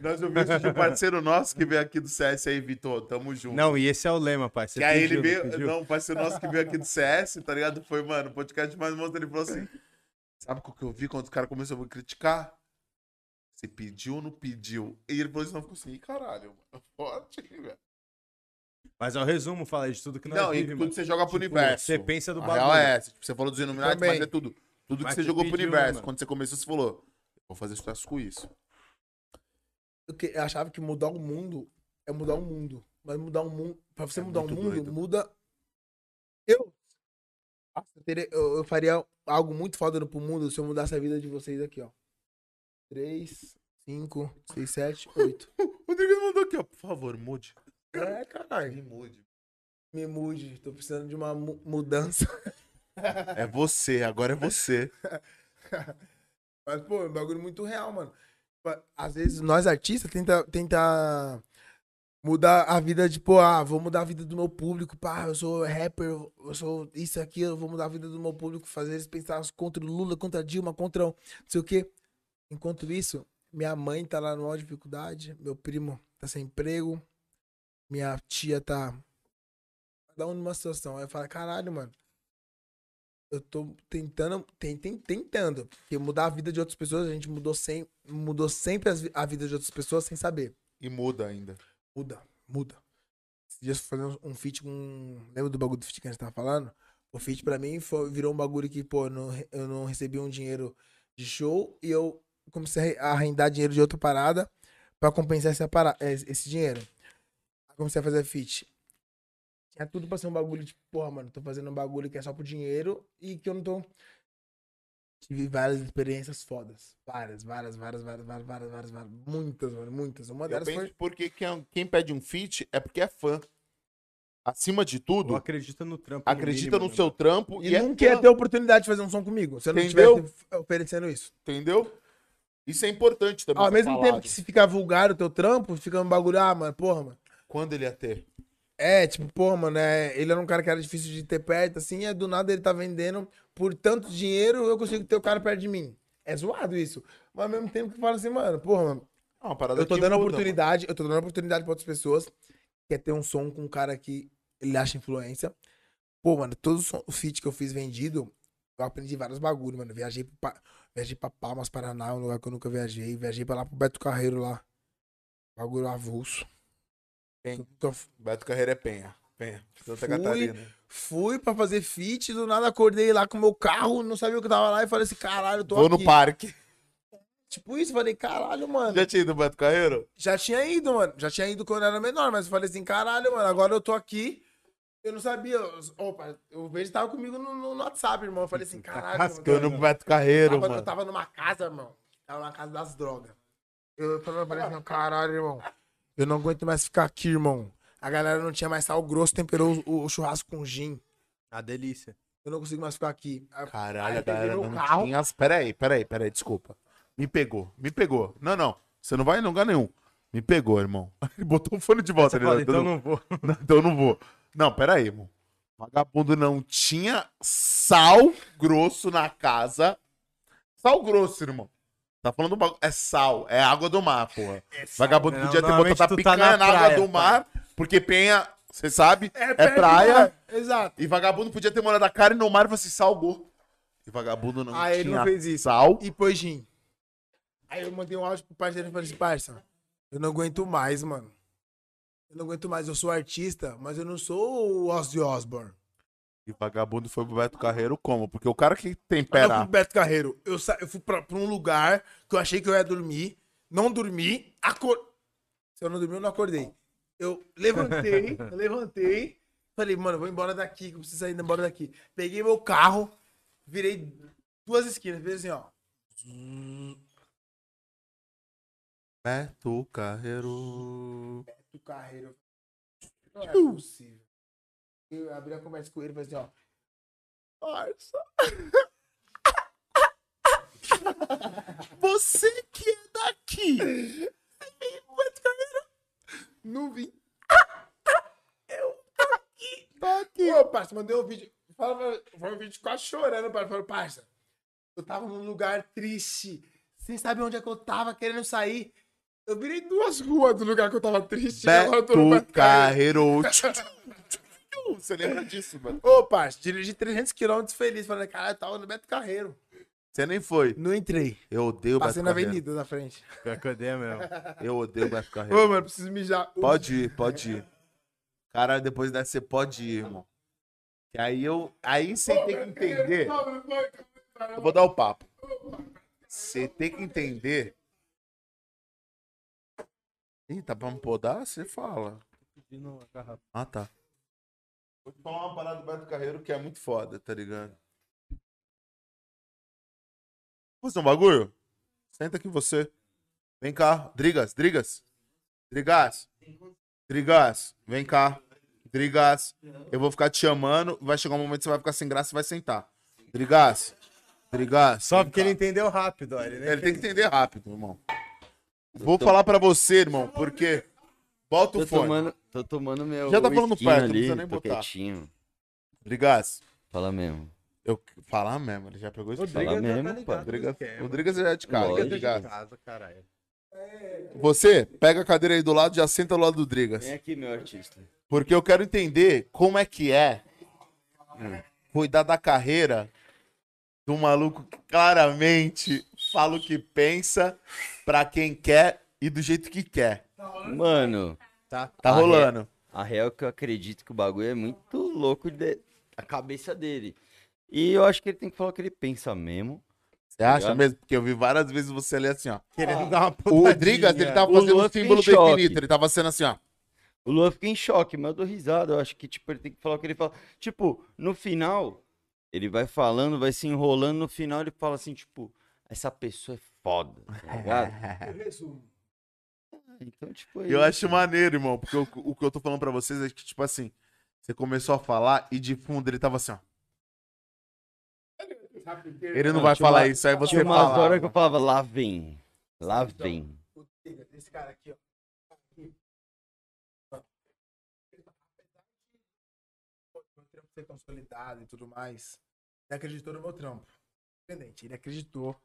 Nós ouvimos isso de um parceiro nosso que veio aqui do CS aí, Vitor. Tamo junto. Não, e esse é o lema, pai. Você que aí pediu, ele veio. não Não, pediu? um parceiro nosso que veio aqui do CS, tá ligado? Foi, mano, o podcast mais monstro. Ele falou assim: Sabe o que eu vi quando os caras começaram a me criticar? Você pediu ou não pediu? E ele falou assim, não ficou assim, "Ih, caralho, mano. Forte, velho. Mas é o resumo, falei de tudo que nós Não, e vive, tudo mano. que você joga pro Tipo, universo. Você pensa do A bagulho. real é essa. Tipo, você falou dos Illuminati, Também. mas é tudo. Tudo Mas que você você jogou pro pediu, né, universo. mano? Quando você começou, você falou, "Eu vou fazer sucesso com isso. Eu, que- eu achava que mudar o mundo é mudar o mundo. Mas mudar o mundo. Pra você É mudar o muito mundo, doido. muda. Eu. Nossa, eu, teria- eu- eu faria algo muito foda pro mundo se eu mudasse a vida de vocês aqui, ó. 3, 5, 6, 7, 8. O Rodrigues mandou aqui, ó. Por favor, mude. É, caralho. Me mude. Me mude. Tô precisando de uma mu- mudança. É você, agora é você. Mas, pô, é um bagulho muito real, mano. Tipo, Às vezes nós artistas tenta, tenta mudar a vida de, pô, ah, vou mudar a vida do meu público, pá, eu sou rapper, eu sou isso aqui, eu vou mudar a vida do meu público, fazer eles pensar contra o Lula, contra a Dilma, contra o não sei o quê. Enquanto isso, minha mãe tá lá numa dificuldade, meu primo tá sem emprego, minha tia tá cada um numa situação. Aí eu falo, caralho, mano. Eu tô tentando, tem, tem- tentando, porque mudar a vida de outras pessoas, a gente mudou, sem, mudou sempre as vi- a vida de outras pessoas sem saber. E muda ainda. Muda, muda. Esses dias fui fazer um, um feat com. Lembra do bagulho do feat que a gente tava falando? O feat pra mim foi- virou um bagulho que, pô, eu não, re- eu não recebi um dinheiro de show e eu comecei a re- a arrendar dinheiro de outra parada pra compensar essa para- eh, esse dinheiro. Aí comecei a fazer feat. Tinha tudo pra ser um bagulho de, porra, mano, tô fazendo um bagulho que é só pro dinheiro e que eu não tô. Tive várias experiências fodas. Várias, várias, várias, várias, várias, várias, várias, várias. Muitas, mano, muitas. Uma Eu delas penso foi. porque quem, quem pede um feat é porque é fã. Acima de Ou tudo, acredita no trampo. acredita no mínimo, né, seu trampo e, E, é não fã, quer ter oportunidade de fazer um som comigo. Se eu não Entendeu? estivesse oferecendo isso. entendeu? Isso é importante também. Ao ser mesmo falado. tempo que se ficar vulgar o teu trampo, fica um bagulho, ah, mano, porra, mano. Quando ele ia ter? É, tipo, porra, mano, é, ele era um cara que era difícil de ter perto, assim, e do nada ele tá vendendo por tanto dinheiro, eu consigo ter o cara perto de mim. É zoado isso. Mas ao mesmo tempo que fala assim, mano, porra, mano, É uma parada eu tô que dando muda, oportunidade, eu tô dando oportunidade pra outras pessoas, que é ter um som com um cara que ele acha influência. Pô, mano, todo o, som, o feat que eu fiz vendido, eu aprendi vários bagulho, mano. Viajei pra, Pa- viajei pra Palmas, Paraná, um lugar que eu nunca viajei. Viajei pra lá pro Beto Carreiro lá. Bagulho avulso. Bem. Nunca f- mano. Beto Carreira é Penha. Penha. Santa Fui. Catarina. Fui pra fazer feat, do nada acordei lá com o meu carro, não sabia o que eu tava lá e falei assim, caralho, eu tô Vou aqui. no parque. Tipo isso, falei, caralho, mano. Já tinha ido no Beto Carreiro? Já tinha ido, mano. Já tinha ido quando eu era menor, mas eu falei assim, caralho, mano, agora eu tô aqui. Eu não sabia. Eu- Opa, o Verde tava comigo no, no WhatsApp, irmão. Eu falei assim, caralho, mano, Cascando pro eu, Beto Carreiro, tava, eu mano. tava numa casa, irmão. Tava na casa das drogas. Eu falei eu falei assim, caralho, irmão. Eu não aguento mais ficar aqui, irmão. A galera não tinha mais sal grosso, temperou o, o churrasco com gin. mano? A delícia. Eu não consigo mais ficar aqui. Aí- aí Caralho, eu a peguei galera meu não carro. tinha... as- Peraí, peraí, peraí, desculpa. Me pegou, me pegou. Não, não, você não vai em lugar nenhum. Me pegou, irmão. Ele botou o fone de volta. Você Ele, fala, então, então não... não vou. então eu não vou. Não, peraí, irmão. Vagabundo não tinha sal grosso na casa. Sal grosso, irmão. Tá falando do bagulho. É sal, é água do mar, porra. É Vagabundo Não, podia ter normalmente botado a tu tá picanha na na, praia, água do pai. mar, porque penha, você sabe, é, perto do praia. mar. Exato. E vagabundo podia ter morado a cara no mar e você salgou. E vagabundo não Ah, tinha ele não fez isso. sal. e pôs gin. Aí eu mandei um áudio pro parceiro e falei assim, parça, eu não aguento mais, mano. Eu não aguento mais, eu sou artista, mas eu não sou o Ozzy Osbourne. E vagabundo foi pro Beto Carreiro como? Porque o cara que Eu não fui tempera. pro Beto Carreiro. Eu, sa- eu fui pra, pra um lugar que eu achei que eu ia dormir, não dormi, acor... Se eu não dormi, eu não acordei. Eu levantei, eu levantei, falei, mano, eu vou embora daqui, que eu preciso sair embora daqui. Peguei meu carro, virei duas esquinas, fez assim, ó. Beto Carreiro. do Carreiro. Não é possível. Eu abri a conversa com ele e falei assim, ó. Parça, Você que é daqui! não vim. Eu tô aqui. Tô aqui. Ô, parça, mandei um vídeo. Fala, foi um vídeo quase chorando, parça. Falei, parça, eu tava num lugar triste. Sem saber onde é que eu tava, querendo sair. Eu virei duas ruas do lugar que eu tava triste. e agora eu tô no Beto Beto Carreiro. Carreiro. Você lembra disso, mano? tá Ô, parça, dirigi 300km feliz. Falei, caralho, eu tava no Beto Carreiro. Você nem foi. Não entrei. Eu odeio o Passei Beto na Carreiro. avenida, na frente. Pior que eu dei mesmo. Eu odeio o Beto Ô, Carreiro. mano, preciso mijar. Pode ir, pode ir. Caralho, depois dessa você pode ir, irmão. Que aí eu. Aí você tem que entender. Eu vou dar o papo. Você tem que entender. Ih, tá pra me podar? Você fala. Ah, tá. Vou te falar uma parada do Beto Carreiro que é muito foda, tá ligado? Puxa um bagulho? Senta aqui você. Vem cá, Drigas, Drigas. Drigas. Drigas, vem cá. Drigas, eu vou ficar te chamando. Vai chegar um momento que você vai ficar sem graça e vai sentar. Drigas. Drigas. Só porque ele entendeu rápido, olha. Né? Ele tem que entender rápido, irmão. Vou falar pra você, irmão, porque. Bota o Tô fone. tomando, tô tomando meu. Já tá falando whisky perto, não ali, precisa nem tô botar. quietinho. Drigas. Fala mesmo. Eu falar mesmo, ele já pegou isso. tá Fala mesmo, pai. Rodrigo, Rodrigo, Rodrigo já é de casa. Lógico. Rodrigo. Obrigado. casa, caralho. Você pega a cadeira aí do lado e já senta do lado do Vem Drigas. aqui, meu artista. Porque eu quero entender como é que é Hum. cuidar da carreira do maluco que claramente fala o que pensa pra quem quer e do jeito que quer. Mano, Tá Ah, é. rolando. a real é que eu acredito que o bagulho é muito louco de... a cabeça dele. E eu acho que ele tem que falar o que ele pensa mesmo. Você acha Tá ligado? mesmo? Porque eu vi várias vezes você ler assim, ó. Querendo dar uma O putadinha. Rodrigues, ele tava O fazendo o Luan símbolo do fica em choque. infinito. Ele tava sendo assim, ó. O Luan fica em choque, mas eu dou risada. Eu acho que, tipo, ele tem que falar o que ele fala. Tipo, no final, ele vai falando, vai se enrolando. No final, ele fala assim, tipo, essa pessoa é foda, tá ligado? Então, tipo, é Eu isso. acho maneiro, irmão. Porque o, o que eu tô falando pra vocês é que, tipo assim, você começou a falar e de fundo ele tava assim, ó. Ele não Mano, vai tinha falar uma- isso, aí Tinha você umas horas fala. que eu falava, lá vem, lá vem. Esse cara aqui, ó. Meu trampo ser consolidado e tudo mais. Ele acreditou no meu trampo. Independente, ele acreditou.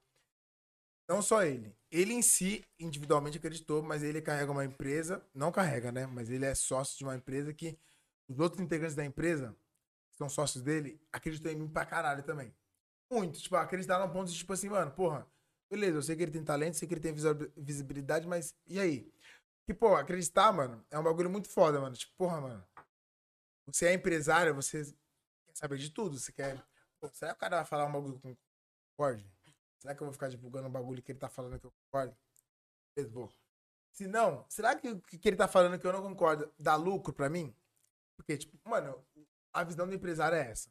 Não só ele. Ele em si, individualmente, acreditou, mas ele carrega uma empresa. Não carrega, né? Mas ele é sócio de uma empresa que os outros integrantes da empresa, que são sócios dele, acreditou em mim pra caralho também. Muito. Tipo, acreditaram a ponto de, tipo assim, mano, porra, beleza, eu sei que ele tem talento, sei que ele tem visor- visibilidade, mas e aí? Que, pô, acreditar, mano, é um bagulho muito foda, mano. Tipo, porra, mano. Você é empresário, você quer saber de tudo. Você quer. Pô, será que o cara vai falar um bagulho que eu concorde? Será que eu vou ficar divulgando um bagulho que ele tá falando que eu concordo? Beleza, vou. Se não, será que o que ele tá falando que eu não concordo dá lucro pra mim? Porque, tipo, mano, a visão do empresário é essa.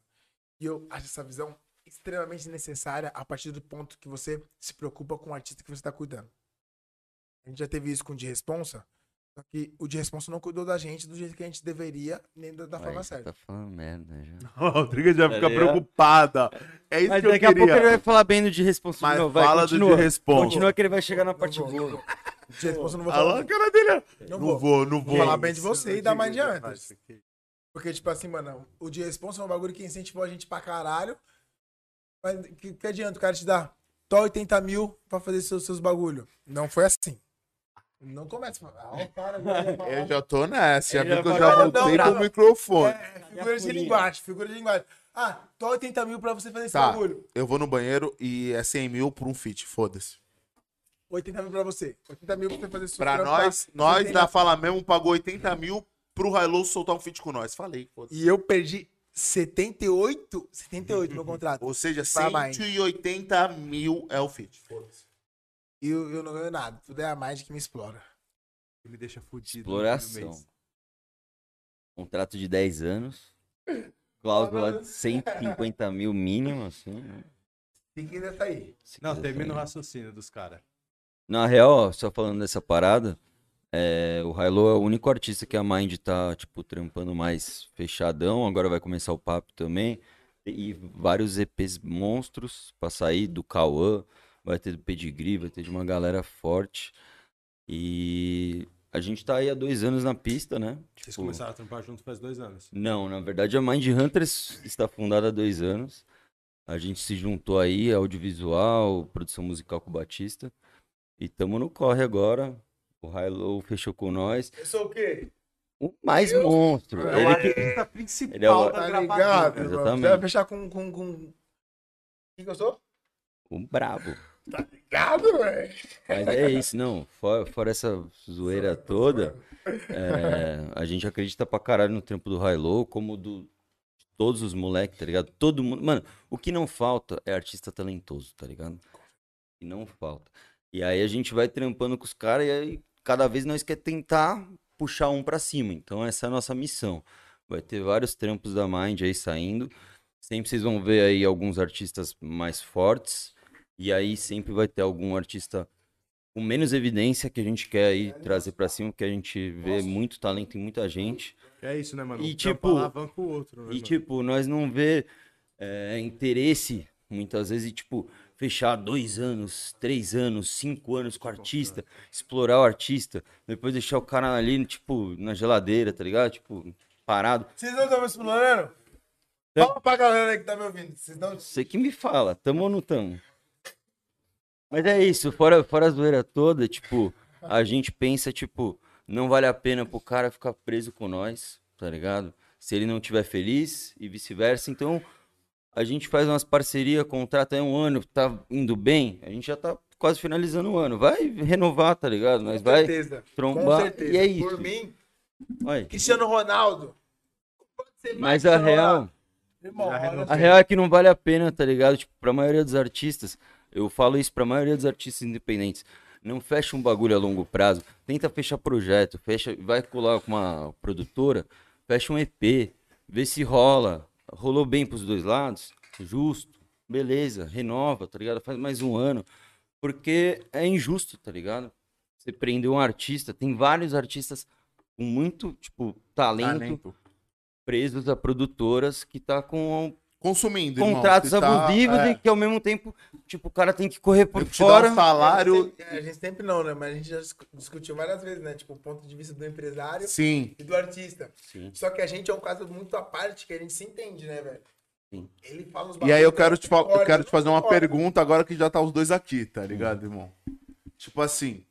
E eu acho essa visão extremamente necessária a partir do ponto que você se preocupa com o artista que você está cuidando. A gente já teve isso com o de responsa, só que o de responsa não cuidou da gente do jeito que a gente deveria, nem da, da forma Aí, você certa. tá falando merda já. O Rodrigues já fica Tá ligado? preocupada. É isso Mas que eu daqui a pouco ele queria. vai falar bem do de responsa. Mas Não, vai, fala do de continua. responsa. Continua que ele vai chegar na parte vou, não boa. O de responsa eu não vou Olha lá falar, a cara dele. ó. não Tá Não vou. vou, não Vou vou. falar bem de você e dar mais adiante. Porque, tipo assim, mano, o de responsa é um bagulho que incentivou a gente pra caralho. Mas que, que adianta o cara te dar? Tó 80 mil pra fazer seus, seus bagulho. Não foi assim. Não começa. a falar, Ah, o cara agora vai falar Eu já tô nessa, já Ele vi que já eu já vai- voltei Não, não, pro não. microfone. É, figura de linguagem, figura de linguagem. Ah, tô 80 mil pra você fazer esse Tá, bagulho. eu vou no banheiro e é 100 mil por um fit, foda-se. 80 mil pra você. 80 mil pra você fazer esse Pra trampo, nós, tá? nós 80. da Fala Mesmo pagou 80 mil pro Hilo soltar um feat com nós. Falei, foda-se. E eu perdi 78, 78 no contrato. Ou seja, Pra mais. 180 mil é o feat. Foda-se. E eu, eu não ganho nada. Tudo é a mais que me explora. Me deixa fudido. no Exploração. mês. Contrato de 10 anos. Cláusula de 150 mil mínimo, assim. né? Fiquem nessa aí. Se Não, quiser termina o sair. raciocínio dos caras. Na real, ó, só falando dessa parada, é, o Hilo é o único artista que a Mind tá, tipo, trampando mais fechadão. Agora vai começar o papo também. E vários EPs monstros pra sair do Cauã. Vai ter do Pedigree, vai ter de uma galera forte. E a gente tá aí há dois anos na pista, né? Vocês Tipo, começaram a trampar junto faz dois anos. Não, na verdade a Mind Hunters está fundada há dois anos. A gente se juntou aí, audiovisual, produção musical com o Batista. E tamo no corre agora. O Hilo fechou com nós. Eu sou o quê? O mais monstro. É o Ele que- artista principal Ele é o- da Tá gravadora. ligado? mano? Exatamente. Você vai fechar com. com, com... O que, que eu sou? Um brabo. Obrigado, velho. Mas é isso, não. Fora, fora essa zoeira toda, é, a gente acredita pra caralho no tempo do High Low, como do de todos os moleques, tá ligado? Todo mundo. Mano, o que não falta é artista talentoso, tá ligado? E não falta. E aí a gente vai trampando com os caras e aí cada vez nós quer tentar puxar um pra cima. Então essa é a nossa missão. Vai ter vários trampos da Mind aí saindo. Sempre vocês vão ver aí alguns artistas mais fortes. E aí sempre vai ter algum artista com menos evidência que a gente quer aí trazer pra cima, porque a gente vê muito talento em muita gente. É isso, né, mano? E, um trampo tipo, alavanca o outro, né, E mano? tipo, nós não vê é, interesse muitas vezes e tipo fechar dois anos, três anos, cinco anos com o artista, explorar o artista, depois deixar o cara ali tipo na geladeira, tá ligado? Tipo parado. Vocês não estão me explorando? Fala pra galera aí que tá me ouvindo. Vocês não. Você que me fala, tamo ou não tamo? Mas é isso, fora, fora a zoeira toda, tipo, a gente pensa, tipo, não vale a pena pro cara ficar preso com nós, tá ligado? Se ele não tiver feliz e vice-versa, então a gente faz umas parcerias, contrata aí um ano, tá indo bem, a gente já tá quase finalizando o ano. Vai renovar, tá ligado? Mas vai certeza. Com trombar. certeza. E é isso. Por mim, Olha, Cristiano Ronaldo. mas a real. Irmão, Já olha, A real é que não vale a pena, tá ligado? Tipo, pra maioria dos artistas, eu falo isso pra maioria dos artistas independentes. Não fecha um bagulho a longo prazo. Tenta fechar projeto, fecha, vai colar com uma produtora, fecha um EP, vê se rola. Rolou bem pros dois lados, justo, beleza, renova, tá ligado? Faz mais um ano. Porque é injusto, tá ligado? Você prendeu um artista, tem vários artistas com muito, tipo, talento presos a produtoras que tá com Consumindo, irmão. contratos Você tá- abusivos é. e que ao mesmo tempo, tipo, o cara tem que correr por Eu te dar um fora. salário. sempre- a gente sempre não, né? Mas a gente já discu- discutiu várias vezes, né? Tipo, o ponto de vista do empresário Sim. e do artista. Sim. Só que a gente é um caso muito à parte que a gente se entende, né, velho? Sim. é Ele fala uns E aí eu quero te, fal- eu Concordo, quero te fazer uma concordo. pergunta agora que já tá os dois aqui, tá ligado, irmão? Tipo assim,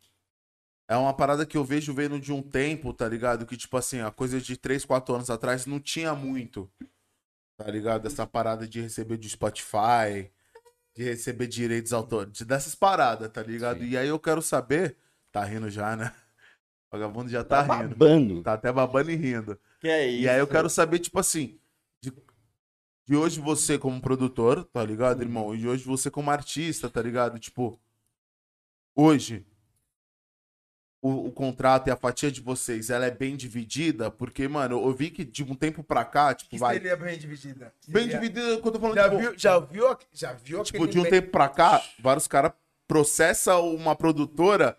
é uma parada que eu vejo vendo de um tempo, tá ligado? Que tipo assim, a coisa de 3, 4 anos atrás não tinha muito, tá ligado? Essa parada de receber do Spotify, de receber direitos autorais, dessas paradas, tá ligado? Sim. E aí eu quero saber, tá rindo já, né? O vagabundo já tá rindo. Babando. Tá até babando e rindo. Que é isso? E aí eu quero saber, tipo assim, de, de hoje você como produtor, tá ligado, Uhum. irmão? E de hoje você como artista, tá ligado? Tipo, hoje o, o contrato e a fatia de vocês, ela é bem dividida? Porque, mano, eu vi que de um tempo pra cá, tipo, que vai... seria bem dividida. Bem Seria- dividida quando eu tô falando, Já tipo, viu, já viu, aqu- já viu tipo, de um meme- tempo pra cá, vários caras processam uma produtora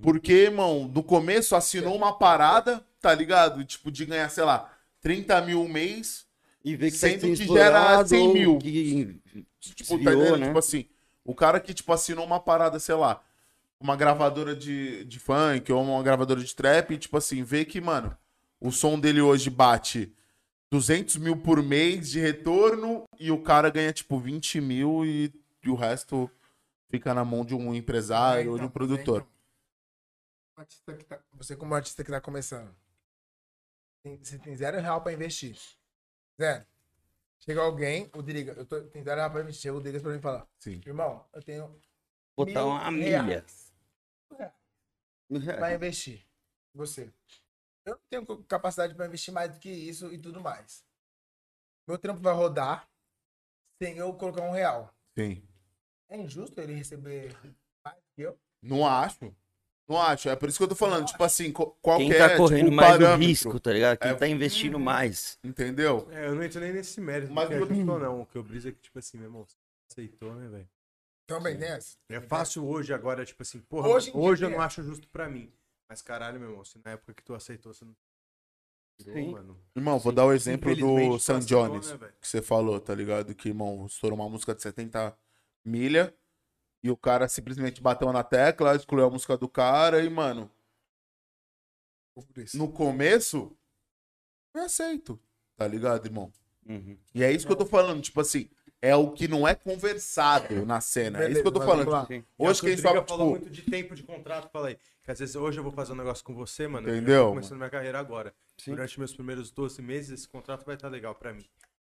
porque, irmão, no começo assinou uma parada, tá ligado? Tipo, de ganhar, sei lá, 30 mil um mês... E ver que Sendo tá sendo que gera explorado 100 ou mil. Que... Tipo, tá Desviou, entendendo? né? Tipo assim, o cara que, tipo, assinou uma parada, sei lá, uma gravadora de, de funk ou uma gravadora de trap, e, tipo assim, vê que, mano, o som dele hoje bate 200 mil por mês de retorno e o cara ganha, tipo, 20 mil e, e o resto fica na mão de um empresário ou de um Então, produtor. então, um artista que tá- você como artista que tá começando, tem- você tem zero real pra investir. Zero. Chega alguém, o Driga, eu tô, tem zero real pra investir, chega o Driga pra mim e fala, Sim. irmão, eu tenho Botar mil uma milha. reais É. Pra investir. Você. Eu não tenho co- capacidade pra investir mais do que isso e tudo mais. Meu trampo vai rodar sem eu colocar um real. Sim. É injusto ele receber mais que eu? Não acho. Não acho. É por isso que eu tô falando, tipo assim, co- qual Quem que tá é correndo tipo, o mais o parâmetro, risco, tá ligado? Quem É. tá investindo mais. Entendeu? É, eu não entro nem nesse mérito. Mas Mas não eu- acreditou, não. O que eu briso é que, tipo assim, meu irmão, você aceitou, né, velho? Também tem essa. É fácil hoje, agora, tipo assim, porra, hoje, Hoje em dia hoje eu é. não acho justo pra mim. Mas caralho, meu irmão, se na época que tu aceitou, você não. Sim. Mano. Irmão, vou dar o exemplo Infelizmente, do tu tá San aceitou, Jones. né, velho? que você falou, tá ligado? Que, irmão, estourou uma música de 70 milha e o cara simplesmente bateu na tecla, excluiu a música do cara e, mano, Por isso. no começo, eu aceito, tá ligado, irmão? Uhum. E é isso que eu tô falando, tipo assim, é o que não é conversado na cena, é isso que eu tô Beleza, mas vamos falando. lá. tipo, E é o Hoje que o quem Driga sobe, falou tipo, muito de tempo de contrato, fala aí. Que às vezes hoje eu vou fazer um negócio com você, mano. eu já tô Entendeu, começando minha carreira agora. Durante meus primeiros 12 meses, esse tá contrato vai estar legal pra mim.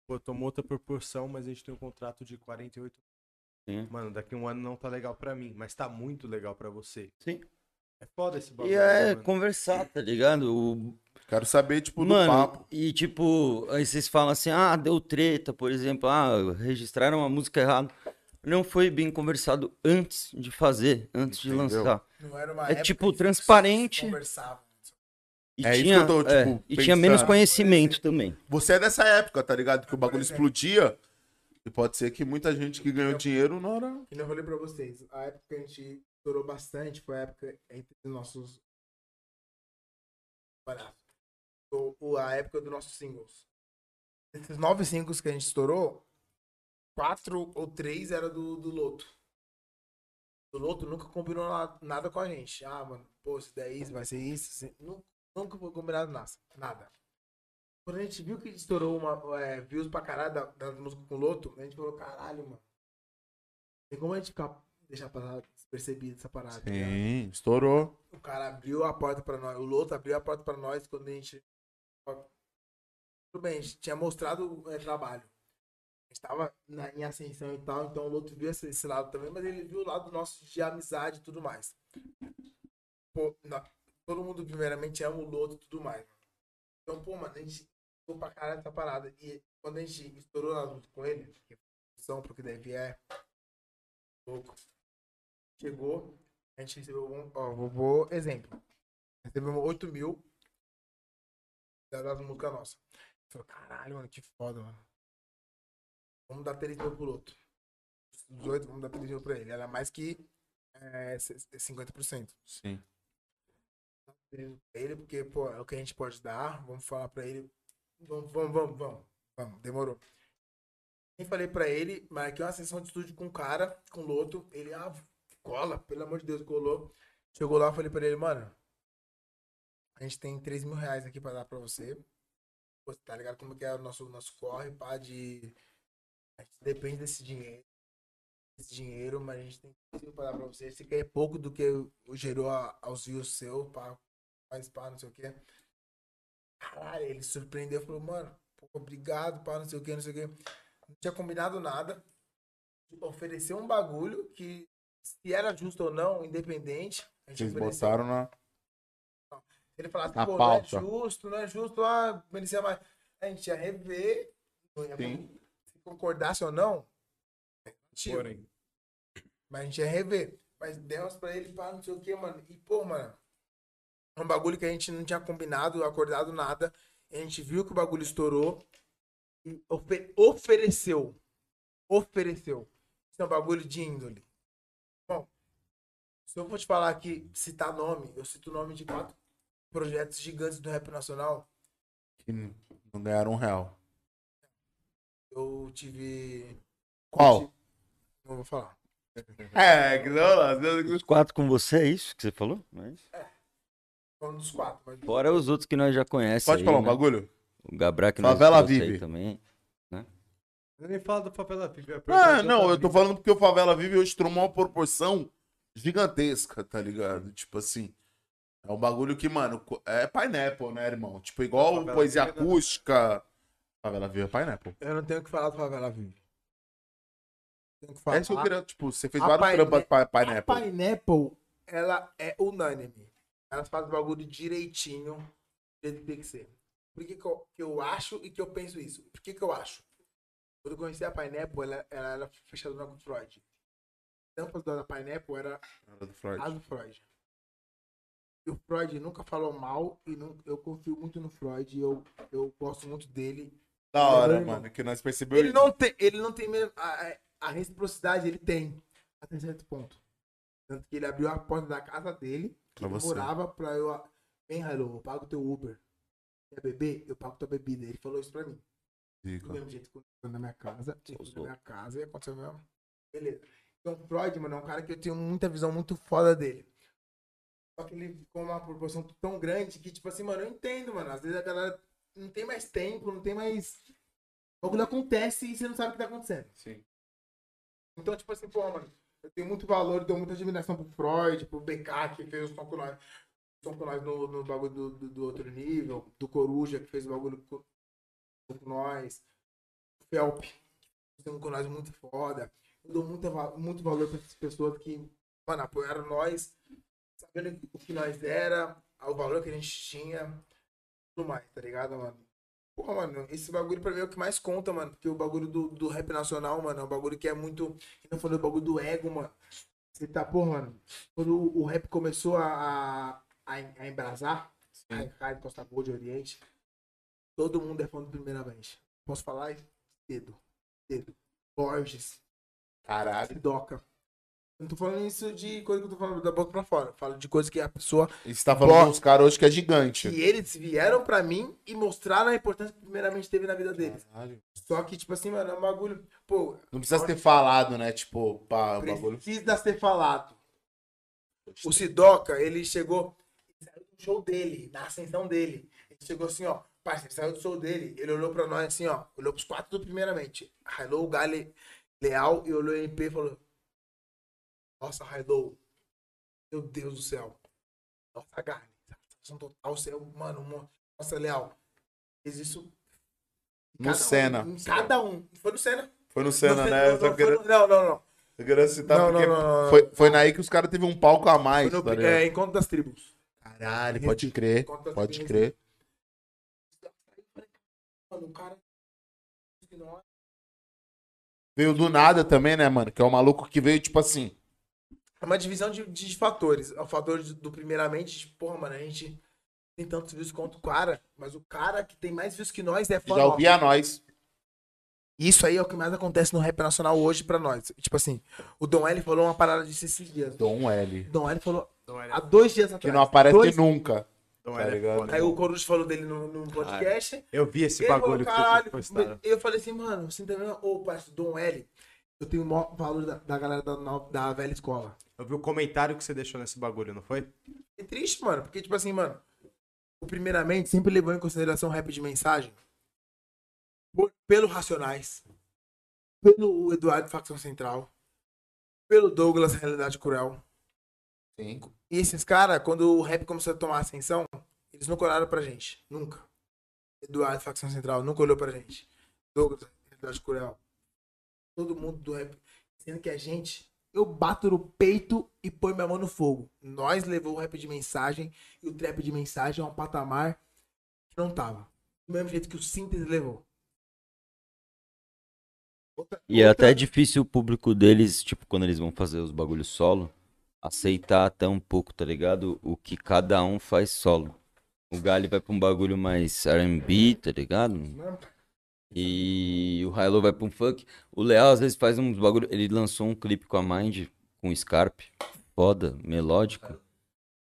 Pô, tomou outra proporção, mas a gente tem um contrato de 48 Sim. Mano, daqui um ano não tá legal pra mim, mas tá muito legal pra você. Sim. É foda esse bagulho. E é mano. conversar, tá ligado? O, Quero saber, tipo, do Mano, papo. e tipo, aí vocês falam assim, ah, deu treta, por exemplo, ah, registraram uma música errada. Não foi bem conversado antes de fazer, antes Entendeu? de lançar. Não era uma É época tipo, que se transparente. Conversava. E, É isso tinha, que eu tô, é, tipo, e tinha menos pensando. conhecimento também. Você é dessa época, tá ligado? Que o bagulho explodia. E pode ser que muita gente que ganhou dinheiro não era. E eu falei pra vocês, a época que a gente estourou bastante foi a época entre os nossos. Olha, o- o- A época dos nossos singles. Esses nove singles que a gente estourou, quatro ou três era do, do Loto. O Loto nunca combinou na- nada com a gente. Ah, mano, pô, se der isso, vai ser isso. se- nu- Nunca foi combinado nada. nada. Quando a gente viu que estourou uma, é, views pra caralho da, da música com o Loto, a gente falou, caralho, mano. Tem como a gente ficar, deixar passar despercebido essa parada? tá ligado? Sim, estourou. O cara abriu a porta pra nós, o Loto abriu a porta pra nós quando a gente. Tudo bem, a gente tinha mostrado é, trabalho. A gente tava na, em ascensão e tal, então o Loto viu esse, esse lado também, mas ele viu o lado nosso de amizade e tudo mais. Pô, na- todo mundo, primeiramente, ama o Loto e tudo mais. Então, pô, mano, a gente ficou pra caralho essa parada. E quando a gente estourou na luta com ele, que são pro que deve é. Louco. Chegou, a gente recebeu um. Ó, vou, vou exemplo. Recebemos 8 mil da- das músicas nossas. Falei, caralho, mano, que foda, mano. Vamos dar 3 mil pro outro. Os 18, vamos dar 3 mil pra ele. Era mais que é, c- c- 50%. Sim. Pra ele, porque, pô, é o que a gente pode dar. Vamos falar pra ele. Vamos, vamos, vamos, vamos. Vamos, demorou. Nem falei pra ele, marquei uma sessão de estúdio com um cara, com o Loto. Ele, ah, cola, pelo amor de Deus, colou. Chegou lá, eu falei pra ele, mano, a gente tem 3 mil reais aqui pra dar pra você. Pô, tá ligado como que é o nosso, nosso corre, pá, de... A gente depende desse dinheiro. Desse dinheiro, mas a gente tem 3 mil pra dar pra você. Você quer pouco do que o- gerou a- aos views seu, pá, faz pá, não sei o quê. Caralho, ele surpreendeu, falou, mano, pô, obrigado, pá, não sei o quê, não sei o quê. Não tinha combinado nada. Ofereceu um bagulho que se era justo ou não, independente. A gente Vocês ofereceu. botaram na. Ele falava Na assim, pô, pauta. não é justo, não é justo, ah, merecia mais. A gente ia rever, não ia- Sim. se concordasse ou não, tinha. Porém. mas a gente ia rever. Mas demos pra ele, pá, não sei o que, mano. E, pô, mano, é um bagulho que a gente não tinha combinado, acordado nada. A gente viu que o bagulho estourou e ofe- ofereceu. Ofereceu. Isso é um bagulho de índole. Bom, se eu for te falar aqui, citar nome, eu cito o nome de quatro projetos gigantes do rap nacional. Que n- não ganharam um real. Eu tive. Qual? Não vou falar. É, que não. Os quatro com você, é isso que você falou? Não é isso? Falando um dos quatro. Mas... Fora os outros que nós já conhecemos. Pode falar um né? bagulho? O Gabra que nós Favela trouxe aí vive. também. Eu nem falo do Favela Vive. a pergunta Ah, já não, tá eu tô vindo. falando porque o Favela Vive hoje tomou uma proporção gigantesca, tá ligado? Tipo assim. É um bagulho que, mano, co- é pineapple, né, irmão? Tipo, igual Favela poesia Vive é da- acústica. Favela Vive é pineapple. Eu não tenho o que falar do Favela Vive. Tenho que falar. É isso que eu queria, tipo, você fez a vários Pine- trampas pra A pineapple. Pineapple, ela é unânime. Ela faz o bagulho direitinho, do jeito que tem que ser. Por que, que, eu, que eu acho e que eu penso isso? Por que, que eu acho? Quando eu conheci a Pineapple, ela, ela era fechada com o Freud. Tampas da Pineapple era do Freud. a do Freud. E o Freud nunca falou mal e não, eu confio muito no Freud e eu, eu gosto muito dele. Da hora, Lembra, mano, que nós percebemos. Ele não tem, ele não tem mesmo. A, a- a reciprocidade ele tem. Até certo ponto. Tanto que ele abriu a porta da casa dele, que Pra ele você. morava pra eu. Vem, Hello, eu pago teu Uber. Quer beber? Eu pago tua bebida. Ele falou isso pra mim. Do mesmo jeito que aconteceu na minha casa, aconteceu na minha casa e aconteceu mesmo. Beleza. Então, o Freud, mano, é um cara que eu tenho muita visão muito foda dele. Só que ele ficou uma proporção tão grande que, tipo assim, mano, eu entendo, mano. Às vezes a galera não tem mais tempo, não tem mais. O bagulho acontece e você não sabe o que tá acontecendo. Sim. Então, tipo assim, pô, mano, eu tenho muito valor, dou muita admiração pro Freud, pro BK, que fez o som com nós, o som com nós no, no bagulho do, do, do outro nível, do Coruja, que fez o bagulho com, com nós, Felp, que fez um com nós muito foda. dou muito, va- muito valor pra essas pessoas que, mano, apoiaram nós, sabendo o que nós era, o valor que a gente tinha, tudo mais, tá ligado, mano? Pô, mano, esse bagulho pra mim é o que mais conta, mano. Porque o bagulho do, do rap nacional, mano, é um bagulho que é muito. Que não falei o bagulho do ego, mano. Você tá, pô, mano, quando o, o rap começou a, a, a embrasar, Raikkonen, Costa Gold, Oriente, todo mundo é fã do primeira vez. Posso falar? Cedo. Cedo. Borges, Caralho. Sidoca. Não tô falando isso de coisa que eu tô falando da boca pra fora. Falo de coisa que a pessoa E você tá falando Bo- com uns caras hoje que é gigante. que eles vieram pra mim e mostraram a importância que primeiramente teve na vida deles. Caralho. Só que, tipo assim, mano, é um bagulho. Pô, Não precisa ter falado, né? Tipo, pá, o bagulho. precisa ser falado. O Sidoca, ele chegou. Ele saiu do show dele, da ascensão dele. Ele chegou assim, ó. Parceiro, saiu do show dele. Ele olhou pra nós assim, ó. Olhou pros quatro do primeiramente. Railou o Gale Leal e olhou o MP e falou: Nossa, Railou. Meu Deus do céu. Nossa, Gale. Satisfação total. Você é, um- mano, um- nossa, Leal. Fez isso. em No cada um, Senna. em cada um. Foi no Senna. Foi no Senna, No né? Eu Senna, só foi queria, no- Não, não, não. eu queria citar Não, tá porque não, não, não, não. Foi, foi naí que os caras teve um palco a mais. Foi no- tá ligado? é, Encontro das Tribos. Caralho, pode crer. Encontro das Pode Tribos. crer. Mano, o um cara. ignora. Veio do nada também, né, mano? Que é o maluco que veio, tipo assim. É uma divisão de, de fatores. É O fator de- do, primeiramente, de, porra, mano, a gente tem tantos views quanto o cara, mas o cara que tem mais views que nós é fã Já nosso. ouvia nós. Isso aí é o que mais acontece no rap nacional hoje pra nós. Tipo assim, o Dom L falou uma parada de esses dias. Dom L. Dom L falou há dois dias Que atrás. não aparece Dois- nunca. Então Ah, Tá ele é ligado? foda. Aí o Coruja falou dele no, no podcast. Eu vi esse Ele bagulho falou, caralho. que vocês postaram. Eu falei assim, mano, você também, ô, parceiro, Dom L, eu tenho o maior valor da, da galera da, no- da velha escola. Eu vi o comentário que você deixou nesse bagulho, não foi? É triste, mano, porque, tipo assim, mano, o primeiramente sempre levou em consideração o rap de mensagem por- pelo Racionais, pelo Eduardo Facção Central, pelo Douglas Realidade Cruel. Sim. E esses caras, quando o rap começou a tomar ascensão, eles nunca olharam pra gente. Nunca. Eduardo Facção Central nunca olhou pra gente. Douglas Realidade Cruel. Todo mundo do rap. Sendo que a gente, eu bato no peito e põe minha mão no fogo. Nós levou o rap de mensagem e o trap de mensagem a um patamar que não tava. Do mesmo jeito que o síntese levou. Outra- E é outra- até difícil o público deles, tipo, quando eles vão fazer os bagulhos solo, aceitar até um pouco, tá ligado? O que cada um faz solo. O Gali vai pra um bagulho mais R&B, tá ligado? E o Hilo vai pra um funk. O Leal às vezes faz uns bagulho. Ele lançou um clipe com a Mind, com o Scarpe. Foda, melódico.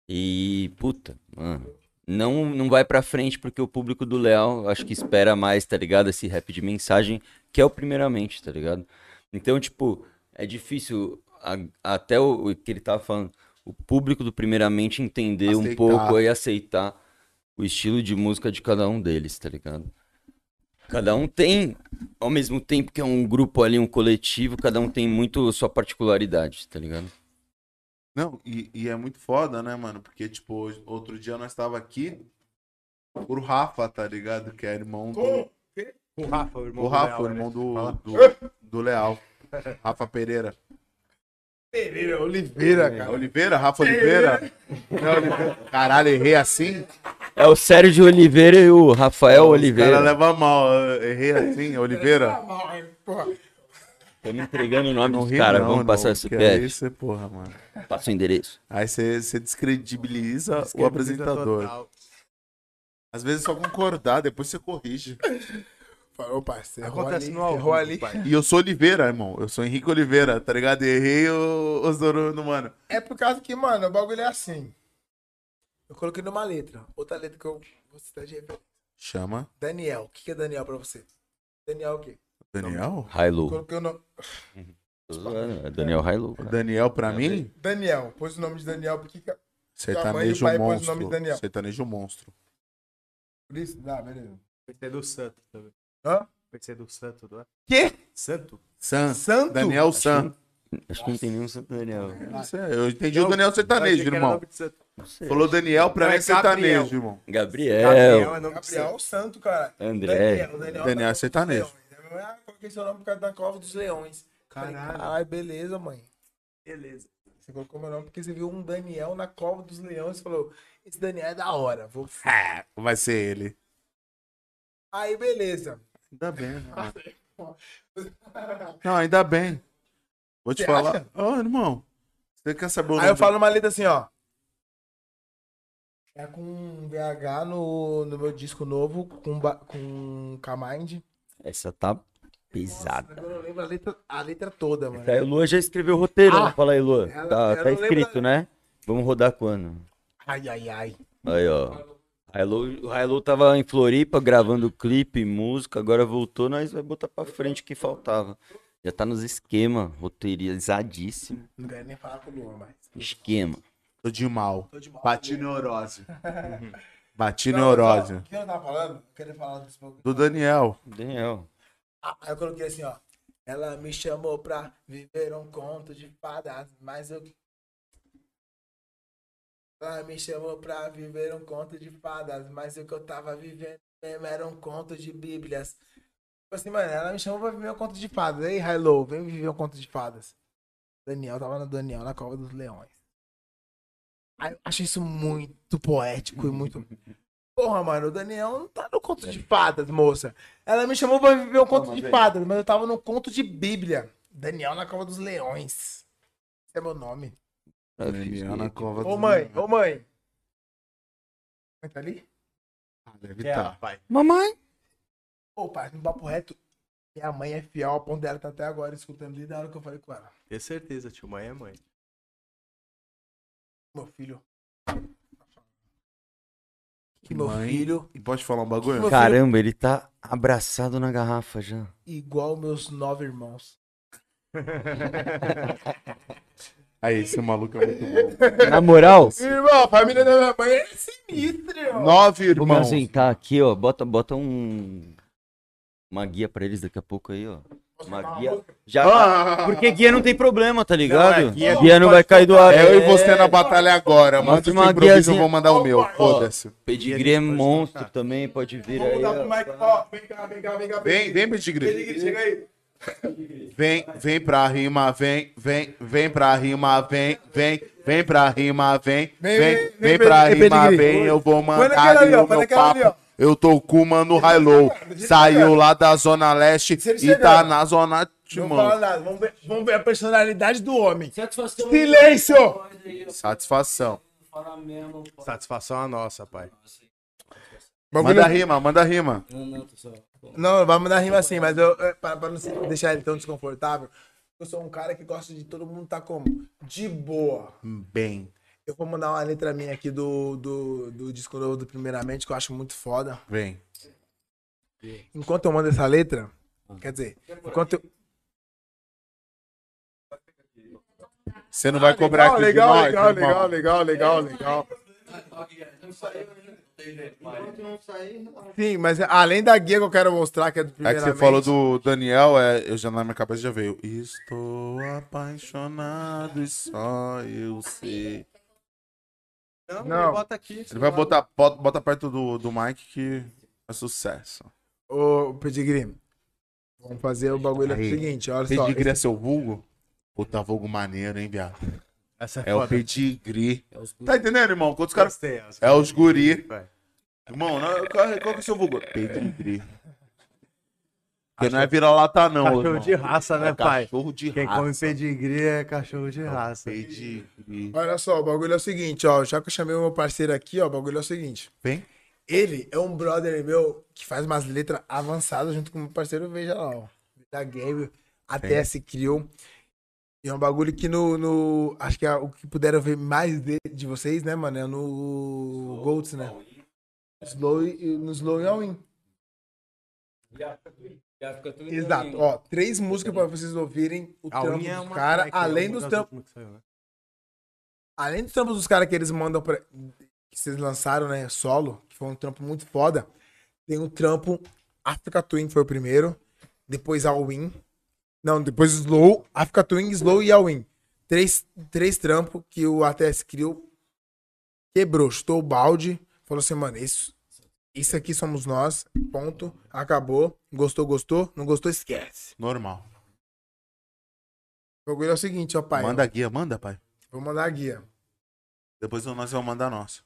E, puta, mano. Não, não vai pra frente porque o público do Leal acho que espera mais, tá ligado? Esse rap de mensagem, que é o primeiramente, tá ligado? Então, tipo, é difícil. a- até o, o que ele tava falando, o público do primeiramente entender um Aceitar. pouco e aceitar o estilo de música de cada um deles, tá ligado? Cada um tem, ao mesmo tempo que é um grupo ali, um coletivo, cada um tem muito sua particularidade, tá ligado? Não, e, e é muito foda, né, mano? Porque, tipo, hoje- outro dia nós tava aqui por Rafa, tá ligado? Que é irmão do. O Rafa, o irmão do O Rafa, Leal, né? irmão do, Fala. do, do Leal. Rafa Pereira. Pereira, Oliveira, cara. Oliveira? Rafa Oliveira? É Oliveira. Caralho, errei assim? É o Sérgio Oliveira e É o Rafael O Oliveira. cara leva mal. Eu Errei assim, Oliveira? Tô me entregando o nome Não dos ri, caras, não, vamos não, passar o porque Aí CPF, você, porra, mano. passa o endereço. Aí você você descredibiliza o Esquerda apresentador. total. Às vezes é só concordar, depois você corrige. Falou, parceiro. errou Acontece ali, no ao errou vivo, ali. pai. E eu sou Oliveira, irmão. Eu sou Henrique Oliveira, tá ligado? Errei o, o Zorano, mano. É por causa que, mano, o bagulho é assim. Eu coloquei numa letra. Outra letra que eu vou citar de referência. Chama. Daniel. O que, que é Daniel pra você? Daniel o quê? Daniel? Hilo. Coloquei o nome. Tô zoando, É Daniel Hilo. O cara. Daniel, pra mim, Daniel. Pôs o nome de Daniel porque. que- é sertanejo Sua mãe e o pai pôs o nome monstro. de Daniel. Sertanejo monstro. Por isso? Dá, beleza. PC do Santo também. Hã? PC do Santo, não é? Quê? Santo? San. Santo? Daniel San. Acho que não tem nenhum Santo Daniel. Isso é, Eu entendi o Daniel sertanejo, irmão. Não sei. Falou Daniel, pra Não, mim é é Gabriel. sertanejo, irmão. Gabriel, é nome de Gabriel é o santo, cara. Ah, André. Daniel, Daniel, Daniel é sertanejo. Leões. Eu coloquei seu nome por causa da Cova dos Leões. Falei, Caralho. Caralho, beleza, mãe. Beleza. Você colocou meu nome porque você viu um Daniel na cova dos leões e falou: Esse Daniel é da hora. Vou... Vai ser ele. Aí, beleza. Ainda bem, né? Não, ainda bem. Vou te Você falar. acha? Ô, irmão. Você quer saber o Aí eu nome? falo uma letra assim, ó. É com BH no, no meu disco novo, com, ba- com Kamind. Essa tá Nossa, pesada. agora eu lembro a letra, a letra toda, mano. Tá, a Elua já escreveu o roteiro, Ah, né? fala aí, Elua. ela- Tá, ela tá lembra- escrito, né? Vamos rodar quando? Ai, ai, ai. Aí, ó. Hilo- O Hilo tava em Floripa gravando clipe, música, agora voltou, nós vai botar pra frente o que faltava. Já tá nos esquema, roteirizadíssimo. Não quero nem falar com o Luan mais. Esquema. Tô de mal. Tô de mal. Bati neurose. Uhum. Bati Não, mas, ó, neurose. O que eu tava falando? Eu queria falar desse bagulho. Do Daniel. Daniel. Ah, Aí eu coloquei assim, ó. Ela me chamou pra viver um conto de fadas, mas eu. Ela me chamou pra viver um conto de fadas, mas o que eu tava vivendo mesmo era um conto de bíblias. Tipo assim, mano, ela me chamou pra viver um conto de fadas. Ei, Hello, vem viver um conto de fadas. Daniel tava no Daniel, na Cova dos Leões. Aí eu acho isso muito poético e muito. Porra, mano, o Daniel não tá no conto de fadas, moça. Ela me chamou pra viver um conto de fadas, mas eu tava num conto de Bíblia. Daniel na Cova dos Leões. Esse é meu nome. Ah, fiz Daniel É, na bem. cova Ô mãe, ô mãe. Mãe tá ali? Deve É, tá. pai. Mamãe! Ô, pai, no papo reto. Minha mãe é fiel, a ponto dela tá até agora escutando desde a hora que eu falei com ela. Ter certeza, tio. Mãe é mãe. Meu filho. Que meu mãe. filho, E pode falar um bagulho? Meu Caramba, ele tá abraçado na garrafa já. igual meus nove irmãos. Aí, esse maluco é muito bom. Na moral, Irmão, a família da minha mãe é sinistra, irmão. Nove Ô, irmãos. Melzinho, tá aqui, ó. Bota, bota um. Uma guia pra eles daqui a pouco aí, ó. Uma guia. Já Ah! tá- Porque guia não tem problema, tá ligado? Não, é, guia guia, não não vai cair do ar. É eu e você na batalha agora. Manda Manda o uma seu improviso, eu guiazinha. vou mandar o meu. Foda-se. Pedigree é monstro também, pode vir aí. ó. vem cá, vem cá, vem cá. Vem, vem, Pedigre. Chega aí. Vem, vem pra rima, vem, vem, vem pra rima, vem, vem, vem pra rima, vem, Vem, vem, vem, vem pra vem, rima, Pedigre. vem, eu vou mandar naquela ali ali, ó, o põe meu naquela ali, papo. Eu tô com o mano Hilo, saiu lá da Zona Leste Se ele e tá chegar. na Zona de Não fala mão. nada. Vamos ver, vamos ver a personalidade do homem. um Satisfação. Silêncio! Satisfação. Fala mesmo, pô. Satisfação a nossa, pai. Manda rima, manda rima. Não, não, tô só. Não, vai mandar rima assim, mas eu. é, Pra, pra não se- deixar ele tão desconfortável, eu sou um cara que gosta de todo mundo tá como? De boa. Bem, Eu vou mandar uma letra minha aqui do, do, do disco novo do Primeiramente, que eu acho muito foda. bem. Enquanto eu mando essa letra, quer dizer, enquanto eu. Você não vai cobrar aqui de nós, irmão. Ah, legal, legal, legal. Sim, mas além da guia que eu quero mostrar, que é do É que primeiramente. você falou do Daniel, é, eu já na minha cabeça já veio. Estou apaixonado e só eu sei. Não, Não. bota aqui. Ele vai botar bota, bota perto do, do Mike que é sucesso. Ô, Pedigree, vamos fazer o bagulho Aí. seguinte, olha só. Pedigree é seu vulgo? Puta, vulgo maneiro, hein, viado? Essa É o pedigree. É os Tá entendendo, irmão? Quando os caras... Gostei, É os guri. Vai. Irmão, não, qual, qual que é o seu vulgo? Pedigree. Porque não é vira-lata, não, Cachorro irmão. de raça, né, é pai? cachorro de Quem raça. come pedigree é cachorro de raça. Pedigree. Olha só, o bagulho é o seguinte, ó. Já que eu chamei o meu parceiro aqui, ó, o bagulho é o seguinte. Vem. Ele é um brother meu que faz umas letras avançadas junto com o meu parceiro, veja lá, ó. Da Game, ATS Crew. E é um bagulho que no. no- acho que é o que puderam ver mais de, de vocês, né, mano? É no Golds, né? Slow, e- no Slow e All In. Já fica tudo Exato. doido. Ó, três músicas pra vocês ouvirem o A trampo unha é dos uma caras, track, é além uma dos das trampos. últimas que saiu, né? Além dos trampos dos caras que eles mandam pra. que vocês lançaram, né? Solo, que foi um trampo muito foda. Tem o trampo Africa Twin, que foi o primeiro. Depois All In. Não, depois Slow, Africa Twin, Slow e All In. Três, três trampos que o ATS criou. Quebrou, chutou o balde. Falou assim, mano, isso, isso aqui somos nós. Ponto. Acabou. Gostou, gostou. Não gostou, esquece. Normal. O bagulho é o seguinte, ó, pai. manda a guia, manda, pai. Vou mandar a guia. Depois nós vamos mandar a nossa.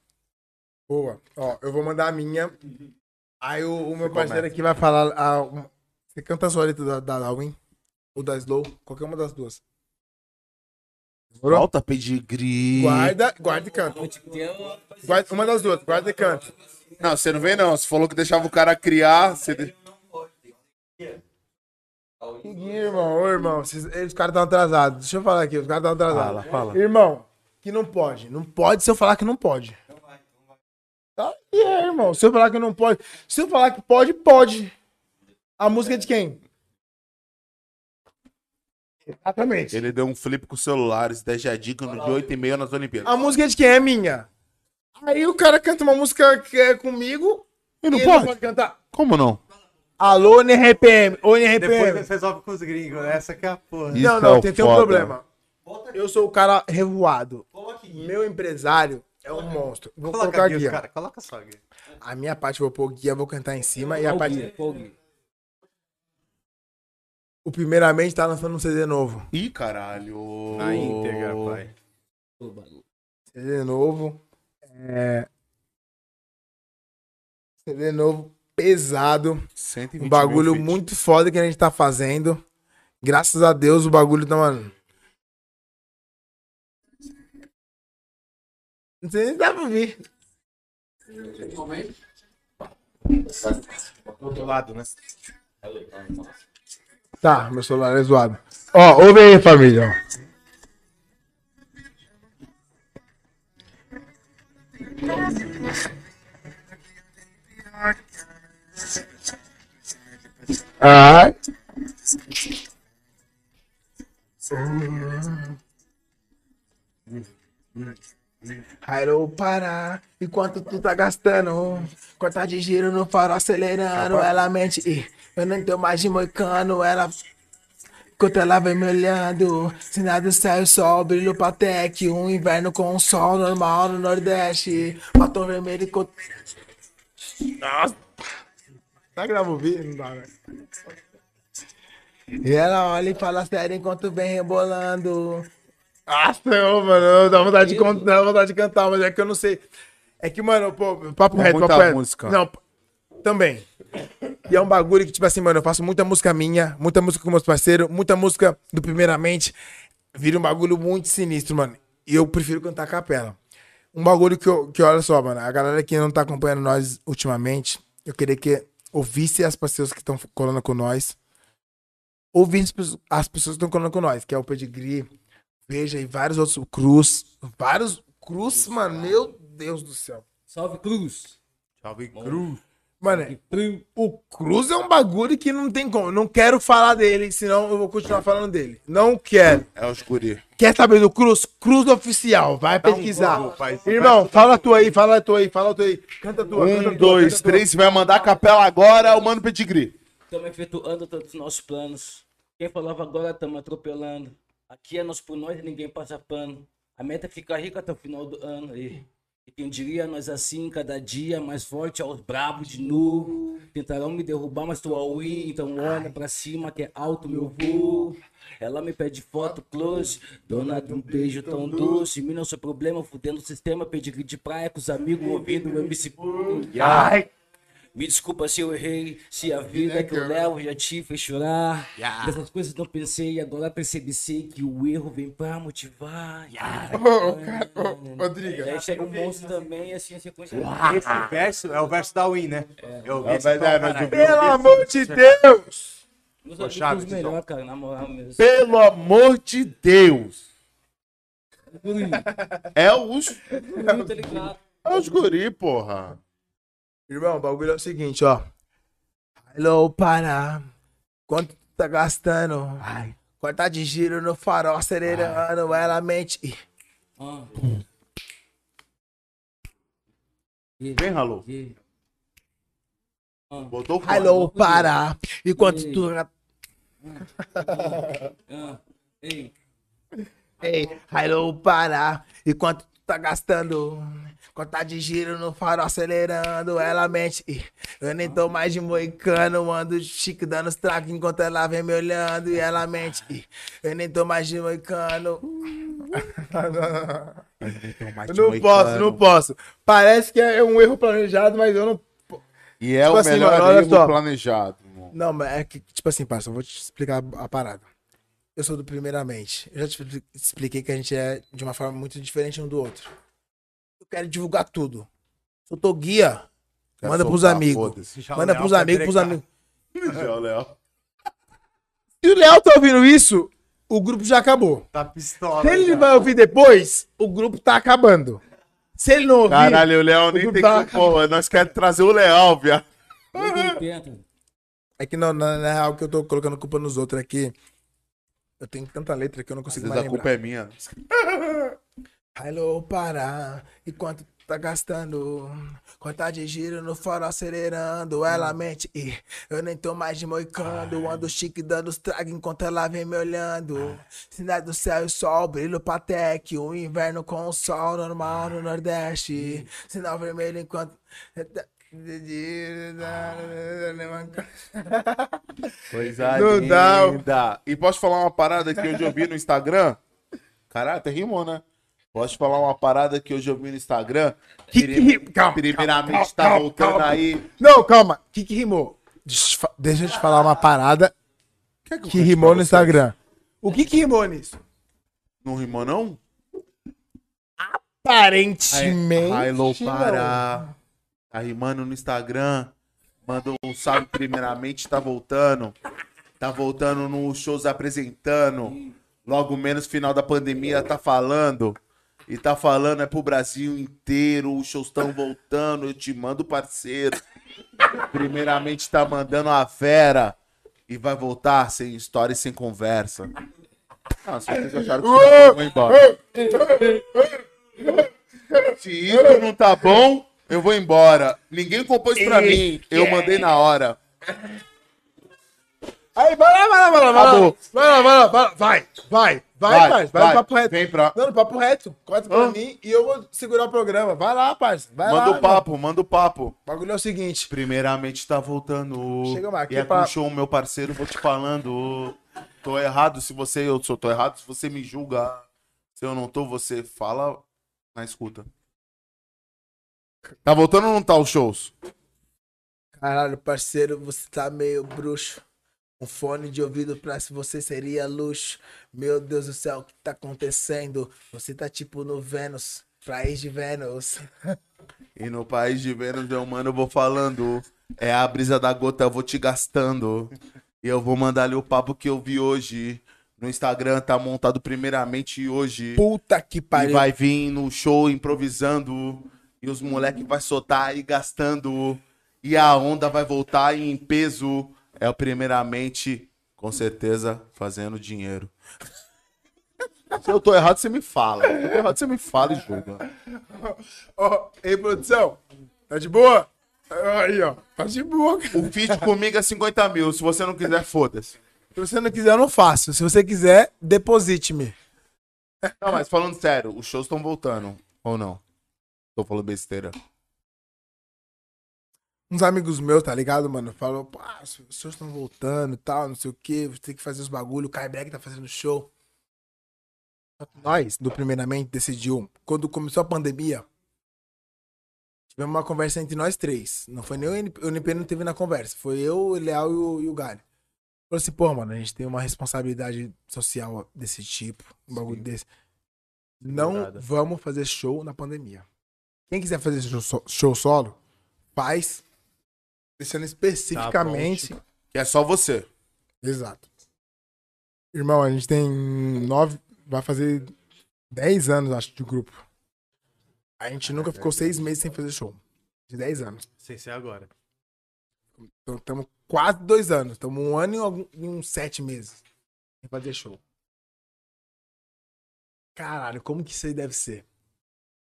Boa. Ó, eu vou mandar a minha. Aí o, o meu Você parceiro começa. aqui vai falar. a- um- você canta as letras da, da Darwin? Ou da Slow? Qualquer uma das duas. Demorou? Volta pedigree. Guarda, guarda e canta. Guarda- uma das duas, guarda e canta. Não, você não vem não. Você falou que deixava o cara criar. Você... de- Ninguém, irmão, ô irmão, esses, os caras estão atrasados. Deixa eu falar aqui, os caras estão Fala, atrasados. fala. Irmão, que não pode. Não pode se eu falar que não pode. Tá aí, é, irmão. Se eu falar que não pode. Se eu falar que pode, pode. A música é de quem? Exatamente. Ele deu um flip com o celular. Isso daí já é dica no dia 8 e meia nas Olimpíadas. A música é de quem? É minha. Aí o cara canta uma música que é comigo. E não e ele pode? cantar. Como não? Alô, NRPM. Ô, NRPM. Depois você resolve com os gringos, né? Essa que é a porra. Isso Não, não, é tem, tem um foda. problema. Eu sou o cara revoado. Meu empresário é um monstro. Vou Coloca colocar aqui, guia. cara. Coloca só, guia. A minha parte eu vou pôr guia, vou cantar em cima. E a parte. O primeiramente tá lançando um CD novo. Ih, caralho. Na íntegra, pai. CD novo. É... CD novo, pesado. 120 Um bagulho mil feet. muito foda que a gente tá fazendo. Graças a Deus o bagulho tá, mano. Não sei nem se dá pra ouvir. Do lado, né? Tá, meu celular é zoado. Ó, ouve aí, família. ó. Ai. Rairo Pará, enquanto tu tá gastando, corta de giro no farol acelerando, ela mente e eu não tô mais de moicano, ela Enquanto ela vai me olhando, se nada sai o sol, brilho patec, um inverno com um sol normal no Nordeste, batom vermelho e co... Tá gravando o vídeo? Não dá, né? E ela olha e fala sério enquanto vem rebolando. Nossa, eu, mano, dá vontade, de, con- dá vontade de cantar, mas é que eu não sei. É que, mano, pô, papo É reto, muita papo reto. música. Não, p- também. E é um bagulho que, tipo assim, mano, eu faço muita música minha, muita música com meus parceiros, muita música do Primeiramente. Vira um bagulho muito sinistro, mano. E eu prefiro cantar a capela. Um bagulho que, eu, que olha só, mano, a galera que não tá acompanhando nós ultimamente, eu queria que ouvisse as pessoas que estão colando com nós. Ouvisse as pe- as pessoas que estão colando com nós, que é o Pedigree, Veja e vários outros, o Cruz, vários, Cruz, mano, meu Deus do céu. Salve Cruz. Salve, Cruz. Mano, o Cruz é um bagulho que não tem como. Não quero falar dele, senão eu vou continuar falando dele. Não quero. É os guri. Quer saber do Cruz? Cruz Oficial. Vai um pesquisar. Google, pai. Irmão, fala a tua aí, fala a tua aí, fala a tua aí. Canta a tua. canta a Um, tua, dois, canta a tua. três. Você vai mandar a capela agora. Eu mando pedigree. Estamos efetuando todos os nossos planos. Quem falava agora, estamos atropelando. Aqui é nós por nós e ninguém passa pano. A meta é ficar rica até o final do ano. E, e quem diria, nós assim, cada dia mais forte aos brabos de nu. Tentarão me derrubar, mas tô all in. Então olha pra cima que é alto meu voo. Ela me pede foto close, dona de um beijo tão doce. Mina, seu problema, fudendo o sistema. Pedigree de praia com os amigos ouvindo o MC. Ai, me desculpa se eu errei, se a vida que eu levo já te fez chorar. Dessas coisas não pensei, agora percebi sei que o erro vem pra motivar. Ô, cara, ô, E Rodrigo. aí chega um monstro também, assim, a sequência. Esse verso é o verso da Win, né? Eu vi É, esse mas é, pra mas caralho. eu- Pelo amor de Deus! Meus Ô, amigos Chaves, são os melhores, cara, na moral mesmo. Pelo amor de Deus. É os, Muito ligado. é os guri, porra. Irmão, o bagulho é o seguinte, ó. Alô, Pará. Quanto tu tá gastando? Ai. Cortar de giro no farol acelerando, ela mente. Ih. Ah, Vem, Ralô. e- Botou o fone. Alô, Pará. Enquanto tu. ah, ei, Ah, Ei, alô, Pará. Enquanto tu tá gastando. Contar de giro no farol acelerando, ela mente. Ih, Eu nem tô mais de moicano, ando chique dando os tragos enquanto ela vem me olhando e ela mente. Ih, Eu nem tô mais de moicano. Eu não posso, não posso. Parece que é um erro planejado, mas eu não. E é Tipo o assim, melhor mano, olha erro só. planejado, irmão. Não, mas é que, tipo assim, parça, eu vou te explicar a parada. Eu sou do primeiramente. Eu já te expliquei que a gente é de uma forma muito diferente um do outro. Eu quero divulgar tudo. Se eu tô guia, né? Quer manda pros um soltar, amigos. foda-se. Já o Manda Léo é pros quer amigos, pros brecar. amigos. Já, Léo. Se o Léo tá ouvindo isso, o grupo já acabou. Tá pistola. Se ele já. vai ouvir depois, o grupo tá acabando. Se ele não ouvir. Caralho, o Léo nem O tá- tem Duda- que. Porra, nós queremos trazer o Léo, viado. Eu tento. É que não, na, na real que eu tô colocando culpa nos outros aqui. Eu tenho tanta letra que eu não Às consigo vezes a mais lembrar. culpa é minha. Hello, Pará, e quanto tá gastando? Conta de giro no farol acelerando, ela mente e eu nem tô mais de moicando. Ando chique dando os tragos enquanto ela vem me olhando. Sinais do céu e sol, brilho patec, o inverno com o sol normal no Nordeste. Sinal um vermelho enquanto. tá Coisa Não dá. linda. E posso falar uma parada que hoje eu vi no Instagram? Caralho, até rimou, né? Posso falar uma parada que hoje eu vi no Instagram? Que que ri- calma, Primeiramente, calma, tá calma, voltando calma. aí. Não, calma, o que, que rimou? Deixa eu te fa- deixa eu te falar uma parada que rimou no Instagram. O que, que rimou nisso? Não rimou, não? Aparentemente. Railou não. Pará. Tá rimando no Instagram. Mandou um salve primeiramente, tá voltando. Tá voltando nos shows apresentando. Logo menos final da pandemia, tá falando. E tá falando é pro Brasil inteiro. Os shows estão voltando. Eu te mando, parceiro. Primeiramente, tá mandando a fera. E vai voltar sem história e sem conversa. Ah, se vocês acharam que eu vou embora. Se isso não tá bom, eu vou embora. Ninguém compôs pra mim. Eu mandei na hora. Aí, vai lá, vai lá, vai lá, vai lá. Acabou. Vai lá, vai lá, vai lá. Vai, vai, vai, vai, vai, vai, papo reto. Vem pra. Não, no papo reto. Corta pra Ah. mim e eu vou segurar o programa. Vai lá, parça. Vai Manda lá. o papo, manda o papo. O bagulho é o seguinte. Primeiramente tá voltando. Chega, Marco, E é que papo? com show, meu parceiro, vou te falando. Tô errado se você. Eu sou, tô errado se você me julga. Se eu não tô, você fala na escuta. Tá voltando ou não tá os shows? Caralho, parceiro, você tá meio bruxo. Um fone de ouvido pra se você seria luxo. Meu Deus do céu, o que tá acontecendo? Você tá tipo no Vênus. País de Vênus. E no país de Vênus, meu mano, eu vou falando. É a brisa da gota, eu vou te gastando. E eu vou mandar ali o papo que eu vi hoje. No Instagram tá montado primeiramente hoje. Puta que E pariu. vai vir no show improvisando. E os moleque vai soltar aí gastando. E a onda vai voltar em peso. É o primeiramente, com certeza, fazendo dinheiro. Se eu tô errado, você me fala. Se eu tô errado, você me fala e julga. Ó, ei, produção. Tá de boa? Aí, ó. Tá de boa, cara. O feat comigo é 50 mil. Se você não quiser, foda-se. Se você não quiser, eu não faço. Se você quiser, deposite-me. Não, mas falando sério, os shows estão voltando. Ou não? Tô falando besteira. Uns amigos meus, tá ligado, mano? Falou, pô, ah, os shows estão voltando e tal, não sei o quê. Você tem que fazer os bagulho. O Kai Black tá fazendo show. Só que Nós, do Primeiramente, decidiu. Quando começou a pandemia, tivemos uma conversa entre nós três. Não foi nem o NP, o NP não teve na conversa. Foi eu, o Leal e o, e o Galho. Falou assim, pô, mano, a gente tem uma responsabilidade social desse tipo. Um bagulho desse. Não vamos fazer show na pandemia. Quem quiser fazer show, so- show solo, faz. Deixando especificamente. Que é só você. Exato. Irmão, a gente tem nove. Vai fazer dez anos, acho, de grupo. A gente nunca é ficou seis meses sem fazer show. De dez anos. Sem ser é agora. Então, estamos quase dois anos. Estamos um ano e, algum- e uns sete meses sem fazer show. Caralho, como que isso aí deve ser?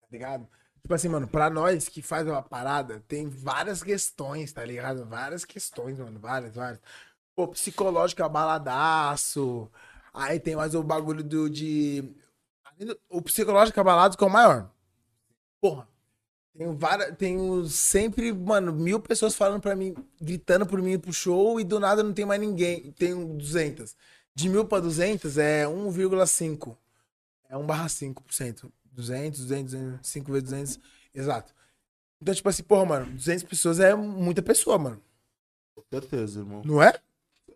Tá ligado? Tipo assim, mano, pra nós que faz uma parada, tem várias questões, tá ligado? Várias questões, mano. Várias, várias. Pô, psicológico é abaladaço. Aí tem mais o bagulho do de. além do- O psicológico abalado que é o maior. Porra. Tenho, várias, tenho sempre, mano, mil pessoas falando pra mim, gritando por mim pro show e do nada não tem mais ninguém. Tenho 200. De mil pra 200 é 1,5. É 1 barra 5%. 200, 200, 200, 5 vezes 200, exato. Então, tipo assim, porra, mano, 200 pessoas é muita pessoa, mano. Certeza, irmão. Não é?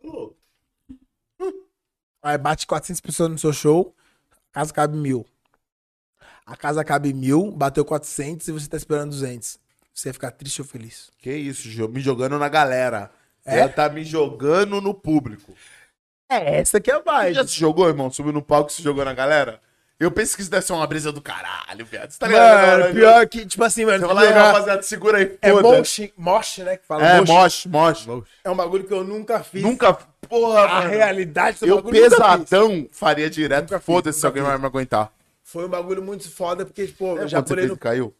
Hum. Aí bate 400 pessoas no seu show, a casa cabe mil. A casa cabe mil, bateu 400 e você tá esperando 200. Você ia ficar triste ou feliz? Que isso, Gil, me jogando na galera. É? Ela tá me jogando no público. É, essa aqui é a Você vibe. já se jogou, irmão? Subiu no palco e se jogou na galera? Eu penso que isso deve ser uma brisa do caralho, viado. Você tá ligado? Mano, pior que, tipo assim, mano, Você vai lá, jogar- rapaziada, segura aí, é foda-se. mosh, mosh, né, que fala É, mosh. mosh, mosh. É um bagulho que eu nunca fiz. Nunca, porra, A mano. realidade do Eu bagulho eu nunca fiz. pesadão faria direto. Foda-se se alguém vai me aguentar. Foi um bagulho muito foda, porque, tipo, pô, eu Lembra já quando você pulei fez no... e caiu?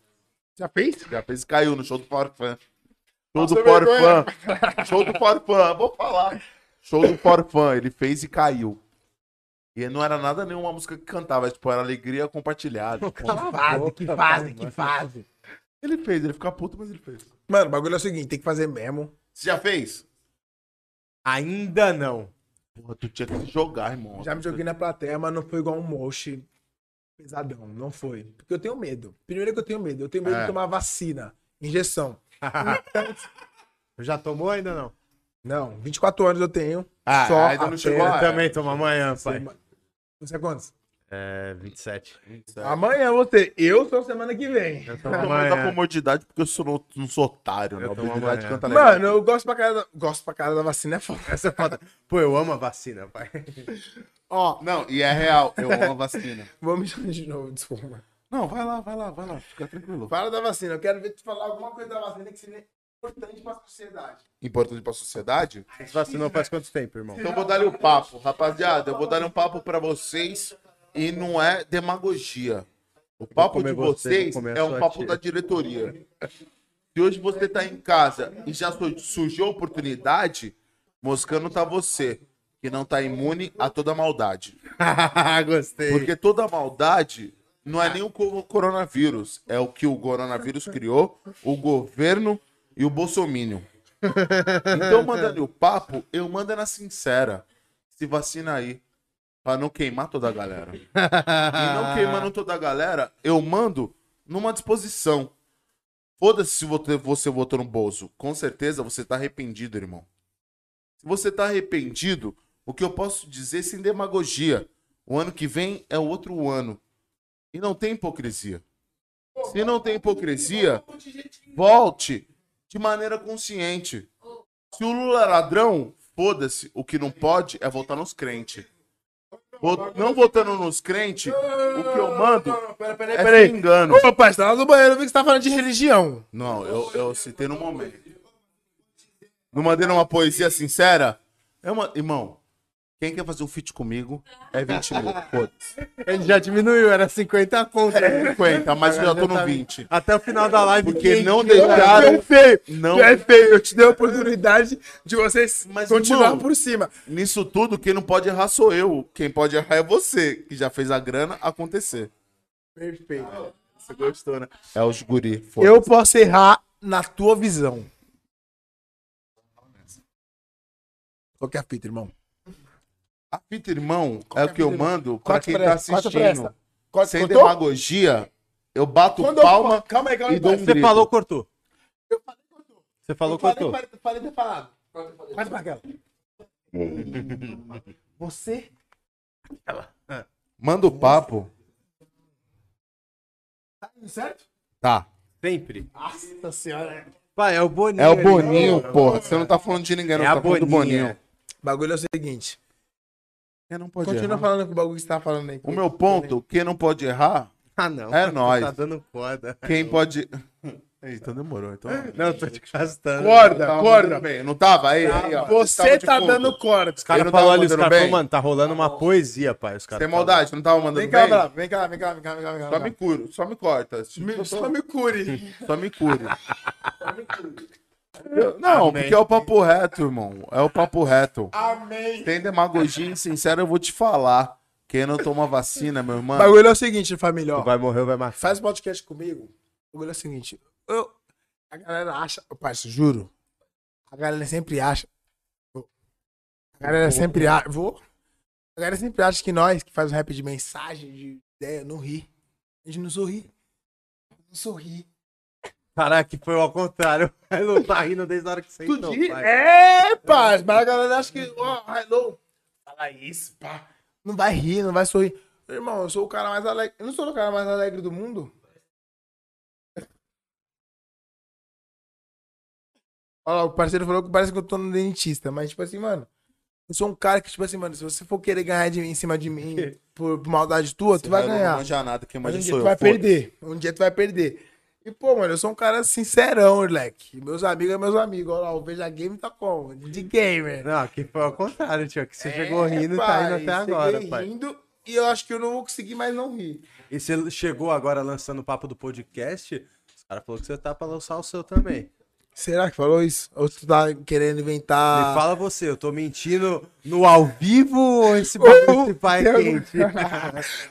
Já fez? Já fez e caiu no show do Power Fan. Show Passa do Power vergonha. Fan. Show do Power Fan, vou falar. Show do Power Fan, ele fez e caiu. E não era nada nenhuma música que cantava, tipo, era alegria compartilhada. Fase, é que fase, que fase. Ele fez, ele fica puto, mas ele fez. Mano, o bagulho é o seguinte, tem que fazer mesmo. Você já fez? Ainda não. Porra, tu tinha que se jogar, irmão. Tá Já me joguei na plateia, mas não foi igual um mosh pesadão, não foi. Porque eu tenho medo. Primeiro que eu tenho medo, eu tenho medo É. de tomar vacina, injeção. Já tomou ainda não? Não, 24 anos eu tenho. Ah, só ainda não até- chegou lá. Também toma amanhã, pai. Você é quantos? É, 27. Amanhã você. Eu sou semana que vem. Eu tomo Não, mas dá amanhã. comodidade porque eu sou, não- não sou otário, né? Eu tomo Oportunidade amanhã. canta legal. Mano, eu gosto pra cara da, gosto pra cara da vacina, é foda. Essa é foda. Pô, eu amo a vacina, pai. Ó, não, e é real, eu amo a vacina. Vou me jogar de novo, desculpa. Não, vai lá, vai lá, vai lá, fica tranquilo. Fala da vacina, eu quero ver tu falar alguma coisa da vacina que seja importante pra sociedade. Importante pra sociedade? Você se vacinou faz quanto tempo, irmão? Então eu vou dar-lhe um papo, rapaziada. Eu vou dar um papo pra vocês e não é demagogia. O papo de comer você, vocês vou comer a é um sua papo tia. da diretoria. Se hoje você tá em casa e já su- surgiu a oportunidade, moscando tá você, que não tá imune a toda maldade. Gostei. Porque toda maldade não é nem o co- coronavírus, é o que o coronavírus criou, o governo e o bolsominion. Então, mandando o papo, eu mando na sincera. Se vacina aí. Pra não queimar toda a galera. E não queimando toda a galera, eu mando numa disposição. Foda-se se você, você votou no bolso. Com certeza você tá arrependido, irmão. Se você tá arrependido, o que eu posso dizer sem demagogia? O ano que vem é outro ano. E não tem hipocrisia. Se não tem hipocrisia, volte de maneira consciente. Se o Lula é ladrão, foda-se. O que não pode é votar nos crentes. Não votando nos crentes, o que eu mando é sem engano. Ô, pai, você tá lá no banheiro, eu vi que você tá falando de religião. Não, eu, eu citei no momento. Não mandei numa poesia sincera? É uma... Irmão, quem quer fazer um feat comigo é 20 mil. Foda-se. Ele já diminuiu, era 50 pontos. 50, mas eu já tô no 20. É. Até o final da live. Porque quem- não deixaram. Perfeito. É. Não, Perfeito, eu te dei a oportunidade de vocês Mas, continuar irmão, por cima. nisso tudo, quem não pode errar sou eu. Quem pode errar é você, que já fez a grana acontecer. Ah, Perfeito. Você gostou, né? É os guri. foda-se. Eu posso errar na tua visão. Qual que é a fita, irmão? A fita, irmão, é o que eu mando pra Corta quem pra tá essa, corta pra essa. assistindo. Qual- Sem cortou? demagogia, eu bato Quando eu- palma Calma aí, calma aí. e dou um Você grito. falou, cortou. Você falou, cortou. Falei ter falado. um Quase pra aquela. Você? Manda o papo. Certo? Tá. Sempre. Nossa senhora. Pai, é o Boninho. É o ali, Boninho, né? porra. Você não tá falando de ninguém, não. É Você a tá falando do Boninha. Boninho. O bagulho é o seguinte. Quem não pode Continua errar. falando com o bagulho que você tá falando aí. O meu ponto, quem não pode errar, Ah, não. É Tu nóis. Tá dando foda. quem pode... Então demorou, então... Não, tô te gastando. Tava Corda, mandando corda. bem, Não tava aí? aí ó. Você Tava de tá conta. dando corda. Os caras não tava falaram ali, os mandando caras falaram, bem? mano, tá rolando uma poesia, pai. Os caras Sem maldade, não tava mandando Vem cá, bem? Bravo. Vem cá, vem cá, vem cá, vem cá. Vem cá. Só me curo, só me corta. Me- Só me cure. Só me cure. Eu- Não, porque é o papo reto, irmão. É o papo reto. Amém. Tem demagogia insincera, eu vou te falar. Quem não toma vacina, meu O irmão, bagulho é o seguinte, família, falaram, ó. Ah, tá. Vai morrer ou vai matar. Faz um podcast comigo. O bagulho é o seguinte, eu, a galera acha, Ô, parceiro, juro, a galera sempre acha, a galera sempre acha, vou, a galera sempre acha que nós, que faz um rap de mensagem, de ideia, não ri, a gente não sorri, não sorri. Caraca, foi ao contrário. Ele não tá rindo desde a hora que você entrou, Tudo- pai. É, pá, mas a galera acha que, ó, hello, fala isso, pá. Não vai rir, não vai sorrir. Irmão, eu sou o cara mais alegre. Eu não sou o cara mais alegre do mundo. Olha lá, o parceiro falou que parece que eu tô no dentista, mas tipo assim, mano. Eu sou um cara que, tipo assim, mano, se você for querer ganhar de mim, em cima de mim por maldade tua, tu vai Não ganhar. manja nada, quem Mas um manja dia sou tu eu. vai foda-se. perder. Um dia tu vai perder. E, pô, mano, eu sou um cara sincerão, moleque. Meus amigos é meus amigos. Olha lá, o Veja Game tá como? De gamer. Não, aqui foi ao contrário, tio. Que você chegou É, rindo e tá pai, indo até cheguei é agora, pai. rindo e eu acho que eu não vou conseguir mais não rir. E você chegou agora lançando o papo do podcast. Os caras falaram que você tá pra lançar o seu também. Será que falou isso? Ou tu tá querendo Me Ah. inventar... fala você, eu tô mentindo no ao vivo ou esse bagulho de pai é quente?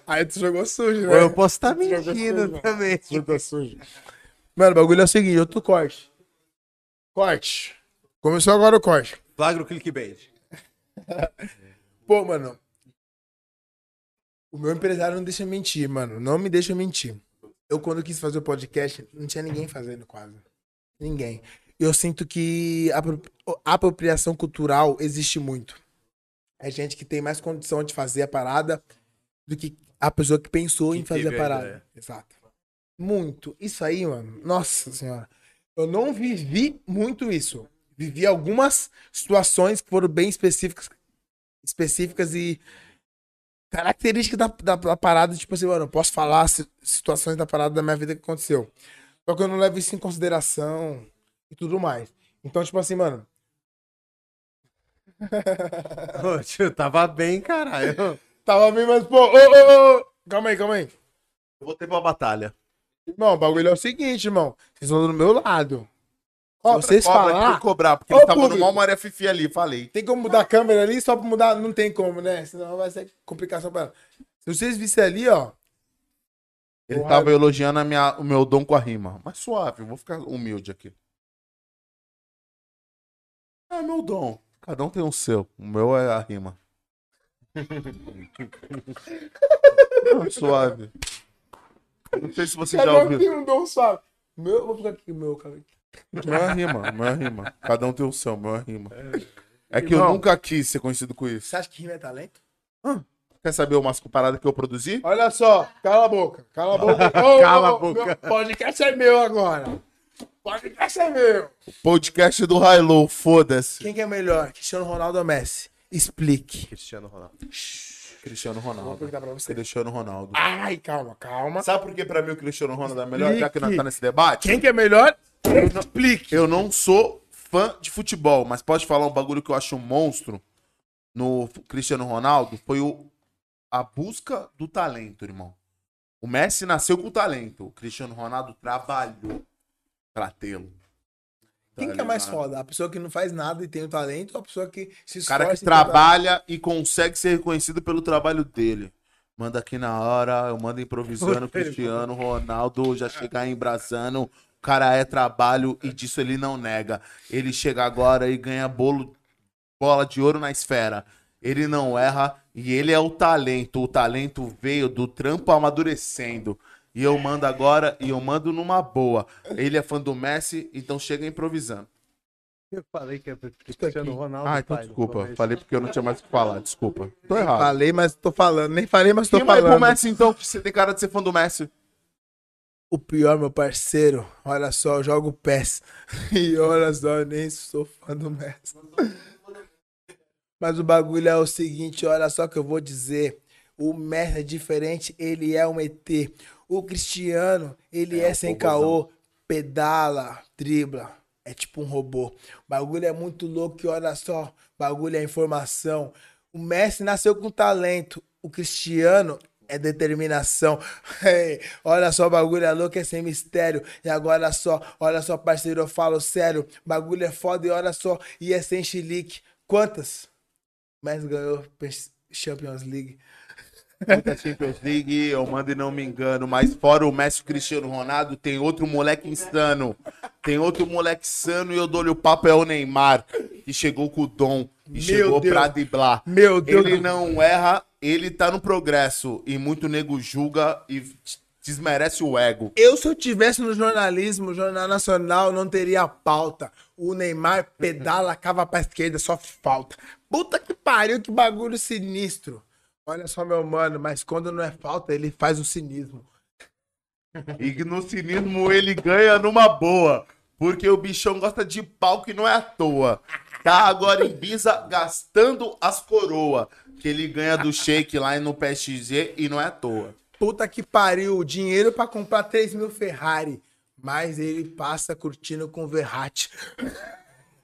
Aí tu jogou sujo, Ou né? eu posso estar mentindo também. tá Mano, o bagulho é o seguinte, outro corte. Corte. Começou agora o corte. Flagro clickbait. Pô, mano. O meu empresário não deixa eu mentir, mano. Não me deixa eu mentir. Eu, quando quis fazer o podcast, não tinha ninguém fazendo quase. Ninguém. Eu sinto que a apro- a apropriação cultural existe muito. É gente que tem mais condição de fazer a parada do que a pessoa que pensou em Que fazer teve a a parada. ideia. Exato. Muito. Isso aí, mano. Nossa senhora. Eu não vivi muito isso. Vivi algumas situações que foram bem específicas, específicas e características da, da, da parada. Tipo assim, mano, eu posso falar si- situações da parada da minha vida que aconteceu. Só que eu não levo isso em consideração e tudo mais. Então, tipo assim, mano, Ô, tio, tava bem, caralho. tava bem, mas, pô, ô, ô, ô, calma aí, calma aí. Voltei pra batalha. Irmão, o bagulho é o seguinte, irmão. Vocês vão do meu lado. Ó, Cobra, vocês cobra, falar, tem que cobrar, porque Ô, ele tava no público. mal Maria Fifi ali, falei. Tem como mudar a câmera ali? Só pra mudar? Não tem como, né? Senão vai ser complicação pra ela. Se vocês vissem ali, ó. Ele Porra. tava elogiando a minha, o meu dom com a rima. Mas suave, eu vou ficar humilde aqui. É meu dom. Cada um tem um seu. O meu é a rima. Não, suave. Não sei se você já Cadê ouviu. aqui um dom suave? Meu, vou ficar aqui, meu, cara. Meu é a rima, meu é a rima. Cada um tem o seu, meu é a rima. É que eu Irmão. nunca quis ser conhecido com isso. Você acha que rima é talento? Quer saber umas paradas que eu produzi? Olha só, cala a boca, cala a boca. cala a boca. podcast é meu agora. Podcast é meu. Podcast do Hilo, foda-se. Quem que é melhor? Cristiano Ronaldo ou Messi? Explique. Cristiano Ronaldo. Cristiano Vou Ronaldo. perguntar pra você. Cristiano Ronaldo. Ai, calma, calma. Sabe por que pra mim o Cristiano Ronaldo é melhor, já que nós tá nesse debate? Quem que é melhor? Explique. Eu não sou fã de futebol, mas pode falar um bagulho que eu acho um monstro no Cristiano Ronaldo? Foi o, a busca do talento, irmão. O Messi nasceu com talento. O Cristiano Ronaldo trabalhou pra tê-lo. Quem Tá que é mais ligado? foda? A pessoa que não faz nada e tem o talento ou a pessoa que O se esforça? cara que e tem talento? trabalha e consegue ser reconhecido pelo trabalho dele. Manda aqui na hora, eu mando improvisando, Cristiano, Ronaldo, já chegar embraçando. O cara é trabalho e disso ele não nega. Ele chega agora e ganha bolo, bola de ouro na esfera. Ele não erra e ele é o talento. O talento veio do trampo amadurecendo. E eu mando agora e eu mando numa boa. Ele é fã do Messi, então chega improvisando. Eu falei que é Cristiano Ronaldo. Ah, então pai, no desculpa. começo. Falei porque eu não tinha mais o que falar. Desculpa. Tô errado. Falei, mas tô falando. Nem falei, mas tô Quem vai pro falando. Messi, então? que Você tem cara de ser fã do Messi. O pior, meu parceiro. Olha só, eu jogo PES. E olha só, eu nem sou fã do Messi. Mas o bagulho é o seguinte, olha só que eu vou dizer. O Messi é diferente, ele é um ET. O Cristiano, ele é, sem caô. Pedala, dribla. É tipo um robô. O bagulho é muito louco e olha só, o bagulho é informação. O Messi nasceu com talento. O Cristiano é determinação. Ei, olha só, o bagulho é louco, é sem mistério. E agora só, olha só, parceiro, eu falo sério. O bagulho é foda e olha só, e é sem chilique. Quantas? Mas ganhou Pe- Champions League. muita Champions League, eu mando e não me engano. Mas fora o Messi e o Cristiano Ronaldo, tem outro moleque insano. Tem outro moleque sano e eu dou-lhe o papo, é o Neymar, que chegou com o dom e chegou Deus. pra driblar. Meu Deus Ele do- não erra, ele tá no progresso. E muito nego julga e des- desmerece o ego. Eu, se eu tivesse no jornalismo, Jornal Nacional, não teria pauta. O Neymar pedala, cava pra esquerda, só falta. Puta que pariu, que bagulho sinistro. Olha só, meu mano, mas quando não é falta, ele faz o cinismo. E no cinismo ele ganha numa boa. Porque o bichão gosta de pau que não é à toa. Tá agora em Biza gastando as coroas. Que ele ganha do shake lá no PSG e não é à toa. Puta que pariu, dinheiro pra comprar 3 mil Ferrari. Mas ele passa curtindo com o Verratti.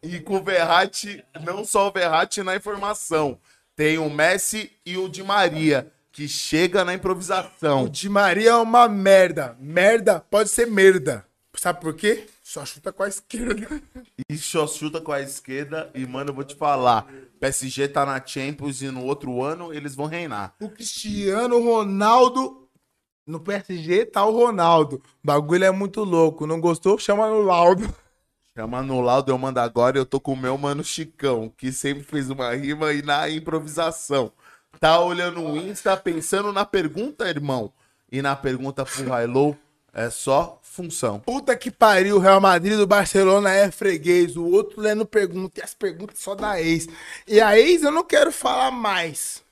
E com o Verratti, não só o Verratti na informação. Tem o Messi e o Di Maria, que chega na O improvisação. Di Maria é uma merda. Merda pode ser merda. Sabe por quê? Só chuta com a esquerda. E só chuta com a esquerda. E, mano, eu vou te falar. PSG tá na Champions e no outro ano eles vão reinar. O Cristiano Ronaldo. No PSG tá o Ronaldo. O bagulho é muito louco. Não gostou? Chama no Laudo. Chama no laudo, eu mando agora. Eu tô com o meu mano Chicão, que sempre fez uma rima e na improvisação. Tá olhando o Insta, pensando na pergunta, irmão. E na pergunta pro Hilo é só função. Puta que pariu, o Real Madrid do Barcelona é freguês. O outro lendo pergunta. E as perguntas só da ex. E a ex eu não quero falar mais.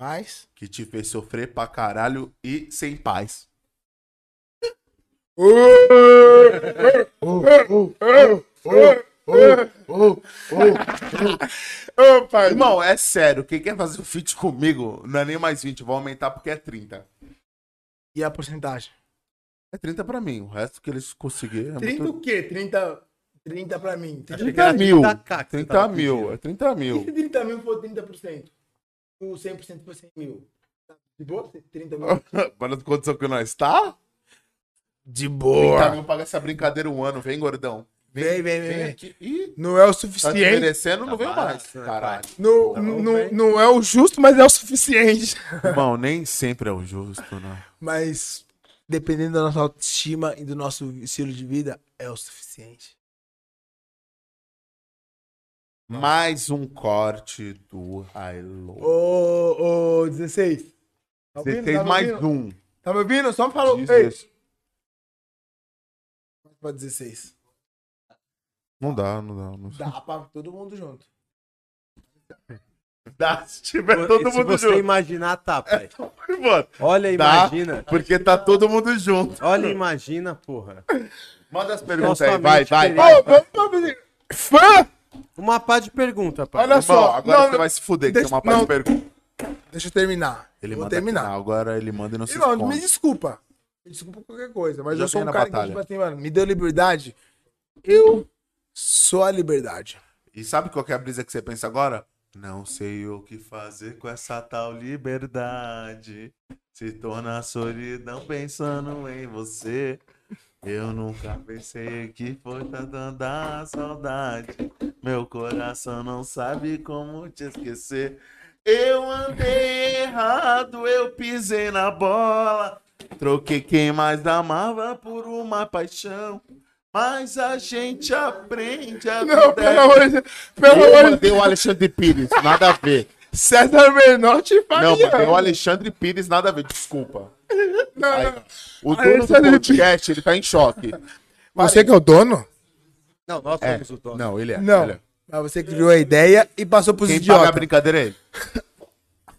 Mas. Que te fez sofrer pra caralho e sem paz. Irmão, é sério. Quem quer fazer o feat comigo, não é nem mais 20, vou aumentar porque é 30. E a porcentagem? É 30 pra mim, o resto que eles conseguirem é 30 muito... o quê? 30. 30 pra mim. tá? 30, 30 mil. 30K que você 30 Tá tava mil, é 30 mil. E se 30 mil for 30%? O 100% for 100 mil. Tá De boa? 30 mil. Olha a condição que nós tá. De 30 boa. mil paga essa brincadeira um ano, vem, gordão. Vem, vem, vem. Vem vem. aqui. Ih, Não é o tá te suficiente. merecendo, não veio mais. Caralho. Não, não, não é o justo, mas é o suficiente. Irmão, nem sempre é o justo, né? Mas dependendo da nossa autoestima e do nosso estilo de vida, é o suficiente. Mais um corte do Hilo. Ô, ô, 16. Tá ouvindo? 16 Tá me mais ouvindo? um. Tá me ouvindo? Só me falou. Ei, pra 16. Não dá, não dá. Não Dá pra todo mundo junto. dá se tiver E todo se mundo você junto. imaginar, tá, pai. Mano, Olha, dá, imagina. porque tá todo mundo junto. Olha, imagina, porra. Manda as perguntas Nossa aí, vai, mente vai, diferente. vai. Ô, vamos, vamos. Fã! Uma pá de pergunta, pai. Olha Irmão, só. agora não, você vai se fuder, que tem deixa- uma parte de não. pergunta. Deixa eu terminar. Ele Vou manda terminar. terminar. Agora ele manda e não se Irmão, esconde. me desculpa. Me desculpa por qualquer coisa, mas Já eu sou tem um na cara batalha. que, tipo assim, mano, me deu liberdade. Eu sou a liberdade. E sabe qual que é a brisa que você pensa agora? Não sei o que fazer com essa tal liberdade. Se torna solidão pensando em você. Eu nunca pensei que foi tanta saudade. Meu coração não sabe como te esquecer. Eu andei errado, eu pisei na bola. Troquei quem mais amava por uma paixão. Mas a gente aprende a Não, vida é pelo amor de Pelo eu amor de mandei o Alexandre Pires, nada a ver. César Menotti faria. Não, um mandei o Alexandre Pires, nada a ver, desculpa. Não, Aí, não. o dono do Alexandre podcast, ele tá em choque. Você que é o dono? Não, nós É, somos o dono. não, ele é. Não. ele é. Mas você criou a ideia e passou pros Quem paga a idiotas. brincadeira é ele.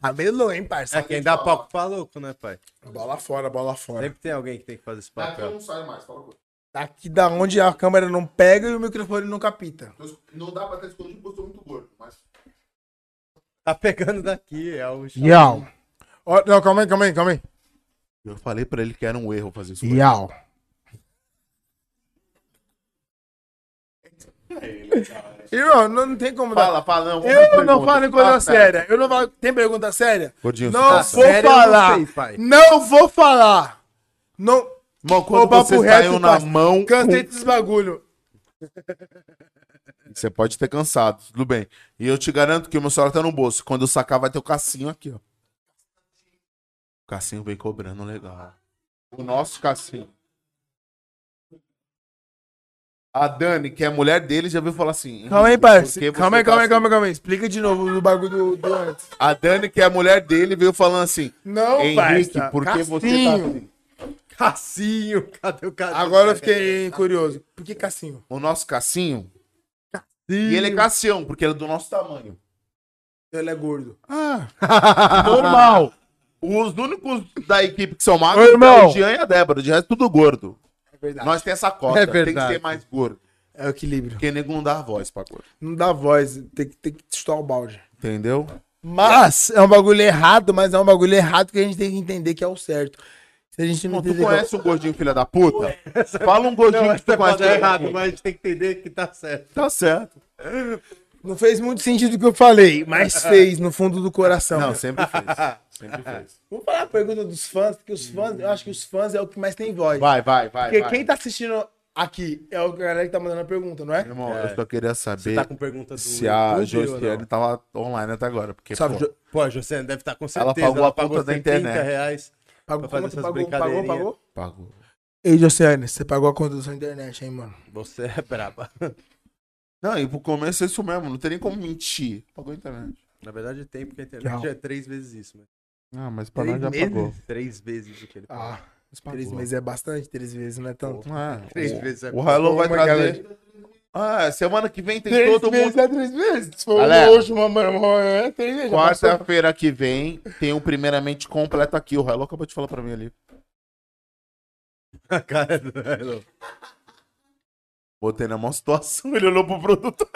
Ramelou, hein, É parceiro? quem dá palco pra louco, né, pai? Bola fora, bola fora. Sempre tem alguém que tem que fazer esse Tá, papel. saio então mais, fala tá Aqui da onde a câmera não pega e o microfone não capita. Então, assim, Não dá pra ter escondido porque eu sou muito gordo, mas... Tá pegando daqui, é o chão. Yau. Ó, não, calma aí, calma aí, calma aí. Eu falei pra ele que era um erro fazer isso. Yau. Irmão, não, não tem como dar. Ah, Fala, fala, não. Tá, Eu não falo em coisa séria. Eu não falo. Tem pergunta séria? Gordinho, não tá vou sério, eu não falar. sei, Não, pai. vou falar. Não. Irmão, Ô, quando papo você reto, saiu na parceiro. mão, Cansei desses bagulho. você pode ter cansado, tudo bem. E eu te garanto que o meu celular tá no bolso. Quando eu sacar, vai ter o cassinho aqui, ó. Cassinho vem cobrando legal. O nosso Cassinho. A Dani, que é a mulher dele, já veio falar assim. Calma aí, "Henrique, por que parceiro. você Calma aí, tá calma aí, assim?" calma aí, calma aí. Explica de novo o bagulho do, do antes. A Dani, que é a mulher dele, veio falando assim. Não, Henrique, por que você tá assim? Cassinho, cadê o Cassinho? Agora eu fiquei curioso. Por que Cassinho? O nosso Cassinho. E ele é Cassião, porque ele é do nosso tamanho. Ele é gordo. Normal. Os únicos da equipe que são magros Ô, é irmão. o Jean e a Débora. De resto, tudo gordo. É verdade. Nós temos essa cota. É tem que verdade. ser mais gordo. É o equilíbrio. Porque nego não dá voz pra gordo. Não dá voz, tem que, tem que estourar o balde. Entendeu? Mas é um bagulho errado, mas é um bagulho errado que a gente tem que entender que é o certo. Se a gente não Bom, tu entender que é o conhece um gordinho, filha da puta? Fala um gordinho Não, que tu essa conhece. pode é errado, mas a gente tem que entender que tá certo. Tá certo. Não fez muito sentido o que eu falei, mas fez no fundo do coração. Não, sempre fez. Sempre fez. Vou falar a pergunta dos fãs, porque os fãs, eu acho que os fãs é o que mais tem voz. Vai, vai, vai. porque vai. quem tá assistindo aqui é o que a galera que tá mandando a pergunta, não é? Irmão, eu só queria Você saber tá com pergunta do se a YouTube ou Josiane não? tava online até agora. Porque, Sabe, pô, Jo- Pô, a Josiane deve estar com certeza. pagou a conta da 130 internet. reais Pagou, pra fazer quanto? essas pagou, pagou, brincadeirinhas. pagou? pagou. Ei, Josiane, você pagou a conta da sua internet, hein, mano? Você é braba. Não, e pro começo é isso mesmo. Não tem nem como mentir. Pagou a internet. Na verdade tem, porque a internet Tchau. é três vezes isso. Mas... Ah, mas pra nós já pagou. Três vezes o que ele pagou. Ah, três meses é bastante, três vezes não é tanto. É, Três o- vezes é O Hilo vai Uma trazer. Ah, semana que vem tem todo mundo. é três vezes? Foi Galera. mano, é três vezes. já passou. Quarta-feira que vem tem um primeiramente completo aqui. O Hilo acabou de falar pra mim ali. A cara do Hello. Botei na maior situação, ele olhou pro produtor.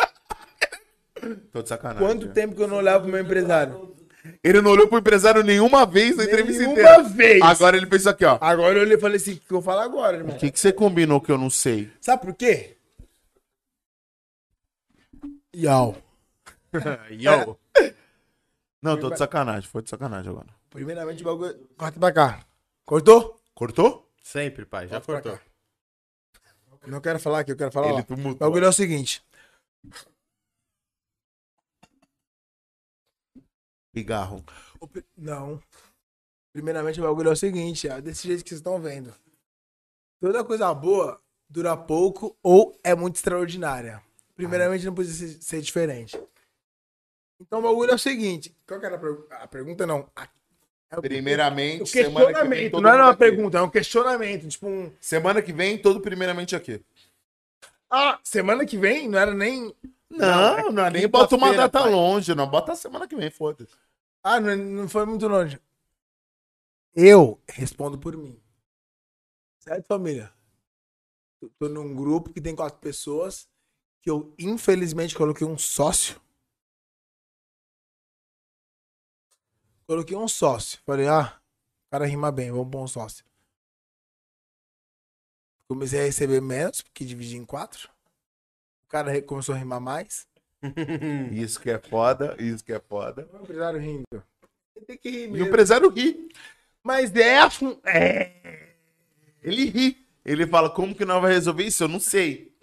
Tô de sacanagem. né? Quanto tempo que eu não olhava pro meu empresário? Ele não olhou pro empresário nenhuma vez na entrevista Nenhuma inteira. vez. Agora ele fez isso aqui, ó. Agora eu olhei e falei assim, o que eu falo agora, irmão? O que, que você combinou que eu não sei? Sabe por quê? Yau. É, Yo. é Não, tô de sacanagem. Foi de sacanagem agora. Primeiramente o bagulho... Corta pra cá. Cortou? Cortou? Sempre, pai. Já Corta pra cortou. cá. Não quero falar aqui, eu quero falar Ele lá. tumultuou. O bagulho é o seguinte. Pigarro. o pri- Não. Primeiramente o bagulho é o seguinte, ó, desse jeito que vocês estão vendo. Toda coisa boa dura pouco ou é muito extraordinária. Primeiramente não precisa ser- ser diferente. Então o bagulho é o seguinte. Qual que era a, per- a pergunta? Não. A- é o- Primeiramente, O semana que vem. questionamento, todo não era mundo uma aqui. pergunta, é um questionamento. Tipo um. Semana que vem, todo primeiramente aqui. Ah, semana que vem? Não era nem. Não, não, é nem bota uma data longe, não. Bota semana que vem, foda-se. Ah, não, não foi muito longe. Eu respondo por mim. Certo, família? Eu tô num grupo que tem quatro pessoas que eu, infelizmente, coloquei um sócio. Coloquei um sócio. Falei, ah, o cara rima bem, vamos pôr um sócio. Comecei a receber menos, porque dividi em quatro. O cara re- começou a rimar mais. Isso que é foda, isso que é foda. O empresário rindo. Tem que rir E o mesmo. empresário ri. assim, Mas é a fun... É. Ele ri. Ele fala, como que nós vai resolver isso? Eu não sei.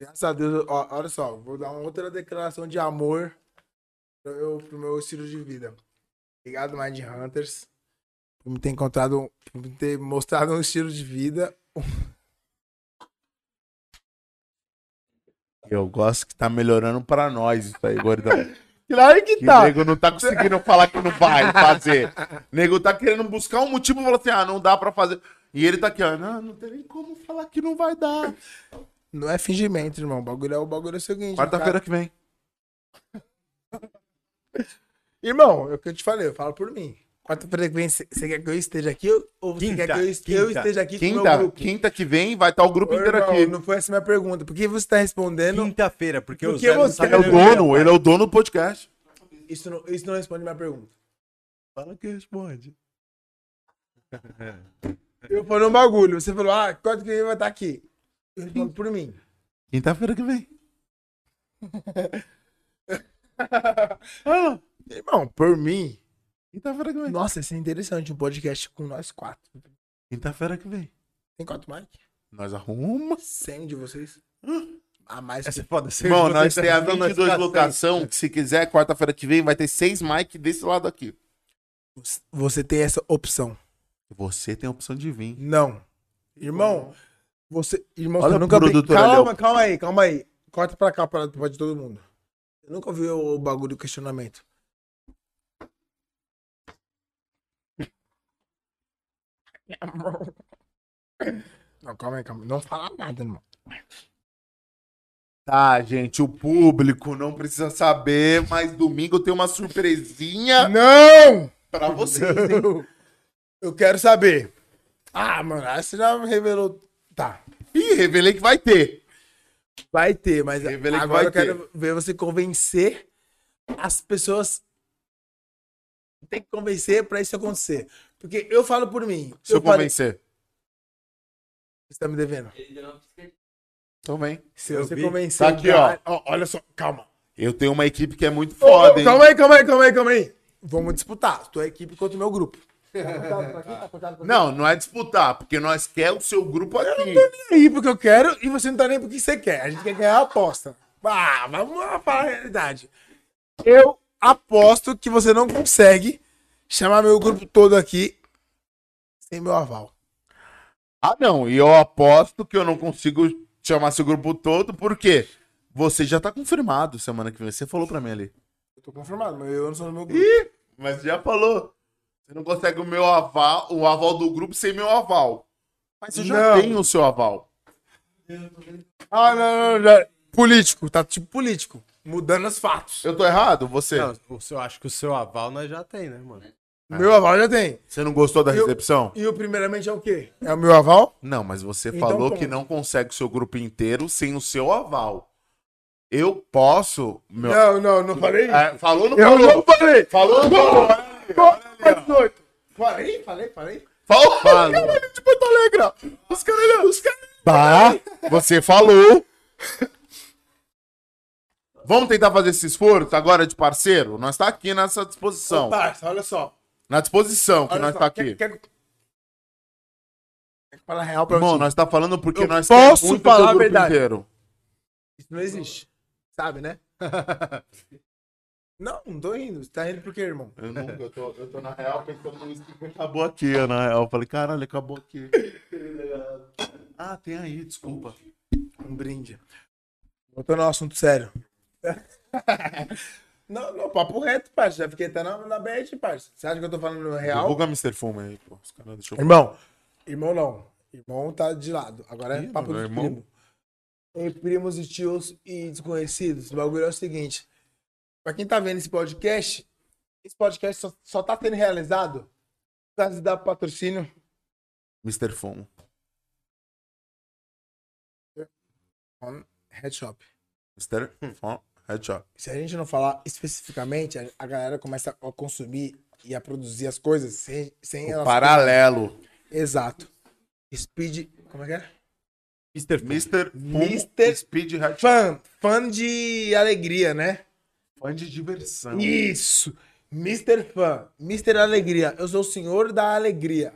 Graças a Deus, ó, olha só, vou dar uma outra declaração de amor pro meu, pro meu estilo de vida. Obrigado, Mind Hunters, por me ter encontrado, um- por me ter mostrado um estilo de vida. Eu gosto que tá melhorando pra nós isso aí, gordão. Claro que Que o nego não tá conseguindo falar que não vai fazer. O nego tá querendo buscar um motivo e falar assim, ah, não dá pra fazer. E ele tá aqui, ó, não, não tem nem como falar que não vai dar. Não é fingimento, irmão. O bagulho é o bagulho é o seguinte. Quarta-feira que vem. cara- Irmão, é o que eu te falei, eu falo por mim. Quarta-feira que vem, você quer que eu esteja aqui ou você Quinta, quer que eu, est- eu quinta. esteja aqui com é o meu Quinta, grupo? quinta que vem vai estar o grupo Ô, inteiro irmão, aqui. Não foi essa minha pergunta. Por que você tá respondendo? É Quinta-feira, porque, o Porque Zé não você sabe É o nem dia, dono, pai. ele é o dono do podcast. Isso não, isso não responde minha pergunta. Fala que responde. Eu falei um bagulho. Você falou, ah, quanto que ele vai estar aqui? Eu respondo por mim. Quinta-feira que vem. Irmão, por mim. Quinta-feira que vem. Nossa, isso é interessante. Um podcast com nós quatro. Quinta-feira que vem. Tem quatro mais? Nós arrumamos. Cem de vocês. A mais. Essa é foda. ser Irmão, você nós tá temos a fazendo, nós 22 tá É. locação. que Se quiser, quarta-feira que vem vai ter seis mic desse lado aqui. Você tem essa opção. Você tem a opção de vir. Não. Irmão, você. Irmão, Olha você o nunca ouviu- produtor ali, Calma, ó. calma aí, calma aí. Corta pra cá, pra, pra de todo mundo. Eu nunca ouvi o, o bagulho do questionamento. Não, calma aí, calma. aí. Não fala nada, irmão. Tá, gente, o público não precisa saber, mas domingo tem uma É. surpresinha Não! pra vocês, hein? Eu quero saber. Ah, mano, aí você já revelou. Tá. Ih, revelei que vai ter. Vai ter, mas Revela que agora vai eu quero ver você convencer as pessoas. Tem que convencer pra isso acontecer. Porque eu falo por mim. Se eu, falei- Você convencer. tá me devendo. Então vem. Se você vi. convencer. um Tá aqui, ó. Olha só, calma. Eu tenho uma equipe que é muito Ô, foda, hein? calma aí, calma aí, calma aí, calma aí. Vamos disputar. Tua equipe contra o meu grupo. Não, não é disputar, porque nós quer o seu grupo aqui. E aí, porque eu quero e você não tá nem porque você quer. A gente quer ganhar a aposta. Ah, vamos lá falar a realidade. Eu aposto que você não consegue chamar meu grupo todo aqui sem meu aval. Ah, não. E eu aposto que eu não consigo chamar seu grupo todo, porque você já tá confirmado semana que vem. Você falou pra mim ali. Eu tô confirmado, mas eu não sou no meu grupo. Ih, mas já falou. Você não consegue o meu aval, o aval do grupo sem meu aval. Mas eu já Não. tenho o seu aval. Ah, não, não, não. Político, tá tipo político. Mudando os fatos. Eu tô errado? Você. Não, o seu- acho que o seu aval nós já tem, né, mano? Meu aval já tem. Você não gostou da Eu- recepção? E o primeiramente é o quê? É o meu aval? Não, mas você Então falou pronto. que não consegue o seu grupo inteiro sem o seu aval. Eu posso. Meu... Não, não, não falei. isso. É, falou no Eu não falei. Falou no Falei, falei, falei. Falou! Caralho, de Porto Alegre! ó. Os caras os caras. Bah, você falou! Vamos tentar fazer esse esforço agora de parceiro? Nós tá aqui nessa disposição. Parça, olha só. Na disposição que Olha nós só, tá quer- aqui. Quer, quer falar a real pra Irmão, você? nós tá falando porque Eu nós posso muito falar teu a grupo verdade. inteiro. Isso não existe. Sabe, né? não, não tô rindo. Você tá rindo por quê, irmão? Eu, não, eu, tô, eu tô na real pensando no que acabou aqui, eu, na real. Eu falei, caralho, acabou aqui. ah, tem aí, desculpa. Um brinde. Voltando ao assunto sério. não, não, papo reto, parça. Já fiquei até na, na BR, parça. Você acha que eu tô falando real? Divulga Mr. Fuma aí, pô. Os caras deixam eu... Irmão. Irmão não. Irmão tá de lado. Agora é Ih, papo mano, de irmão. primo. Em primos e tios e desconhecidos, o bagulho é o seguinte. Pra quem tá vendo esse podcast, esse podcast só, só tá sendo realizado por causa da patrocínio. Mr. Fuma. Headshop. Mr. Fuma. Headshot. Se a gente não falar especificamente, a, a galera começa a consumir e a produzir as coisas sem, sem O elas- paralelo. Exato. Speed. Como é que é? Mr. Mr. Mr. Speed Headshot. Fã. Fã de alegria, né? Fã de diversão. Isso! Mr. Fã, Mr. Alegria, eu sou o senhor da alegria.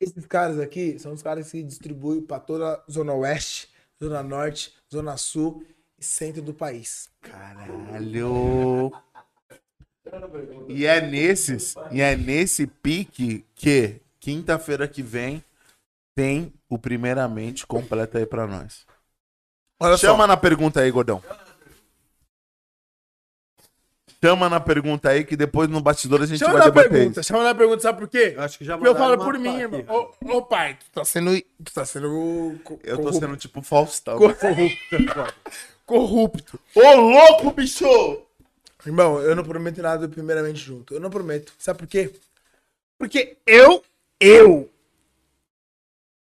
Esses caras aqui são os caras que distribuem para toda a Zona Oeste, Zona Norte, Zona Sul e centro do país. Caralho. E é nesses, e é nesse pique que quinta-feira que vem tem o primeiramente completa aí pra nós. Chama na pergunta aí, Gordão. Chama na pergunta aí que depois no bastidor a gente Chama vai na debater pergunta, isso. chama na pergunta, sabe por quê? Eu acho que já Porque eu mandaram falo uma tá por mim, aqui. irmão. Ô, ô, pai, tu tá sendo. Tu tá sendo. co- Eu tô corrupto. sendo tipo Faustão. corrupto. Ô, louco, bicho! Irmão, eu não prometo nada do primeiramente junto. Eu não prometo. Sabe por quê? Porque eu, eu,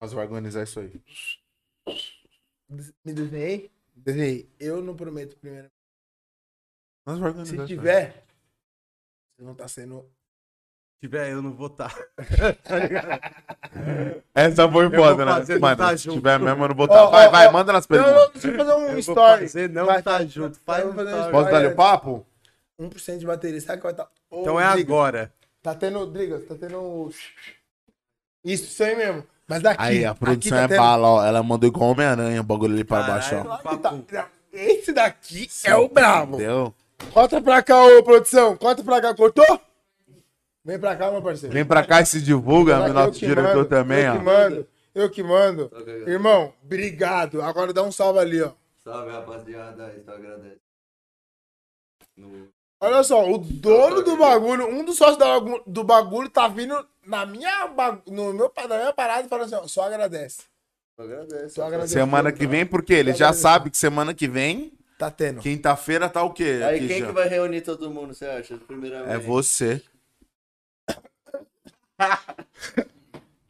Nós vamos organizar isso aí. Me desenhei? Desenhei. Eu não prometo primeiro. Nós vamos organizar Se isso aí. tiver, você não tá sendo. Se tiver, eu não vou tá. estar. Essa foi vou foda, né? fazer, não Mano, tá se junto. tiver mesmo, eu não vou estar. vai, ó, vai, ó. manda nas Não, perguntas. não, deixa eu fazer um Eu vou story. fazer, não Vai, tá vai, junto. vai, Faz vai um fazer um story. Posso Vai, dar-lhe o é. papo? 1% de bateria. Sabe que vai tá estar. Ô, Então é Drigas, agora. Tá tendo. Drigas, tá tendo. Isso, isso aí mesmo. Mas daqui. Aí, a aqui produção tá é tendo- bala, ó. Ela mandou igual Homem-Aranha o bagulho ali pra baixo, ó. Caralho, Aqui tá- papo. Esse daqui é o brabo. Entendeu? Corta pra cá, ô produção. Corta pra cá. Cortou? Vem pra cá, meu parceiro. Vem pra cá e se divulga, Fala meu é que eu nosso que diretor mando, também, eu ó. Que mando, eu que mando. Tá Irmão, obrigado. Agora dá um salve ali, ó. Salve, rapaziada. Estou agradecido. No... Tá, Olha só, o dono do bagulho, um dos sócios da bagu- do bagulho tá vindo na minha, ba- no meu, na minha parada e falando assim, ó, só agradece. Agradeço. Só agradece. Semana que vem, porque ele já sabe que semana que vem, Tá tendo. quinta-feira tá o quê? Aí aqui, quem Jean? que vai reunir todo mundo, você acha? Primeiramente. É você.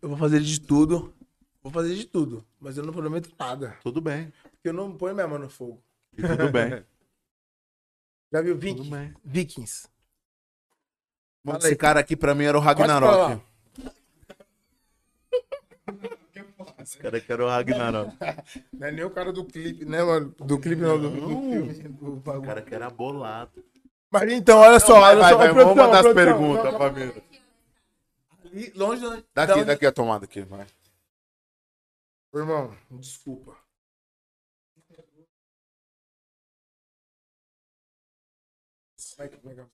Eu vou fazer de tudo. Vou fazer de tudo. Mas eu não prometo nada. Tudo bem. Porque eu não ponho minha mão no fogo. E tudo bem. Já viu tudo Vikings? bem. Vikings. Mano, aí. esse cara aqui pra mim era o Corta pra Ragnarok. lá. Esse cara aqui era o Ragnarok. Não é nem o cara do clipe, né, mano? Do clipe não, do, do filme. do O bagulho. cara que era bolado. Mas então, olha só, Vai, olha vai, só. vai. Ô, Vamos produção, mandar as produção, perguntas, não, Família. ali, Longe né? Então, da- da Daqui, onde- daqui a tomada aqui, vai. Irmão, desculpa. Como é que como é que eu-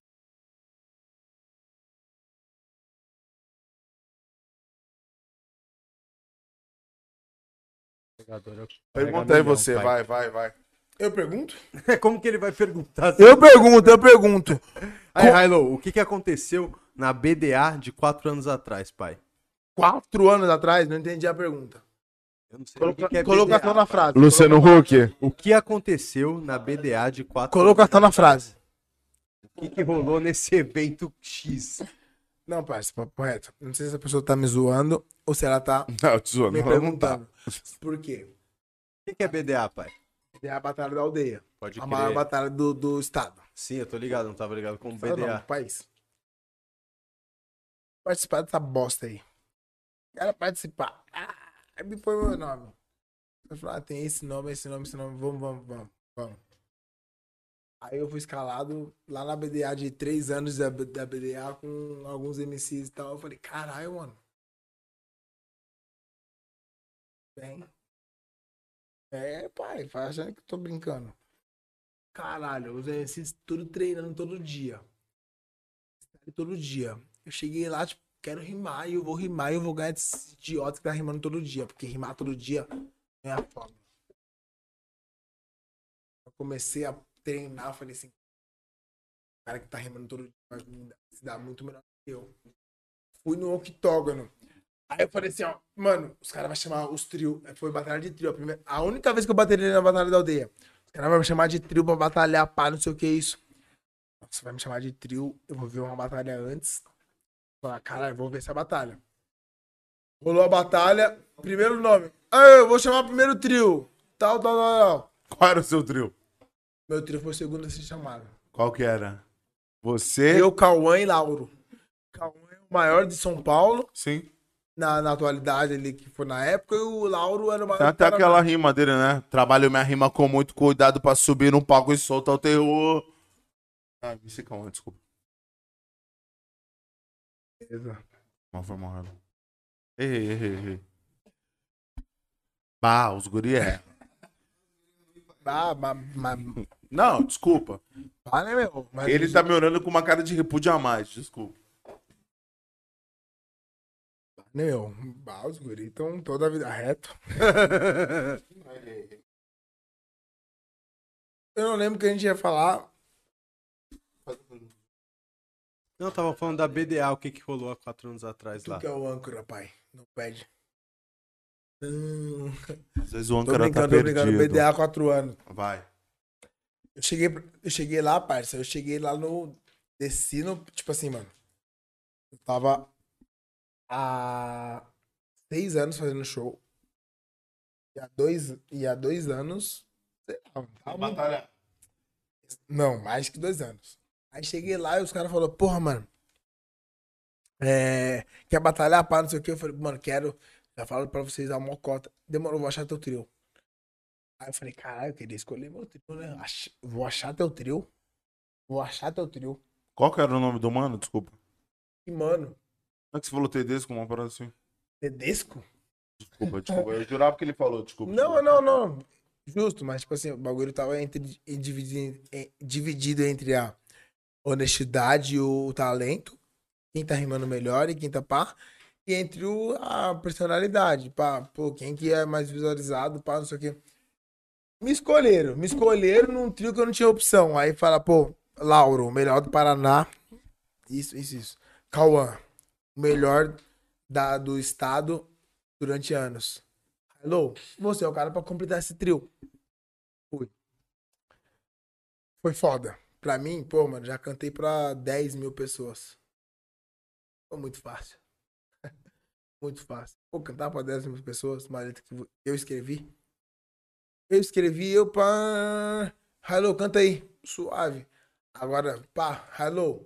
Pergunta aí você, vai, vai, vai. Eu pergunto? é Como que ele vai perguntar? Eu pergunto, eu pergunto. Aí, Hilo, o que, que aconteceu na BDA de quatro anos atrás, pai? Quatro anos atrás, não entendi a pergunta. Eu não sei Coloca- o que, que é colocação BDA, na pai. frase. Luciano Huck. O que aconteceu na BDA de quatro Colocação na frase. O que, que rolou nesse evento X? Não, parça, papo reto. Não sei se a pessoa tá me zoando ou se ela tá Não, eu te zoando. me perguntando. Por quê? O que, que é BDA, pai? É a batalha da aldeia. Pode A crer. maior batalha do, do estado. Sim, eu tô ligado, não tava ligado como Estado Não, é do BDA. país. Participar dessa bosta aí. Quero participar. Ah, aí me põe meu nome. Eu falei, ah, tem esse nome, esse nome, esse nome. Vamos, vamos, vamos, vamos. Aí eu fui escalado lá na BDA de três anos da, da BDA com alguns MCs e tal. Eu falei, caralho, mano. Bem. É, pai, vai achando que eu tô brincando. Caralho, os MCs tudo treinando todo dia. Todo dia. Eu cheguei lá, tipo, quero rimar e eu vou rimar e eu vou ganhar desse idiota que tá rimando todo dia. Porque rimar todo dia não é a forma. Eu comecei a treinar, eu falei assim, o cara que tá rimando todo dia vai me dar- se dar muito melhor que eu. Fui no octógono. Aí eu falei assim, ó, mano, os caras vão chamar os trio. Aí Foi batalha de trio. A, primeira- a única vez que eu bateria na batalha da aldeia. Os caras vão me chamar de trio pra batalhar, pá, não sei o que é isso. Você vai me chamar de trio, eu vou ver uma batalha antes. Falar, caralho, vou ver essa batalha. Rolou a batalha, primeiro nome. Ah, eu vou chamar primeiro trio. Tal, tal, tal, tal. Qual era o seu trio? Meu trio foi o segundo a ser chamado. Qual que era? Você? Eu, Cauã e Lauro. Cauã é o maior de São Paulo, Sim. na, na atualidade ali, que foi na época, e o Lauro era o maior Tem do até Paraná. aquela rima dele, né? Trabalho minha rima com muito cuidado pra subir no palco e soltar o terror. Ah, me se calma, desculpa. Mal foi mal. né? Errei, errei, errei. Bah, os guri é. Ah, mas, mas, Não, desculpa. ah, né, meu? Mas Ele tá me olhando com uma cara de repúdio a mais, desculpa. Né, meu? Bah, os guri estão toda a vida reto. Eu não lembro o que a gente ia falar. Não, tava falando da BDA, o que, que rolou há quatro anos atrás Tu lá. que é o âncora, pai. Não pede. Hum, Às vezes o tô âncora tá brincando, tô brincando. perdido. BDA há quatro anos. Vai. Eu cheguei, eu cheguei lá, parça. Eu cheguei lá no. Desci no. Tipo assim, mano. Eu tava há seis anos fazendo show. E há dois, e há dois anos. Sei lá, tava um- Não, mais que dois anos. Aí cheguei lá e os caras falaram, porra, mano. É, quer batalhar, pá, não sei o que. Eu falei, mano, quero. Já falo pra vocês a mocota. Demorou, vou achar teu trio. Aí eu falei, caralho, eu queria escolher meu trio, né? Ach- Vou achar teu trio. Vou achar teu trio. Qual que era o nome do mano? Desculpa. Como E, mano, é que você falou TDs com uma parada assim? Tedesco? Desculpa, desculpa. Eu jurava que ele falou, desculpa. Não, desculpa. não, não. Justo, mas, tipo assim, o bagulho tava entre, é em- dividido, em- dividido entre a honestidade e o talento. quem tá rimando melhor e quem tá pá. E entre o, a personalidade, pá, pô, quem que é mais visualizado, pá, não sei o quê. Me escolheram, me escolheram num trio que eu não tinha opção. Aí fala, pô, Lauro, o melhor do Paraná. Isso, isso, isso. Cauã, o melhor da, do estado durante anos. Hello, você é o cara pra completar esse trio. Fui. Foi foda. Pra mim, pô, mano, já cantei pra 10 mil pessoas. Foi muito fácil. muito fácil. Pô, cantar pra 10 mil pessoas, uma letra que eu escrevi. Eu escrevi, eu pá. Hello, canta aí. Suave. Agora, pá, hello.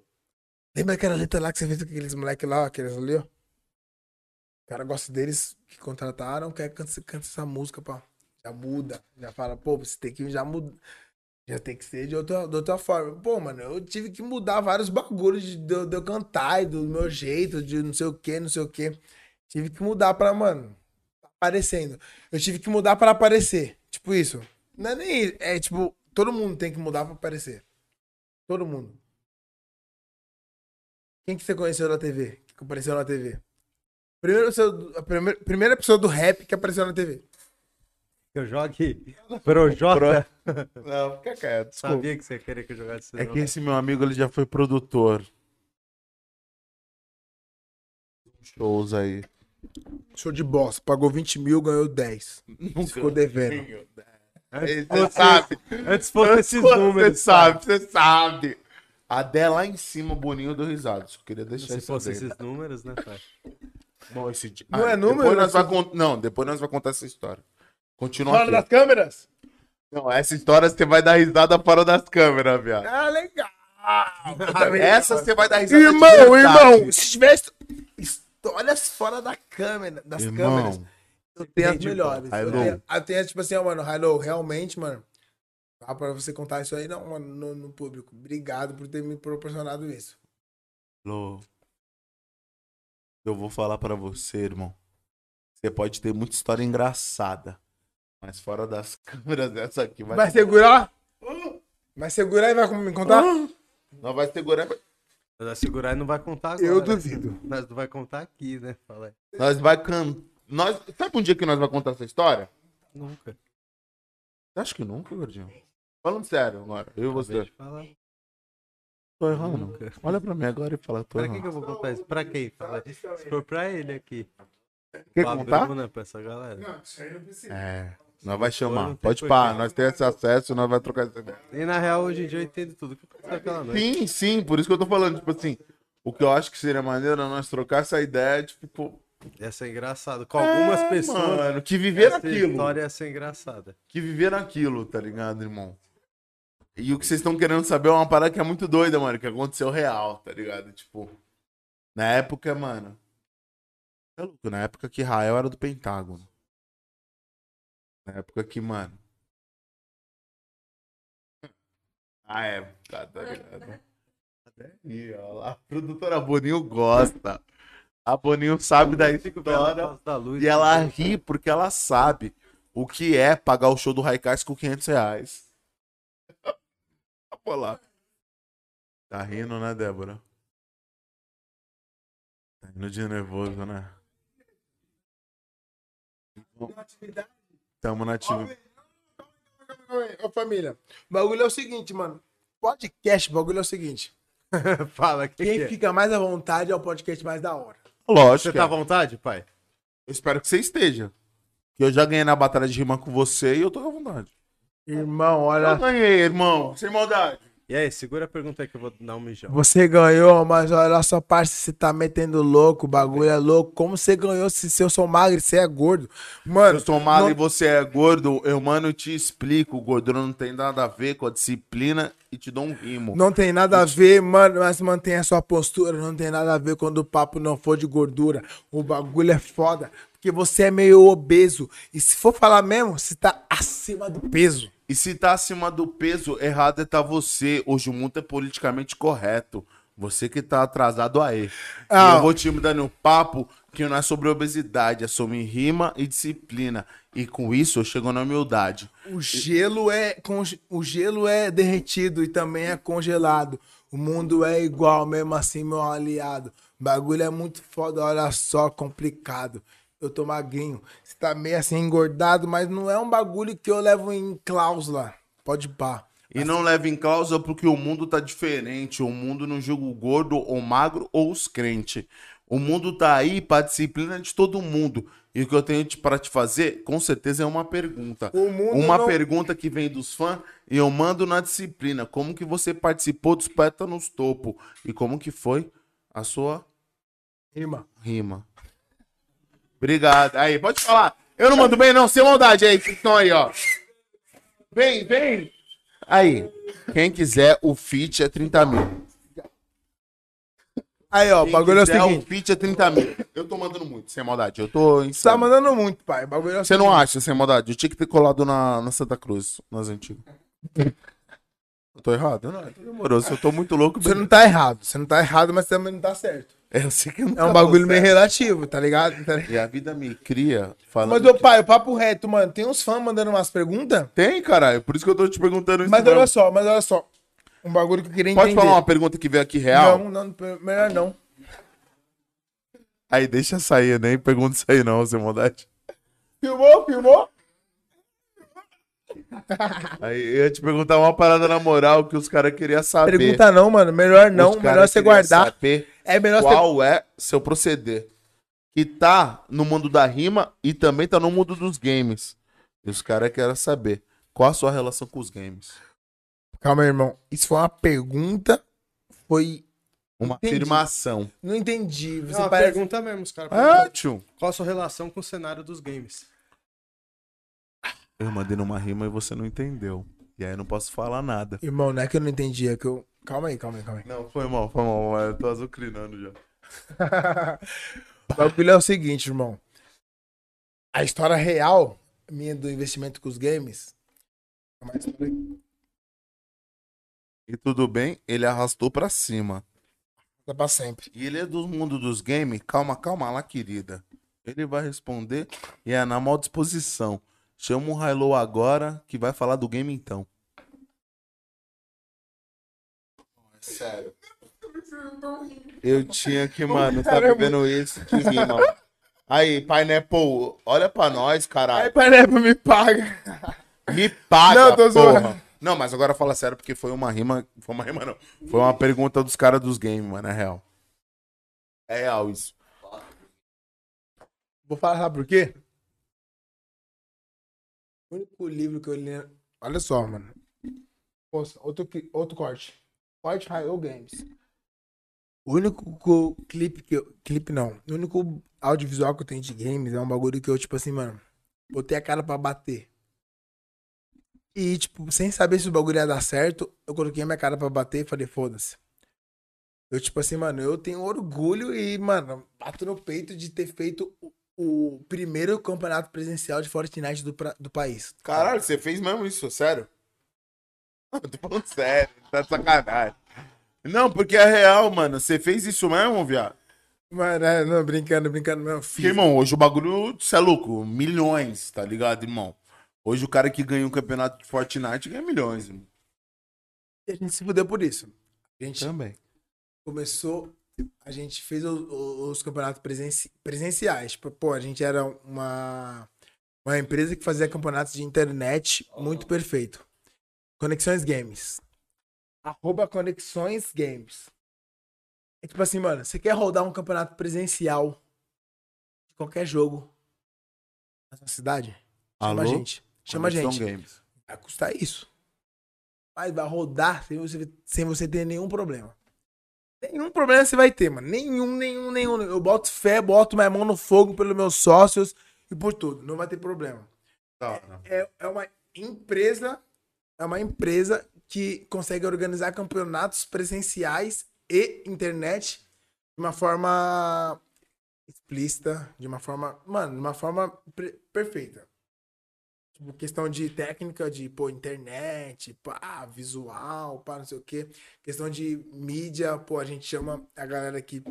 Lembra aquela letra lá que você fez com aqueles moleques lá, aqueles ali, ó? O cara gosta deles que contrataram, quer que cante, cante essa música, pá. Já muda. Já fala, pô, você tem que já mudar. Já tem que ser de outra, de outra forma. Pô, mano, eu tive que mudar vários bagulhos de, de eu- de eu cantar e do meu jeito, de não sei o que, não sei o que. Tive que mudar pra, mano, tá aparecendo. Eu tive que mudar pra aparecer. Tipo isso. Não é nem. isso. É tipo, todo mundo tem que mudar pra aparecer. Todo mundo. Quem que você conheceu na TV? Que apareceu na TV? Primeiro, seu- a primeira, primeira pessoa do rap que apareceu na TV. Que eu jogue Projota. Não, fica quieto. Sabia que você ia querer que eu jogasse É que esse meu amigo ele já foi produtor. Shows aí. Show de bosta. Pagou 20 mil, ganhou 10. Não ficou devendo. É, Você assim, sabe, Antes fosse esses você números. sabe, você sabe. Até lá em cima o Boninho deu risada. Só queria deixar Se isso fosse aí. esses números, né, pai? Bom, esse dia- Não é Ah, número, Depois nós né? vai con- Não, depois nós vamos contar essa história. Continua Fora aqui. das câmeras? Não, essa história você vai dar risada fora das câmeras, viado. Ah, legal. Essa você vai dar risada de Irmão, verdade. irmão, se tivesse histórias Então, fora da câmera, das câmeras, eu tenho as Entendi, melhores. pô. Eu Hello. tenho, eu tenho as, tipo assim, ó, mano, hello, realmente, mano, dá pra você contar isso aí não, mano, no, no público. Obrigado por ter me proporcionado isso. Lô, eu vou falar pra você, irmão. Você pode ter muita história engraçada, mas fora das câmeras, essa aqui vai. Vai segurar? Vai segurar e vai me contar? Não vai segurar. Mas a segurar não vai contar agora. né? Eu duvido. Mas não vai contar aqui, né? Fala aí. Nós vai cantar. Nós... Sabe um dia que nós vai contar essa história? Nunca. Acho que nunca, gordinho. Falando sério agora, eu e você. Deixa eu falar. Tô errando. Nunca. Olha pra mim agora e fala, tô Pra que, errando. que eu vou contar isso? Pra quem? Fala aí. Se for pra ele aqui. Quer pra contar? Bruna, pra essa galera. É. Nós vai For, chamar. não tem Pode porquê. pá, nós temos esse acesso, nós vai trocar essa ideia. E na real, hoje em dia eu entendo tudo. O que aconteceu aquela noite? Sim, sim, por isso que eu tô falando, tipo assim, o que eu acho que seria maneiro é nós trocar essa ideia, tipo, pô, Ia ser engraçado. Com algumas é, pessoas. mano, que viveram essa aquilo, história ia ser engraçada. que viveram aquilo, tá ligado, irmão? E o que vocês estão querendo saber é uma parada que é muito doida, mano, que aconteceu real, tá ligado? Tipo, na época, mano, é louco, na época que Israel era do Pentágono. Na época que, mano, Ah, é, tá, tá ligado. Até aí, ó lá. A produtora Boninho gosta. A Boninho sabe da Fico vendo a história. causa da luz. E ela ri porque ela sabe o que é pagar o show do Raikais com 500 reais. Vou lá. Tá rindo, né, Débora? Tá rindo de nervoso, né? Tamo na atividade. Ô família, o bagulho é o seguinte, mano. Podcast, o bagulho é o seguinte. Fala, que Quem que é? fica mais à vontade é o podcast mais da hora. Você Lógico. tá à é. vontade, pai? Eu espero que você esteja. Que eu já ganhei na batalha de rima com você e eu tô com vontade. Irmão, Eu olha. ganhei, irmão. Sem maldade. E aí, segura a pergunta aí que eu vou dar um mijão. Você ganhou, mas olha só, parça, você tá metendo louco, o bagulho é louco. Como você ganhou se, se eu sou magro e você é gordo? Mano, Eu sou magro não- e você é gordo. Eu, mano, te explico. Gordura não tem nada a ver com a disciplina e te dou um rimo. Não tem nada a ver, mano, mas mantenha a sua postura. Não tem nada a ver quando o papo não for de gordura. O bagulho é foda, porque você é meio obeso. E se for falar mesmo, você tá acima do peso. E se tá acima do peso, errado é tá você. Hoje o mundo é politicamente correto. Você que tá atrasado aí. Ah. E eu vou te dando um papo que não é sobre obesidade, é sobre rima e disciplina. E com isso eu chego na humildade. O gelo é conge- o gelo é derretido e também é congelado. O mundo é igual, mesmo assim, meu aliado. Bagulho é muito foda, olha só, complicado. Eu tô magrinho. Você tá meio assim engordado, mas não é um bagulho que eu levo em cláusula. Pode pá. E não leva em causa porque o mundo tá diferente. O mundo não julga o gordo ou magro ou os crentes. O mundo tá aí pra disciplina de todo mundo. E o que eu tenho te- pra te fazer, com certeza, é uma pergunta. O mundo uma não- pergunta que vem dos fãs e eu mando na disciplina. Como que você participou dos pétanos topo? E como que foi a sua Irmã. rima? Obrigado. Aí, pode falar. Eu não mando bem, não. Sem maldade aí. Vocês estão aí, ó. Vem, vem. Aí, quem quiser, o fit é 30 mil. Aí, ó, o Quem bagulho é o quiser, seguinte. O fit é 30 mil. Eu tô mandando muito, sem maldade. Eu tô em. Você tá mandando muito, pai. O bagulho é o Você seguinte. não acha, sem maldade? Eu tinha que ter colado na, na Santa Cruz, nas antigas. Eu tô errado? Não, eu tô demoroso. Eu tô muito louco. Você não tá errado. Você não tá errado, mas também não tá certo. Eu sei que eu É nunca um tô bagulho meio certo. relativo, tá ligado? Tá ligado? E a vida me cria falando. Mas, ô que- pai, o papo reto, mano. Tem uns fãs mandando umas perguntas. Tem, caralho. Por isso que eu tô te perguntando isso. Mas mesmo. olha só, mas olha só. Um bagulho que eu queria Pode entender. falar uma pergunta que veio aqui real? Não, não, melhor não. Aí deixa sair, nem pergunta isso aí não, sem maldade. Filmou? Filmou? Aí eu ia te perguntar uma parada na moral que os caras queriam saber. Pergunta não, mano. Melhor Os não. cara Melhor você queria guardar. saber É melhor você. qual é seu proceder. Que tá no mundo da rima e também tá no mundo dos games. E os caras querem saber qual a sua relação com os games. Calma aí, irmão. Isso foi uma pergunta. Foi. Uma Entendi. afirmação. Não entendi. Você É uma parece. pergunta mesmo, os caras. Ah, perguntam, tio. Qual a sua relação com o cenário dos games? Eu mandei numa rima e você não entendeu. E aí eu não posso falar nada. Irmão, não é que eu não entendi. É que eu. Calma aí, calma aí, calma aí. Não, foi mal, foi mal. mas Eu tô azucrinando já. o bagulho é o seguinte, irmão. A história real minha do investimento com os games. é uma história- E tudo bem, ele arrastou pra cima. Dá pra sempre. E ele é do mundo dos games? Calma, calma lá, querida. Ele vai responder e é na mal disposição. Chama o Hilo agora que vai falar do game então. É Sério. Eu tinha que, mano, tá é vivendo isso de rima. mano. Aí, Pineapple, olha pra nós, caralho. Pineapple me paga. Me paga, Não, tô porra. zoando. Não, mas agora fala sério, porque foi uma rima. Foi uma rima, não. Foi uma pergunta dos caras dos games, mano. É real. É real isso. Vou falar sabe por quê? O único livro que eu li. Olha só, mano. Nossa, outro, cli- outro corte. Corte High Games. O único co- clipe que eu. Clipe não. O único audiovisual que eu tenho de games é um bagulho que eu, tipo assim, mano. Botei a cara pra bater. E, tipo, sem saber se o bagulho ia dar certo, eu coloquei a minha cara pra bater e falei, foda-se. Eu, tipo assim, mano, eu tenho orgulho e, mano, bato no peito de ter feito o- o primeiro campeonato presencial de Fortnite do, pra- do país. Caralho, você fez mesmo isso, sério? Eu tô falando sério, tá de sacanagem. Não, porque é real, mano. Você fez isso mesmo, viado? Mano, é, não, brincando, brincando, meu Porque, filho. irmão, hoje o bagulho, você é louco, milhões, tá ligado, irmão? Hoje o cara que ganha um campeonato de Fortnite ganha milhões, irmão. E a gente se fudeu por isso. A gente Também. começou, a gente fez o- o- os campeonatos presenci- presenciais. Tipo, Pô, a gente era uma, uma empresa que fazia campeonatos de internet muito perfeito. Conexões Games. Arroba Conexões Games. É tipo assim, mano, você quer rodar um campeonato presencial de qualquer jogo na sua cidade? Chama Alô? a gente. Chama a Conexão gente. Games. Vai custar isso. Mas vai rodar sem você, sem você ter nenhum problema. Nenhum problema você vai ter, mano. Nenhum, nenhum, nenhum. Eu boto fé, boto minha mão no fogo pelos meus sócios e por tudo. Não vai ter problema. Da hora. É, é uma empresa, é uma empresa que consegue organizar campeonatos presenciais e internet de uma forma explícita, de uma forma, mano, de uma forma pre- perfeita. Tipo, questão de técnica, de, pô, internet, pá, visual, pá, não sei o quê. Questão de mídia, pô, a gente chama a galera que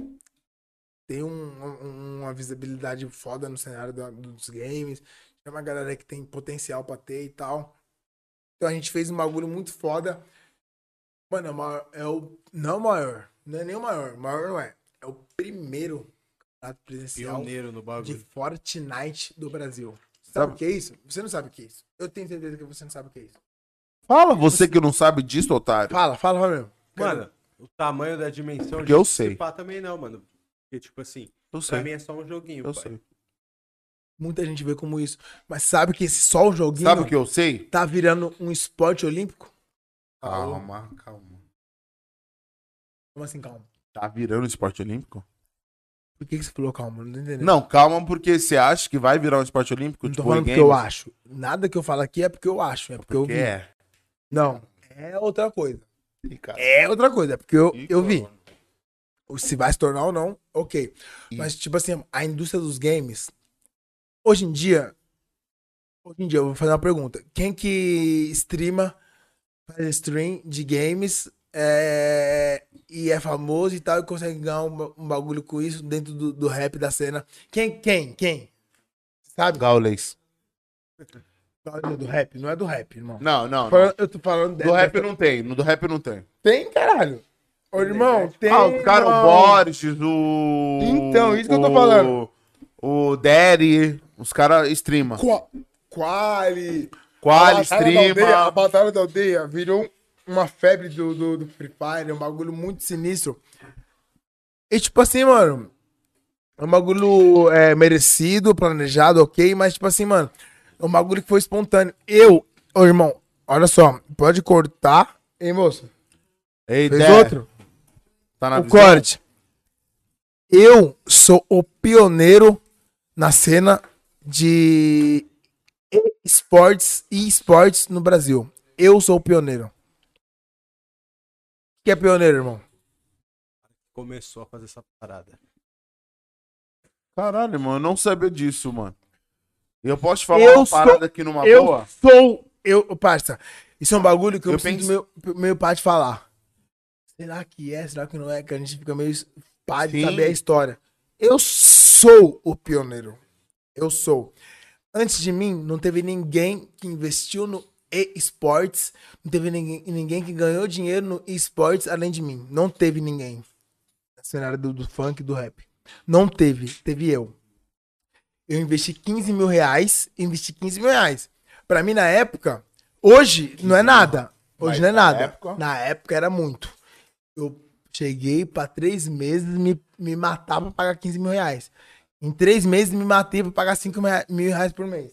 tem um- um- uma visibilidade foda no cenário da- dos games. Chama a galera que tem potencial pra ter e tal. Então a gente fez um bagulho muito foda. Mano, é o maior, é o... Não o maior, não é nem o maior, o maior não é. É É o primeiro campeonato presencial Pioneiro no de bagulho. Fortnite do Brasil. Sabe o que é isso? Você não sabe o que é isso. Eu tenho certeza que você não sabe o que é isso. Fala você que não sabe disso, otário. Fala, fala, fala mesmo. Mano, o tamanho da dimensão Porque eu sei. participar também não, mano. Porque, tipo assim, pra Eu sei, mim é só um joguinho, eu pai. sei. Muita gente vê como isso. Mas sabe que esse só o joguinho Sabe o que eu sei? tá virando um esporte olímpico? Calma, calma. Como assim, calma? Tá virando esporte olímpico? Por que, que você falou calma? Não tô entendendo. Não, calma, porque você acha que vai virar um esporte olímpico? Não tô tipo, falando porque games? eu acho. Nada que eu falo aqui é porque eu acho. É porque, Porque eu vi. é. Não. É outra coisa. Ih, cara. É outra coisa. É porque eu, Ih, eu vi. cara. Ou Se vai se tornar ou não, ok. Ih. Mas, tipo assim, a indústria dos games. Hoje em dia. Hoje em dia, eu vou fazer uma pergunta. Quem que streama, faz stream de games é, e é famoso e tal, e consegue ganhar um, ba- um bagulho com isso dentro do, do rap da cena? Quem? Quem? Quem? Sabe? Gaules. Do rap? Não é do rap, irmão. Não, não. não. Falando- eu tô falando Do rap não tem, no do rap não tem. Tem, caralho. Ô, irmão, tem. Ah, o cara, o irmão. Borges, o. Então, isso que eu tô o- falando. O Derry, os caras streama. Qua- Quali. A Qual batalha da aldeia- A streama. batalha da aldeia virou uma febre do, do, do Free Fire, um bagulho muito sinistro. E tipo assim, mano. É um bagulho é, merecido, planejado, ok, mas tipo assim, mano. É um bagulho que foi espontâneo. Eu, ô irmão, olha só, pode cortar. Hein, moço? Ei, Fez Derry, outro? Tá na o visão? corte. Eu sou o pioneiro na cena de esportes e esportes no Brasil. Eu sou o pioneiro. O que é pioneiro, irmão? Começou a fazer essa parada. Caralho, mano, eu não sabia disso, mano. E eu posso te falar Eu uma sou- parada aqui numa eu boa? sou. Eu, ô, parça, isso é um bagulho que eu, Eu preciso penso- do meu, meu pai te falar. Será que é? Será que não é? Que a gente fica meio pá de Sim. saber a história. Eu sou o pioneiro. Eu sou. Antes de mim, não teve ninguém que investiu no e-sports. Não teve ninguém, ninguém que ganhou dinheiro no e-sports além de mim. Não teve ninguém. Na cenário do, do funk, do rap. Não teve. Teve eu. Eu investi 15 mil reais. Investi 15 mil reais. Pra mim, na época, hoje não é nada. Mas Hoje não é na nada. época? Na época era muito. Eu cheguei pra três meses me, me matar pra pagar 15 mil reais. Em três meses me matei pra pagar 5 mil reais por mês.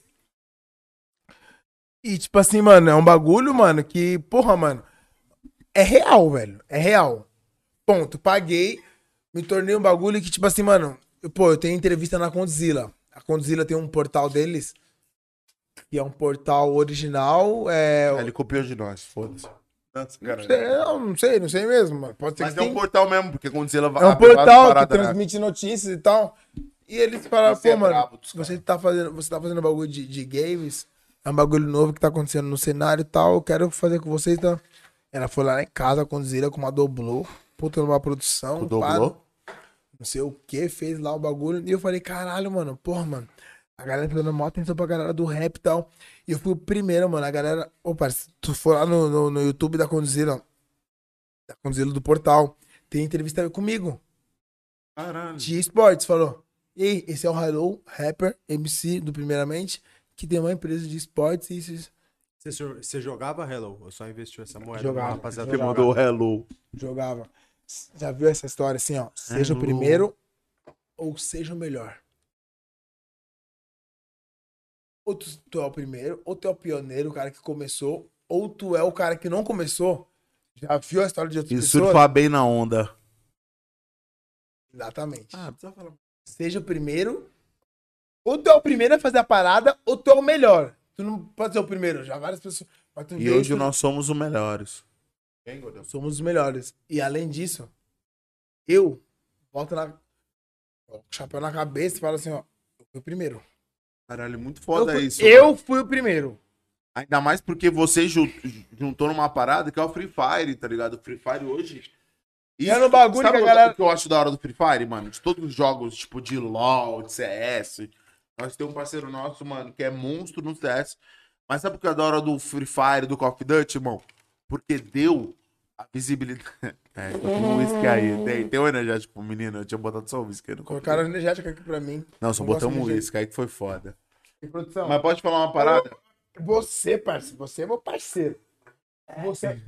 E, tipo assim, mano, é um bagulho, mano, que, porra, mano, é real, velho. É real. Ponto. Paguei, me tornei um bagulho que, tipo assim, mano, eu- pô, eu tenho entrevista na Condzilla. A Condzilla tem um portal deles, que é um portal original. É, Ele copiou de nós, foda-se. Nossa, cara. eu não sei, não sei mesmo, mano. Pode ser Mas que é um tenha. portal mesmo, porque quando diz ela vai É um portal que transmite notícias e tal. E eles falaram, né? Você pô, é mano, brabo dos caras. você tá fazendo, você tá fazendo bagulho de, de games, é um bagulho novo que tá acontecendo no cenário e tal, eu quero fazer com vocês, tá? Ela foi lá em casa conduzir ela com uma doblô, puta numa produção, Com pá, doblô? não sei o que, fez lá o bagulho. E eu falei, caralho, mano, porra, mano, a galera tá dando maior atenção pra galera do rap e tal. E eu fui o primeiro, mano, a galera, ô, parceiro, tu for lá no, no, no YouTube da Conduzila, da Conduzila do Portal, tem entrevista comigo. Caralho. G Sports falou: Ei, esse é o Hello Rapper MC do Primeiramente, que tem uma empresa de esportes e isso, isso. Você, jo- você jogava Hello? Eu só investiu essa moeda? Jogava, pra rapaziada Você jogar. mandou hello. jogava. Já viu essa história assim, ó? Seja o Hello. primeiro ou seja o melhor. Ou tu, tu é o primeiro, ou tu é o pioneiro, o cara que começou, ou tu é o cara que não começou. Já viu a história de outras E pessoas? surfar bem na onda. Exatamente. Ah, precisa um falar. seja o primeiro. Ou tu é o primeiro a fazer a parada, ou tu é o melhor. Tu não pode ser o primeiro, já várias pessoas. Mas tu E vê hoje isso, nós somos os melhores. Quem, Godão? somos os melhores. E além disso, eu volto na. coloco o chapéu na cabeça e falo assim, ó. Eu fui o primeiro. Caralho, muito Eu foda fui, isso. eu mano. fui o primeiro. Ainda mais porque você ju- juntou numa parada que é o Free Fire, tá ligado? O Free Fire hoje. E Era um bagulho que a galera- que eu acho da hora do Free Fire, mano? De todos os jogos, tipo de LoL, de CS. Nós temos um parceiro nosso, mano, que é monstro no CS. Mas sabe o que é da hora do Free Fire, do Call of Duty, irmão? Porque deu a A visibilidade. É, tô com um uísque aí. Tem, tem um energético pro menino, eu tinha botado só o uísque aí no copo. Colocaram energética aqui pra mim. Não, só Não gosto botamos um de uísque aí que foi foda. E, produção, Mas pode falar uma parada? você, parceiro, você é meu parceiro. É. Você... é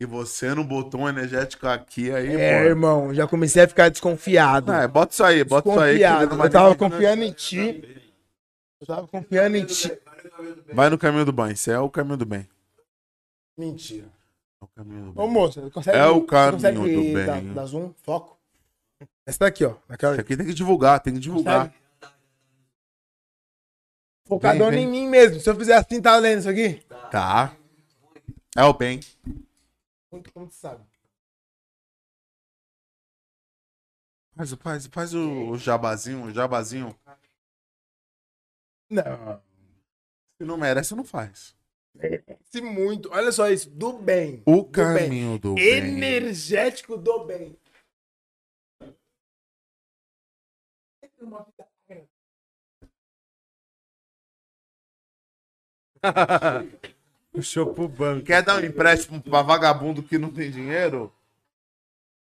E você não botou um energético aqui aí, É, mano. irmão, já comecei a ficar desconfiado. Ah, bota isso aí, bota isso aí. que ele não vai Eu tava nem- confiando em ti. Eu tava confiando em ti. Vai no caminho do bem, você é o caminho do bem. Mentira. É o caminho do Ô, bem. moça, consegue... É o você caminho consegue do bem. dar- dar zoom, foco. Essa daqui, ó. Naquela... Isso aqui tem que divulgar, tem que divulgar. Focadão Vem, vem. em mim mesmo. Se eu fizer assim, tá lendo isso aqui? Tá. É o bem. Muito como tu sabe. Faz, o- faz, faz o, o jabazinho, o jabazinho. Não. Se não merece, não faz. Se muito. Olha só isso. Do bem. O Do bem. caminho do bem. Energético do bem. Puxou pro banco. Quer dar um empréstimo pra vagabundo que não tem dinheiro?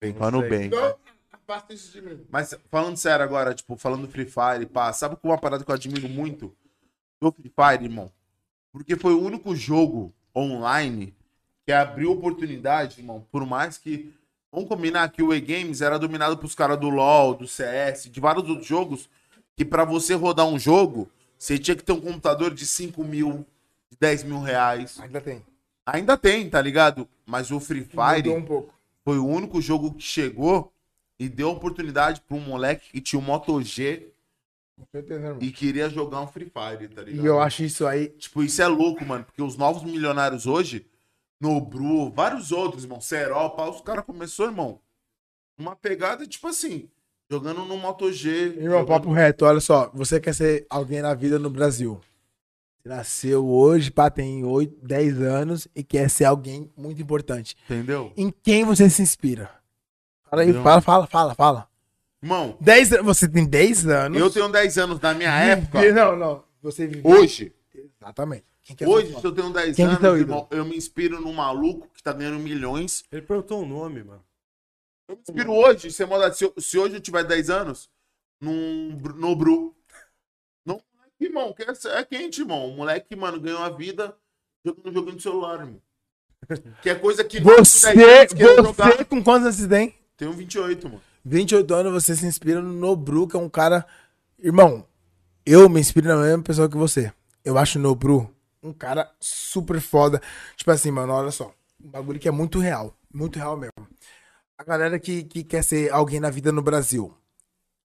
Vem pra no bem. Então, afasta isso de mim. Mas falando sério agora, tipo, falando do Free Fire, pá, sabe uma parada que eu admiro muito do Free Fire, irmão? Porque foi o único jogo online que abriu oportunidade, irmão. Por mais que. Vamos combinar que o E-Games era dominado pros caras do LoL, do CS, de vários outros jogos, que pra você rodar um jogo, você tinha que ter um computador de 5 mil, de 10 mil reais. Ainda tem. Ainda tem, tá ligado? Mas o Free Fire Mudou um pouco. foi o único jogo que chegou e deu oportunidade pra um moleque que tinha um Moto G Com certeza, irmão. e queria jogar um Free Fire, tá ligado? E eu acho isso aí. Tipo, isso é louco, mano, porque os novos milionários hoje, Nobru, vários outros, irmão, Serol, pau, os caras começou, irmão, uma pegada, tipo assim, jogando no Moto G. Irmão, jogando- papo reto, olha só. Você quer ser alguém na vida no Brasil. Você nasceu hoje, pá, tem 8, 10 anos e quer ser alguém muito importante. Entendeu? Em quem você se inspira? Fala aí, Entendeu? fala, fala, fala, fala. Irmão, 10 anos. Você tem 10 anos. eu tenho 10 anos, na minha época, Não, não. Você viveu. hoje, Exatamente. Quem quer hoje, ser se eu tenho 10 é Quem que anos, tá o irmão, eu me inspiro num maluco que tá ganhando milhões Ele perguntou o nome, mano. Eu me inspiro hoje, sem maldade. Se, eu- se hoje eu tiver 10 anos, num, Bru- no Bru. Não, moleque, irmão, que é, é quente, irmão. O moleque, mano, ganhou a vida jogando um joguinho de celular, irmão. Que é coisa que Você, nós, 10 anos, queremos você com quantos anos você tem? Tenho 28, mano. 28 anos, você se inspira no Nobru, que é um cara. Irmão, eu me inspiro na mesma pessoa que você. Eu acho o Nobru um cara super foda. Tipo assim, mano, olha só. Um bagulho que é muito real. Muito real mesmo. A galera que, que quer ser alguém na vida no Brasil.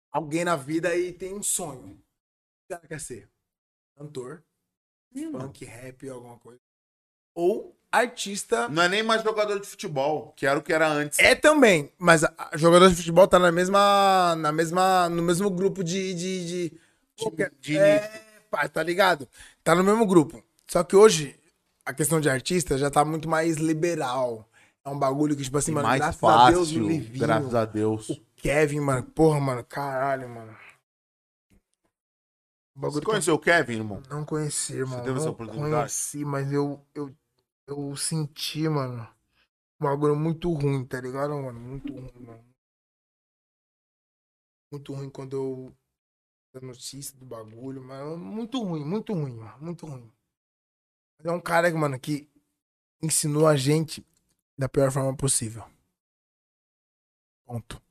Alguém na vida e tem um sonho. O que ela quer ser? Cantor, funk, rap, alguma coisa. Ou artista Não é nem mais jogador de futebol, que era o que era antes. é também, mas a- a- jogador de futebol tá na mesma, na mesma, no mesmo grupo de de, de, qualquer- de é, pá, tá ligado? Tá no mesmo grupo. Só que hoje a questão de artista já tá muito mais liberal. É um bagulho que tipo assim, mano, mais graças fácil, a Deus, o Livinho, graças a Deus. o Kevin, mano, porra, mano, caralho, mano. O Você bagulho que eu conheceu o Kevin, irmão? não conheci, tá- irmão. teve essa não oportunidade? conheci, mas eu, eu, eu senti, mano, um bagulho muito ruim, tá ligado, mano? Muito ruim, mano. Muito ruim quando eu. A notícia do bagulho, mano. Muito ruim, muito ruim, mano. Muito ruim. Mas é um cara, mano, que ensinou a gente da pior forma possível. Ponto.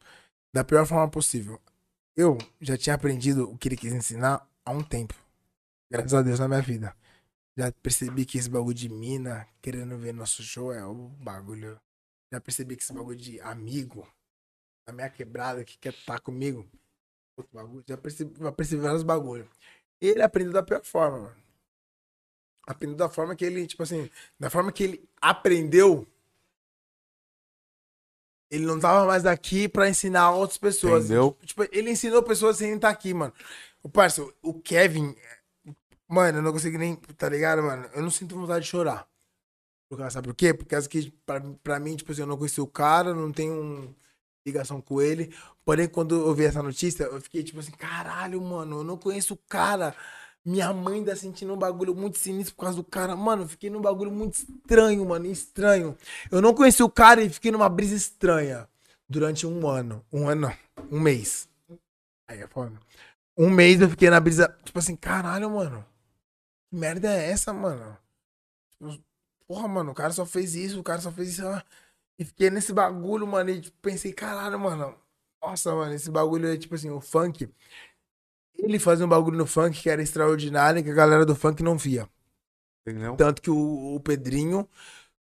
Da pior forma possível. Eu já tinha aprendido o que ele quis ensinar há um tempo graças a Deus na minha vida. Já percebi que esse bagulho de mina, querendo ver nosso show, é o bagulho. Já percebi que esse bagulho de amigo, a minha quebrada que quer estar comigo, outro bagulho. Já percebi, já percebi vários bagulhos. Ele aprendeu da pior forma, mano. Aprendeu da forma que ele, tipo assim, da forma que ele aprendeu. Ele não tava mais aqui pra ensinar outras pessoas. Entendeu? Tipo, ele ensinou pessoas sem estar aqui, mano. O parceiro, o Kevin, Mano, eu não consigo nem, tá ligado, mano? Eu não sinto vontade de chorar. Por causa, sabe por quê? Por causa que, pra, pra mim, tipo assim, eu não conheci o cara, não tenho um- ligação com ele. Porém, quando eu vi essa notícia, eu fiquei tipo assim, caralho, mano, eu não conheço o cara. Minha mãe tá sentindo um bagulho muito sinistro por causa do cara. Mano, eu fiquei num bagulho muito estranho, mano. Estranho. Eu não conheci o cara e fiquei numa brisa estranha. Durante um ano. Um ano, não. Um mês. Aí é foda. Um mês eu fiquei na brisa. Tipo assim, caralho, mano. Que merda é essa, mano? Tipo, Porra, mano, o cara só fez isso, o cara só fez isso. ah. E fiquei nesse bagulho, mano. E tipo, pensei, caralho, mano. Nossa, mano, esse bagulho é tipo assim, o funk. Ele fazia um bagulho no funk que era extraordinário, que a galera do funk não via. Entendeu? Tanto que o, o Pedrinho,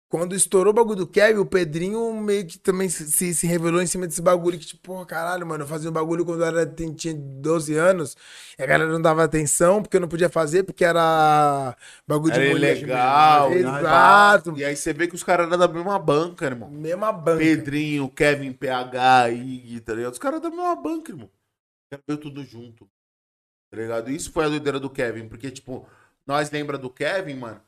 quando estourou o bagulho do Kevin, o Pedrinho meio que também se- se, se revelou em cima desse bagulho. Que tipo, porra, caralho, mano, eu fazia um bagulho quando eu era, tem- tinha 12 anos e a galera não dava atenção porque eu não podia fazer porque era bagulho Era de mulher. tipo, ilegal. né? Exato. E aí você vê que os caras eram da mesma banca, irmão. Mesma banca. Pedrinho, Kevin, PH, Ig, tá ligado? Os caras da mesma banca, irmão. Os caras veio tudo junto. Tá ligado? Isso foi a doideira do Kevin, porque, tipo, nós lembra do Kevin, mano?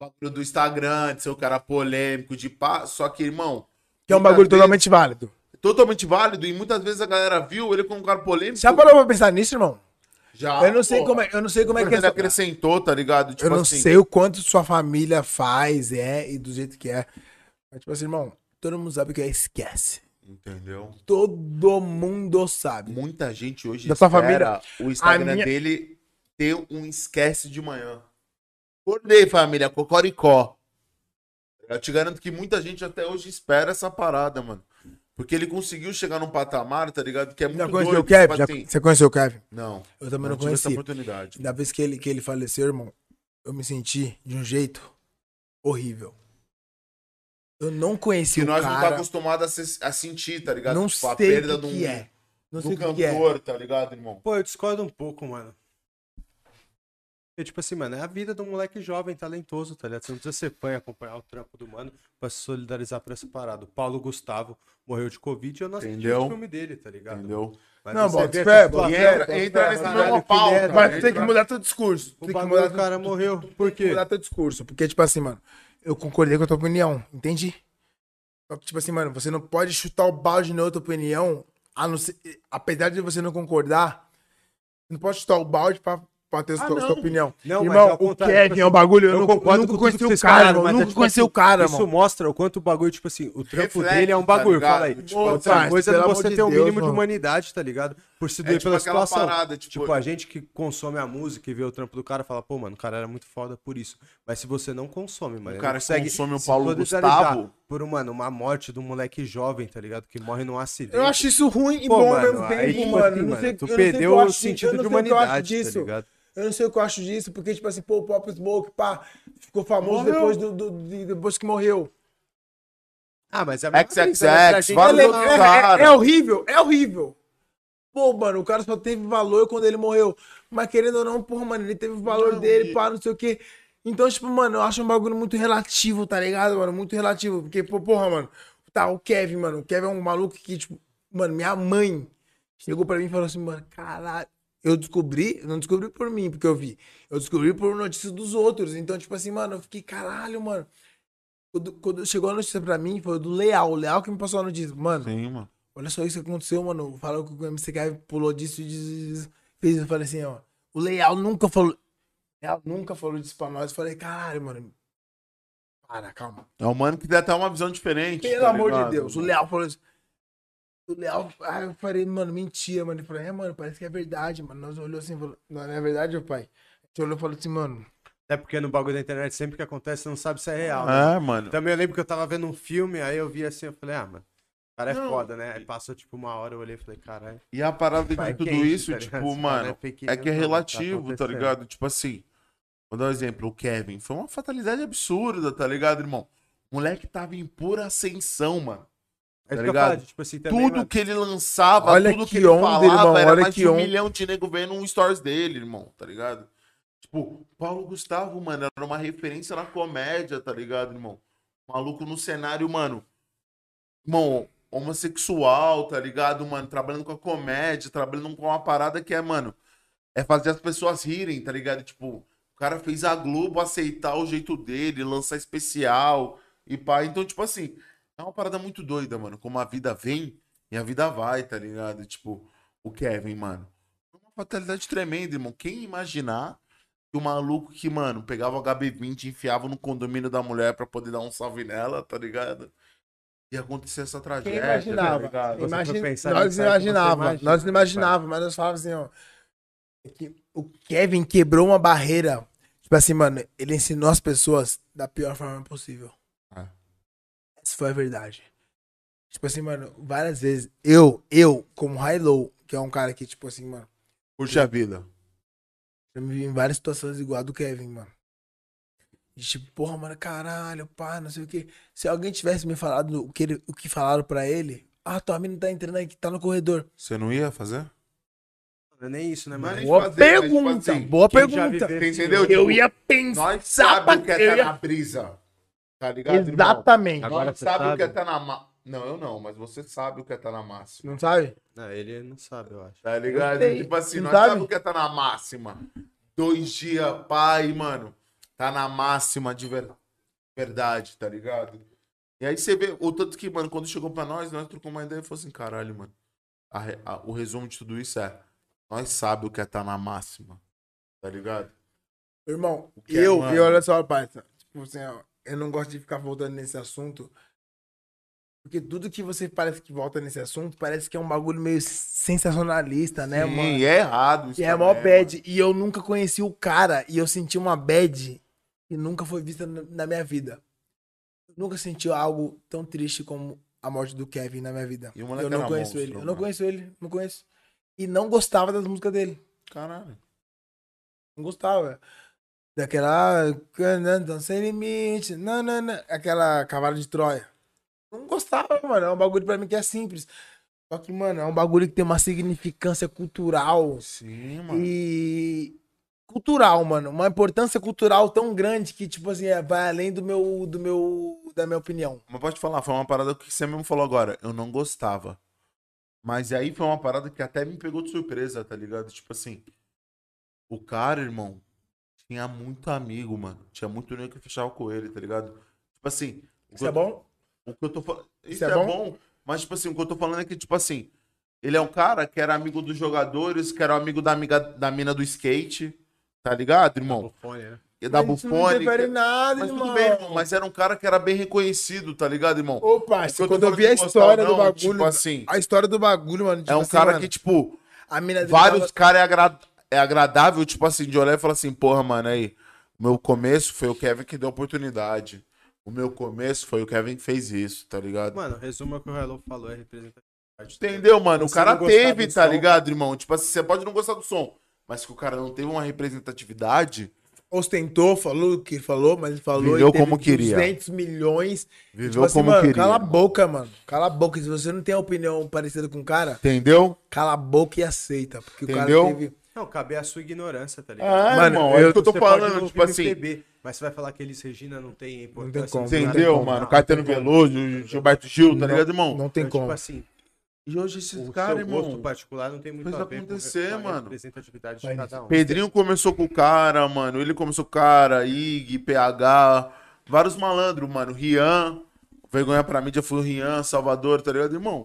O bagulho do Instagram, de ser o cara polêmico, de pá. Só que, irmão. Que é um muitas vezes- bagulho totalmente válido. totalmente válido e muitas vezes a galera viu ele como um cara polêmico. Já parou pra pensar nisso, irmão? Já, Eu não sei pô. como é, eu não sei como é que Ele é. essa- acrescentou, tá ligado? Eu não sei o quanto sua família faz, é, e do jeito que é. Mas, tipo assim, irmão, todo mundo sabe que é esquece. Entendeu? Todo mundo sabe. Muita gente hoje Da sua espera o Instagram minha- dele ter um esquece de manhã. Acordei, família, cocoricó. Eu te garanto que muita gente até hoje espera essa parada, mano. Porque ele conseguiu chegar num patamar, tá ligado? Que é Já muito conheceu o doido. Kevin? tipo Já- assim, Você conheceu o Kevin? Não, Eu também não, não tive essa conheci. oportunidade. Da vez que ele, que ele faleceu, irmão, eu me senti de um jeito horrível. Eu não conheci Que o nós não tá cara. acostumado a, se- a sentir, tá ligado? Não Tipo, a sei perda o de que, um- que é. Não sei do o que, que é. cantor, tá ligado, irmão? Pô, eu discordo um pouco, mano. Porque, tipo assim, mano, é a vida de um moleque jovem, talentoso, tá ligado? Você não precisa ser fã e acompanhar o trampo do mano pra se solidarizar por essa parada. O Paulo Gustavo morreu de Covid e eu não assisti Entendeu? o filme dele, tá ligado? Entendeu? Mas Não, você bota vê essa fé, situação, bota entra- fé, entra bota nesse fé, mesmo caralho, pau, que merda. cara. Mas tem que mudar teu discurso. O Tem que bagulho mudar do cara morreu. Por Tem que quê? mudar teu discurso. Porque, tipo assim, mano, eu concordei com a tua opinião, entendi? Só que, tipo assim, mano, você não pode chutar o balde na outra opinião, a não ser- apesar de você não concordar, não pode chutar o balde pra, pra ter sua, sua opinião. Não, mas é Irmão, ao o contrário, Kevin tipo é um bagulho, eu, eu não, concordo com eu nunca tudo conheci que o vocês cara, falaram, irmão. mas é Nunca tipo conheci assim, o cara, Isso mano. mostra o quanto o bagulho, tipo assim, o trampo Reflete, dele é um tá bagulho, ligado? fala aí. Tipo, Outra tá, coisa é pelo você amor de ter o Deus, mínimo de mano. humanidade, tá ligado? Por se É doer tipo pela aquela situação. parada, tipo- tipo... a gente que consome a música e vê o trampo do cara fala, pô, mano, o cara era muito foda por isso. Mas se você não consome, mano, cara não que consegue consome o se Paulo solidarizar Gustavo- por, mano, uma morte de um moleque jovem, tá ligado? Que morre num acidente. Eu acho isso ruim e Pô, bom mano, ao mesmo tempo, aí, tipo mano. assim, Eu não mano, sei- tu eu não sei o que perdeu eu o acho disso, sentido eu não de sei o que eu acho humanidade, tá disso. ligado? Eu não sei o que eu acho disso, porque, tipo assim, pô, o Pop Smoke, pá, ficou famoso Morreu. depois, do, do- de- depois que morreu. Ah, mas é a XXX, brisa, né? Pra gente vários é Ele- outros legal. é, cara. é- é horrível, é horrível. Pô, mano, o cara só teve valor quando ele morreu. Mas querendo ou não, porra, mano, ele teve o valor Não, dele, e- pá, não sei o quê. Então, tipo, mano, eu acho um bagulho muito relativo, tá ligado, mano? Muito relativo. Porque, pô, porra, mano, tá, o Kevin, mano, o Kevin é um maluco que, tipo, mano, minha mãe chegou pra mim e falou assim, mano, caralho. Eu descobri, não descobri por mim, porque eu vi. Eu descobri por notícias dos outros. Então, tipo assim, mano, eu fiquei, caralho, mano. Quando, quando chegou a notícia pra mim, foi do Leal. O Leal que me passou a notícia. Mano, Sim, mano. olha só isso que aconteceu, mano. Falou que o MCK pulou disso e disso, disso, disso. fez. Eu falei assim, ó. O Leal nunca falou. o Leal nunca falou disso pra nós. Eu falei, caralho, mano. Para, calma. É um mano que dá até uma visão diferente. Pelo tá amor ligado? de Deus. O Leal falou isso. O Leal. Ah, eu falei, mano, mentira, mano. Ele falou, é, mano, parece que é verdade, mano. Nós olhou assim e falou, não, não é verdade, meu pai. A gente olhou e falou assim, mano. Até é porque no bagulho da internet, sempre que acontece, você não sabe se é real. né? É, mano. Também eu lembro que eu tava vendo um filme, aí eu vi assim, eu falei, ah, mano, o cara é foda, né? Aí passou tipo uma hora, eu olhei e falei, caralho. E a parada de Vai tudo quente, isso, tá ligado? tipo, Esse cara mano, é fake é que é news, mano, tá relativo, tá acontecendo. ligado? Tipo assim, vou dar um exemplo, o Kevin foi uma fatalidade absurda, tá ligado, irmão? O moleque tava em pura ascensão, mano. É isso que Tá eu ligado? falo, tipo assim, também, tudo mano, que ele lançava, Olha tudo que, que ele onda, falava, irmão, era olha mais que de um onda. milhão de nego vendo um stories dele, irmão, tá ligado? Tipo, Paulo Gustavo, mano, era uma referência na comédia, tá ligado, irmão? Maluco no cenário, mano. Irmão, homossexual, tá ligado, mano? Trabalhando com a comédia, trabalhando com uma parada que é, mano, é fazer as pessoas rirem, tá ligado? Tipo, o cara fez a Globo aceitar o jeito dele, lançar especial e pá. Então, tipo assim, é uma parada muito doida, mano. Como a vida vem e a vida vai, tá ligado? Tipo, o Kevin, mano. Foi uma fatalidade tremenda, irmão. Quem imaginar E o maluco que, mano, pegava o HB20 e enfiava no condomínio da mulher pra poder dar um salve nela, tá ligado? E acontecia essa tragédia. tá imaginava? ligado? Você Imagina- foi pensar nós nisso aí que você imaginávamos, imagina, nós não imaginávamos, mas nós falávamos assim, ó. é que O Kevin quebrou uma barreira. Tipo assim, mano, ele ensinou as pessoas da pior forma possível. Ah. É. Essa foi a verdade. Tipo assim, mano, várias vezes, eu, eu, como High Low, que é um cara que, tipo assim, mano, Curte a vida. eu me vi em várias situações igual a do Kevin, mano. E tipo, porra, mano, caralho, pá, não sei o quê. Se alguém tivesse me falado o que, ele- o que falaram pra ele, ah, tua mina tá entrando aqui, tá no corredor. Você não ia fazer? Não é nem isso, né, mano? Boa tipo pergunta, assim, boa Quem já assim, pergunta. viveu esse Entendeu? jogo? Tipo, Eu ia pensar. Nós sabemos o que é eu tá ia- na brisa. Tá ligado? irmão? Exatamente. Agora Nós você sabe o sabe? que é tá na ma... Não, eu não, mas você sabe o que é tá na máxima. Não sabe? Não, ele não sabe, eu acho. Tá ligado? sei. Tipo assim, Não nós sabe? sabe? o que é tá na máxima. Dois dias, pai, mano. Tá na máxima de ver- verdade, tá ligado? E aí você vê, o tanto que, mano, quando chegou pra nós, nós trocamos uma ideia e falou assim, caralho, mano. a re- a- o resumo de tudo isso é, nós sabe o que é tá na máxima, tá ligado? Irmão, que é, eu, mano? e olha só, parça. Tipo assim, ó, eu não gosto de ficar voltando nesse assunto. Porque tudo que você parece que volta nesse assunto parece que é um bagulho meio sensacionalista, né, Sim, mano? e é errado isso E é a também, maior mano. bad. E eu nunca conheci o cara e eu senti uma bad que nunca foi vista na na minha vida. Eu nunca senti algo tão triste como a morte do Kevin na minha vida. E o moleque eu não era conheço monstro, ele. Eu não mano. conheço ele, não conheço. E não gostava das músicas dele. Caralho. Não gostava. Daquela. Não sem limite. Não, não, não. Aquela cavalo de Troia. Não gostava, mano. É um bagulho pra mim que é simples. Só que, mano, é um bagulho que tem uma significância cultural. Sim, mano. E cultural, mano, uma importância cultural tão grande que tipo assim, é, vai além do meu do meu da minha opinião. Mas pode falar, foi uma parada que você mesmo falou agora. Eu não gostava. Mas aí foi uma parada que até me pegou de surpresa, tá ligado? Tipo assim, o cara, irmão, tinha muito amigo, mano. Tinha muito nego que fechava com ele, tá ligado? Tipo assim. o Isso que é eu- bom? O que eu tô falando. Isso, é é, bom? bom? Mas, tipo assim, o que eu tô falando é que, tipo assim, ele é um cara que era amigo dos jogadores, que era um amigo da amiga da mina do skate, tá ligado, irmão? Fone, né? E da Mas isso não bufone. interfere em nada, Mas tudo irmão. bem, irmão. Mas era um cara que era bem reconhecido, tá ligado, irmão? Ô, Porque parça, eu tô quando eu falando vi a de gostar história ou do não, bagulho, Tipo assim, a história do bagulho, mano, é tipo um assim, cara mano, que, tipo, a mina dele vários tava- assim, caras é, agra- é agradável, tipo assim, de olhar e falar assim, porra, mano, aí, o meu começo foi o Kevin que deu oportunidade. O meu começo foi o Kevin que fez isso, tá ligado? Mano, resuma o que o Hello falou, é representatividade. Entendeu, mano? O Você cara não gostar teve, do tá som. ligado, irmão? Tipo assim, você pode não gostar do som, mas que o cara não teve uma representatividade, ostentou, falou o que falou, mas ele falou Viveu e teve como queria. 200 milhões. viveu Tipo assim, como mano, queria. cala a boca, mano. Cala a boca, se você não tem opinião parecida com o cara, Entendeu? cala a boca e aceita, porque o Entendeu? cara teve Não, cabe a sua ignorância, tá ligado? É, Mano, irmão, é eu- o que eu tô Você pode falando, ouvir tipo no assim. MPB, mas você vai falar que eles Regina não tem importância. como, sabe? Entendeu, Não, mano? não Caetano Veloso, Gilberto Gil, tá Não- ligado, irmão? Não tem Então, como. Tipo assim, E hoje esses o caras, seu gosto irmão. particular não tem muito fez a ver acontecer, com a mano. representatividade de Vai cada um. Pedrinho começou com o cara, mano. Ele começou com o cara, Ig, PH, vários malandros, mano. Rian, vergonha pra mídia foi o Rian, Salvador, tá ligado, irmão?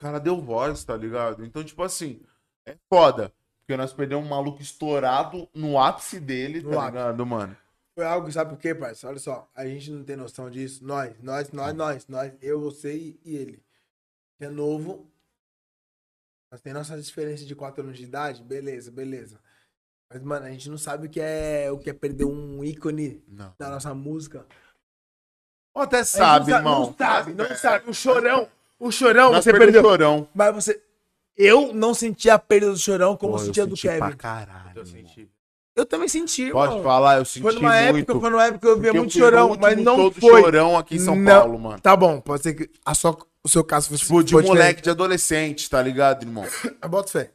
O cara deu voz, tá ligado? Então, tipo assim, é foda. Porque nós perdemos um maluco estourado no ápice dele, No tá ápice. ligado, mano? Foi algo, sabe por quê, parça? Olha só, a gente não tem noção disso. Nós, nós, nós, nós, nós, eu, você e e ele. Que é novo. Nós tem nossa diferença de 4 anos de idade, beleza, beleza. Mas, mano, a gente não sabe o que é, o que é perder um ícone Não. da nossa música. Ou até A gente não sabe, irmão. Não sabe, não sabe. O chorão, o chorão, Nós você perdemos perdeu. o Chorão. Mas você. Eu não senti a perda do chorão como eu sentia do Kevin. pra caralho. Eu irmão. senti. Eu também senti, Pode mano. falar, eu senti Foi numa muito. época, foi numa época que eu via Porque eu um muito fui no chorão, último mas não show do foi. chorão aqui em São Não. Paulo, mano. Tá bom, pode ser que a sua, o seu caso fosse Tipo, de fosse moleque, de adolescente, tá ligado, irmão? diferente. Bota fé.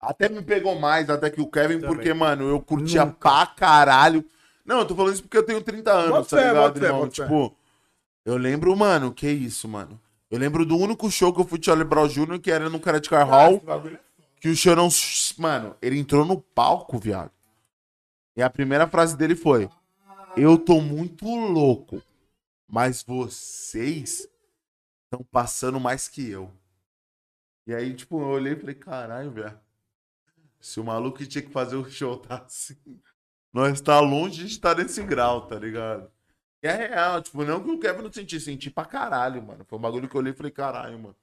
Até me pegou mais até que o Kevin, Também. porque, mano, eu curtia pra caralho. Não, eu tô falando isso porque eu tenho 30 anos, Bota tá fé, ligado, bota fé, irmão? bota fé. Tipo, eu lembro, mano, que isso, mano. Eu lembro do único show que eu fui de Charlie Brown Jr., que era no Credit Ah, Car Hall, é que o Chorão, mano, ele entrou no palco, viado. E a primeira frase dele foi: Eu tô muito louco, mas vocês estão passando mais que eu. E aí, tipo, eu olhei e falei: Caralho, velho. Se o maluco que tinha que fazer o show tá um assim. Nós tá longe de estar nesse grau, tá ligado? E é real, tipo, não que o Kevin não senti, senti pra caralho, mano. Foi um bagulho que eu olhei e falei, caralho, mano.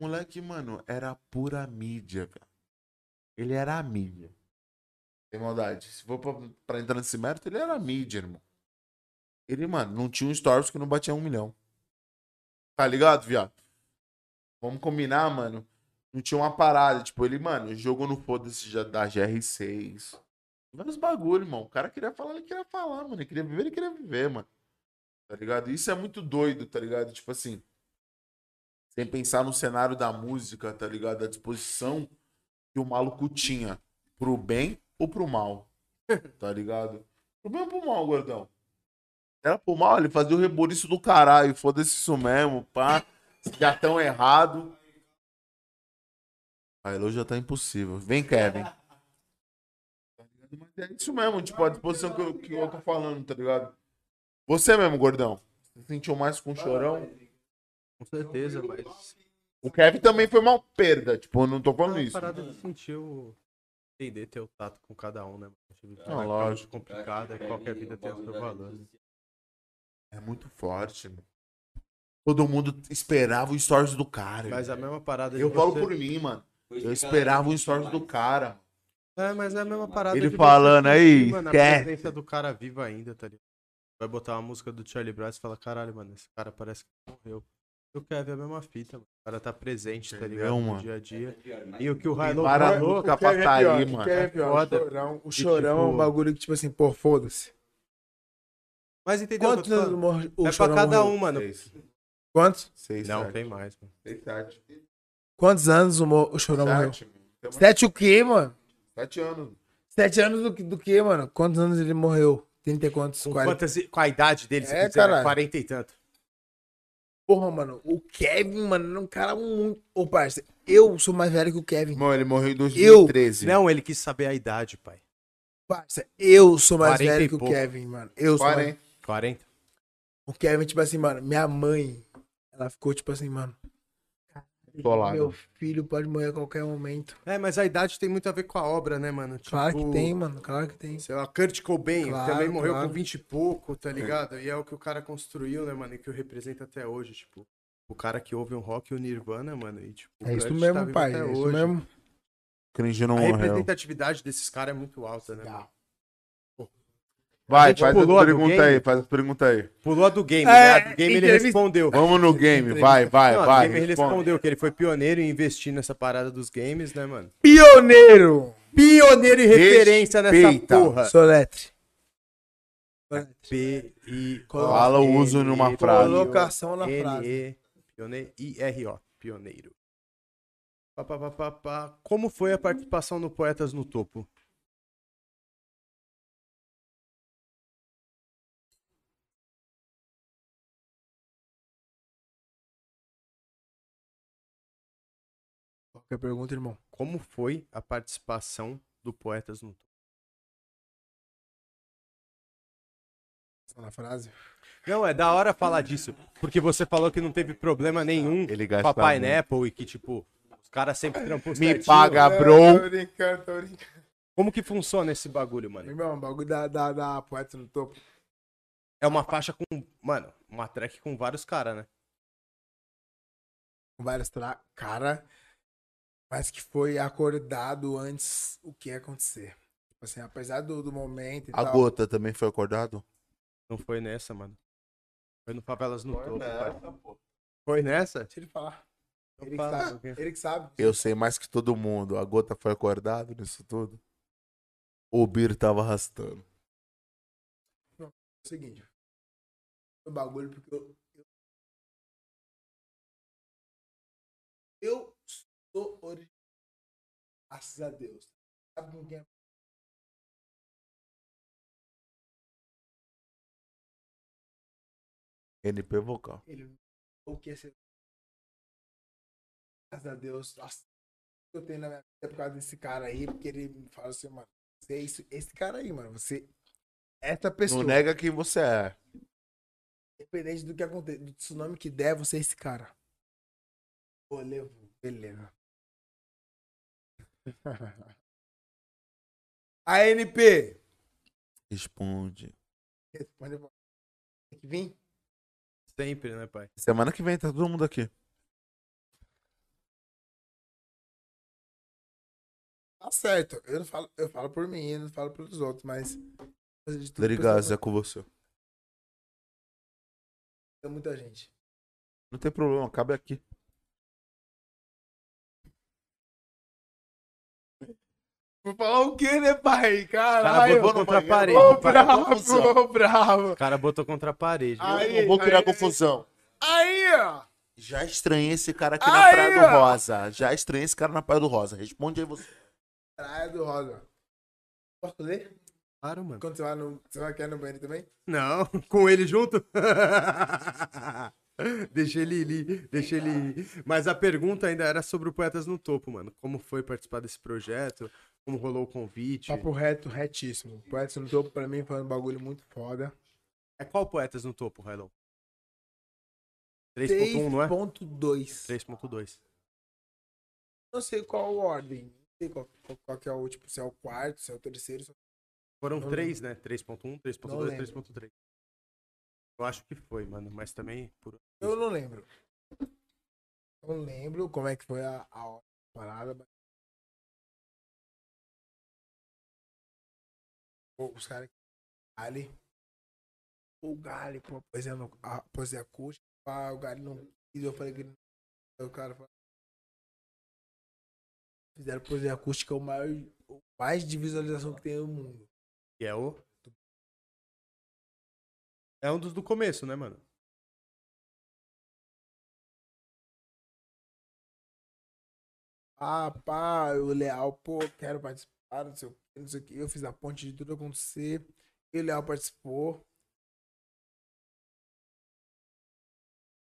Moleque, mano, era pura mídia, cara. Ele era a mídia. Tem maldade. Se for pra, pra entrar nesse mérito, ele era a mídia, irmão. Ele, mano, não tinha um stories que não batia um milhão. Tá ligado, viado? Vamos combinar, mano. Não tinha uma parada. Tipo, ele, mano, jogou no foda-se já da GR6. Vários bagulho, irmão. O cara queria falar, ele queria falar, mano. Ele queria viver, ele queria viver, mano. Tá ligado? Isso é muito doido, tá ligado? Tipo assim. Sem pensar no cenário da música, tá ligado? A disposição que o maluco tinha pro bem ou pro mal. Tá ligado? Pro bem ou pro mal, gordão? Era pro mal, ele fazia o reboliço do caralho. Foda-se isso mesmo, pá. Vocês Já tão errado. A Elo já tá impossível. Vem, Kevin. Mas é isso mesmo, tipo, a disposição que eu, que eu tô falando, tá ligado? Você mesmo, gordão. Você sentiu mais com o chorão? Com certeza, mas. O Kevin também foi mal perda, tipo, eu não tô falando é Uma isso. parada de sentir o. Entender ter o tato com cada um, né? mano? Tive que Ah, trabalhar, lógico. complicado, é que qualquer vida tem o seu valor. É muito forte, mano. Todo mundo esperava o stories do cara. Mas a mesma parada eu de falo você- por mim, mano. Eu esperava o stories do cara. É, mas é a mesma parada Ele de você falando sentir, aí, mano, a esquece. presença do cara viva ainda, tá ligado? Vai botar uma música do Charlie Brown e você fala, caralho, mano, esse cara parece que morreu. Eu quero ver a mesma fita, mano. O cara tá presente, tá Entendeu, ligado? mano? No dia a dia. E o que o Hilo para falou, nunca O que é pra tá pior, aí, o que mano. é É pior, foda. O chorão, o E, chorão é um tipo, bagulho que, tipo assim, pô, foda-se. Mas entendeu o que Quantos eu tô anos falando? morre- o É pra chorão cada morreu? um, mano. Seis. Quantos? Seis, Não, sete. tem mais, mano. Seis, sete. Quantos anos o, mo- o chorão morreu? Sete, mano. Tem mais Sete o quê, mano? Sete anos. Sete anos do, que- do quê, mano? Quantos anos ele morreu? Trinta e quantos? Com, Quarenta? quantas, com a idade dele, se É, quiser, né? caralho. 40 e tanto. Porra, mano, o Kevin, mano, é um cara muito... Ô, parça, eu sou mais velho que o Kevin. Mano, ele morreu em 2013. 2013. Não, ele quis saber a idade, pai. Parça, eu sou mais 40 e velho que o pouco. Kevin, mano. Eu sou mais... 40? O Kevin, tipo assim, mano, minha mãe, ela ficou, tipo assim, mano... Bolado. né?" Meu filho pode morrer a qualquer momento. É, mas a idade tem muito a ver com a obra, né, mano? Claro Tipo, que tem, mano, claro que tem. Sei lá, Kurt Cobain Claro, também morreu claro. com 20 e pouco, tá ligado? E é o que o cara construiu, né, mano? E que o representa até hoje, tipo. O cara que ouve um rock e o Nirvana, mano. E, tipo, o É isso Kurt tá mesmo, vivo pai, até é isso hoje. mesmo. é Cringe não A morreu. representatividade desses caras é muito alta, né? mano? Vai, gente faz pulou as a do perguntas game? aí, faz as perguntas aí. Pulou a do game, É, né? A do game ele entrevista- respondeu. Vamos no game, vai, vai, Não, a do vai. game ele responde. respondeu que ele foi pioneiro em investir nessa parada dos games, né, mano? Pioneiro! Pioneiro e referência nessa Respeita. porra. Soletre. P I Fala o uso numa frase. Colocação na frase. N E I R O pioneiro. Pá, pá, pá, pá, pá. Como foi a participação no Poetas no Topo? Qualquer pergunta, irmão. Como foi a participação do Poetas no Topo? Na frase. Não, é da hora falar disso, porque você falou que não teve problema nenhum Ele com gasta a muito. Pineapple e que, tipo, os caras sempre trampam Me certinho. paga, bro. brincando, É, tô brincando. Como que funciona esse bagulho, mano? Irmão, o bagulho da, da, da poeta no topo. É uma faixa com, mano, uma track com vários caras, né? Com várias tra... Cara, mas que foi acordado antes o que ia acontecer. Tipo assim, apesar do, do momento e A tal. gota também foi acordado? Não foi nessa, mano. Foi no Favelas no Topo. pai. Foi nessa? Deixa ele falar. Então Ele que é. fala, sabe. porque- Ele que sabe. Eu sei mais que todo mundo. A gota foi acordado nisso tudo. O Bir tava arrastando. É o seguinte. O bagulho, porque eu. Eu, eu sou original. Graças a Deus. Sabe com quem é? NP vocal. ele? O que é ser. Graças a Deus. Nossa, o que eu tenho na minha vida é por causa desse cara aí, porque ele me fala assim, mano. Você é isso, esse cara aí, mano. Você. é Essa pessoa. Não nega quem você é. Independente do que acontecer, do tsunami que der, você é esse cara. Pô, levou. Beleza. ANP, Responde. Responde, vó. Tem que vir? Sempre, né, pai? Semana que vem tá todo mundo aqui. Tá certo. Eu, não falo, eu falo por mim, eu não falo pelos outros, mas. fazer de tudo pra Derigás, ser- é com você. Tem muita gente. Não tem problema, cabe aqui. Vou falar o quê, né, pai? Cara, Caralho. botou vou no contra a parede. banheiro. Ô, pai. bravo, ô, bravo. O cara botou contra a parede. Ah, Eu Aí, não vou criar aí. confusão. Aí, ó. Já estranhei esse cara aqui na Aí, Praia do ó. Rosa. Já estranhei esse cara na Praia do Rosa. Responde aí você. Praia do Rosa. Posso ler? Claro, mano. Quando você vai no. Você vai quer no banheiro também? Não, com ele junto? deixa ele ir, deixa ele ir. Mas a pergunta ainda era sobre o Poetas no Topo, mano. Como foi participar desse projeto? Como rolou o convite? Papo reto, retíssimo. Poetas no topo pra mim foi um bagulho muito foda. É qual Poetas no Topo, Railão? 3.1, não é? 6.2. 3.2. Não sei qual ordem. Não sei qual, qual- qual que é o, tipo, se é o quarto, se é o terceiro. se é- Foram Não três, né? 3.1, Não 3.2, lembro. 3.3. Eu acho que foi, mano. Mas também... Por... Eu não lembro. Eu Não lembro como é que foi a, a ordem da parada. mas- Pô, Os caras. Ali. O Gale, pô, poesia, no, a, poesia acústica. Ah, o Gale não quis. Eu falei que não. Aí o cara falou. Fizeram poesia acústica é o maior. O mais de visualização que tem no mundo. E é o... É um dos do começo, né, mano? Ah, pá, o Leal, pô, quero participar, não sei o que, não sei o que. Eu fiz a ponte de tudo acontecer. E o Leal participou.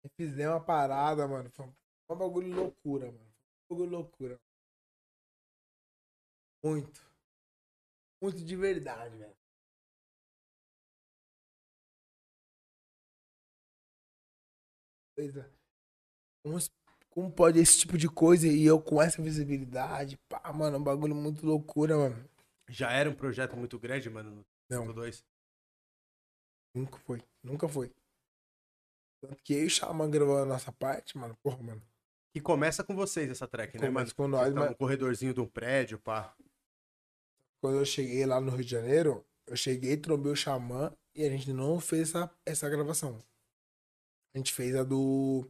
E fizemos uma parada, mano. Foi um foi um bagulho loucura, mano. Foi um bagulho loucura. Muito. Muito de verdade, velho. Coisa. Uns como pode esse tipo de coisa e eu com essa visibilidade, pá, mano, é um bagulho muito loucura, mano. Já era um projeto muito grande, mano, no Não, 3.2. nunca foi, nunca foi. Tanto que eu e o Xamã gravando a nossa parte, mano, porra, mano. Que começa com vocês essa track, né, mano? Começa com Vocês nós, tão mas no corredorzinho de um prédio, pá. quando eu cheguei lá no Rio de Janeiro, eu cheguei, trombei o Xamã e a gente não fez essa, essa gravação. A gente fez a do.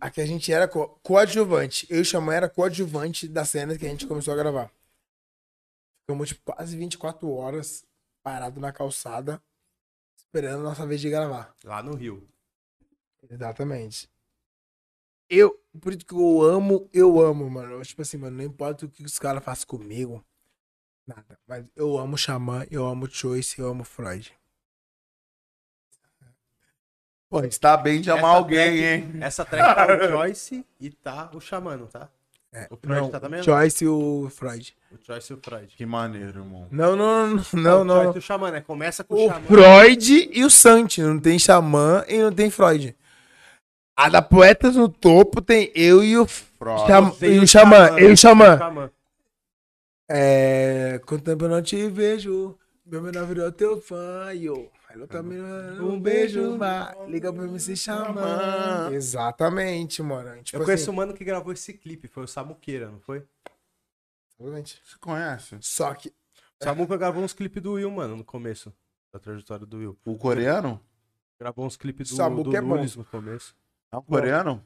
A que a gente era co- coadjuvante. Eu e o Xamã era coadjuvante da cena que a gente começou a gravar. Ficamos tipo, quase 24 horas parado na calçada, esperando a nossa vez de gravar. Lá no Rio. Exatamente. Eu, por isso que eu amo, eu amo, mano. Eu, tipo assim, mano, não importa o que os caras façam comigo, nada. Mas eu amo Xamã, eu amo Choice, eu amo Freud. Pô, está bem de amar Essa alguém, track- hein? Essa track tá o Joyce e tá o Xamano, tá? É, O Freud não, tá também? Choice e o Freud. O Joyce e o Freud. Que maneiro, irmão. Não, não, não, não. O não. Joyce e o Xamã, né? Começa com o O Xamã. Freud e o Santi. Não tem Xamã e não tem Freud. A da Poetas no Topo tem eu e o, Xam- Você e o Xamã. Eu e o Xamã. Xamã. É. Quanto tempo eu não te vejo, meu menor virou teu fã. E eu. Ela tá me dando um beijo, vai. Liga pra mim se chamar. Exatamente, mano. Tipo Eu conheço assim, o mano que gravou esse clipe, foi o Samuqueira, não foi? assim, exatamente. Você conhece? Só que. O Samuca gravou uns clipes do Will, mano, no começo. Da trajetória do Will. O coreano? Gravou uns clipes do, Samuca do é bom. Nunes no começo. É um coreano?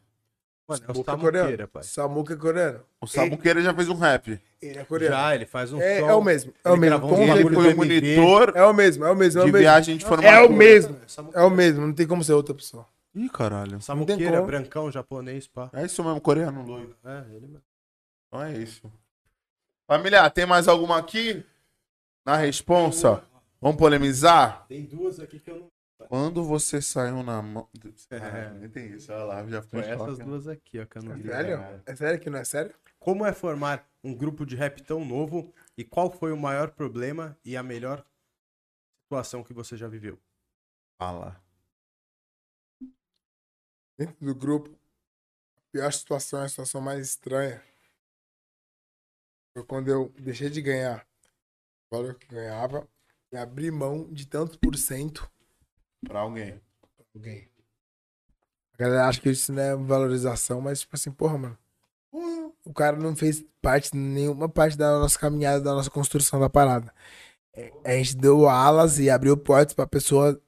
Mano, é o Samuca é Samuqueira, coreano. pai. Samuca é coreano. O Samuqueira já fez um rap. Ele é coreano. Já, ele faz um é, som. é o mesmo. É o Ele mesmo. gravou Com- um Ele bagulho foi do MV. monitor É o mesmo, é o mesmo, é de o mesmo. viagem de formatura. É o mesmo. Samuca- É o mesmo, não tem como ser outra pessoa. Ih, caralho. Não tem Samuqueira, como. brancão, japonês, pá. É isso mesmo, coreano loiro. É, ele mesmo. Então é isso. Família, tem mais alguma aqui? Na responsa? Vamos polemizar? Tem duas aqui que eu não. Quando você saiu na mão. É. Ah, nem tem isso, olha lá, já foi. Foi essas duas aqui, ó, que eu não vi. Sério? É sério que não é sério? Como é formar um grupo de rap tão novo e qual foi o maior problema e a melhor situação que você já viveu? Fala. dentro do grupo, a pior situação, a situação mais estranha, foi quando eu deixei de ganhar o valor que eu ganhava E abrir mão de tantos por cento. Pra alguém. Alguém. A galera acha que isso não é valorização, mas tipo assim, porra, mano. porra, O cara não fez parte, nenhuma parte da nossa caminhada, da nossa construção da parada. É, A gente deu alas e abriu portas pra pessoa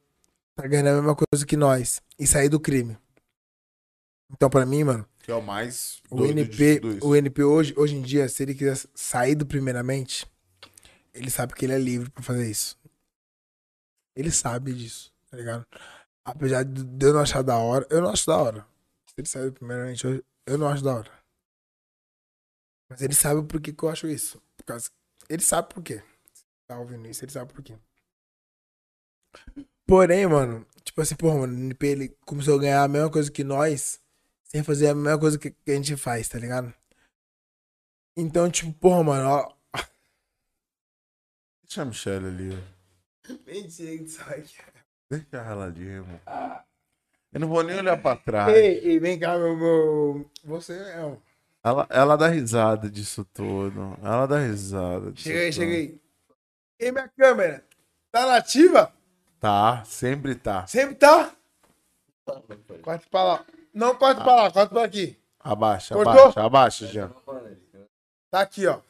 tá ganhando a mesma coisa que nós e sair do crime. Então, pra mim, mano, Que é o mais o doido NP, de tudo isso. o NP hoje, hoje em dia, se ele quiser sair do primeiramente, ele sabe que ele é livre pra fazer isso. Ele sabe disso, tá ligado? Apesar de de eu não achar da hora, eu não acho da hora. Se ele sair do primeiramente hoje, eu não acho da hora. Mas ele sabe o porquê que eu acho isso. Por causa... Ele sabe por quê. Tá ouvindo isso, ele sabe por quê. Porém, mano, tipo assim, porra, mano, o NP ele começou a ganhar a mesma coisa que nós sem fazer a mesma coisa que que a gente faz, tá ligado? Então, tipo, porra, mano, ó. Deixa a Michelle ali, ó. Mentira, aqui. Deixa ela ali, irmão. Eu não vou nem olhar pra trás. Ah. Ei, ei, vem cá, meu. meu... Você é um. Ela, ela dá risada disso tudo. Ela dá risada. disso Chega aí, tudo. chega aí. Ei, minha câmera. Tá nativa? Tá, sempre tá. Sempre tá? Corta pra lá. Não corta pra lá, corta pra aqui. Abaixa, Cortou? abaixa, abaixa, Jean. Tá aqui, ó.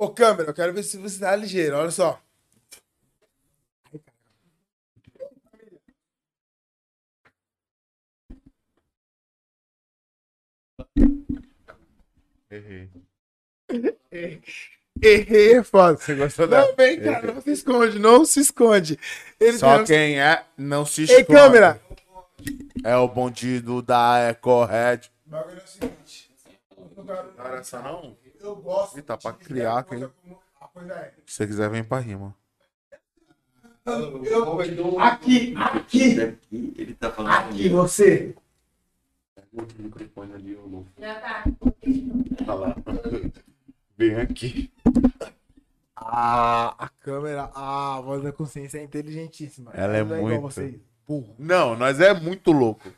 Ô, câmera, eu quero ver se você tá ligeiro, olha só. Errei. Errei, é foda. Você gostou dela? Não, vem, cara, não se esconde, não se esconde. Ele Só tem- quem é, não se Ei, esconde. câmera! É o bandido da EcoRed. O bagulho é o seguinte. eu quero- Não era essa, não? Eu gosto. Ih, tá pra de ver criar, a coisa hein? como a coisa é. Se você quiser, vem pra rima. Eu- Aqui, aqui, Aqui, ele tá falando aqui, você. muito no microfone ali, eu não Vem aqui. Ah, a câmera, ah, a voz da consciência é inteligentíssima. Ela é Não igual muito. vocês. Burro. Não, nós é muito louco.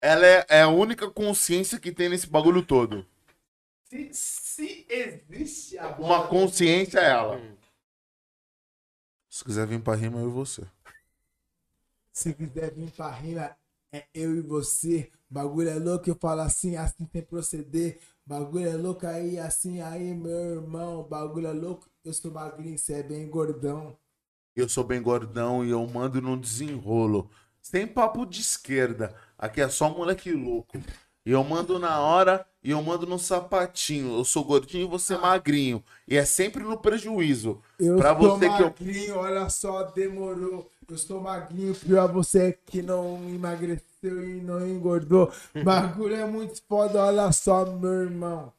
Ela é, é a única consciência que tem nesse bagulho todo. Se, se existe a voz. Uma consciência é ela. Se quiser vir pra rima, eu e você. Se quiser vir pra rima, é eu e você. Bagulho é louco, eu falo assim, assim tem proceder. Bagulho é louco aí, assim aí, meu irmão. Bagulho é louco, eu sou magrinho, você é bem gordão. Eu sou bem gordão e eu mando no desenrolo. Sem papo de esquerda. Aqui é só moleque louco. E eu mando na hora e eu mando no sapatinho. Eu sou gordinho e você magrinho. E é sempre no prejuízo. Eu Pra sou você que eu- magrinho, olha só, demorou. Eu sou magrinho, pior você que não emagreceu e não engordou. Bagulho é muito foda, olha só, meu irmão.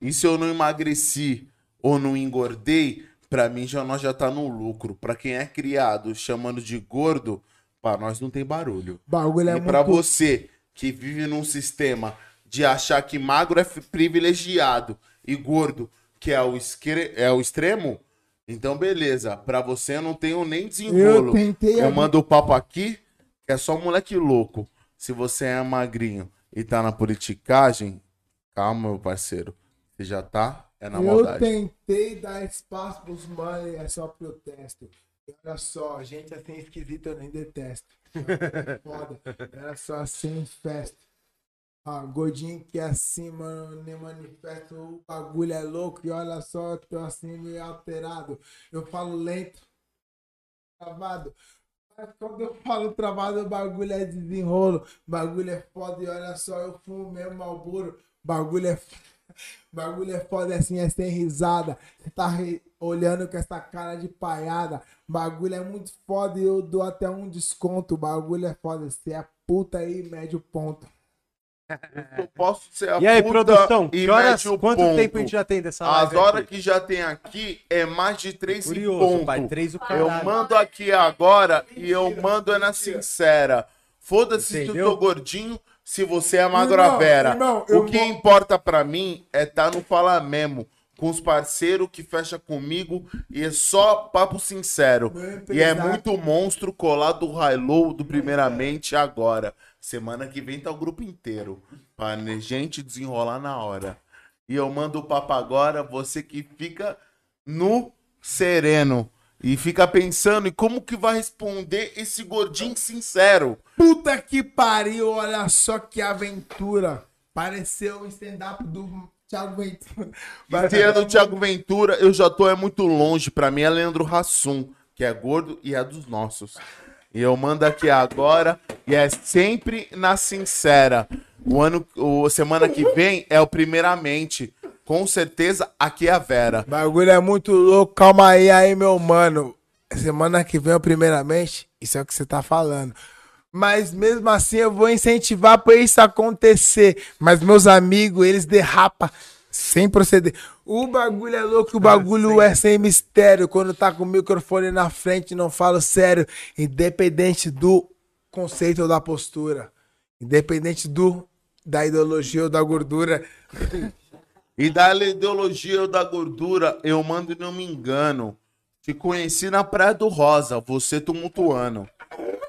E se eu não emagreci ou não engordei, pra mim já nós já tá no lucro. Pra quem é criado chamando de gordo, pra nós não tem barulho. Bagulho é E muito pra você que vive num sistema de achar que magro é f- privilegiado e gordo que é o, esquer... é o extremo, então beleza. Pra você eu não tenho nem Eu desenrolo. tentei Eu mando o papo aqui, que é só moleque louco. Se você é magrinho e tá na politicagem, calma, meu parceiro. Você já tá? É na Eu maldade. tentei dar espaço pros manos, é só protesto. E Olha só, gente assim esquisita eu nem detesto. Foda, era só assim festa. Ah, gordinho que é assim, mano, eu nem manifesto. O bagulho é louco e olha só, eu tô assim meio alterado. Eu falo lento, travado. Mas quando eu falo travado, o bagulho é desenrolo. Bagulho é foda e olha só, eu fumo mesmo malboro. Bagulho é Bagulho é foda assim, é sem risada. Você tá ri- olhando com essa cara de paiada. Bagulho é muito foda e eu dou até um desconto. Bagulho é foda, você é puta e mede o ponto. Eu posso ser a E aí, puta produção, e que horas, mede o quanto ponto. tempo a gente já tem dessa As live horas aqui? que já tem aqui é mais de três e Curioso, ponto. pai, três o caralho. Eu mando aqui agora e eu mando é na sincera. Foda-se se eu Entendeu? tô gordinho, se você é magro Irmão, a vera. irmão, eu O que mo- importa pra mim é tá no falar mesmo. Com os parceiros que fecha comigo e é só papo sincero. Meu E é empresário. muito monstro colar do Hilo do Primeiramente agora. Semana que vem tá o grupo inteiro. Pra gente desenrolar na hora. E eu mando o papo agora, você que fica no sereno. E fica pensando em como que vai responder esse gordinho sincero. Puta que pariu, olha só que aventura. Pareceu um stand-up do Thiago Ventura. Se é do Thiago Ventura, eu já tô é muito longe. Pra mim é Leandro Hassum, que é gordo e é dos nossos. E eu mando aqui agora e é sempre na sincera. O ano, o semana que vem é o primeiramente. Com certeza aqui é a Vera. Bagulho é muito louco, calma aí, aí, meu mano. Semana que vem, eu, primeiramente, isso é o que você tá falando. Mas mesmo assim, eu vou incentivar pra isso acontecer. Mas meus amigos, eles derrapam sem proceder. O bagulho é louco, o bagulho é sem mistério. Quando tá com o microfone na frente, não falo sério. Independente do conceito ou da postura. Independente do da ideologia ou da gordura. E da ideologia ou da gordura, eu mando e não me engano. Te conheci na Praia do Rosa, você tumultuando.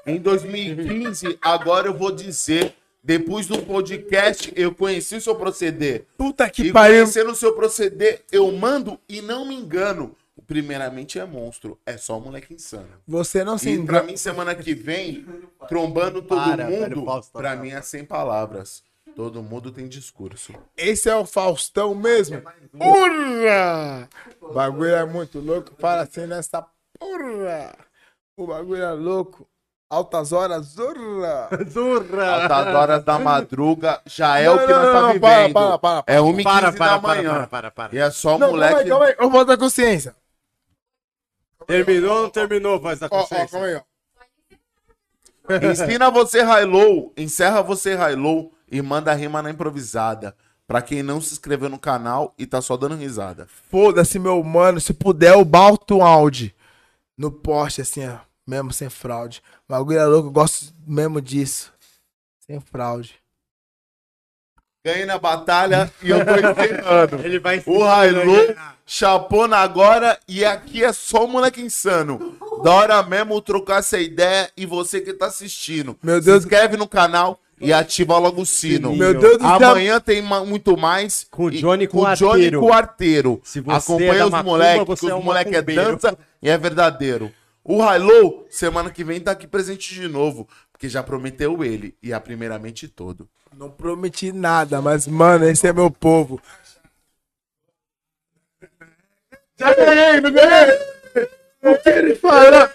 Em 2015, agora eu vou dizer, depois do podcast, eu conheci o seu proceder. Puta e que pariu. conhecendo o seu proceder, eu mando e não me engano. Primeiramente é monstro, é só um moleque insano. Você não se E pra engana. mim, semana que vem, trombando todo Para, mundo, velho, Faustão, pra não. mim é sem palavras. Todo mundo tem discurso. Esse é o Faustão mesmo. Urra! O bagulho é muito louco. Para assim nessa porra. O bagulho é louco. Altas horas, urra! Altas horas da madruga já é Não, o que não, nós não, tá não, vivendo. para, para, para, para. É 1 Para, para, da para, manhã. para, para, para. E é só Não, calma moleque. aí, calma aí. Eu volto a consciência. Terminou ou não terminou, voz da Ó, ó, consciência? calma aí, ó. Ensina você High-Low, encerra você High-Low e manda rima na improvisada. Pra quem não se inscreveu no canal e tá só dando risada. Foda-se, meu mano. Se puder, eu balto um Audi. No poste, assim, ó. Mesmo sem fraude. O bagulho é louco. Eu gosto mesmo disso. Sem fraude. Ganhei na batalha e eu tô encerrando. Ele vai se O Hailu chapou na agora e aqui é só moleque insano. Da hora mesmo trocar essa ideia e você que tá assistindo. Meu Deus Se inscreve no canal e ativa logo o sino. Meu Deus do céu. Amanhã tem ma- muito mais. Com o E- Johnny com o Johnny Quarteiro. Quarteiro. Se você é Acompanha da os macumba, moleques, que você é os um moleques é macumbeiro. dança e é verdadeiro. O Hailu, semana que vem tá aqui presente de novo. Porque já prometeu ele e é a primeiramente todo. Não prometi nada, mas, mano, esse é meu povo. Já ganhei, não ganhei! O que ele fala?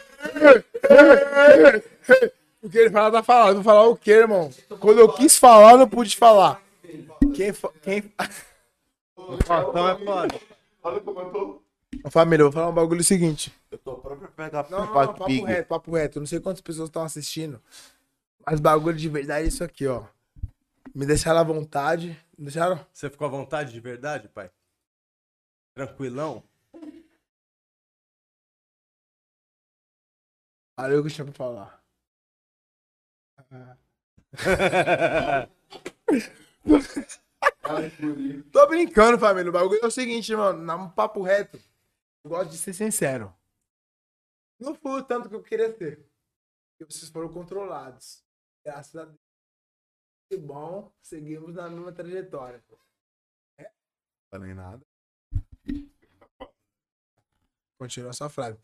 O que ele falar tá falado. Vou falar o que, irmão? Quando eu quis falar, eu não pude falar. Quem. fa- quem... Então é foda. Olha como eu tô. Família, eu vou falar um bagulho seguinte. Eu tô próprio pra pegar Não, não, não, pra papo pig. reto, papo reto. Eu Não sei quantas pessoas estão assistindo. Mas bagulho de verdade é isso aqui, ó. Me deixaram à vontade. Me deixaram. Você ficou à vontade de verdade, pai? Tranquilão? Olha o "Ah." que eu tinha pra falar. Tô brincando, família. O bagulho é o seguinte, mano. Na um papo reto. Eu gosto de ser sincero. Não fui o tanto que eu queria ser. Porque vocês foram controlados. Graças a Deus. Que bom, seguimos na mesma trajetória. É. Falei nada. Continua sua frase.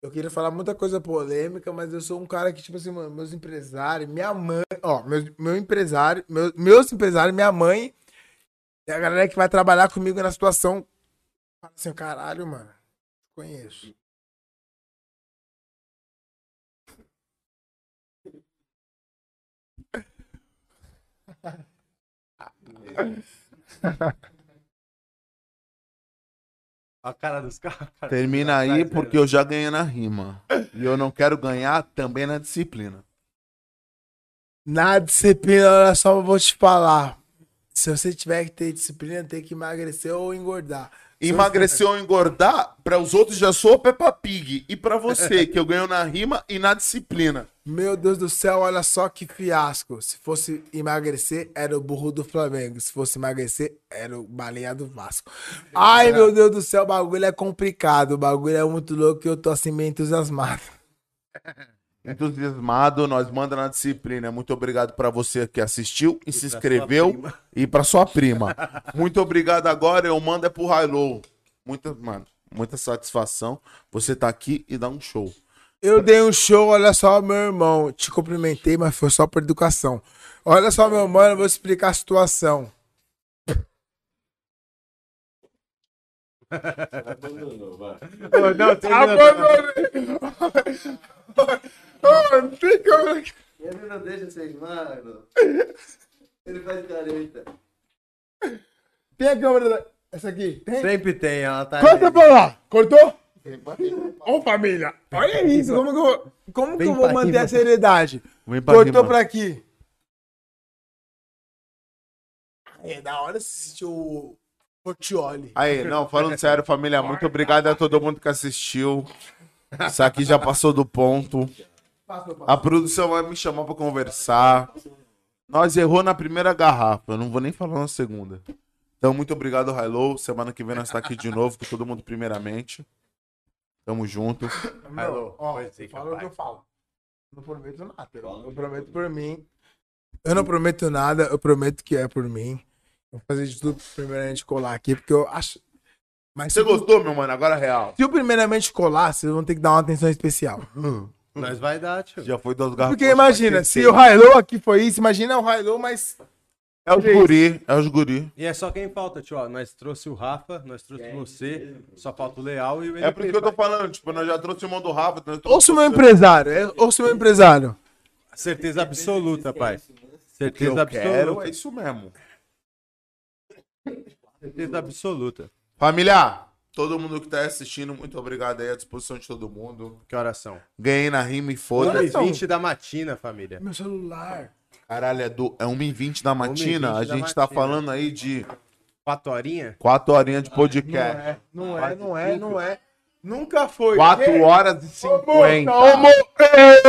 Eu queria falar muita coisa polêmica, mas eu sou um cara que, tipo assim, mano, meus empresários, minha mãe, ó, meus, meu empresário, meu, meus empresários, minha mãe, e a galera que vai trabalhar comigo na situação, fala assim, caralho, mano, conheço. A cara dos caras. cara. Termina aí porque eu já ganhei na rima. E eu não quero ganhar também na disciplina. Na disciplina, olha só, eu vou te falar. Se você tiver que ter disciplina, tem que emagrecer ou engordar. Emagrecer ou engordar, pra os outros já sou Peppa Pig. E pra você, que eu ganho na rima e na disciplina. Meu Deus do céu, olha só que fiasco. Se fosse emagrecer, era o burro do Flamengo. Se fosse emagrecer, era o baleia do Vasco. Ai, meu Deus do céu, o bagulho é complicado. O bagulho é muito louco e eu tô assim meio entusiasmado. Entusiasmado, nós manda na disciplina. Muito obrigado pra você que assistiu e, se inscreveu. E pra sua prima. Muito obrigado agora, eu mando é pro Hilo. Muito, mano, muita satisfação você tá aqui e dar um show. Eu dei um show, olha só, meu irmão. Te cumprimentei, mas foi só por educação. Olha só, meu mano, eu vou explicar a situação. não, tem Ele não deixa vocês, mano. Ele faz careta. Tem a câmera da... Essa aqui? Tem? Sempre tem, ela tá. Corta pra lá. Cortou? Ô, família. Olha isso. Como que eu vou, como que eu vou manter a seriedade? Vem pra Cortou mim, pra aqui. É, da hora você sentiu o Portioli. Aí, não, falando sério, família, muito obrigado a todo mundo que assistiu. Isso aqui já passou do ponto. A produção vai me chamar pra conversar. Nós errou na primeira garrafa, eu não vou nem falar na segunda. Então, muito obrigado, Hilo. Semana que vem nós tá aqui de novo com todo mundo primeiramente. Tamo junto. Alô, ó, fala o que eu falo. Não prometo nada. Eu prometo por mim. Eu não prometo nada, eu prometo que é por mim. Vou fazer de tudo pra primeiramente colar aqui, porque eu acho. Mas Você se, gostou, meu mano? Agora é real. se eu primeiramente colar, vocês vão ter que dar uma atenção especial. Nós vai dar, tio. Já foi duas garrafas. Porque imagina, se o Hilo aqui foi isso, imagina o Hilo, mas. É os guri, é os guri. E é só quem falta, tio. Ó, nós trouxe o Rafa, nós trouxe você, só falta o Leal e o É porque eu tô falando, tipo, nós já trouxe o irmão do Rafa. então nós trouxe- Ouça o meu empresário, é, ouça o meu empresário. Certeza absoluta, pai. O que eu Certeza quero é absoluta. isso mesmo. Certeza absoluta. Família, todo mundo que tá assistindo, muito obrigado aí à disposição de todo mundo. Que oração? Ganhei na rima e foda-se. 1h20 da matina, família. Meu celular. Caralho, é, do, é 1h20 da 1h20 matina. a da gente tá matina. falando aí de Quatro horinha? 4 horinhas de podcast. Não é, não é, não é. Nunca foi. 4 horas e 50. Ô, moça,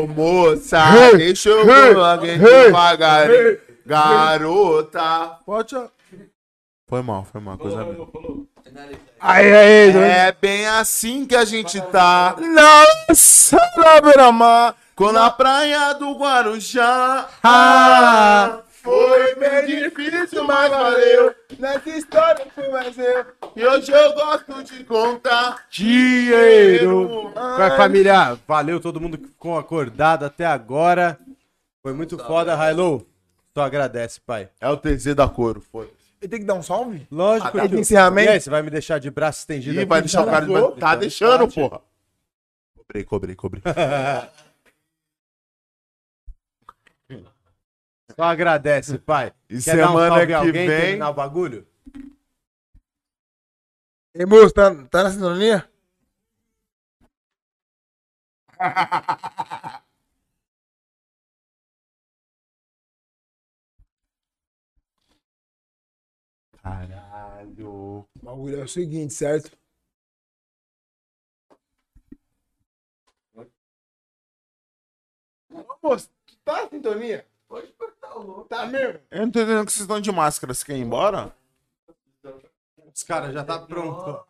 Ô, moça, Ei, deixa eu ei, ver alguém ei, devagar. ei, Garota. Pode. Foi mal, foi mal. Coisa boa. Aí, aí, É bem assim que a gente tá. Nossa, na beira-mar. Quando a praia do Guarujá. Ah, foi bem difícil, mas valeu. Nessa é história fui mais eu. E hoje eu gosto de contar. Dinheiro! Vai, família. Valeu todo mundo que ficou acordado até agora. Foi muito foda, Hilo. Só agradece, pai. É o TZ da couro, foda-se. Eu tenho que dar um salve? Lógico. Até tio. de encerramento? E aí, você vai me deixar de braço estendido Ih, aqui? vai deixar o cara de Então, Tá deixando, deixa, tio. porra. Cobrei, cobrei, cobrei. Só agradece, pai. E Quer dar um semana salve que a alguém, vem. terminar o bagulho? Ei, moço, tá, tá na sintonia? Caralho. O bagulho é o seguinte, certo? Ô, moço, tu tá na sintonia? Pode cortar o louco. Tá mesmo? Eu não tô entendendo que vocês estão de máscara. Você quer ir embora? Os caras já tá pronto. O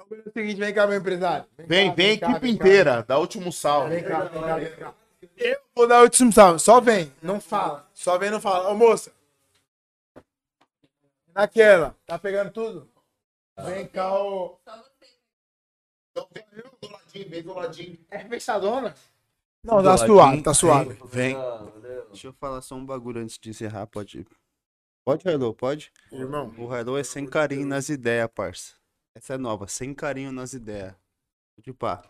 bagulho é o seguinte, vem cá, meu empresário. Vem, cá, vem, cá, equipe vem cá. inteira. Dá último salve. Vem cá, vem cá, vem cá. Eu vou dar o último salve. Só vem, não fala. Só vem, não fala. Ô, moça. Naquela. Tá pegando tudo? Vem cá, ô. Então vem, vem do ladinho, vem do ladinho. É fechadona? Não, tá suave, tá suave. Vem. Deixa eu falar só um bagulho antes de encerrar, pode. Pode, Hello, pode? Irmão. O Hello é sem carinho nas ideias, parça. Essa é nova, sem carinho nas ideias. Tipo, ah, De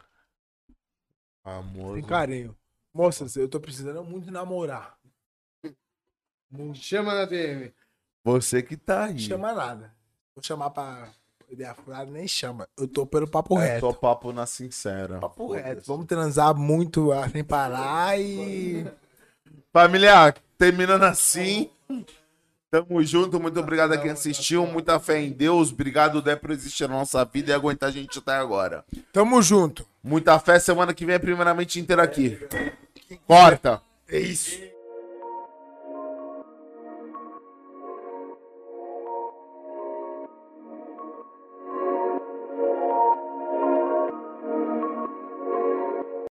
pá. Amor. Tem carinho. Moças, eu tô precisando muito namorar. Me chama na DM. Você que tá aí. Chama nada. Vou chamar pra ideia furada, nem chama. Eu tô pelo papo É reto. só papo na sincera. Papo reto. Vamos transar muito ah, sem parar e. Família, terminando assim. Tamo junto, muito obrigado a quem assistiu, muita fé em Deus, obrigado Dé por existir na nossa vida e aguentar a gente até agora. Tamo junto. Muita fé, semana que vem é primeiramente inteira aqui. Corta! É isso.